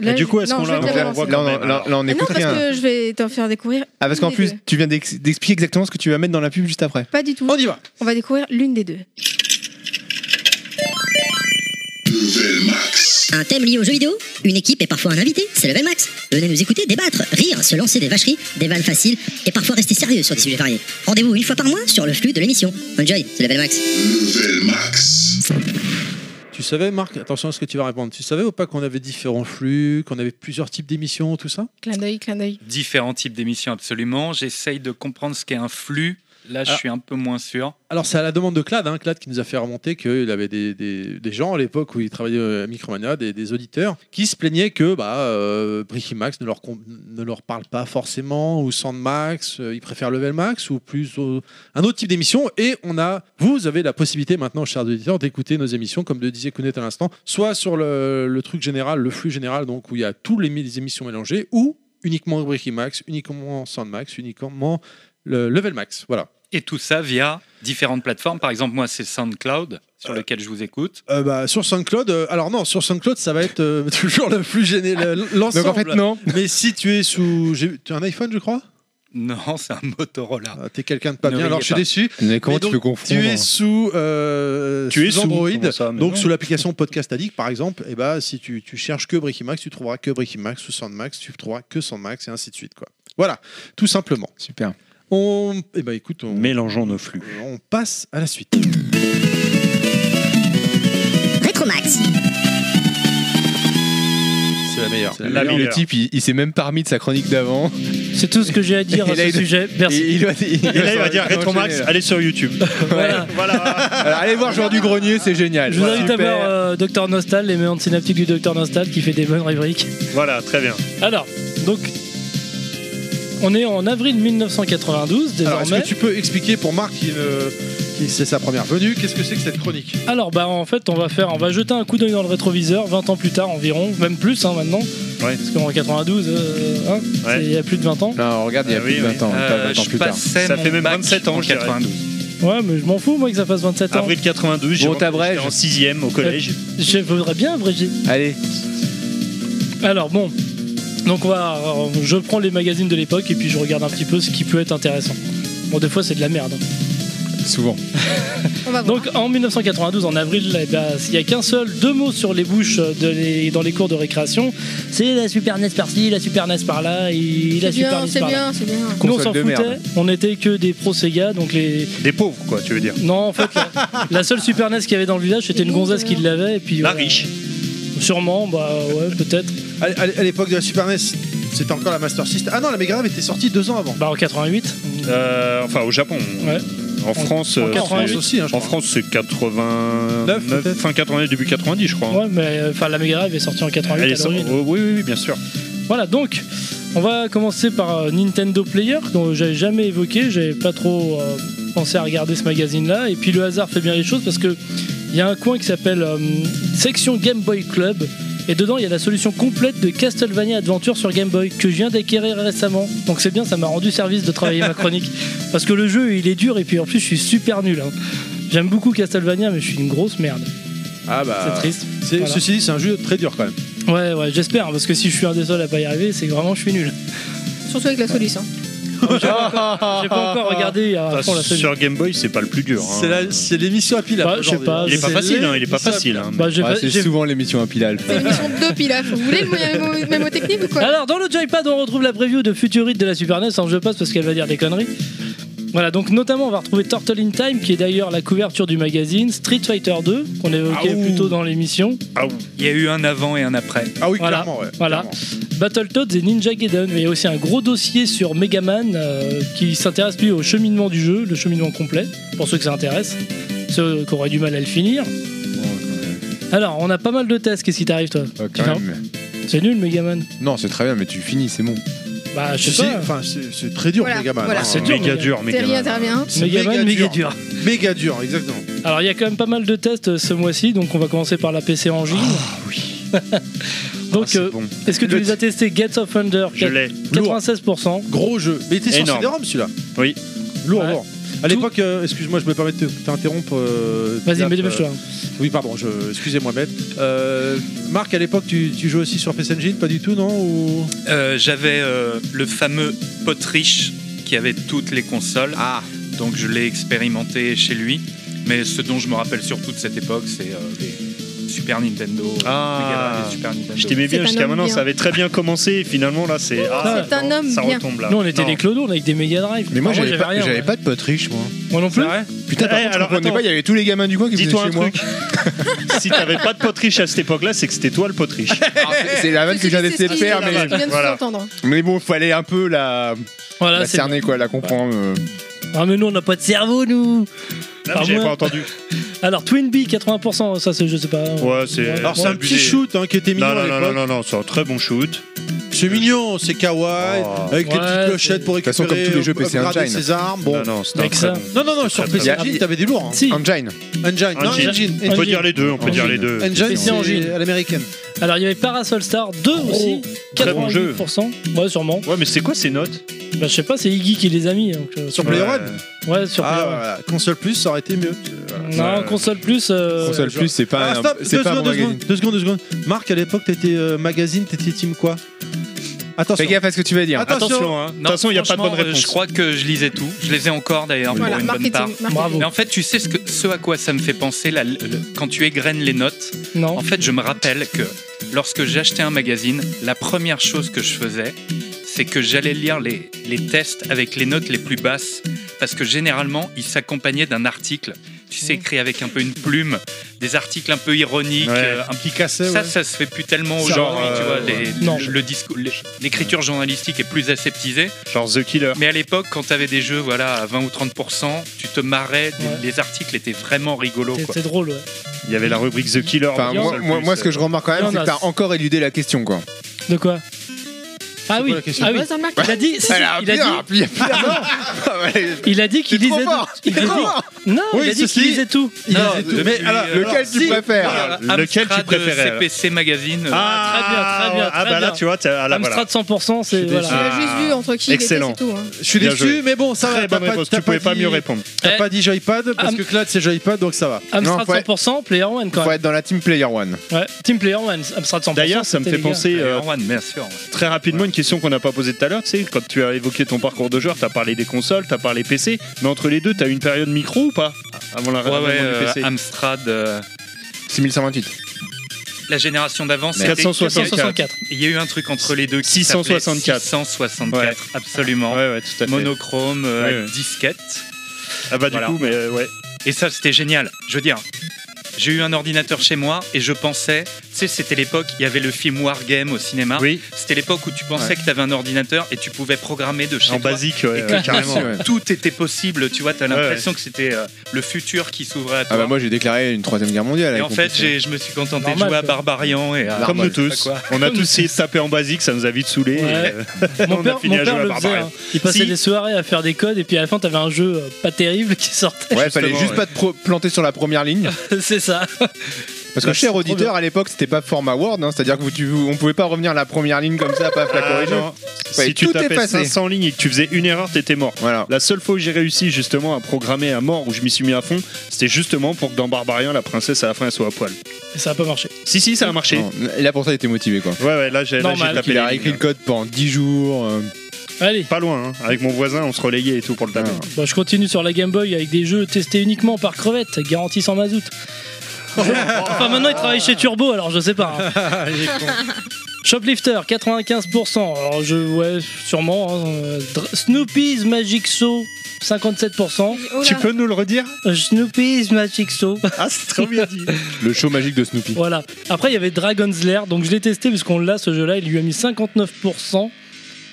Speaker 4: Mais du coup, est-ce
Speaker 3: non,
Speaker 4: qu'on
Speaker 3: je
Speaker 4: l'a-
Speaker 3: vais te la
Speaker 4: on
Speaker 3: balancer.
Speaker 4: la voit
Speaker 6: Là, on, là, là, on
Speaker 3: Ah non,
Speaker 6: n'écoute
Speaker 3: parce
Speaker 6: rien.
Speaker 3: que je vais t'en faire découvrir.
Speaker 6: Ah, parce qu'en
Speaker 3: une des
Speaker 6: plus,
Speaker 3: deux.
Speaker 6: tu viens d'ex- d'expliquer exactement ce que tu vas mettre dans la pub juste après.
Speaker 3: Pas du tout.
Speaker 2: On y va.
Speaker 3: On va découvrir l'une des deux.
Speaker 1: Un thème lié aux jeux vidéo, une équipe et parfois un invité, c'est Level Max. Venez nous écouter, débattre, rire, se lancer des vacheries, des vannes faciles et parfois rester sérieux sur des sujets variés. Rendez-vous une fois par mois sur le flux de l'émission. Enjoy, c'est Level Max.
Speaker 2: Tu savais, Marc, attention à ce que tu vas répondre. Tu savais ou pas qu'on avait différents flux, qu'on avait plusieurs types d'émissions, tout ça
Speaker 3: Clin d'œil, clin d'œil.
Speaker 7: Différents types d'émissions absolument. J'essaye de comprendre ce qu'est un flux. Là, je
Speaker 2: Ah.
Speaker 7: suis un peu moins sûr.
Speaker 2: Alors, c'est à la demande de Clad, hein, Clad qui nous a fait remonter qu'il avait des, des- des gens à l'époque où il travaillait euh, à Micromania, des, des auditeurs, qui se plaignaient que bah, euh, Bricky Max ne leur, com- ne leur parle pas forcément, ou Sandmax, euh, ils préfèrent Level Max, ou plus euh, un autre type d'émission. Et on a, vous avez la possibilité maintenant, chers auditeurs, d'écouter nos émissions, comme le disait Kounet à l'instant, soit sur le, le truc général, le flux général, donc où il y a tous les, les émissions mélangées, ou uniquement Bricky Max, uniquement Sandmax, uniquement le Level Max. Voilà.
Speaker 7: Et tout ça via différentes plateformes. Par exemple, moi, c'est SoundCloud sur lequel je vous écoute.
Speaker 2: Euh, bah, sur SoundCloud, euh, alors non, sur SoundCloud, ça va être euh, [LAUGHS] toujours le plus gêné, le-
Speaker 6: Donc
Speaker 2: l'ensemble.
Speaker 6: en fait, non.
Speaker 2: Mais si tu es sous. j'ai- Tu as un iPhone, je crois
Speaker 7: Non, [LAUGHS] c'est un Motorola.
Speaker 2: Ah, T'es quelqu'un de pas
Speaker 7: Ne
Speaker 2: bien, alors je
Speaker 7: riez
Speaker 2: suis déçu.
Speaker 7: pas.
Speaker 6: Mais comment
Speaker 2: Mais
Speaker 6: tu
Speaker 2: donc,
Speaker 6: peux confondre
Speaker 2: Tu es sous, euh,
Speaker 4: Tu es sous,
Speaker 2: Android,
Speaker 4: comment ça, mais
Speaker 2: donc
Speaker 4: non.
Speaker 2: sous l'application Podcast Addict par exemple. Et bah, si tu, tu cherches que Breaking Max, tu trouveras que Breaking Max, sous Soundmax, tu trouveras que Soundmax, et ainsi de suite. Quoi. Voilà, tout simplement.
Speaker 6: Super.
Speaker 2: On... Et bah, écoute, on,
Speaker 4: Mélangeons nos flux.
Speaker 2: on passe à la suite.
Speaker 1: Max.
Speaker 2: C'est la meilleure.
Speaker 4: La
Speaker 6: Mais Le
Speaker 4: meilleure.
Speaker 6: type, il, il s'est même pas remis de sa chronique d'avant.
Speaker 5: C'est tout ce que j'ai
Speaker 2: [LAUGHS]
Speaker 5: à dire à
Speaker 6: Et là,
Speaker 5: ce
Speaker 6: il-
Speaker 5: sujet.
Speaker 6: Et
Speaker 5: Merci.
Speaker 6: il doit- il
Speaker 4: Et là, il
Speaker 6: doit
Speaker 4: va dire
Speaker 6: s'enchaîner,
Speaker 4: Rétromax,
Speaker 6: là.
Speaker 4: allez sur YouTube.
Speaker 5: Voilà.
Speaker 4: voilà.
Speaker 6: Alors, allez voir Joueur du Grenier, c'est génial.
Speaker 5: Je vous invite à
Speaker 6: Super.
Speaker 5: voir euh, Dr Nostal, les méandres synaptiques du Dr Nostal qui fait des bonnes rubriques.
Speaker 4: Voilà, très bien.
Speaker 5: Alors, donc, on est en avril 1992
Speaker 2: Alors, est-ce
Speaker 5: désormais.
Speaker 2: que tu peux expliquer pour Marc qui, ne- qui c'est sa première venue, qu'est-ce que c'est que cette chronique
Speaker 5: Alors bah en fait on va faire on va jeter un coup d'œil dans le rétroviseur 20 ans plus tard environ, même plus hein, maintenant.
Speaker 4: Ouais.
Speaker 5: Parce qu'en 92 euh, hein, c'est-
Speaker 4: Ouais.
Speaker 5: il y a plus de 20 ans.
Speaker 6: Non, regarde, il y a
Speaker 4: Ah
Speaker 6: plus
Speaker 4: oui,
Speaker 6: de 20
Speaker 4: oui.
Speaker 6: ans, pas
Speaker 7: Euh,
Speaker 6: 20 ans
Speaker 7: je
Speaker 6: plus tard.
Speaker 7: passais
Speaker 4: Ça
Speaker 7: mon
Speaker 4: fait même
Speaker 7: bac
Speaker 4: 27 ans,
Speaker 7: en
Speaker 4: je dirais.
Speaker 7: 92.
Speaker 5: Ouais mais je m'en fous moi que ça fasse 27 ans.
Speaker 4: Avril 92, j'ai
Speaker 6: Bon,
Speaker 4: rentré-
Speaker 6: t'abrèges.
Speaker 4: j'étais en 6ème au collège.
Speaker 5: Je voudrais bien abréger.
Speaker 6: Allez,
Speaker 5: Alors bon. Donc on va euh, je prends les magazines de l'époque et puis je regarde un petit peu ce qui peut être intéressant. Bon des fois c'est de la merde. hein.
Speaker 6: souvent.
Speaker 3: On va voir.
Speaker 5: Donc en 1992 en avril eh ben, il n'y a qu'un seul deux mots sur les bouches de les- dans les cours de récréation, c'est la Super NES par-ci, la Super NES par-là et la
Speaker 3: C'est
Speaker 5: Super
Speaker 3: bien,
Speaker 5: NES
Speaker 3: c'est
Speaker 5: par-là.
Speaker 3: bien, c'est bien.
Speaker 5: Nous on
Speaker 6: Console
Speaker 5: s'en
Speaker 6: de
Speaker 5: foutait,
Speaker 6: merde.
Speaker 5: on n'était que des pro Sega, donc les.
Speaker 4: Des pauvres, quoi, tu veux dire.
Speaker 5: Non, en fait, la, la seule Super NES qu'il y avait dans le village, c'était une gonzesse qui l'avait, et puis.
Speaker 4: La
Speaker 5: voilà.
Speaker 4: riche.
Speaker 5: Sûrement, bah ouais, peut-être.
Speaker 2: À, à- à l'époque de la Super NES, c'était encore la Master System. Ah non, la Mega Drive était sortie deux ans avant.
Speaker 5: Bah en 88.
Speaker 4: Euh, enfin, au Japon.
Speaker 5: Ouais.
Speaker 4: En France, euh,
Speaker 2: En France
Speaker 5: 88.
Speaker 2: aussi, hein, je
Speaker 4: c'est- en
Speaker 2: crois.
Speaker 4: France, c'est 89,
Speaker 2: Neuf, peut-être.
Speaker 4: fin 90, début 90, je crois. hein.
Speaker 5: Ouais, mais euh, enfin, la Mega Drive est sortie en 88
Speaker 4: Elle est
Speaker 5: à l'origine.
Speaker 4: sortie- oh, oui, oui, oui, bien sûr.
Speaker 5: Voilà, donc, on va commencer par euh, Nintendo Player, que j'avais jamais évoqué, j'avais pas trop euh, pensé à regarder ce magazine-là. Et puis le hasard fait bien les choses parce que il y a un coin qui s'appelle euh, Section Game Boy Club. Et dedans, il y a la solution complète de Castlevania Adventure sur Game Boy que je viens d'acquérir récemment. Donc c'est bien, ça m'a rendu service de travailler ma
Speaker 2: [LAUGHS]
Speaker 5: chronique. Parce que le jeu, il est dur et puis en plus, je suis super nul. hein. J'aime beaucoup Castlevania, mais je suis une grosse merde.
Speaker 2: Ah
Speaker 5: C'est
Speaker 2: bah.
Speaker 5: triste.
Speaker 2: c'est-
Speaker 5: Voilà.
Speaker 2: Ceci dit, c'est un jeu très dur quand même.
Speaker 5: Ouais, ouais, j'espère, parce que si je suis un des seuls à pas y arriver, c'est que vraiment je suis nul.
Speaker 3: Surtout avec la solution.
Speaker 5: J'ai pas encore regardé à
Speaker 4: Enfin,
Speaker 5: fond Ah, la solution.
Speaker 4: sur Game Boy, c'est pas le plus dur. hein.
Speaker 2: C'est l'émission à pile
Speaker 5: Bah, je sais aujourd'hui. pas,
Speaker 4: Il est pas
Speaker 5: c'est
Speaker 4: facile, hein, il est pas facile. hein.
Speaker 5: Bah, j'ai
Speaker 6: Ah,
Speaker 5: pas-
Speaker 6: c'est
Speaker 5: j'ai-
Speaker 6: souvent l'émission à Pilal.
Speaker 3: C'est une mission de pilaf. Vous voulez le mémo- mémotechnique ou quoi
Speaker 5: Alors, dans le joypad, on retrouve la preview de Futurite de la Super NES. Alors, hein, je passe parce qu'elle va dire des conneries. Voilà, donc notamment, on va retrouver Turtle in Time, qui est d'ailleurs la couverture du magazine, Street Fighter 2, qu'on évoquait
Speaker 7: Ah, ouh.
Speaker 5: plus tôt dans l'émission,
Speaker 4: Ah
Speaker 7: Il y a eu un avant et un après.
Speaker 2: Ah oui,
Speaker 5: Voilà.
Speaker 2: clairement, ouais.
Speaker 5: Voilà.
Speaker 2: clairement.
Speaker 5: Battletoads et Ninja Gaiden. Mais il y a aussi un gros dossier sur Mega Man, euh, qui s'intéresse lui au cheminement du jeu, le cheminement complet, pour ceux que ça intéresse, ceux qui auraient du mal à le finir. Alors, on a pas mal de tests. Qu'est-ce qui t'arrive, toi
Speaker 6: Euh,
Speaker 5: Non. C'est nul, Mega Man
Speaker 6: Non, c'est très bien, mais tu finis, c'est bon.
Speaker 5: Bah, je
Speaker 2: Si,
Speaker 5: sais
Speaker 2: si,
Speaker 5: pas.
Speaker 2: enfin, c'est c'est très dur,
Speaker 3: Voilà,
Speaker 2: Megaman.
Speaker 3: voilà.
Speaker 2: hein.
Speaker 4: C'est méga dur, méga.
Speaker 3: Terry intervient.
Speaker 2: C'est
Speaker 5: Mega Man, méga dur.
Speaker 2: Méga dur, exactement.
Speaker 5: Alors il y a quand même pas mal de tests euh, ce mois-ci, donc on va commencer par la PC Engine. [LAUGHS] donc
Speaker 4: Ah, c'est
Speaker 5: euh,
Speaker 4: bon.
Speaker 5: est-ce que tu
Speaker 2: Le
Speaker 5: les as testés Gates of Thunder
Speaker 4: Je l'ai.
Speaker 5: 96%.
Speaker 2: Gros jeu. Mais il était sur
Speaker 4: Énorme.
Speaker 2: CD-ROM celui-là.
Speaker 4: Oui.
Speaker 2: Lourd,
Speaker 5: Ouais.
Speaker 2: lourd. À l'époque, euh, excuse-moi, je me permets de te- t'interrompre. euh,
Speaker 5: Vas-y,
Speaker 2: Pilaf,
Speaker 5: mets des
Speaker 2: euh,
Speaker 5: mèches-toi.
Speaker 2: Oui, pardon, je... excusez-moi, bête. Euh, Marc, à l'époque, tu, tu jouais aussi sur PS Engine Pas du tout, non Ou...
Speaker 7: Euh, J'avais euh, le fameux pote riche qui avait toutes les consoles.
Speaker 2: Ah
Speaker 7: Donc je l'ai expérimenté chez lui. Mais ce dont je me rappelle surtout de cette époque, c'est euh, les Super Nintendo. euh,
Speaker 4: Ah.
Speaker 7: Mega Drive et Super Nintendo.
Speaker 4: Je t'aimais
Speaker 3: C'est
Speaker 4: bien
Speaker 3: un
Speaker 4: jusqu'à
Speaker 3: homme
Speaker 4: maintenant,
Speaker 3: bien.
Speaker 4: ça avait très bien commencé et finalement là c'est. Ah,
Speaker 3: C'est un
Speaker 4: non,
Speaker 3: homme
Speaker 4: Ça
Speaker 3: bien.
Speaker 4: retombe là.
Speaker 5: Nous on était
Speaker 7: Non.
Speaker 5: des clodos, on avec des méga drive.
Speaker 6: Mais moi,
Speaker 5: Enfin,
Speaker 6: j'avais pas,
Speaker 5: rien.
Speaker 6: j'avais
Speaker 5: moi.
Speaker 6: pas de pote riche, moi.
Speaker 2: Eh,
Speaker 5: Moi non plus.
Speaker 6: Putain, par
Speaker 4: Eh,
Speaker 6: contre, je
Speaker 4: alors,
Speaker 6: comprenais
Speaker 4: attends.
Speaker 6: pas, il y avait tous les gamins du coin qui venaient
Speaker 4: Dis-toi
Speaker 6: chez
Speaker 4: un
Speaker 6: moi.
Speaker 4: truc. [LAUGHS] si t'avais pas de pote riche à cette époque-là, c'est que c'était toi le pote riche.
Speaker 6: Alors, Ah, c'est- C'est la vanne que j'ai
Speaker 3: C'est
Speaker 6: d'essayer
Speaker 3: ce
Speaker 6: de
Speaker 3: qu'il-
Speaker 6: faire,
Speaker 3: c'est ce
Speaker 6: mais,
Speaker 3: qu'il vient de
Speaker 4: Voilà.
Speaker 3: s'entendre.
Speaker 2: Ah
Speaker 6: mais bon, fallait un peu la,
Speaker 5: Voilà,
Speaker 6: la
Speaker 5: c'est.
Speaker 6: cerner, quoi, la comprendre. euh.
Speaker 5: Ah mais nous on n'a pas de cerveau nous.
Speaker 4: Là,
Speaker 5: Par
Speaker 4: j'avais
Speaker 5: moi.
Speaker 4: pas entendu.
Speaker 5: Alors Twin Bee 80%, ça c'est je sais pas.
Speaker 4: Ouais, c'est.
Speaker 2: Alors, c'est un
Speaker 4: abusé.
Speaker 2: petit shoot hein, qui était mignon
Speaker 4: Non,
Speaker 2: à
Speaker 4: non, non, non,
Speaker 2: l'époque.
Speaker 4: non, non, c'est un très bon shoot.
Speaker 2: C'est mignon, c'est kawaii,
Speaker 4: Oh.
Speaker 2: avec des
Speaker 5: Ouais,
Speaker 2: petites clochettes pour
Speaker 6: De toute façon,
Speaker 2: récupérer.
Speaker 6: comme tous les jeux PC
Speaker 2: upgrader
Speaker 6: Engine.
Speaker 2: ses armes. Bon.
Speaker 4: Non, non, c'est un
Speaker 5: Avec
Speaker 4: très
Speaker 5: ça.
Speaker 4: bon-
Speaker 2: Non, non, non, sur
Speaker 4: très
Speaker 2: PC
Speaker 6: bien.
Speaker 2: Engine, t'avais du lourd. hein.
Speaker 5: Si.
Speaker 6: Engine.
Speaker 2: Engine, non,
Speaker 4: Engine.
Speaker 2: Engine.
Speaker 4: On peut
Speaker 5: Engine.
Speaker 4: dire les deux, on peut dire les deux.
Speaker 2: Engine,
Speaker 5: PC Engine.
Speaker 2: c'est à l'américaine.
Speaker 5: Alors il y avait Parasol Star 2
Speaker 6: Oh,
Speaker 5: aussi.
Speaker 4: très bon jeu.
Speaker 5: 90%. Ouais sûrement.
Speaker 4: Ouais, mais c'est quoi ces notes
Speaker 5: Bah je sais pas, c'est Iggy qui les a mis. donc, euh,
Speaker 2: Sur Player
Speaker 4: Ouais.
Speaker 2: One
Speaker 5: Ouais sur.
Speaker 2: Ah,
Speaker 5: Player
Speaker 2: voilà. console plus, ça aurait été mieux.
Speaker 5: One.
Speaker 2: Voilà.
Speaker 5: Non,
Speaker 4: Ouais.
Speaker 5: console plus. euh,
Speaker 6: Console
Speaker 2: je-
Speaker 6: Plus, c'est pas
Speaker 2: Ah,
Speaker 6: un-
Speaker 2: stop, deux
Speaker 6: c'est pas un
Speaker 2: secondes, deux
Speaker 6: magazine.
Speaker 2: secondes, deux secondes, deux secondes. Marc, à l'époque, t'étais euh, magazine, t'étais team quoi Attention.
Speaker 6: Fais gaffe à ce que tu vas dire.
Speaker 2: Attention.
Speaker 4: Attention, hein. De toute
Speaker 7: Non,
Speaker 4: façon, il n'y a pas de bonne
Speaker 7: franchement, euh,
Speaker 4: réponse.
Speaker 7: Je crois que je lisais tout. Je les ai encore d'ailleurs
Speaker 3: Voilà,
Speaker 7: pour une bonne part.
Speaker 3: marketing. marketing.
Speaker 5: Bravo.
Speaker 7: Mais en fait, tu sais ce, que, ce à quoi ça me fait penser la- le- quand tu égrènes les notes.
Speaker 5: Non.
Speaker 7: En fait, je me rappelle que lorsque j'achetais un magazine, la première chose que je faisais, c'est que j'allais lire les, les tests avec les notes les plus basses. Parce que généralement, ils s'accompagnaient d'un article tu sais, écrit avec un peu une plume, des articles un peu ironiques,
Speaker 4: Ouais.
Speaker 7: euh, un-
Speaker 8: Qui cassait,
Speaker 7: ça,
Speaker 8: ouais.
Speaker 7: ça se fait plus tellement
Speaker 8: Ça,
Speaker 7: aujourd'hui,
Speaker 8: euh,
Speaker 7: tu vois. les-
Speaker 5: non.
Speaker 7: le discours- les- L'écriture journalistique est plus aseptisée.
Speaker 4: Genre The Killer.
Speaker 7: Mais à l'époque, quand t'avais des jeux voilà, à 20 ou 30%, tu te marrais, les-
Speaker 5: Ouais.
Speaker 7: les articles étaient vraiment rigolos.
Speaker 5: C'est-
Speaker 7: quoi.
Speaker 5: C'est drôle, ouais.
Speaker 4: Il y avait la rubrique The Killer.
Speaker 6: Enfin,
Speaker 4: dans
Speaker 6: moi,
Speaker 4: Seul
Speaker 6: moi-
Speaker 4: Plus,
Speaker 6: moi, ce que
Speaker 4: euh,
Speaker 6: je remarque quand même,
Speaker 5: Jonas.
Speaker 6: c'est que t'as encore éludé la question, quoi.
Speaker 5: De quoi Ah oui,
Speaker 2: la question
Speaker 5: ah oui.
Speaker 3: Boss dans le Mac.
Speaker 5: Il a dit, si, si, il a dit, il a dit qu'il
Speaker 6: C'est trop
Speaker 5: lisait.
Speaker 6: fort,
Speaker 5: il a dit- non,
Speaker 2: Oui,
Speaker 5: il a dit
Speaker 2: ceci-
Speaker 5: qu'il lisait tout.
Speaker 7: Non,
Speaker 2: lisait tout.
Speaker 7: depuis-
Speaker 2: Mais alors,
Speaker 7: alors,
Speaker 6: Lequel tu
Speaker 2: si.
Speaker 6: préfères
Speaker 7: Amstrad euh,
Speaker 4: lequel tu préférais, alors
Speaker 7: CPC Magazine.
Speaker 5: Ah, très bien, très bien,
Speaker 4: Ah,
Speaker 5: très
Speaker 4: bah là,
Speaker 5: bien.
Speaker 4: tu vois, t'as- ah, là, voilà.
Speaker 5: Amstrad 100%, c'est
Speaker 2: déçu.
Speaker 5: voilà.
Speaker 3: Tu l'as
Speaker 4: Ah.
Speaker 3: juste vu entre qui il était,
Speaker 4: Excellent.
Speaker 3: c'est tout. hein.
Speaker 2: Je suis
Speaker 4: Bien
Speaker 2: déçu,
Speaker 4: joué.
Speaker 2: mais bon, ça va.
Speaker 4: Très
Speaker 2: t'as
Speaker 4: bonne
Speaker 2: pas-
Speaker 4: réponse.
Speaker 2: t'as
Speaker 4: Tu pouvais pas
Speaker 2: dit-
Speaker 4: mieux répondre.
Speaker 2: T'as
Speaker 5: Eh.
Speaker 2: pas dit joypad parce
Speaker 5: Am-
Speaker 2: que là c'est joypad donc ça va.
Speaker 5: Amstrad
Speaker 6: faut être-
Speaker 5: 100%, Player One quand
Speaker 6: Faut
Speaker 5: même.
Speaker 6: être dans la team Player One.
Speaker 5: Ouais. Team Player One, Amstrad 100%.
Speaker 4: D'ailleurs, ça me
Speaker 5: c'était
Speaker 4: fait
Speaker 5: les gars.
Speaker 4: penser euh,
Speaker 7: Alors, One, bien sûr.
Speaker 4: très rapidement une question qu'on n'a pas posée tout à l'heure. Tu sais, quand tu as évoqué ton parcours de joueur, t'as parlé des consoles, t'as parlé PC, mais entre les deux, t'as eu une période micro ou pas Avant la
Speaker 7: Ouais, ouais,
Speaker 4: révélation du
Speaker 7: euh,
Speaker 4: PC.
Speaker 7: Amstrad. euh,
Speaker 6: 6128.
Speaker 7: la génération d'avant, c'était.
Speaker 4: 464.
Speaker 5: 464.
Speaker 7: Il y a eu un truc entre les deux qui
Speaker 4: 664.
Speaker 7: 664, absolument.
Speaker 4: Ouais, ouais, tout à fait.
Speaker 7: Monochrome, euh,
Speaker 4: Ouais, ouais.
Speaker 7: disquette.
Speaker 4: Ah bah du
Speaker 7: Voilà.
Speaker 4: coup, mais euh, ouais.
Speaker 7: Et ça, c'était génial. Je veux dire, j'ai eu un ordinateur chez moi et je pensais, tu sais, c'était l'époque, il y avait le film Wargame au cinéma.
Speaker 4: Oui,
Speaker 7: C'était l'époque où tu pensais que tu avais un ordinateur et tu pouvais programmer de chez
Speaker 4: en
Speaker 7: toi.
Speaker 4: basique, ouais,
Speaker 7: Et
Speaker 4: ouais,
Speaker 7: que
Speaker 4: carrément.
Speaker 6: ouais.
Speaker 7: Tout était possible, tu vois, t'as
Speaker 4: ouais.
Speaker 7: l'impression que c'était euh, le futur qui s'ouvrait à toi.
Speaker 6: Ah bah moi j'ai déclaré une troisième guerre mondiale.
Speaker 7: et
Speaker 6: avec
Speaker 7: en
Speaker 6: mon
Speaker 7: fait,
Speaker 6: PC.
Speaker 7: j'ai- je me suis contenté
Speaker 5: Normal,
Speaker 7: de jouer à
Speaker 5: ça.
Speaker 7: Barbarian et à...
Speaker 4: Comme nous
Speaker 6: Normal.
Speaker 4: tous.
Speaker 7: Quoi
Speaker 4: On a tous essayé de taper en basique, ça nous a vite saoulés.
Speaker 5: Ouais.
Speaker 4: et, euh, On
Speaker 5: Mon
Speaker 4: a
Speaker 5: père,
Speaker 4: fini
Speaker 5: mon
Speaker 4: à
Speaker 5: père
Speaker 4: jouer à
Speaker 5: le faisait.
Speaker 4: Barbarin.
Speaker 5: hein. Il passait
Speaker 4: Si.
Speaker 5: des soirées à faire des codes et puis à la fin t'avais un jeu euh, pas terrible qui sortait.
Speaker 6: Ouais, fallait
Speaker 7: justement,
Speaker 6: juste
Speaker 7: ouais.
Speaker 6: pas te pro- planter sur la première ligne.
Speaker 5: [LAUGHS] c'est ça.
Speaker 6: Parce
Speaker 5: Bah,
Speaker 6: que,
Speaker 5: c'est
Speaker 6: cher
Speaker 5: trop
Speaker 6: auditeur, à l'époque, c'était pas format Word, hein, c'est-à-dire que vous, tu- vous- on pouvait pas revenir à la première ligne comme ça, paf, la hein.
Speaker 4: Ah,
Speaker 6: corriger.
Speaker 4: non.
Speaker 6: Ouais,
Speaker 4: si tu
Speaker 6: tout
Speaker 4: tapais
Speaker 6: effacé.
Speaker 4: 500 lignes et que tu faisais une erreur, t'étais mort.
Speaker 6: Voilà.
Speaker 4: La seule fois où j'ai réussi justement à programmer à mort, où je m'y suis mis à fond, c'était justement pour que dans Barbarian, la princesse à la fin elle soit à poil.
Speaker 5: Et ça a pas marché.
Speaker 4: Si, si, ça a marché.
Speaker 6: Non, Et là, pour ça, il était motivé, quoi.
Speaker 4: Ouais, ouais, là j'ai là,
Speaker 5: Normal.
Speaker 4: j'ai tapé
Speaker 6: Il a
Speaker 4: les
Speaker 6: réécrit
Speaker 4: lignes.
Speaker 6: le code pendant 10 jours. euh,
Speaker 5: Allez,
Speaker 4: Pas loin, hein. avec mon voisin, on se relayait et tout pour le taper.
Speaker 6: Ah.
Speaker 5: bon, je continue sur la Game Boy avec des jeux testés uniquement par crevette, garantie sans mazout. enfin maintenant il travaille chez Turbo alors je sais pas. hein.
Speaker 6: [LAUGHS]
Speaker 5: Shoplifter 95%. Alors je ouais sûrement. hein. Euh, Dr- Snoopy's Magic Show 57%.
Speaker 3: Oh là.
Speaker 4: Tu peux nous le redire
Speaker 5: Euh, Snoopy's Magic Show.
Speaker 4: Ah, c'est trop bien dit.
Speaker 6: [LAUGHS] Le show magique de
Speaker 5: [LAUGHS]
Speaker 6: Snoopy.
Speaker 5: Voilà. Après, il y avait Dragon's Lair, donc je l'ai testé parce qu'on l'a ce jeu-là, il lui a mis 59%.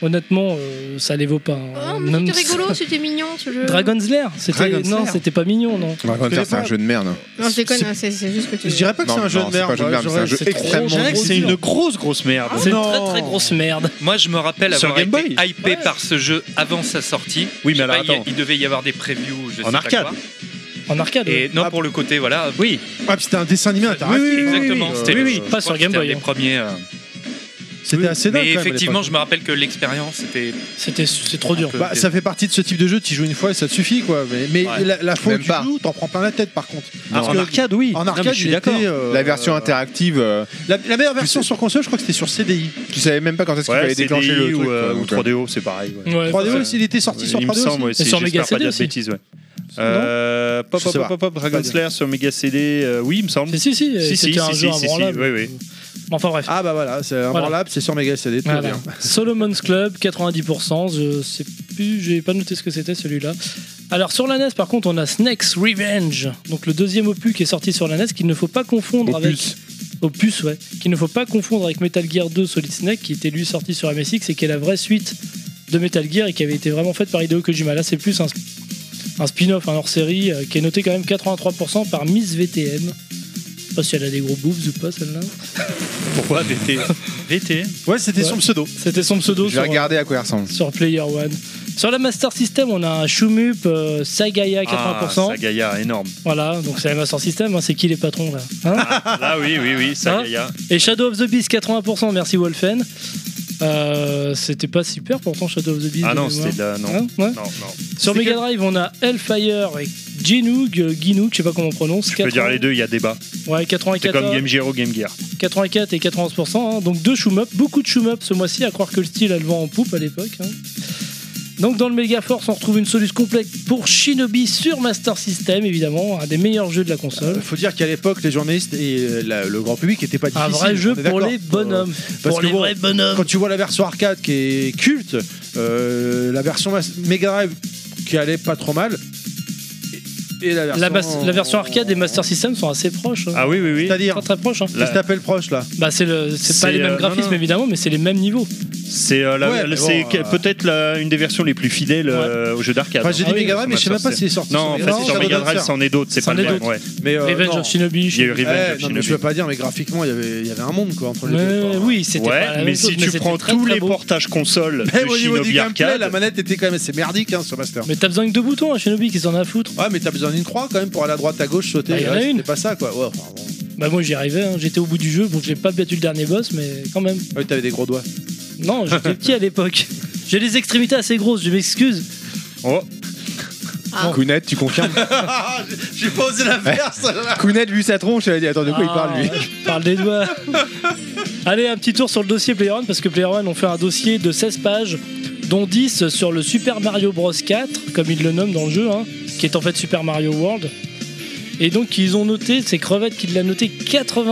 Speaker 5: Honnêtement, euh, ça les vaut pas. hein.
Speaker 3: Oh, mais
Speaker 5: Même
Speaker 3: c'était
Speaker 5: ça-
Speaker 3: rigolo, c'était mignon ce jeu.
Speaker 5: Dragon's Lair c'était...
Speaker 6: Dragon's
Speaker 5: Non,
Speaker 6: Lair.
Speaker 5: c'était pas mignon, non.
Speaker 6: Dragon's Lair, c'est un
Speaker 2: pas.
Speaker 6: jeu de merde.
Speaker 3: Non, je déconne,
Speaker 2: C'est-
Speaker 3: hein, c'est c'est juste que tu.
Speaker 2: Je dirais pas que
Speaker 6: Non,
Speaker 2: c'est un jeu
Speaker 6: non,
Speaker 2: de
Speaker 6: c'est
Speaker 2: merde.
Speaker 6: pas un jeu de
Speaker 2: moi,
Speaker 6: merde, c'est un
Speaker 2: j'aurais-
Speaker 6: jeu
Speaker 5: C'est trop
Speaker 6: extrêmement
Speaker 5: gros
Speaker 6: gros.
Speaker 5: dur.
Speaker 4: C'est une grosse, grosse merde.
Speaker 5: C'est une
Speaker 2: Non.
Speaker 5: très très grosse merde.
Speaker 7: Moi, je me rappelle
Speaker 4: Sur
Speaker 7: avoir
Speaker 4: Game
Speaker 7: été
Speaker 4: Boy
Speaker 7: hypé par ce jeu avant sa sortie.
Speaker 4: Oui, mais
Speaker 7: Je sais
Speaker 4: alors,
Speaker 7: pas, il y a-
Speaker 4: attends.
Speaker 7: il, devait y avoir des previews, je
Speaker 4: En
Speaker 7: sais pas
Speaker 4: arcade.
Speaker 7: quoi.
Speaker 5: En arcade,
Speaker 7: Et
Speaker 5: ouais.
Speaker 7: non, pour le côté, voilà. Oui,
Speaker 2: Ah, puis c'était un dessin animé interactif.
Speaker 7: exactement.
Speaker 2: euh,
Speaker 7: C'était
Speaker 2: Ah. oui,
Speaker 7: le-
Speaker 2: oui.
Speaker 7: je
Speaker 5: Pas
Speaker 7: crois
Speaker 5: sur
Speaker 7: que
Speaker 5: Game
Speaker 7: c'était un
Speaker 5: Boy,
Speaker 7: des
Speaker 5: hein.
Speaker 7: premiers. euh,
Speaker 2: C'était assez dingue.
Speaker 7: Mais
Speaker 2: quand même, à
Speaker 7: effectivement,
Speaker 2: l'époque.
Speaker 7: je me rappelle que l'expérience était.
Speaker 5: c'était, c'est trop dur.
Speaker 6: euh,
Speaker 7: peu-
Speaker 2: Bah, ça fait partie de ce type de jeu, tu joues une fois et ça te suffit quoi. Mais, mais
Speaker 7: Ouais.
Speaker 2: la, la fois où
Speaker 6: Même
Speaker 2: tu
Speaker 6: pas.
Speaker 2: joues, t'en prends plein la tête par contre.
Speaker 4: Ah,
Speaker 2: Parce
Speaker 4: en
Speaker 2: que-
Speaker 4: arcade, oui.
Speaker 2: En
Speaker 4: Non, mais
Speaker 2: arcade,
Speaker 4: je suis
Speaker 2: il
Speaker 4: d'accord.
Speaker 2: était, euh,
Speaker 6: La version interactive, euh,
Speaker 2: La, la meilleure version
Speaker 6: sais-
Speaker 2: sur console, je crois que c'était sur CDI.
Speaker 6: tu savais même pas quand est-ce qu'il
Speaker 4: Ouais,
Speaker 6: fallait déclencher
Speaker 4: CDI
Speaker 6: le truc.
Speaker 4: ou, euh,
Speaker 6: quoi,
Speaker 4: ou
Speaker 6: donc, euh,
Speaker 4: 3DO, c'est pareil. ouais.
Speaker 5: Ouais,
Speaker 2: 3DO,
Speaker 4: c'est-
Speaker 2: il était sorti sur 3DO
Speaker 4: Il me
Speaker 2: aussi.
Speaker 4: semble, ouais, si
Speaker 5: sur
Speaker 4: j'espère
Speaker 5: Mega
Speaker 4: pas
Speaker 5: CD
Speaker 4: dire de
Speaker 5: aussi.
Speaker 4: bêtises, ouais. Euh, Pop,
Speaker 2: Je
Speaker 4: pop,
Speaker 2: sais
Speaker 4: pop,
Speaker 2: pas.
Speaker 4: pop, pop, Dragon
Speaker 2: Pas bien.
Speaker 4: Slayer sur Mega CD, euh, oui, il me semble.
Speaker 5: Si, si, si,
Speaker 4: Si, si,
Speaker 5: c'était un
Speaker 4: si,
Speaker 5: jeu
Speaker 4: si, si,
Speaker 5: imbranlable.
Speaker 4: oui,
Speaker 5: Bon, Enfin bref.
Speaker 2: Ah bah voilà, c'est un
Speaker 5: Voilà.
Speaker 2: branlable, c'est sur Mega CD, tout va
Speaker 5: Voilà. [LAUGHS]
Speaker 2: bien.
Speaker 5: Solomon's Club, 90%. Je sais plus, j'ai pas noté ce que c'était celui-là. Alors sur la NES, par contre, on a Snake's Revenge, donc le deuxième opus qui est sorti sur la NES, qu'il ne faut pas confondre
Speaker 6: Opus.
Speaker 5: avec opus, ouais, qu'il ne faut pas confondre avec Metal Gear 2 Solid Snake, qui était lui sorti sur MSX et qui est la vraie suite de Metal Gear et qui avait été vraiment faite par Hideo Kojima. Là, c'est plus un, un spin-off, un hors-série, euh, qui est noté quand même 83% par Miss VTM. Je sais pas si elle a des gros boobs ou pas celle-là.
Speaker 4: Pourquoi VT [LAUGHS] VT
Speaker 2: Ouais, c'était
Speaker 5: Ouais.
Speaker 2: son pseudo.
Speaker 5: C'était son pseudo.
Speaker 6: Je vais
Speaker 5: sur- euh,
Speaker 6: regarder à quoi il ressemble.
Speaker 5: sur Player One. Sur la Master System, on a un Shumup euh, Sagaya 80%.
Speaker 4: Ah, Sagaya, énorme.
Speaker 5: Voilà, donc c'est la Master System, hein, c'est qui les patrons là Hein
Speaker 4: Là, Ah, oui, oui, oui, Sagaya.
Speaker 5: Et Shadow of the Beast 80%, merci Wolfen. Euh, c'était pas super pourtant Shadow of the Beast.
Speaker 4: Ah
Speaker 5: de
Speaker 4: non,
Speaker 5: mémoire.
Speaker 4: c'était de la. Non.
Speaker 5: Hein Ouais.
Speaker 4: Non, non.
Speaker 5: Sur
Speaker 4: C'est
Speaker 5: Mega
Speaker 4: que-
Speaker 5: Drive, on a Hellfire et Ginoog, euh, Ginoog, je sais pas comment on prononce.
Speaker 4: Je peux dire
Speaker 5: 80
Speaker 4: les deux, il y a débat.
Speaker 5: Ouais,
Speaker 4: C'est
Speaker 5: 94,
Speaker 4: comme Game Gear ou Game Gear.
Speaker 5: 84 et 91%. hein. donc deux Shumup, beaucoup de Shumup ce mois-ci, à croire que le style a le vent en poupe à l'époque. hein. Donc dans le Mega Force, on retrouve une solution complète pour Shinobi sur Master System, évidemment, un des meilleurs jeux de la console.
Speaker 2: Faut dire qu'à l'époque, les journalistes et euh, la- le grand public n'étaient pas difficiles.
Speaker 4: Ah,
Speaker 5: un vrai jeu
Speaker 2: on est
Speaker 5: pour
Speaker 2: d'accord.
Speaker 5: les bonhommes.
Speaker 4: Euh,
Speaker 2: Parce
Speaker 5: pour
Speaker 2: que
Speaker 5: les
Speaker 2: bon,
Speaker 5: vrais bonhommes.
Speaker 2: Quand tu vois la version arcade qui est culte, euh, la version Mas- Mega Drive qui allait pas trop mal, Et la version,
Speaker 5: La, bas- la version arcade et Master System sont assez proches. hein.
Speaker 4: Ah oui, oui, oui.
Speaker 2: C'est-à-dire,
Speaker 5: Très très proches. hein.
Speaker 2: qu'est-ce que t'appelles proche
Speaker 4: Ah
Speaker 2: là
Speaker 5: Bah, c'est le- c'est pas
Speaker 4: C'est,
Speaker 5: les mêmes
Speaker 4: euh,
Speaker 5: graphismes
Speaker 4: non, non.
Speaker 5: évidemment, mais c'est les mêmes niveaux.
Speaker 4: C'est euh, la-
Speaker 2: Ouais, mais
Speaker 4: c'est
Speaker 2: bon,
Speaker 4: que-
Speaker 2: euh,
Speaker 4: peut-être la- une des versions les plus fidèles euh, au jeu d'arcade.
Speaker 2: Enfin, j'ai
Speaker 4: hein.
Speaker 2: dit
Speaker 5: Ah oui,
Speaker 2: Mega Drive, mais je sais même pas
Speaker 4: c'est-
Speaker 2: si c'est sorti.
Speaker 4: Non, en fait,
Speaker 2: Mega
Speaker 4: c'est sur
Speaker 2: Drive,
Speaker 4: Mega Drive,
Speaker 2: Shadow
Speaker 4: c'en est d'autres, c'est
Speaker 5: C'en
Speaker 4: pas le
Speaker 5: est
Speaker 4: même.
Speaker 5: d'autres.
Speaker 4: ouais.
Speaker 2: Dancer. Mais, euh,
Speaker 5: Revenge
Speaker 2: non.
Speaker 5: of Shinobi.
Speaker 4: Il y a eu
Speaker 2: Eh,
Speaker 4: Revenge of
Speaker 2: non, mais
Speaker 4: Shinobi.
Speaker 2: je veux pas dire, mais graphiquement, il y avait- il y avait un monde quoi entre les deux.
Speaker 5: Ouais,
Speaker 2: quoi.
Speaker 5: oui,
Speaker 4: Ouais,
Speaker 5: c'était pas la même
Speaker 4: mais
Speaker 5: chose,
Speaker 4: si tu
Speaker 5: c'était
Speaker 4: prends
Speaker 5: très,
Speaker 4: tous
Speaker 5: très
Speaker 4: les
Speaker 5: beau.
Speaker 4: portages consoles
Speaker 2: Mais
Speaker 4: de
Speaker 2: au niveau du
Speaker 4: Shinobi
Speaker 2: gameplay,
Speaker 4: Arcade,
Speaker 2: la manette était quand même, c'est merdique hein, sur Master.
Speaker 5: Mais t'as besoin que deux boutons à Shinobi qu'ils en a à foutre.
Speaker 2: Ouais, mais t'as besoin d'une croix quand même pour aller à droite, à gauche, sauter.
Speaker 5: Bah, il y en a
Speaker 2: Ouais,
Speaker 5: une.
Speaker 2: C'était pas ça quoi. Ouais, enfin, bon.
Speaker 5: Bah moi j'y arrivais, hein. j'étais au bout du jeu, bon j'ai pas battu le dernier boss mais quand même.
Speaker 2: Ah oui, t'avais des gros doigts.
Speaker 5: Non, j'étais petit à l'époque. J'ai des extrémités assez grosses, je m'excuse.
Speaker 6: Oh.
Speaker 3: Ah.
Speaker 6: Kounet, tu confirmes
Speaker 2: J'ai pas osé la faire celle-là.
Speaker 6: Kounet, vu sa tronche, elle a dit Attends, de quoi il parle lui
Speaker 5: Ah, je parle des doigts. Allez, un petit tour sur le dossier Player One, parce que Player One ont fait un dossier de 16 pages, dont 10 sur le Super Mario Bros 4, comme ils le nomment dans le jeu, hein, qui est en fait Super Mario World. Et donc ils ont noté, c'est Crevette qui l'a noté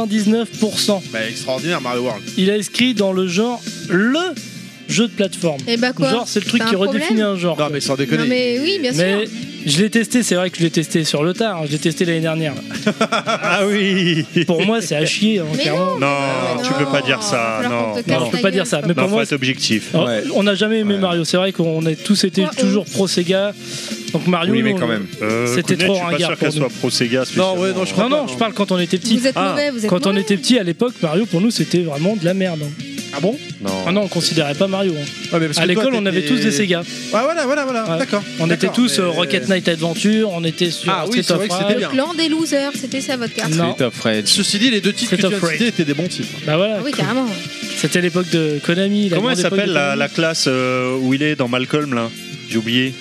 Speaker 5: 99%.
Speaker 2: Bah, extraordinaire Mario World.
Speaker 5: Il a inscrit dans le genre LE jeu de plateforme.
Speaker 3: Et bah quoi
Speaker 5: genre c'est le truc
Speaker 3: T'as un
Speaker 5: qui redéfinit
Speaker 3: problème
Speaker 5: un genre.
Speaker 2: Non, mais sans déconner.
Speaker 3: Non mais oui, bien sûr.
Speaker 5: Mais je l'ai testé, c'est vrai que je l'ai testé sur le tard, hein, je l'ai testé l'année dernière.
Speaker 4: Ah oui
Speaker 5: Pour moi,
Speaker 3: [LAUGHS]
Speaker 5: c'est à chier, hein,
Speaker 3: Mais
Speaker 5: clairement.
Speaker 4: Non,
Speaker 3: Mais
Speaker 4: tu
Speaker 3: non,
Speaker 4: peux pas dire ça,
Speaker 3: alors
Speaker 4: non.
Speaker 3: qu'on te casse
Speaker 5: Non, je
Speaker 4: Non,
Speaker 5: peux
Speaker 3: ta
Speaker 5: pas
Speaker 3: gueule,
Speaker 5: dire ça,
Speaker 3: quoi.
Speaker 5: mais pour
Speaker 4: faut
Speaker 5: moi,
Speaker 4: être objectif.
Speaker 5: Alors,
Speaker 6: Ouais.
Speaker 5: On n'a jamais aimé
Speaker 6: Ouais.
Speaker 5: Mario, c'est vrai qu'on a tous été
Speaker 3: Ouais,
Speaker 5: toujours pro Sega, donc Mario.
Speaker 6: Oui, mais
Speaker 5: on-
Speaker 6: quand même.
Speaker 4: Euh,
Speaker 5: C'était
Speaker 4: Kounet,
Speaker 5: trop
Speaker 4: Je suis pas
Speaker 5: ringard
Speaker 4: sûr
Speaker 5: pour
Speaker 4: qu'elle soit pro Sega.
Speaker 2: Non, ouais, non, je
Speaker 4: spécialement.
Speaker 2: crois
Speaker 5: Non,
Speaker 2: pas,
Speaker 5: non, je parle quand on était petit.
Speaker 3: Vous êtes
Speaker 4: Ah,
Speaker 3: mauvais, vous êtes
Speaker 5: Quand on
Speaker 3: mauvais.
Speaker 5: était petit à l'époque, Mario pour nous c'était vraiment de la merde. hein.
Speaker 2: Ah bon
Speaker 5: Ah non, on considérait pas Mario. hein.
Speaker 2: Ouais, mais parce
Speaker 5: À
Speaker 2: que toi,
Speaker 5: l'école, on
Speaker 2: t'étais-
Speaker 5: avait tous des Sega.
Speaker 2: Ah voilà, voilà, voilà.
Speaker 5: Ouais.
Speaker 2: D'accord.
Speaker 5: On était
Speaker 2: D'accord,
Speaker 5: tous
Speaker 2: mais-
Speaker 5: euh, Rocket Knight Adventure, on était sur
Speaker 2: Ah oui,
Speaker 5: Street
Speaker 2: c'est
Speaker 5: of
Speaker 2: vrai que
Speaker 5: Rage.
Speaker 2: c'était
Speaker 3: Le
Speaker 2: bien.
Speaker 3: clan des losers, c'était ça votre carte.
Speaker 2: Oh.
Speaker 5: Non.
Speaker 6: top, Fred.
Speaker 2: Ceci dit, les deux titres que
Speaker 5: Street
Speaker 2: tu
Speaker 5: of
Speaker 2: as
Speaker 5: Rage.
Speaker 2: cités étaient des bons titres.
Speaker 5: Bah
Speaker 3: Ah
Speaker 5: voilà,
Speaker 3: oui, carrément.
Speaker 5: c'était l'époque de Konami. la
Speaker 4: Comment elle
Speaker 5: grande époque
Speaker 4: s'appelle
Speaker 5: de
Speaker 4: la,
Speaker 5: Konami.
Speaker 4: la classe euh, où il est dans Malcolm là J'ai oublié.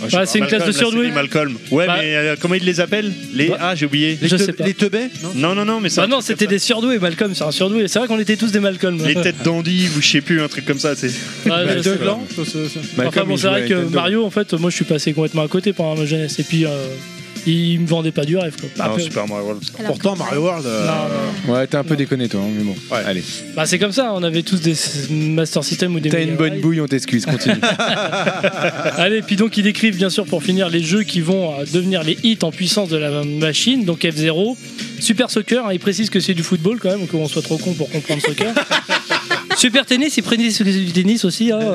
Speaker 5: Ouais, Bah, C'est une
Speaker 4: Malcolm,
Speaker 5: classe de
Speaker 4: la série
Speaker 5: surdoués.
Speaker 4: Malcolm. Ouais,
Speaker 5: Bah-
Speaker 4: mais euh, comment ils les appellent Les
Speaker 5: Bah-
Speaker 4: Ah, j'ai oublié.
Speaker 5: Je
Speaker 2: te-
Speaker 5: sais pas.
Speaker 2: Les teubets
Speaker 4: Non, non, non, mais ça.
Speaker 5: Bah non, c'était des surdoués, Malcolm, c'est un surdoué. C'est vrai qu'on était tous des Malcolm.
Speaker 4: Les têtes d'Andy ou je sais plus, un truc comme ça. c'est-
Speaker 5: Ouais, je
Speaker 2: Les
Speaker 5: sais
Speaker 2: deux
Speaker 5: pas.
Speaker 2: glands ça, ça, ça.
Speaker 5: Enfin bon, c'est vrai que Mario, en fait, moi je suis passé complètement à côté pendant ma jeunesse. Et puis, euh, il me vendait pas du rêve. Quoi.
Speaker 4: Non,
Speaker 5: Après-
Speaker 4: Super Mario World.
Speaker 3: Alors,
Speaker 2: Pourtant, Mario World. euh,
Speaker 5: Non, non.
Speaker 6: Ouais, t'es un peu déconné toi, hein, mais bon.
Speaker 2: Ouais.
Speaker 6: Allez.
Speaker 5: Bah, c'est comme ça, on avait tous des Master System ou des.
Speaker 6: T'as
Speaker 5: Mega
Speaker 6: une bonne
Speaker 5: Drive.
Speaker 6: bouille, on t'excuse, continue.
Speaker 5: Allez, puis donc ils décrivent bien sûr pour finir les jeux qui vont euh, devenir les hits en puissance de la machine, donc F0, Super Soccer, hein, ils précisent que c'est du football quand même, qu'on soit trop con pour comprendre soccer. Super Tennis, ils précisent que c'est du tennis aussi. hein.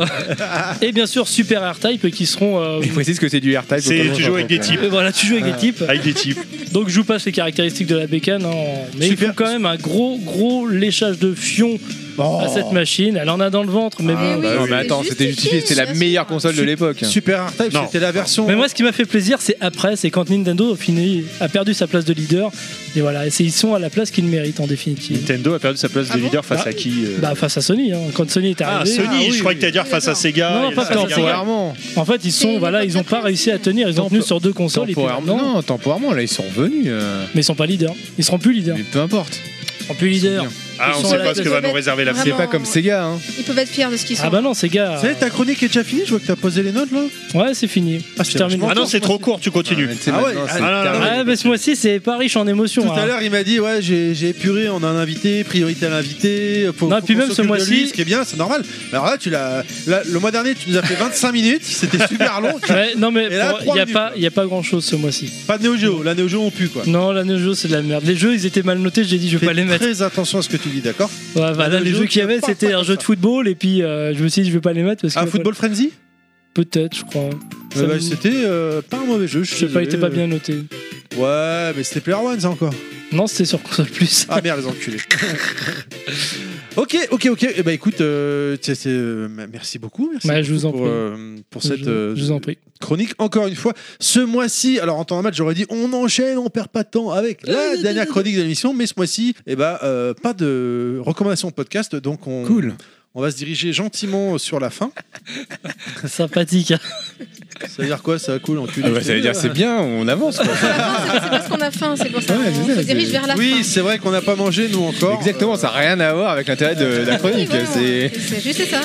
Speaker 5: Et bien sûr Super R-Type qui seront... euh,
Speaker 6: [LAUGHS] Il précise que c'est du airtime.
Speaker 4: C'est tu joues avec des types.
Speaker 5: et voilà, tu joues avec des types.
Speaker 4: Avec des types.
Speaker 5: Donc je vous passe les caractéristiques de la bécane, hein, mais il
Speaker 2: Super.
Speaker 5: faut quand même un gros gros léchage de fion
Speaker 2: bon.
Speaker 5: à cette machine. Elle en a dans le ventre, mais
Speaker 3: Ah,
Speaker 5: bon.
Speaker 3: oui,
Speaker 6: Non, mais
Speaker 3: c'était
Speaker 6: attends, c'était justifié,
Speaker 3: justifié,
Speaker 6: c'était la
Speaker 3: bien sûr.
Speaker 6: meilleure console de
Speaker 5: Super-
Speaker 6: l'époque.
Speaker 2: Super R-Type,
Speaker 4: Non.
Speaker 2: c'était la version.
Speaker 5: Mais moi, ce qui m'a fait plaisir, c'est après, c'est quand Nintendo au fini, a perdu sa place de leader. Et voilà, et c'est- ils sont à la place qu'ils méritent en définitive.
Speaker 4: Nintendo a perdu sa place
Speaker 3: Ah
Speaker 4: de
Speaker 3: bon
Speaker 4: leader face
Speaker 5: Bah-
Speaker 4: à qui euh
Speaker 5: Bah, face à Sony, hein. quand Sony est
Speaker 4: Ah,
Speaker 5: arrivé.
Speaker 4: Sony,
Speaker 2: Ah, oui,
Speaker 4: je croyais que t'allais dire
Speaker 3: oui,
Speaker 4: face à
Speaker 3: d'accord.
Speaker 4: Sega.
Speaker 5: Non,
Speaker 4: et
Speaker 5: pas
Speaker 2: ah,
Speaker 4: face à
Speaker 5: tant,
Speaker 4: Sega.
Speaker 6: Temporairement.
Speaker 5: En fait, ils sont,
Speaker 3: C'est
Speaker 5: voilà, ils ont pas
Speaker 3: l'époque
Speaker 5: réussi à tenir. Ils ont
Speaker 6: Tempo-
Speaker 5: tenu sur deux consoles. et puis
Speaker 6: Temporairement.
Speaker 5: maintenant-
Speaker 6: Non, temporairement, là ils sont revenus. euh,
Speaker 5: mais ils sont pas leaders. Ils seront plus leaders.
Speaker 6: Mais peu importe.
Speaker 5: Ils seront plus leaders.
Speaker 6: bien.
Speaker 4: Ah,
Speaker 5: Ils
Speaker 4: on
Speaker 5: sont
Speaker 4: sait
Speaker 5: là,
Speaker 4: pas ce que
Speaker 3: ils
Speaker 4: va
Speaker 3: sont
Speaker 4: nous réserver la
Speaker 3: bêtes.
Speaker 4: fin.
Speaker 6: C'est pas
Speaker 3: Vraiment.
Speaker 6: comme Sega, hein.
Speaker 3: Ils peuvent être fiers de ce qu'ils sont.
Speaker 5: Ah bah non, ces gars. euh,
Speaker 2: Ça y est, ta chronique est déjà finie Je vois que t'as posé les notes là.
Speaker 5: Ouais, c'est fini.
Speaker 2: Ah,
Speaker 5: je
Speaker 2: c'est
Speaker 5: termine.
Speaker 2: vachement
Speaker 4: Ah non, c'est trop court, tu continues.
Speaker 6: Ah, mais tu sais,
Speaker 2: Ah ouais,
Speaker 6: maintenant,
Speaker 2: ah,
Speaker 6: c'est
Speaker 4: non, non,
Speaker 6: terminé.
Speaker 5: Ah, mais ce mois-ci, c'est pas riche en émotions.
Speaker 2: Tout
Speaker 5: hein.
Speaker 2: à l'heure, il m'a dit Ouais, j'ai j'ai épuré, on a un invité, priorité à l'invité. Faut,
Speaker 5: Non,
Speaker 2: faut
Speaker 5: puis
Speaker 2: qu'on
Speaker 5: même ce
Speaker 2: s'occupe de
Speaker 5: mois-ci-
Speaker 2: lui, Ce qui est bien, c'est normal. Alors là, tu l'as. là, Le mois dernier, tu nous as fait 25 minutes, c'était super long. Tu-
Speaker 5: Ouais, non, mais
Speaker 2: Et là,
Speaker 5: pour- il
Speaker 2: trois
Speaker 5: n'y a,
Speaker 2: minutes,
Speaker 5: pas-
Speaker 2: quoi.
Speaker 5: il y a pas grand chose ce mois-ci.
Speaker 2: Pas de Neo Geo, la Neo Geo, on pue quoi.
Speaker 5: Non, la jeux c'est de la merde. Les jeux, ils étaient mal notés, j'ai dit, je vais
Speaker 2: Fais
Speaker 5: pas les mettre.
Speaker 2: très attention à ce que tu dis, d'accord
Speaker 5: Ouais, voilà,
Speaker 2: Le
Speaker 5: Bah, les
Speaker 2: jeu
Speaker 5: jeux qu'il y
Speaker 2: qui
Speaker 5: avait,
Speaker 2: part
Speaker 5: c'était
Speaker 2: pas
Speaker 5: un
Speaker 2: comme
Speaker 5: jeu
Speaker 2: ça.
Speaker 5: de football, et puis euh, je me suis dit, je vais pas les mettre parce que.
Speaker 2: Un Football Frenzy
Speaker 5: Peut-être, je crois.
Speaker 2: Eh
Speaker 5: Ça
Speaker 2: ben,
Speaker 5: me-
Speaker 2: C'était euh, pas un mauvais jeu, je
Speaker 5: Je
Speaker 2: suis
Speaker 5: sais pas, il
Speaker 2: désolé.
Speaker 5: était pas bien noté.
Speaker 2: Ouais, mais c'était Player One ça encore.
Speaker 5: Non, c'était sur console plus.
Speaker 2: Ah merde, les
Speaker 5: [LAUGHS]
Speaker 2: enculés. ok, ok, ok. Eh ben écoute, euh, tiens, c'est, euh, merci beaucoup. Merci
Speaker 5: Bah, je
Speaker 2: beaucoup
Speaker 5: vous en
Speaker 2: pour,
Speaker 5: prie.
Speaker 2: euh, pour
Speaker 5: Je-
Speaker 2: cette euh,
Speaker 5: je vous en
Speaker 8: [LAUGHS]
Speaker 5: prie.
Speaker 2: chronique. Encore une fois, ce mois-ci, alors en temps normal, j'aurais dit on enchaîne, on perd pas de temps avec la dernière chronique de l'émission, mais ce mois-ci, eh ben, euh, pas de recommandation de podcast, donc on,
Speaker 6: Cool.
Speaker 2: on va se diriger gentiment sur la fin.
Speaker 5: Sympathique. hein.
Speaker 2: Ça veut dire quoi ça cool enculé
Speaker 6: Ah bah, ça veut dire c'est bien, on avance. quoi.
Speaker 3: Ah, c'est parce qu'on a faim, c'est pour ça.
Speaker 6: Ouais,
Speaker 3: on
Speaker 6: c'est ça,
Speaker 3: se dirige
Speaker 6: c'est-
Speaker 3: vers la
Speaker 2: Oui,
Speaker 3: fin.
Speaker 2: c'est vrai qu'on n'a pas mangé nous encore.
Speaker 6: Exactement, ça n'a rien à voir avec l'intérêt de de la
Speaker 3: Oui,
Speaker 6: chronique.
Speaker 3: voilà,
Speaker 6: C'est
Speaker 3: C'est juste ça.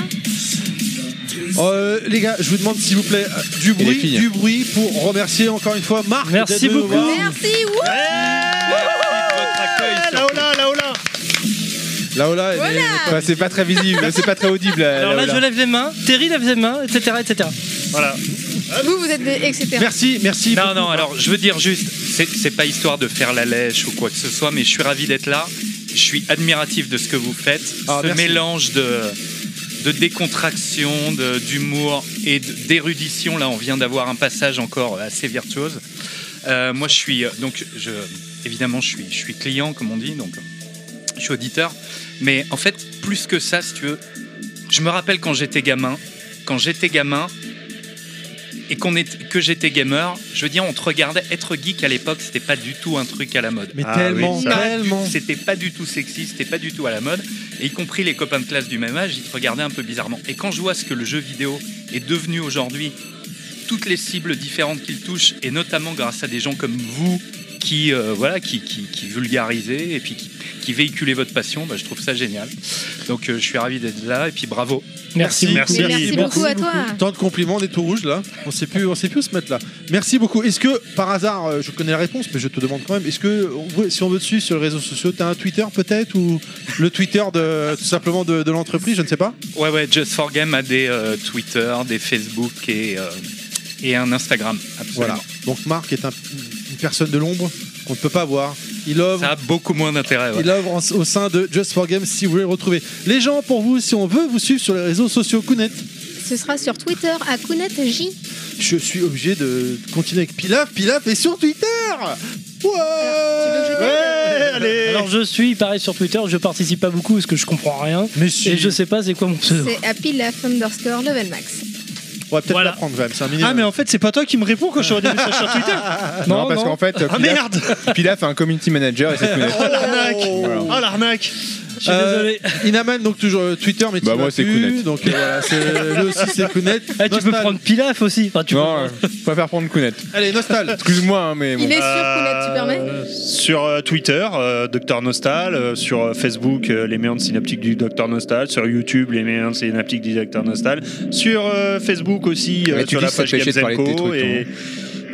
Speaker 2: Euh, les gars, je vous demande s'il vous plaît euh, du bruit,
Speaker 6: filles.
Speaker 2: du bruit pour remercier encore une fois Marc.
Speaker 5: [LAUGHS] Merci
Speaker 2: d'être venu
Speaker 5: beaucoup.
Speaker 2: nous voir.
Speaker 3: Merci. wouh
Speaker 4: Ah,
Speaker 2: Laola, oh elle est-
Speaker 6: Enfin,
Speaker 3: [LAUGHS]
Speaker 6: c'est pas très visible, c'est pas très audible.
Speaker 5: Alors là,
Speaker 6: là,
Speaker 5: je
Speaker 6: là.
Speaker 5: lève les mains, Terry lève les mains, etc. etc.
Speaker 4: Voilà.
Speaker 3: Vous, vous êtes des. etc.
Speaker 2: Merci, merci.
Speaker 7: Non,
Speaker 2: beaucoup.
Speaker 7: non, alors je veux dire juste, c'est- c'est pas histoire de faire la lèche ou quoi que ce soit, mais je suis ravi d'être là. Je suis admiratif de ce que vous faites.
Speaker 2: Ah,
Speaker 7: ce
Speaker 2: merci.
Speaker 7: mélange de, de décontraction, de- d'humour et de- d'érudition. Là, on vient d'avoir un passage encore assez virtuose. Euh, moi, je suis. euh, Donc, je, évidemment, je suis, je suis client, comme on dit, donc je suis auditeur. Mais en fait, plus que ça, si tu veux, je me rappelle quand j'étais gamin. Quand j'étais gamin, et qu'on est, que j'étais gamer, je veux dire, on te regardait être geek à l'époque, c'était pas du tout un truc à la mode.
Speaker 2: Mais
Speaker 4: Ah
Speaker 2: tellement,
Speaker 4: oui, ça.
Speaker 2: tellement.
Speaker 7: C'était pas du tout sexy, c'était pas du tout à la mode. Et y compris les copains de classe du même âge, ils te regardaient un peu bizarrement. Et quand je vois ce que le jeu vidéo est devenu aujourd'hui, toutes les cibles différentes qu'il touche, et notamment grâce à des gens comme vous qui, euh, voilà, qui, qui, qui vulgarisez et puis qui, qui véhiculez votre passion, bah, je trouve ça génial. Donc euh, je suis ravi d'être là et puis bravo.
Speaker 5: Merci,
Speaker 2: Merci,
Speaker 3: Mais
Speaker 5: beaucoup.
Speaker 3: merci, beaucoup à toi.
Speaker 2: Tant de compliments, on est tout rouge là. On sait plus, on sait plus où se mettre là. Merci beaucoup. Est-ce que par hasard, euh, je connais la réponse, mais je te demande quand même, est-ce que on veut- si on veut te suivre sur les réseaux sociaux, t'as un Twitter peut-être ou le Twitter de tout simplement de, de l'entreprise, je ne sais pas.
Speaker 7: Ouais, ouais, Just for Game a des euh, Twitter, des Facebook et, euh, et un Instagram. Absolument.
Speaker 2: Voilà. Donc Marc est un- une personne de l'ombre qu'on ne peut pas voir. Il œuvre
Speaker 7: Ça a beaucoup moins d'intérêt. ouais.
Speaker 2: Il œuvre en- au sein de Just for Games si vous voulez le retrouver. Les gens, pour vous, si on veut vous suivre sur les réseaux sociaux, Kounet,
Speaker 3: Ce sera sur Twitter à Kounet J.
Speaker 2: je suis obligé de continuer avec Pilaf. Pilaf est sur Twitter Ouais
Speaker 4: allez
Speaker 5: Alors je suis pareil sur Twitter, je participe pas beaucoup parce que je comprends rien.
Speaker 2: Mais si.
Speaker 5: Et je sais pas c'est quoi mon pseudo.
Speaker 3: C'est Happy Laugh underscore level max.
Speaker 2: On va peut-être
Speaker 5: Voilà.
Speaker 2: l'apprendre quand même, c'est un minimum.
Speaker 8: Ah, mais en fait, c'est pas toi qui me réponds quand je reçois des messages sur Twitter.
Speaker 6: Non, parce
Speaker 5: non.
Speaker 6: qu'en fait,
Speaker 8: Ah
Speaker 6: Pilaf,
Speaker 8: merde
Speaker 6: Pilaf a un community manager et [LAUGHS] c'est Kounet.
Speaker 8: Oh l'arnaque Oh l'arnaque
Speaker 5: Je suis
Speaker 2: Euh,
Speaker 5: Ah, désolé.
Speaker 2: Inaman, donc toujours euh, Twitter, mais tu
Speaker 6: Bah,
Speaker 2: vas
Speaker 6: moi, c'est
Speaker 2: plus,
Speaker 6: Kounet.
Speaker 2: Donc euh, voilà, c'est- lui aussi c'est Kounet.
Speaker 5: Eh, tu peux
Speaker 2: Nostal.
Speaker 5: prendre euh, Pilaf aussi. Enfin, tu peux
Speaker 6: Non, euh, je préfère prendre Kounet.
Speaker 2: Allez, Nostal
Speaker 6: Excuse-moi, hein, mais bon.
Speaker 3: Il est sur Kounet, tu
Speaker 4: Euh,
Speaker 3: permets
Speaker 4: Sur euh, Twitter, Docteur Nostal, euh, sur euh, Facebook, euh, les méandres synaptiques du Docteur Nostal, sur YouTube, les méandres synaptiques du Docteur Nostal, sur euh, Facebook aussi, euh,
Speaker 6: Mais tu
Speaker 4: sur
Speaker 6: dis
Speaker 4: la
Speaker 6: que ça
Speaker 4: page
Speaker 6: te fait chier de
Speaker 4: Games
Speaker 6: parler de tes
Speaker 4: Co,
Speaker 6: trucs,
Speaker 4: et,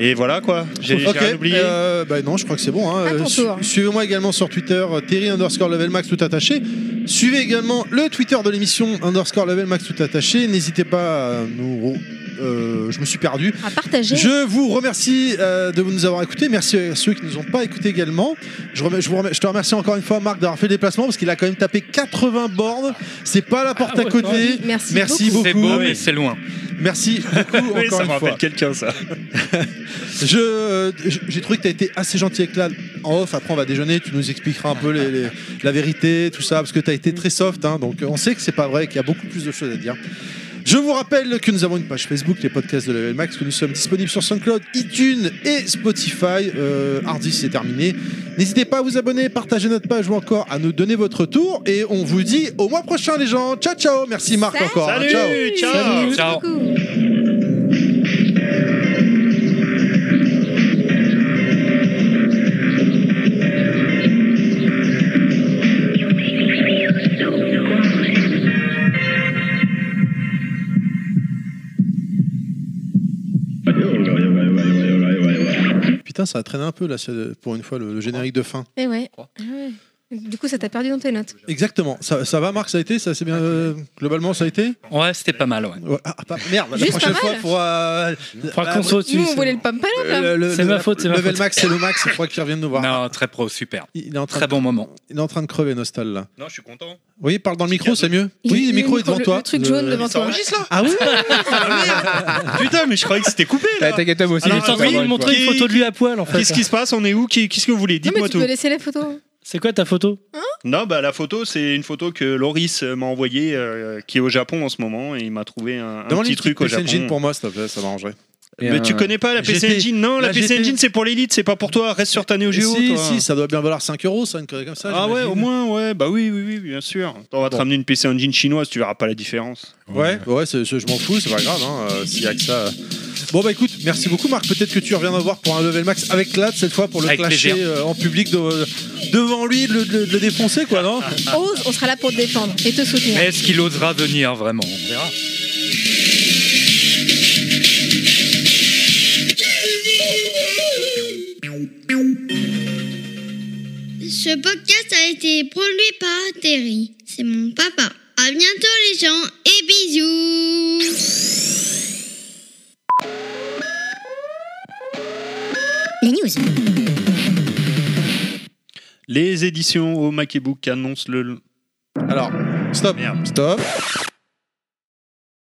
Speaker 4: et voilà quoi. J'ai j'ai
Speaker 2: Ok,
Speaker 4: rien oublié.
Speaker 2: euh, bah non, je crois que c'est bon. hein.
Speaker 3: À ton
Speaker 2: Euh, su-
Speaker 3: tour.
Speaker 2: Suivez-moi également sur Twitter, euh, Terry underscore level max tout attaché. Suivez également le Twitter de l'émission underscore level max tout attaché. N'hésitez pas à nous. euh, je me suis perdu.
Speaker 3: À partager.
Speaker 2: Je vous remercie euh, de nous avoir écoutés. Merci à ceux qui nous ont pas écoutés également. Je, remer- je vous remer- je te remercie encore une fois, Marc, d'avoir fait le déplacement parce qu'il a quand même tapé 80 bornes. C'est pas la porte à
Speaker 5: ouais,
Speaker 2: côté.
Speaker 3: Merci,
Speaker 2: Merci
Speaker 3: beaucoup.
Speaker 2: beaucoup.
Speaker 7: Ah, C'est beau, mais c'est loin.
Speaker 2: Merci beaucoup
Speaker 4: [LAUGHS] Oui,
Speaker 2: encore
Speaker 4: ça me
Speaker 2: une fois.
Speaker 4: rappelle quelqu'un ça.
Speaker 2: [LAUGHS] Je, euh, je- j'ai trouvé que tu as été assez gentil avec Lad en off. Après, on va déjeuner. Tu nous expliqueras un peu les- les- la vérité, tout ça, parce que tu as été très soft. hein. donc, on sait que c'est pas vrai, qu'il y a beaucoup plus de choses à dire. Je vous rappelle que nous avons une page Facebook, les podcasts de Level Max, que nous sommes disponibles sur SoundCloud, iTunes et Spotify. Euh, Hardy, c'est terminé. N'hésitez pas à vous abonner, partager notre page ou encore à nous donner votre retour. Et on vous dit au mois prochain, les gens. Ciao, ciao. Merci, Marc,
Speaker 3: Salut.
Speaker 2: encore. hein.
Speaker 4: Salut,
Speaker 2: Ciao.
Speaker 4: ciao.
Speaker 3: Merci
Speaker 7: Ciao.
Speaker 3: beaucoup.
Speaker 2: Putain, ça a traîné un peu, là, ce- pour une fois, le- le générique de fin.
Speaker 3: Eh ouais. Ah ouais. Du coup, ça t'a perdu dans tes notes.
Speaker 2: Exactement. Ça, ça va, Marc Ça a été Ça c'est
Speaker 3: Ah,
Speaker 2: bien euh, Globalement, ça a été
Speaker 7: Ouais, c'était pas mal, ouais.
Speaker 2: Ouais. Ah, pas- Merde, la
Speaker 3: Juste
Speaker 2: prochaine
Speaker 3: pas
Speaker 2: fois,
Speaker 3: mal.
Speaker 2: pour. euh,
Speaker 5: Faudra
Speaker 2: bah,
Speaker 5: qu'on soit dessus.
Speaker 3: Ah, Nous, on
Speaker 5: c'est
Speaker 3: voulait
Speaker 5: bon.
Speaker 3: le pam là.
Speaker 2: le- le-
Speaker 5: C'est
Speaker 2: le-
Speaker 5: ma faute, c'est ma
Speaker 2: Level
Speaker 5: faute.
Speaker 2: max, c'est le max, il faudra qu'il revienne nous voir.
Speaker 7: Non, très pro, super.
Speaker 2: Il, est en train
Speaker 7: Très bon moment.
Speaker 2: de, il est en train de crever, Nostal, là.
Speaker 7: Non, je suis content.
Speaker 2: Oui, parle dans le micro, c'est mieux.
Speaker 3: Il-
Speaker 2: Oui,
Speaker 3: il-
Speaker 2: le micro est devant
Speaker 3: le-
Speaker 2: toi.
Speaker 3: Le truc jaune
Speaker 2: Euh,
Speaker 3: devant toi.
Speaker 2: Ah oui Ah.
Speaker 8: Putain, mais je croyais que c'était coupé
Speaker 6: Ah,
Speaker 8: là
Speaker 6: T'inquiète pas, moi aussi.
Speaker 5: Il
Speaker 6: je
Speaker 5: est en train
Speaker 6: suis
Speaker 5: de
Speaker 6: en
Speaker 5: me montrer
Speaker 8: Qui-
Speaker 5: une photo de lui à poil en fait.
Speaker 4: Qu'est-ce qui se passe On est où Qui- Qu'est-ce que vous voulez
Speaker 3: Non, mais
Speaker 4: Dites-moi
Speaker 3: tu
Speaker 4: tout.
Speaker 3: peux laisser la photo.
Speaker 5: C'est quoi ta photo
Speaker 4: Non, bah la photo, c'est une photo que Loris euh, m'a envoyée, euh, qui est au Japon en ce moment, et il m'a trouvé un, un
Speaker 2: Demande
Speaker 4: petit truc au
Speaker 2: PC Engine
Speaker 4: Japon.
Speaker 2: pour moi, s'il te plaît, ça m'arrangerait.
Speaker 6: Et
Speaker 4: Mais
Speaker 6: un-
Speaker 4: tu connais pas la PC
Speaker 2: GT.
Speaker 4: Engine Non, la,
Speaker 2: La
Speaker 4: PC
Speaker 2: GT.
Speaker 4: Engine c'est pour l'élite, c'est pas pour toi. Reste sur ta Neo
Speaker 2: Si,
Speaker 4: Geo. toi.
Speaker 2: si, ça doit bien valoir 5 euros, ça, une connerie comme ça.
Speaker 4: Ah ouais,
Speaker 2: j'imagine.
Speaker 4: au moins, ouais, bah oui, oui, oui, bien sûr. Attends, On va te
Speaker 2: Bon.
Speaker 4: ramener une PC Engine chinoise, tu verras pas la différence.
Speaker 2: Ouais, ouais, c'est- c'est- je m'en fous, c'est pas grave, hein, euh, s'il y a que ça. euh. Bon bah écoute, merci beaucoup Marc, peut-être que tu reviendras voir pour un level max avec Clad cette fois pour le
Speaker 7: Avec
Speaker 2: clasher
Speaker 7: plaisir.
Speaker 2: euh, en public de- devant lui, de, le- de- de le défoncer quoi, non
Speaker 7: Ah,
Speaker 3: Ose, on sera là pour te défendre et te soutenir.
Speaker 7: Est-ce qu'il osera venir vraiment On verra.
Speaker 9: Ce podcast a été produit par Terry. C'est mon papa. À bientôt les gens et bisous.
Speaker 1: les news.
Speaker 4: Les éditions au MacBook annoncent le.
Speaker 2: Alors, stop,
Speaker 4: Merde.
Speaker 2: stop.